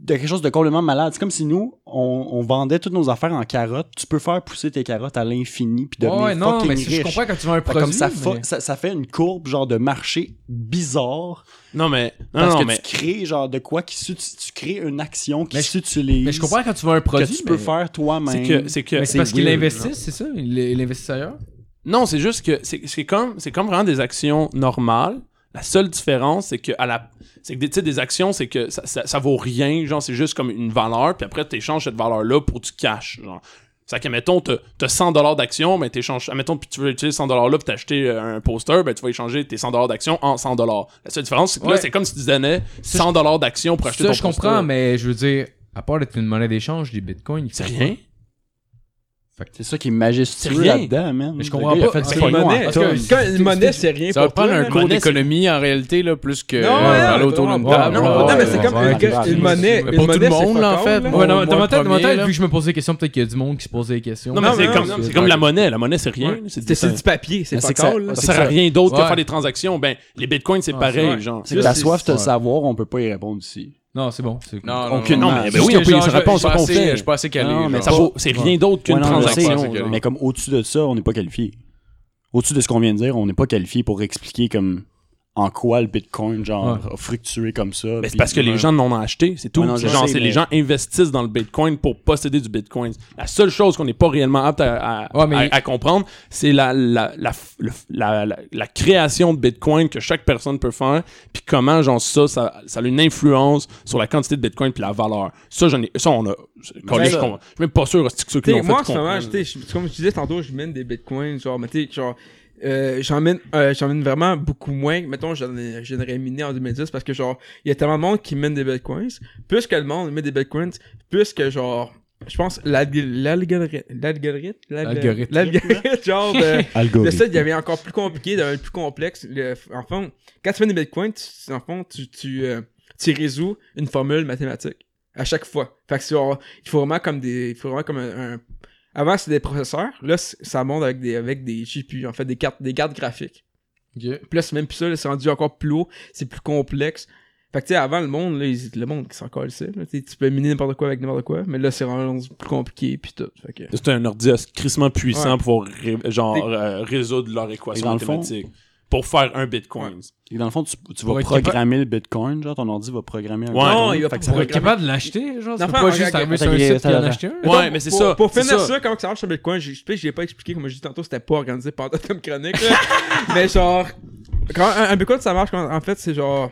Speaker 6: de quelque chose de complètement malade. C'est comme si nous, on, on vendait toutes nos affaires en carottes. Tu peux faire pousser tes carottes à l'infini puis devenir
Speaker 3: ouais, non,
Speaker 6: fucking
Speaker 3: mais
Speaker 6: riche.
Speaker 3: je comprends quand tu vends un
Speaker 6: Fait
Speaker 3: produit.
Speaker 6: comme ça,
Speaker 3: mais-
Speaker 6: fa- ça, ça fait une courbe genre de marché bizarre
Speaker 4: Non, mais. Non,
Speaker 6: parce
Speaker 4: non,
Speaker 6: que
Speaker 4: mais.
Speaker 6: tu crées genre de quoi qui s'ut- tu crées une action qui
Speaker 3: Mais je-
Speaker 6: s'utilise
Speaker 3: Mais je comprends quand tu vends un
Speaker 6: que
Speaker 3: produit.
Speaker 6: tu
Speaker 3: mais-
Speaker 6: peux faire
Speaker 4: C'est
Speaker 6: toi-même.
Speaker 4: que. C'est que.
Speaker 3: mais c'est parce
Speaker 6: weird,
Speaker 3: qu'ils l'investissent, c'est ça? Ils ils investissent ailleurs?
Speaker 4: Non, c'est juste que c'est c'est comme c'est comme vraiment des actions normales. La seule différence, c'est que à la c'est que des, tu sais, des actions, c'est que ça, ça, ça vaut rien, genre c'est juste comme une valeur, puis après tu échanges cette valeur là pour du cash, genre. C'est-à-dire que, mettons, t'as t'as 100$ d'action, mais t'échanges. Mettons, puis tu veux utiliser 100$ là, puis t'acheter euh, un poster, ben tu vas échanger tes 100$ d'action en 100$. La seule différence, c'est que là,
Speaker 3: Ouais.
Speaker 4: c'est comme si tu donnais 100$ d'action pour acheter
Speaker 3: Ça,
Speaker 4: ton
Speaker 3: je
Speaker 4: poster.
Speaker 3: comprends, mais je veux dire, à part d'être une monnaie d'échange, les bitcoins, ils
Speaker 4: C'est
Speaker 3: font
Speaker 4: rien.
Speaker 6: C'est ça qui est majestueux
Speaker 4: C'est rien.
Speaker 6: là-dedans, man.
Speaker 3: Mais je
Speaker 6: Le
Speaker 3: comprends
Speaker 6: gars, il a
Speaker 3: pas.
Speaker 6: fait
Speaker 3: C'est
Speaker 6: du pognon en
Speaker 7: monnaie. Parce que
Speaker 6: tonnes.
Speaker 7: quand une monnaie, c'est rien
Speaker 5: Ça va
Speaker 7: pour toi.
Speaker 5: prendre un
Speaker 7: là.
Speaker 5: cours
Speaker 4: monnaie,
Speaker 5: d'économie en réalité, là, plus que
Speaker 7: Non,
Speaker 5: euh,
Speaker 7: ouais,
Speaker 5: parler
Speaker 7: non,
Speaker 5: autour d'une
Speaker 7: non,
Speaker 5: table.
Speaker 7: non,
Speaker 5: Ouais,
Speaker 7: non,
Speaker 5: ouais,
Speaker 7: mais c'est
Speaker 5: ouais.
Speaker 7: comme
Speaker 3: ouais,
Speaker 7: une, gars-
Speaker 6: ouais.
Speaker 7: une monnaie.
Speaker 5: Mais
Speaker 7: une
Speaker 5: pour tout
Speaker 7: monnaie,
Speaker 5: le
Speaker 7: c'est
Speaker 5: monde,
Speaker 7: fuck
Speaker 5: là, en
Speaker 7: all,
Speaker 5: fait.
Speaker 7: là.
Speaker 5: Moi,
Speaker 3: Ouais, non,
Speaker 5: moi,
Speaker 3: dans ma tête,
Speaker 5: le
Speaker 3: dans ma tête,
Speaker 5: premier,
Speaker 3: vu que je me pose des questions, peut-être qu'il y a du monde qui se pose des questions.
Speaker 4: Non, mais
Speaker 7: Non,
Speaker 4: c'est
Speaker 7: non,
Speaker 4: comme,
Speaker 7: non,
Speaker 4: c'est
Speaker 5: c'est
Speaker 4: comme la
Speaker 5: pas-
Speaker 4: monnaie. La monnaie, c'est rien.
Speaker 6: Ouais.
Speaker 4: C'est
Speaker 7: C'est- C'est
Speaker 4: ça.
Speaker 7: du papier, c'est
Speaker 6: Mais
Speaker 7: pas
Speaker 6: c'est que ça-
Speaker 7: cool. là.
Speaker 4: Ça sert à rien d'autre que faire des transactions. Ben, les bitcoins, c'est
Speaker 3: Ah,
Speaker 4: pareil,
Speaker 3: c'est vrai.
Speaker 4: genre.
Speaker 6: C'est que la soif de le savoir, on peut pas y répondre ici.
Speaker 3: Non, c'est bon. c'est-
Speaker 5: Non, non,
Speaker 6: Aucune
Speaker 4: non,
Speaker 6: marge.
Speaker 4: mais ben oui, on peut y se répondre, ça qu'on
Speaker 5: Je
Speaker 4: fait.
Speaker 5: suis pas assez calé.
Speaker 6: Non, mais
Speaker 5: genre.
Speaker 4: Ça vaut- C'est rien d'autre qu'une
Speaker 6: Ouais, non, je sais,
Speaker 4: transaction.
Speaker 5: genre.
Speaker 6: Mais comme au-dessus de ça, on n'est pas qualifié. Au-dessus de ce qu'on vient de dire, on n'est pas qualifié pour expliquer comme en quoi le Bitcoin genre a fructué comme ça.
Speaker 4: Mais c'est
Speaker 6: puis-
Speaker 4: parce que les
Speaker 6: Ouais.
Speaker 4: gens n'en ont acheté, c'est tout.
Speaker 6: Ouais, non,
Speaker 4: C'est
Speaker 6: je
Speaker 4: genre,
Speaker 6: sais,
Speaker 4: c'est
Speaker 6: mais-
Speaker 4: les gens investissent dans le Bitcoin pour posséder du Bitcoin. La seule chose qu'on n'est pas réellement apte à, à-
Speaker 3: Ouais, mais-
Speaker 4: à- à comprendre, c'est la, la, la, f- le f- la- la- la création de Bitcoin que chaque personne peut faire, puis comment genre ça, ça, ça a une influence sur la quantité de Bitcoin puis la valeur. Ça, j'en ai, ça on a. Je je- je- je suis même pas sûr c'est que ceux qui
Speaker 7: T'sais,
Speaker 4: l'ont fait.
Speaker 7: moi, en ce moment,
Speaker 4: comprennent.
Speaker 7: j'étais- je- comme je disais tantôt, je mène des bitcoins, genre, mais tu sais, genre, euh, j'en mène, euh, j'en mène vraiment beaucoup moins. Mettons, j'en ai- j'en aurais miné en 2010 parce que, genre, il y a tellement de monde qui mène des bitcoins. Plus que le monde met des bitcoins, plus que, genre, je pense, l'alg- l'algorithme, l'algorithme, l'alg-
Speaker 3: L'algorithme.
Speaker 7: l'algorithme, genre, de- le
Speaker 6: Algorithme.
Speaker 7: site, il y avait encore plus compliqué, devenu plus complexe. Le, en fond, quand tu fais des bitcoins, tu, en fond, tu, tu, euh, tu résous une formule mathématique à chaque fois. Fait que c'est genre, il faut vraiment comme des, il faut vraiment comme un, un- avant c'était des processeurs, là c- ça monte avec des, avec des GPU, en fait des cartes, des cartes graphiques. Puis là c'est même plus ça, là, c'est rendu encore plus haut, c'est plus complexe. Fait que tu sais, avant le monde, là, ils- le monde qui s'en colle, c'est, là, tu sais, tu peux miner n'importe quoi avec n'importe quoi, mais là c'est rendu plus compliqué puis tout. Fait que...
Speaker 4: C'est un ordi crissement puissant
Speaker 7: Ouais.
Speaker 4: pour ré- genre, euh, résoudre leur équation
Speaker 6: Et dans le fond-
Speaker 4: mathématique. Pour faire un bitcoin.
Speaker 6: Et dans le fond, tu, tu
Speaker 3: Pour
Speaker 6: vas
Speaker 3: être
Speaker 6: programmer le Bitcoin, genre ton ordi va programmer un
Speaker 4: Ouais.
Speaker 7: Non, il va
Speaker 6: Fait que
Speaker 7: pas
Speaker 6: ça
Speaker 3: Pour
Speaker 6: va
Speaker 3: être capable de l'acheter, genre,
Speaker 7: Non,
Speaker 3: c'est
Speaker 7: frère,
Speaker 3: pas juste
Speaker 7: regarde,
Speaker 3: arriver
Speaker 6: ça
Speaker 3: sur un
Speaker 6: y est,
Speaker 3: site
Speaker 6: ça
Speaker 3: et en
Speaker 6: va.
Speaker 3: acheter un.
Speaker 4: Ouais,
Speaker 7: Donc,
Speaker 4: mais c'est
Speaker 7: pour-
Speaker 4: ça.
Speaker 7: Pour
Speaker 4: c'est
Speaker 7: finir
Speaker 4: ça.
Speaker 7: ça. comment ça marche sur Bitcoin, j'ai- je sais que j'ai pas expliqué, comme je dis tantôt, c'était pas organisé pendant comme chronique, là. mais genre, quand un, un Bitcoin, ça marche, quand- en fait, c'est genre,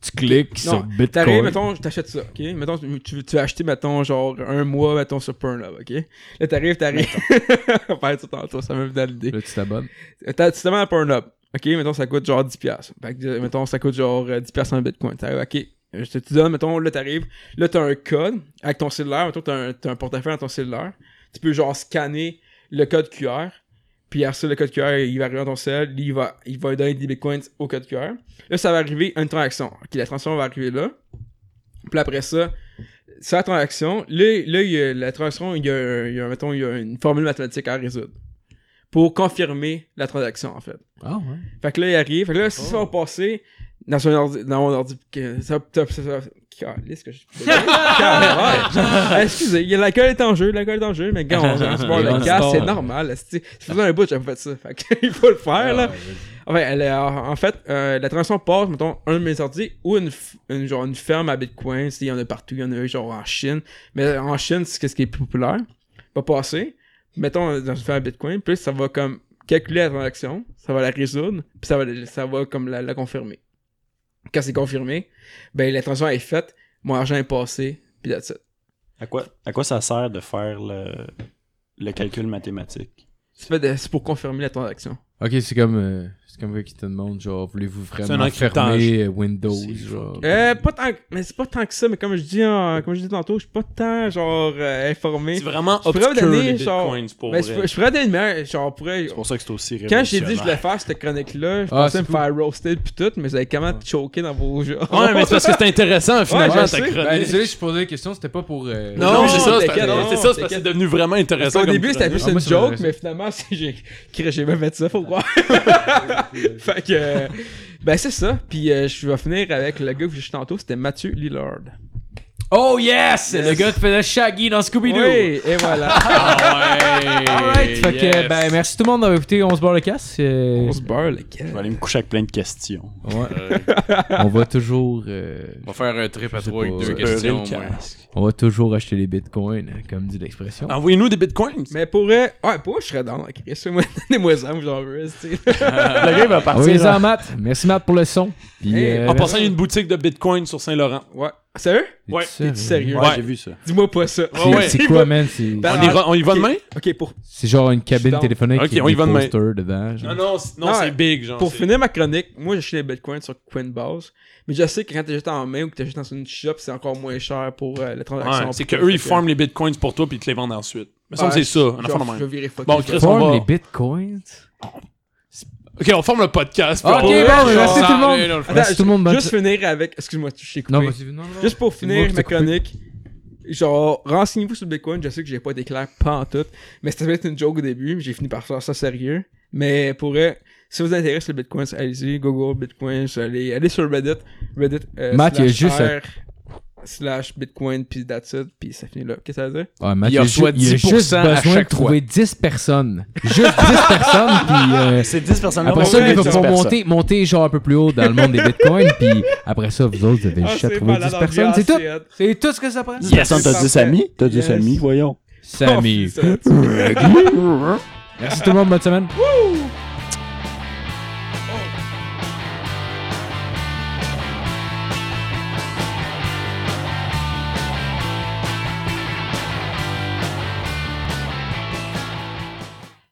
Speaker 3: Tu cliques
Speaker 7: Non,
Speaker 3: sur Bitcoin.
Speaker 7: t'arrives, mettons, je t'achète ça, ok? Mettons, tu, tu veux- tu veux acheter, mettons, genre, un mois, mettons, sur Pornhub, ok? Là, t'arrives, t'arrives. On va faire ça tantôt, ça m'a dans l'idée.
Speaker 3: Là, tu t'abonnes.
Speaker 7: Euh, T'as tu te mets à Pornhub. OK, mettons, ça coûte genre 10$. piastres. Fait que, euh, mettons, ça coûte genre euh, 10$ piastres en Bitcoin. T'arrives, OK. Je te, te donne, mettons, là, t'arrives. Là, t'as un code avec ton cellulaire. Mettons, t'as un, t'as un portefeuille dans ton cellulaire. Tu peux, genre, scanner le code QR. Puis, après ça, le code QR, il va arriver dans ton cell. Il va, il va donner des Bitcoins au code QR. Là, ça va arriver à une transaction. OK, la transaction va arriver là. Puis après ça, c'est la transaction. Là, là il y a, la transaction, il y a, il y a, mettons, il y a une formule mathématique à résoudre pour confirmer la transaction, en fait.
Speaker 3: Ah, ouais.
Speaker 7: Fait que là, il arrive. Fait que là, si ça va passer dans son ordi, dans mon ordi, que ça, ça, ça, ça, Calisse que je- Calvaire. Excusez, il y a- l'alcool est en jeu, l'alcool est en jeu, mais gars, on on se boit
Speaker 3: Et on
Speaker 7: le
Speaker 3: se
Speaker 7: gaz,
Speaker 3: tord.
Speaker 7: c'est normal. esti. Ça faisait un bout, que j'avais pas fait ça. Fait que il faut le faire, là. Enfin, elle est- en fait, euh, la transaction passe, mettons, un de mes ordi ou une, f- une, genre, une ferme à Bitcoin. tu sais, Il y en a partout, il y en a genre en Chine. Mais en Chine, c'est ce qui est plus populaire. Va passer, mettons, euh, dans une ferme à Bitcoin, puis ça va comme calculer la transaction, ça va la résoudre, puis ça va, ça va comme la, la confirmer. Quand c'est confirmé, ben la transaction est faite, mon argent est passé, puis that's it.
Speaker 6: À quoi, à quoi ça sert de faire le, le calcul mathématique?
Speaker 7: C'est fait de- c'est pour confirmer la transaction.
Speaker 3: Ok, c'est comme. euh, C'est comme quelqu'un qui te demande, genre, voulez-vous
Speaker 4: C'est un
Speaker 3: vraiment
Speaker 4: encryptage.
Speaker 3: fermer euh, Windows, genre.
Speaker 7: Euh, pas tant que- mais c'est pas tant que ça, mais comme je dis, en- comme je dis tantôt, je suis pas tant genre euh, informé.
Speaker 4: C'est vraiment
Speaker 7: Je pourrais
Speaker 4: obscur,
Speaker 7: vous donner,
Speaker 4: les
Speaker 7: genre-
Speaker 4: bitcoins, pour
Speaker 7: Mais
Speaker 4: vrai.
Speaker 7: je, pourrais- je pourrais donner une meilleure, genre, pourrais,
Speaker 6: C'est pour ça que c'est aussi
Speaker 7: quand j'ai dit que je
Speaker 6: révolutionnaire.
Speaker 7: voulais faire cette chronique-là, je
Speaker 3: Ah,
Speaker 7: pensais
Speaker 3: c'est
Speaker 7: me
Speaker 3: cool.
Speaker 7: faire roasted pis tout, mais vous avez quand même choqué dans vos jeux.
Speaker 4: Ouais, mais c'est parce que c'est intéressant, finalement,
Speaker 7: Ouais, je
Speaker 4: ta
Speaker 7: sais.
Speaker 4: chronique.
Speaker 3: Ben, désolé, je posais des questions, c'était pas pour. euh,
Speaker 4: non,
Speaker 7: Non,
Speaker 4: c'est ça, c'est
Speaker 7: t'inquiète,
Speaker 4: c'est
Speaker 7: non,
Speaker 4: ça, c'est parce que c'est devenu vraiment intéressant.
Speaker 7: Au
Speaker 4: comme
Speaker 7: début, c'était
Speaker 4: chronique.
Speaker 7: plus
Speaker 3: Ah,
Speaker 7: une
Speaker 3: moi, ça
Speaker 7: joke,
Speaker 3: m'intéresse.
Speaker 7: mais finalement, si j'ai Chris, j'ai même fait ça, faut voir. fait que. euh, Ben, c'est ça. Puis euh, je vais finir avec le gars que j'ai joué tantôt, c'était Mathieu Lillard.
Speaker 3: Oh yes! Le gars qui faisait Shaggy dans Scooby-Doo!
Speaker 7: Oui, et voilà.
Speaker 5: Ah
Speaker 7: Ah
Speaker 3: Alright! Fait que, ben, merci tout le monde d'avoir écouté On se barre le casse. euh,
Speaker 7: On se beurre, le gars.
Speaker 6: Je vais aller me coucher avec plein de questions.
Speaker 3: ouais. on va toujours. euh,
Speaker 5: On va faire un trip à
Speaker 3: Je sais
Speaker 5: trois avec
Speaker 3: pas,
Speaker 5: deux
Speaker 3: euh,
Speaker 5: questions.
Speaker 4: Beurrer le
Speaker 5: ouais.
Speaker 3: on va toujours acheter les bitcoins, hein, comme dit l'expression.
Speaker 4: Envoyez-nous des bitcoins.
Speaker 7: Mais pour eux, ouais, pour eux, je serais dans la Chris. Moi, donnez-moi ça, moi, j'en veux, tu sais.
Speaker 6: le gars, il va
Speaker 3: Ah,
Speaker 6: partir.
Speaker 3: oui,
Speaker 6: genre.
Speaker 3: Matt. Merci Matt pour le son. Puis,
Speaker 7: Hey,
Speaker 3: euh,
Speaker 4: En passant, il y a une boutique de bitcoins sur Saint-Laurent.
Speaker 7: Ouais. Sérieux?
Speaker 4: Ouais.
Speaker 3: C'est
Speaker 7: T'es-tu sérieux?
Speaker 6: Ouais, j'ai vu ça.
Speaker 7: Dis-moi pas ça.
Speaker 4: Ouais, ouais. Bah,
Speaker 3: C'est quoi, man? C'est
Speaker 7: Ben,
Speaker 4: On, ira- on y va
Speaker 7: Ok.
Speaker 4: demain?
Speaker 7: Ok, pour,
Speaker 3: c'est genre une cabine
Speaker 7: down.
Speaker 3: téléphonique
Speaker 4: Ok,
Speaker 3: qui
Speaker 4: on y va demain.
Speaker 3: devant. genre.
Speaker 4: Non, non, c'est- non,
Speaker 7: Non,
Speaker 4: c'est
Speaker 7: ouais.
Speaker 4: big, genre.
Speaker 7: pour
Speaker 4: c'est-
Speaker 7: finir ma chronique, moi j'ai acheté des bitcoins sur Coinbase, mais je sais que quand t'es jeté en main ou que t'es jeté dans une shop, c'est encore moins cher pour euh, la transaction.
Speaker 4: Ouais, c'est
Speaker 7: Fait
Speaker 4: qu'eux, ils forment les bitcoins pour toi puis ils te les vendent ensuite. Mais ça,
Speaker 7: Ouais,
Speaker 4: c'est ça.
Speaker 7: genre,
Speaker 4: On a de
Speaker 7: Je
Speaker 4: même.
Speaker 7: virais fucké,
Speaker 4: Bon,
Speaker 7: je-
Speaker 4: Chris, on
Speaker 3: Forme
Speaker 4: va.
Speaker 3: les bitcoins.
Speaker 4: Ok, on forme le podcast. puis
Speaker 3: Ah, Ok,
Speaker 4: on
Speaker 3: bon,
Speaker 4: va-
Speaker 3: mais merci
Speaker 4: Genre,
Speaker 3: tout le monde.
Speaker 5: Allez, là, on le fait.
Speaker 7: Attends,
Speaker 3: Merci tout le monde, bonne-
Speaker 7: Juste finir avec. Excuse-moi, je t'ai coupé.
Speaker 3: Non, vas-y, non, non.
Speaker 7: Juste pour
Speaker 3: C'est moi
Speaker 7: finir
Speaker 3: qui
Speaker 7: ma
Speaker 3: t'ai coupé.
Speaker 7: chronique, genre, renseignez-vous sur le Bitcoin. Je sais que j'ai pas été clair pantoute, mais c'était peut-être une joke au début, mais j'ai fini par faire ça sérieux. Mais pour vrai, si vous intéresse le Bitcoin, allez-y, Google Bitcoin, allez, allez sur Reddit. Reddit, euh,
Speaker 3: Matt, il y a
Speaker 7: slash
Speaker 3: juste
Speaker 7: r slash Bitcoin, puis that's it, puis ça finit là. Qu'est-ce que ça veut dire?
Speaker 3: Ouais, Matt,
Speaker 5: Il
Speaker 3: il, a
Speaker 5: reçoit
Speaker 3: ju- il a
Speaker 5: 10%
Speaker 3: juste
Speaker 5: à
Speaker 3: besoin de
Speaker 5: chaque
Speaker 3: trouver 10 personnes. Juste 10 personnes, puis euh,
Speaker 6: C'est 10
Speaker 5: Ah,
Speaker 6: personnes.
Speaker 3: après
Speaker 7: non,
Speaker 3: ça,
Speaker 7: ouais,
Speaker 3: il va
Speaker 7: ça.
Speaker 3: pouvoir monter, monter genre un peu plus haut dans le monde des bitcoins, puis après ça, vous autres, vous
Speaker 7: Ah,
Speaker 3: avez juste à trouver 10 personnes. C'est tout! C'est tout ce que ça prend!
Speaker 6: 10 personnes, t'as 10
Speaker 7: Parfait.
Speaker 6: amis? T'as 10
Speaker 7: Yes.
Speaker 6: amis, voyons.
Speaker 7: Oh,
Speaker 3: Samy!
Speaker 7: Samy.
Speaker 3: Merci tout le monde, bonne semaine!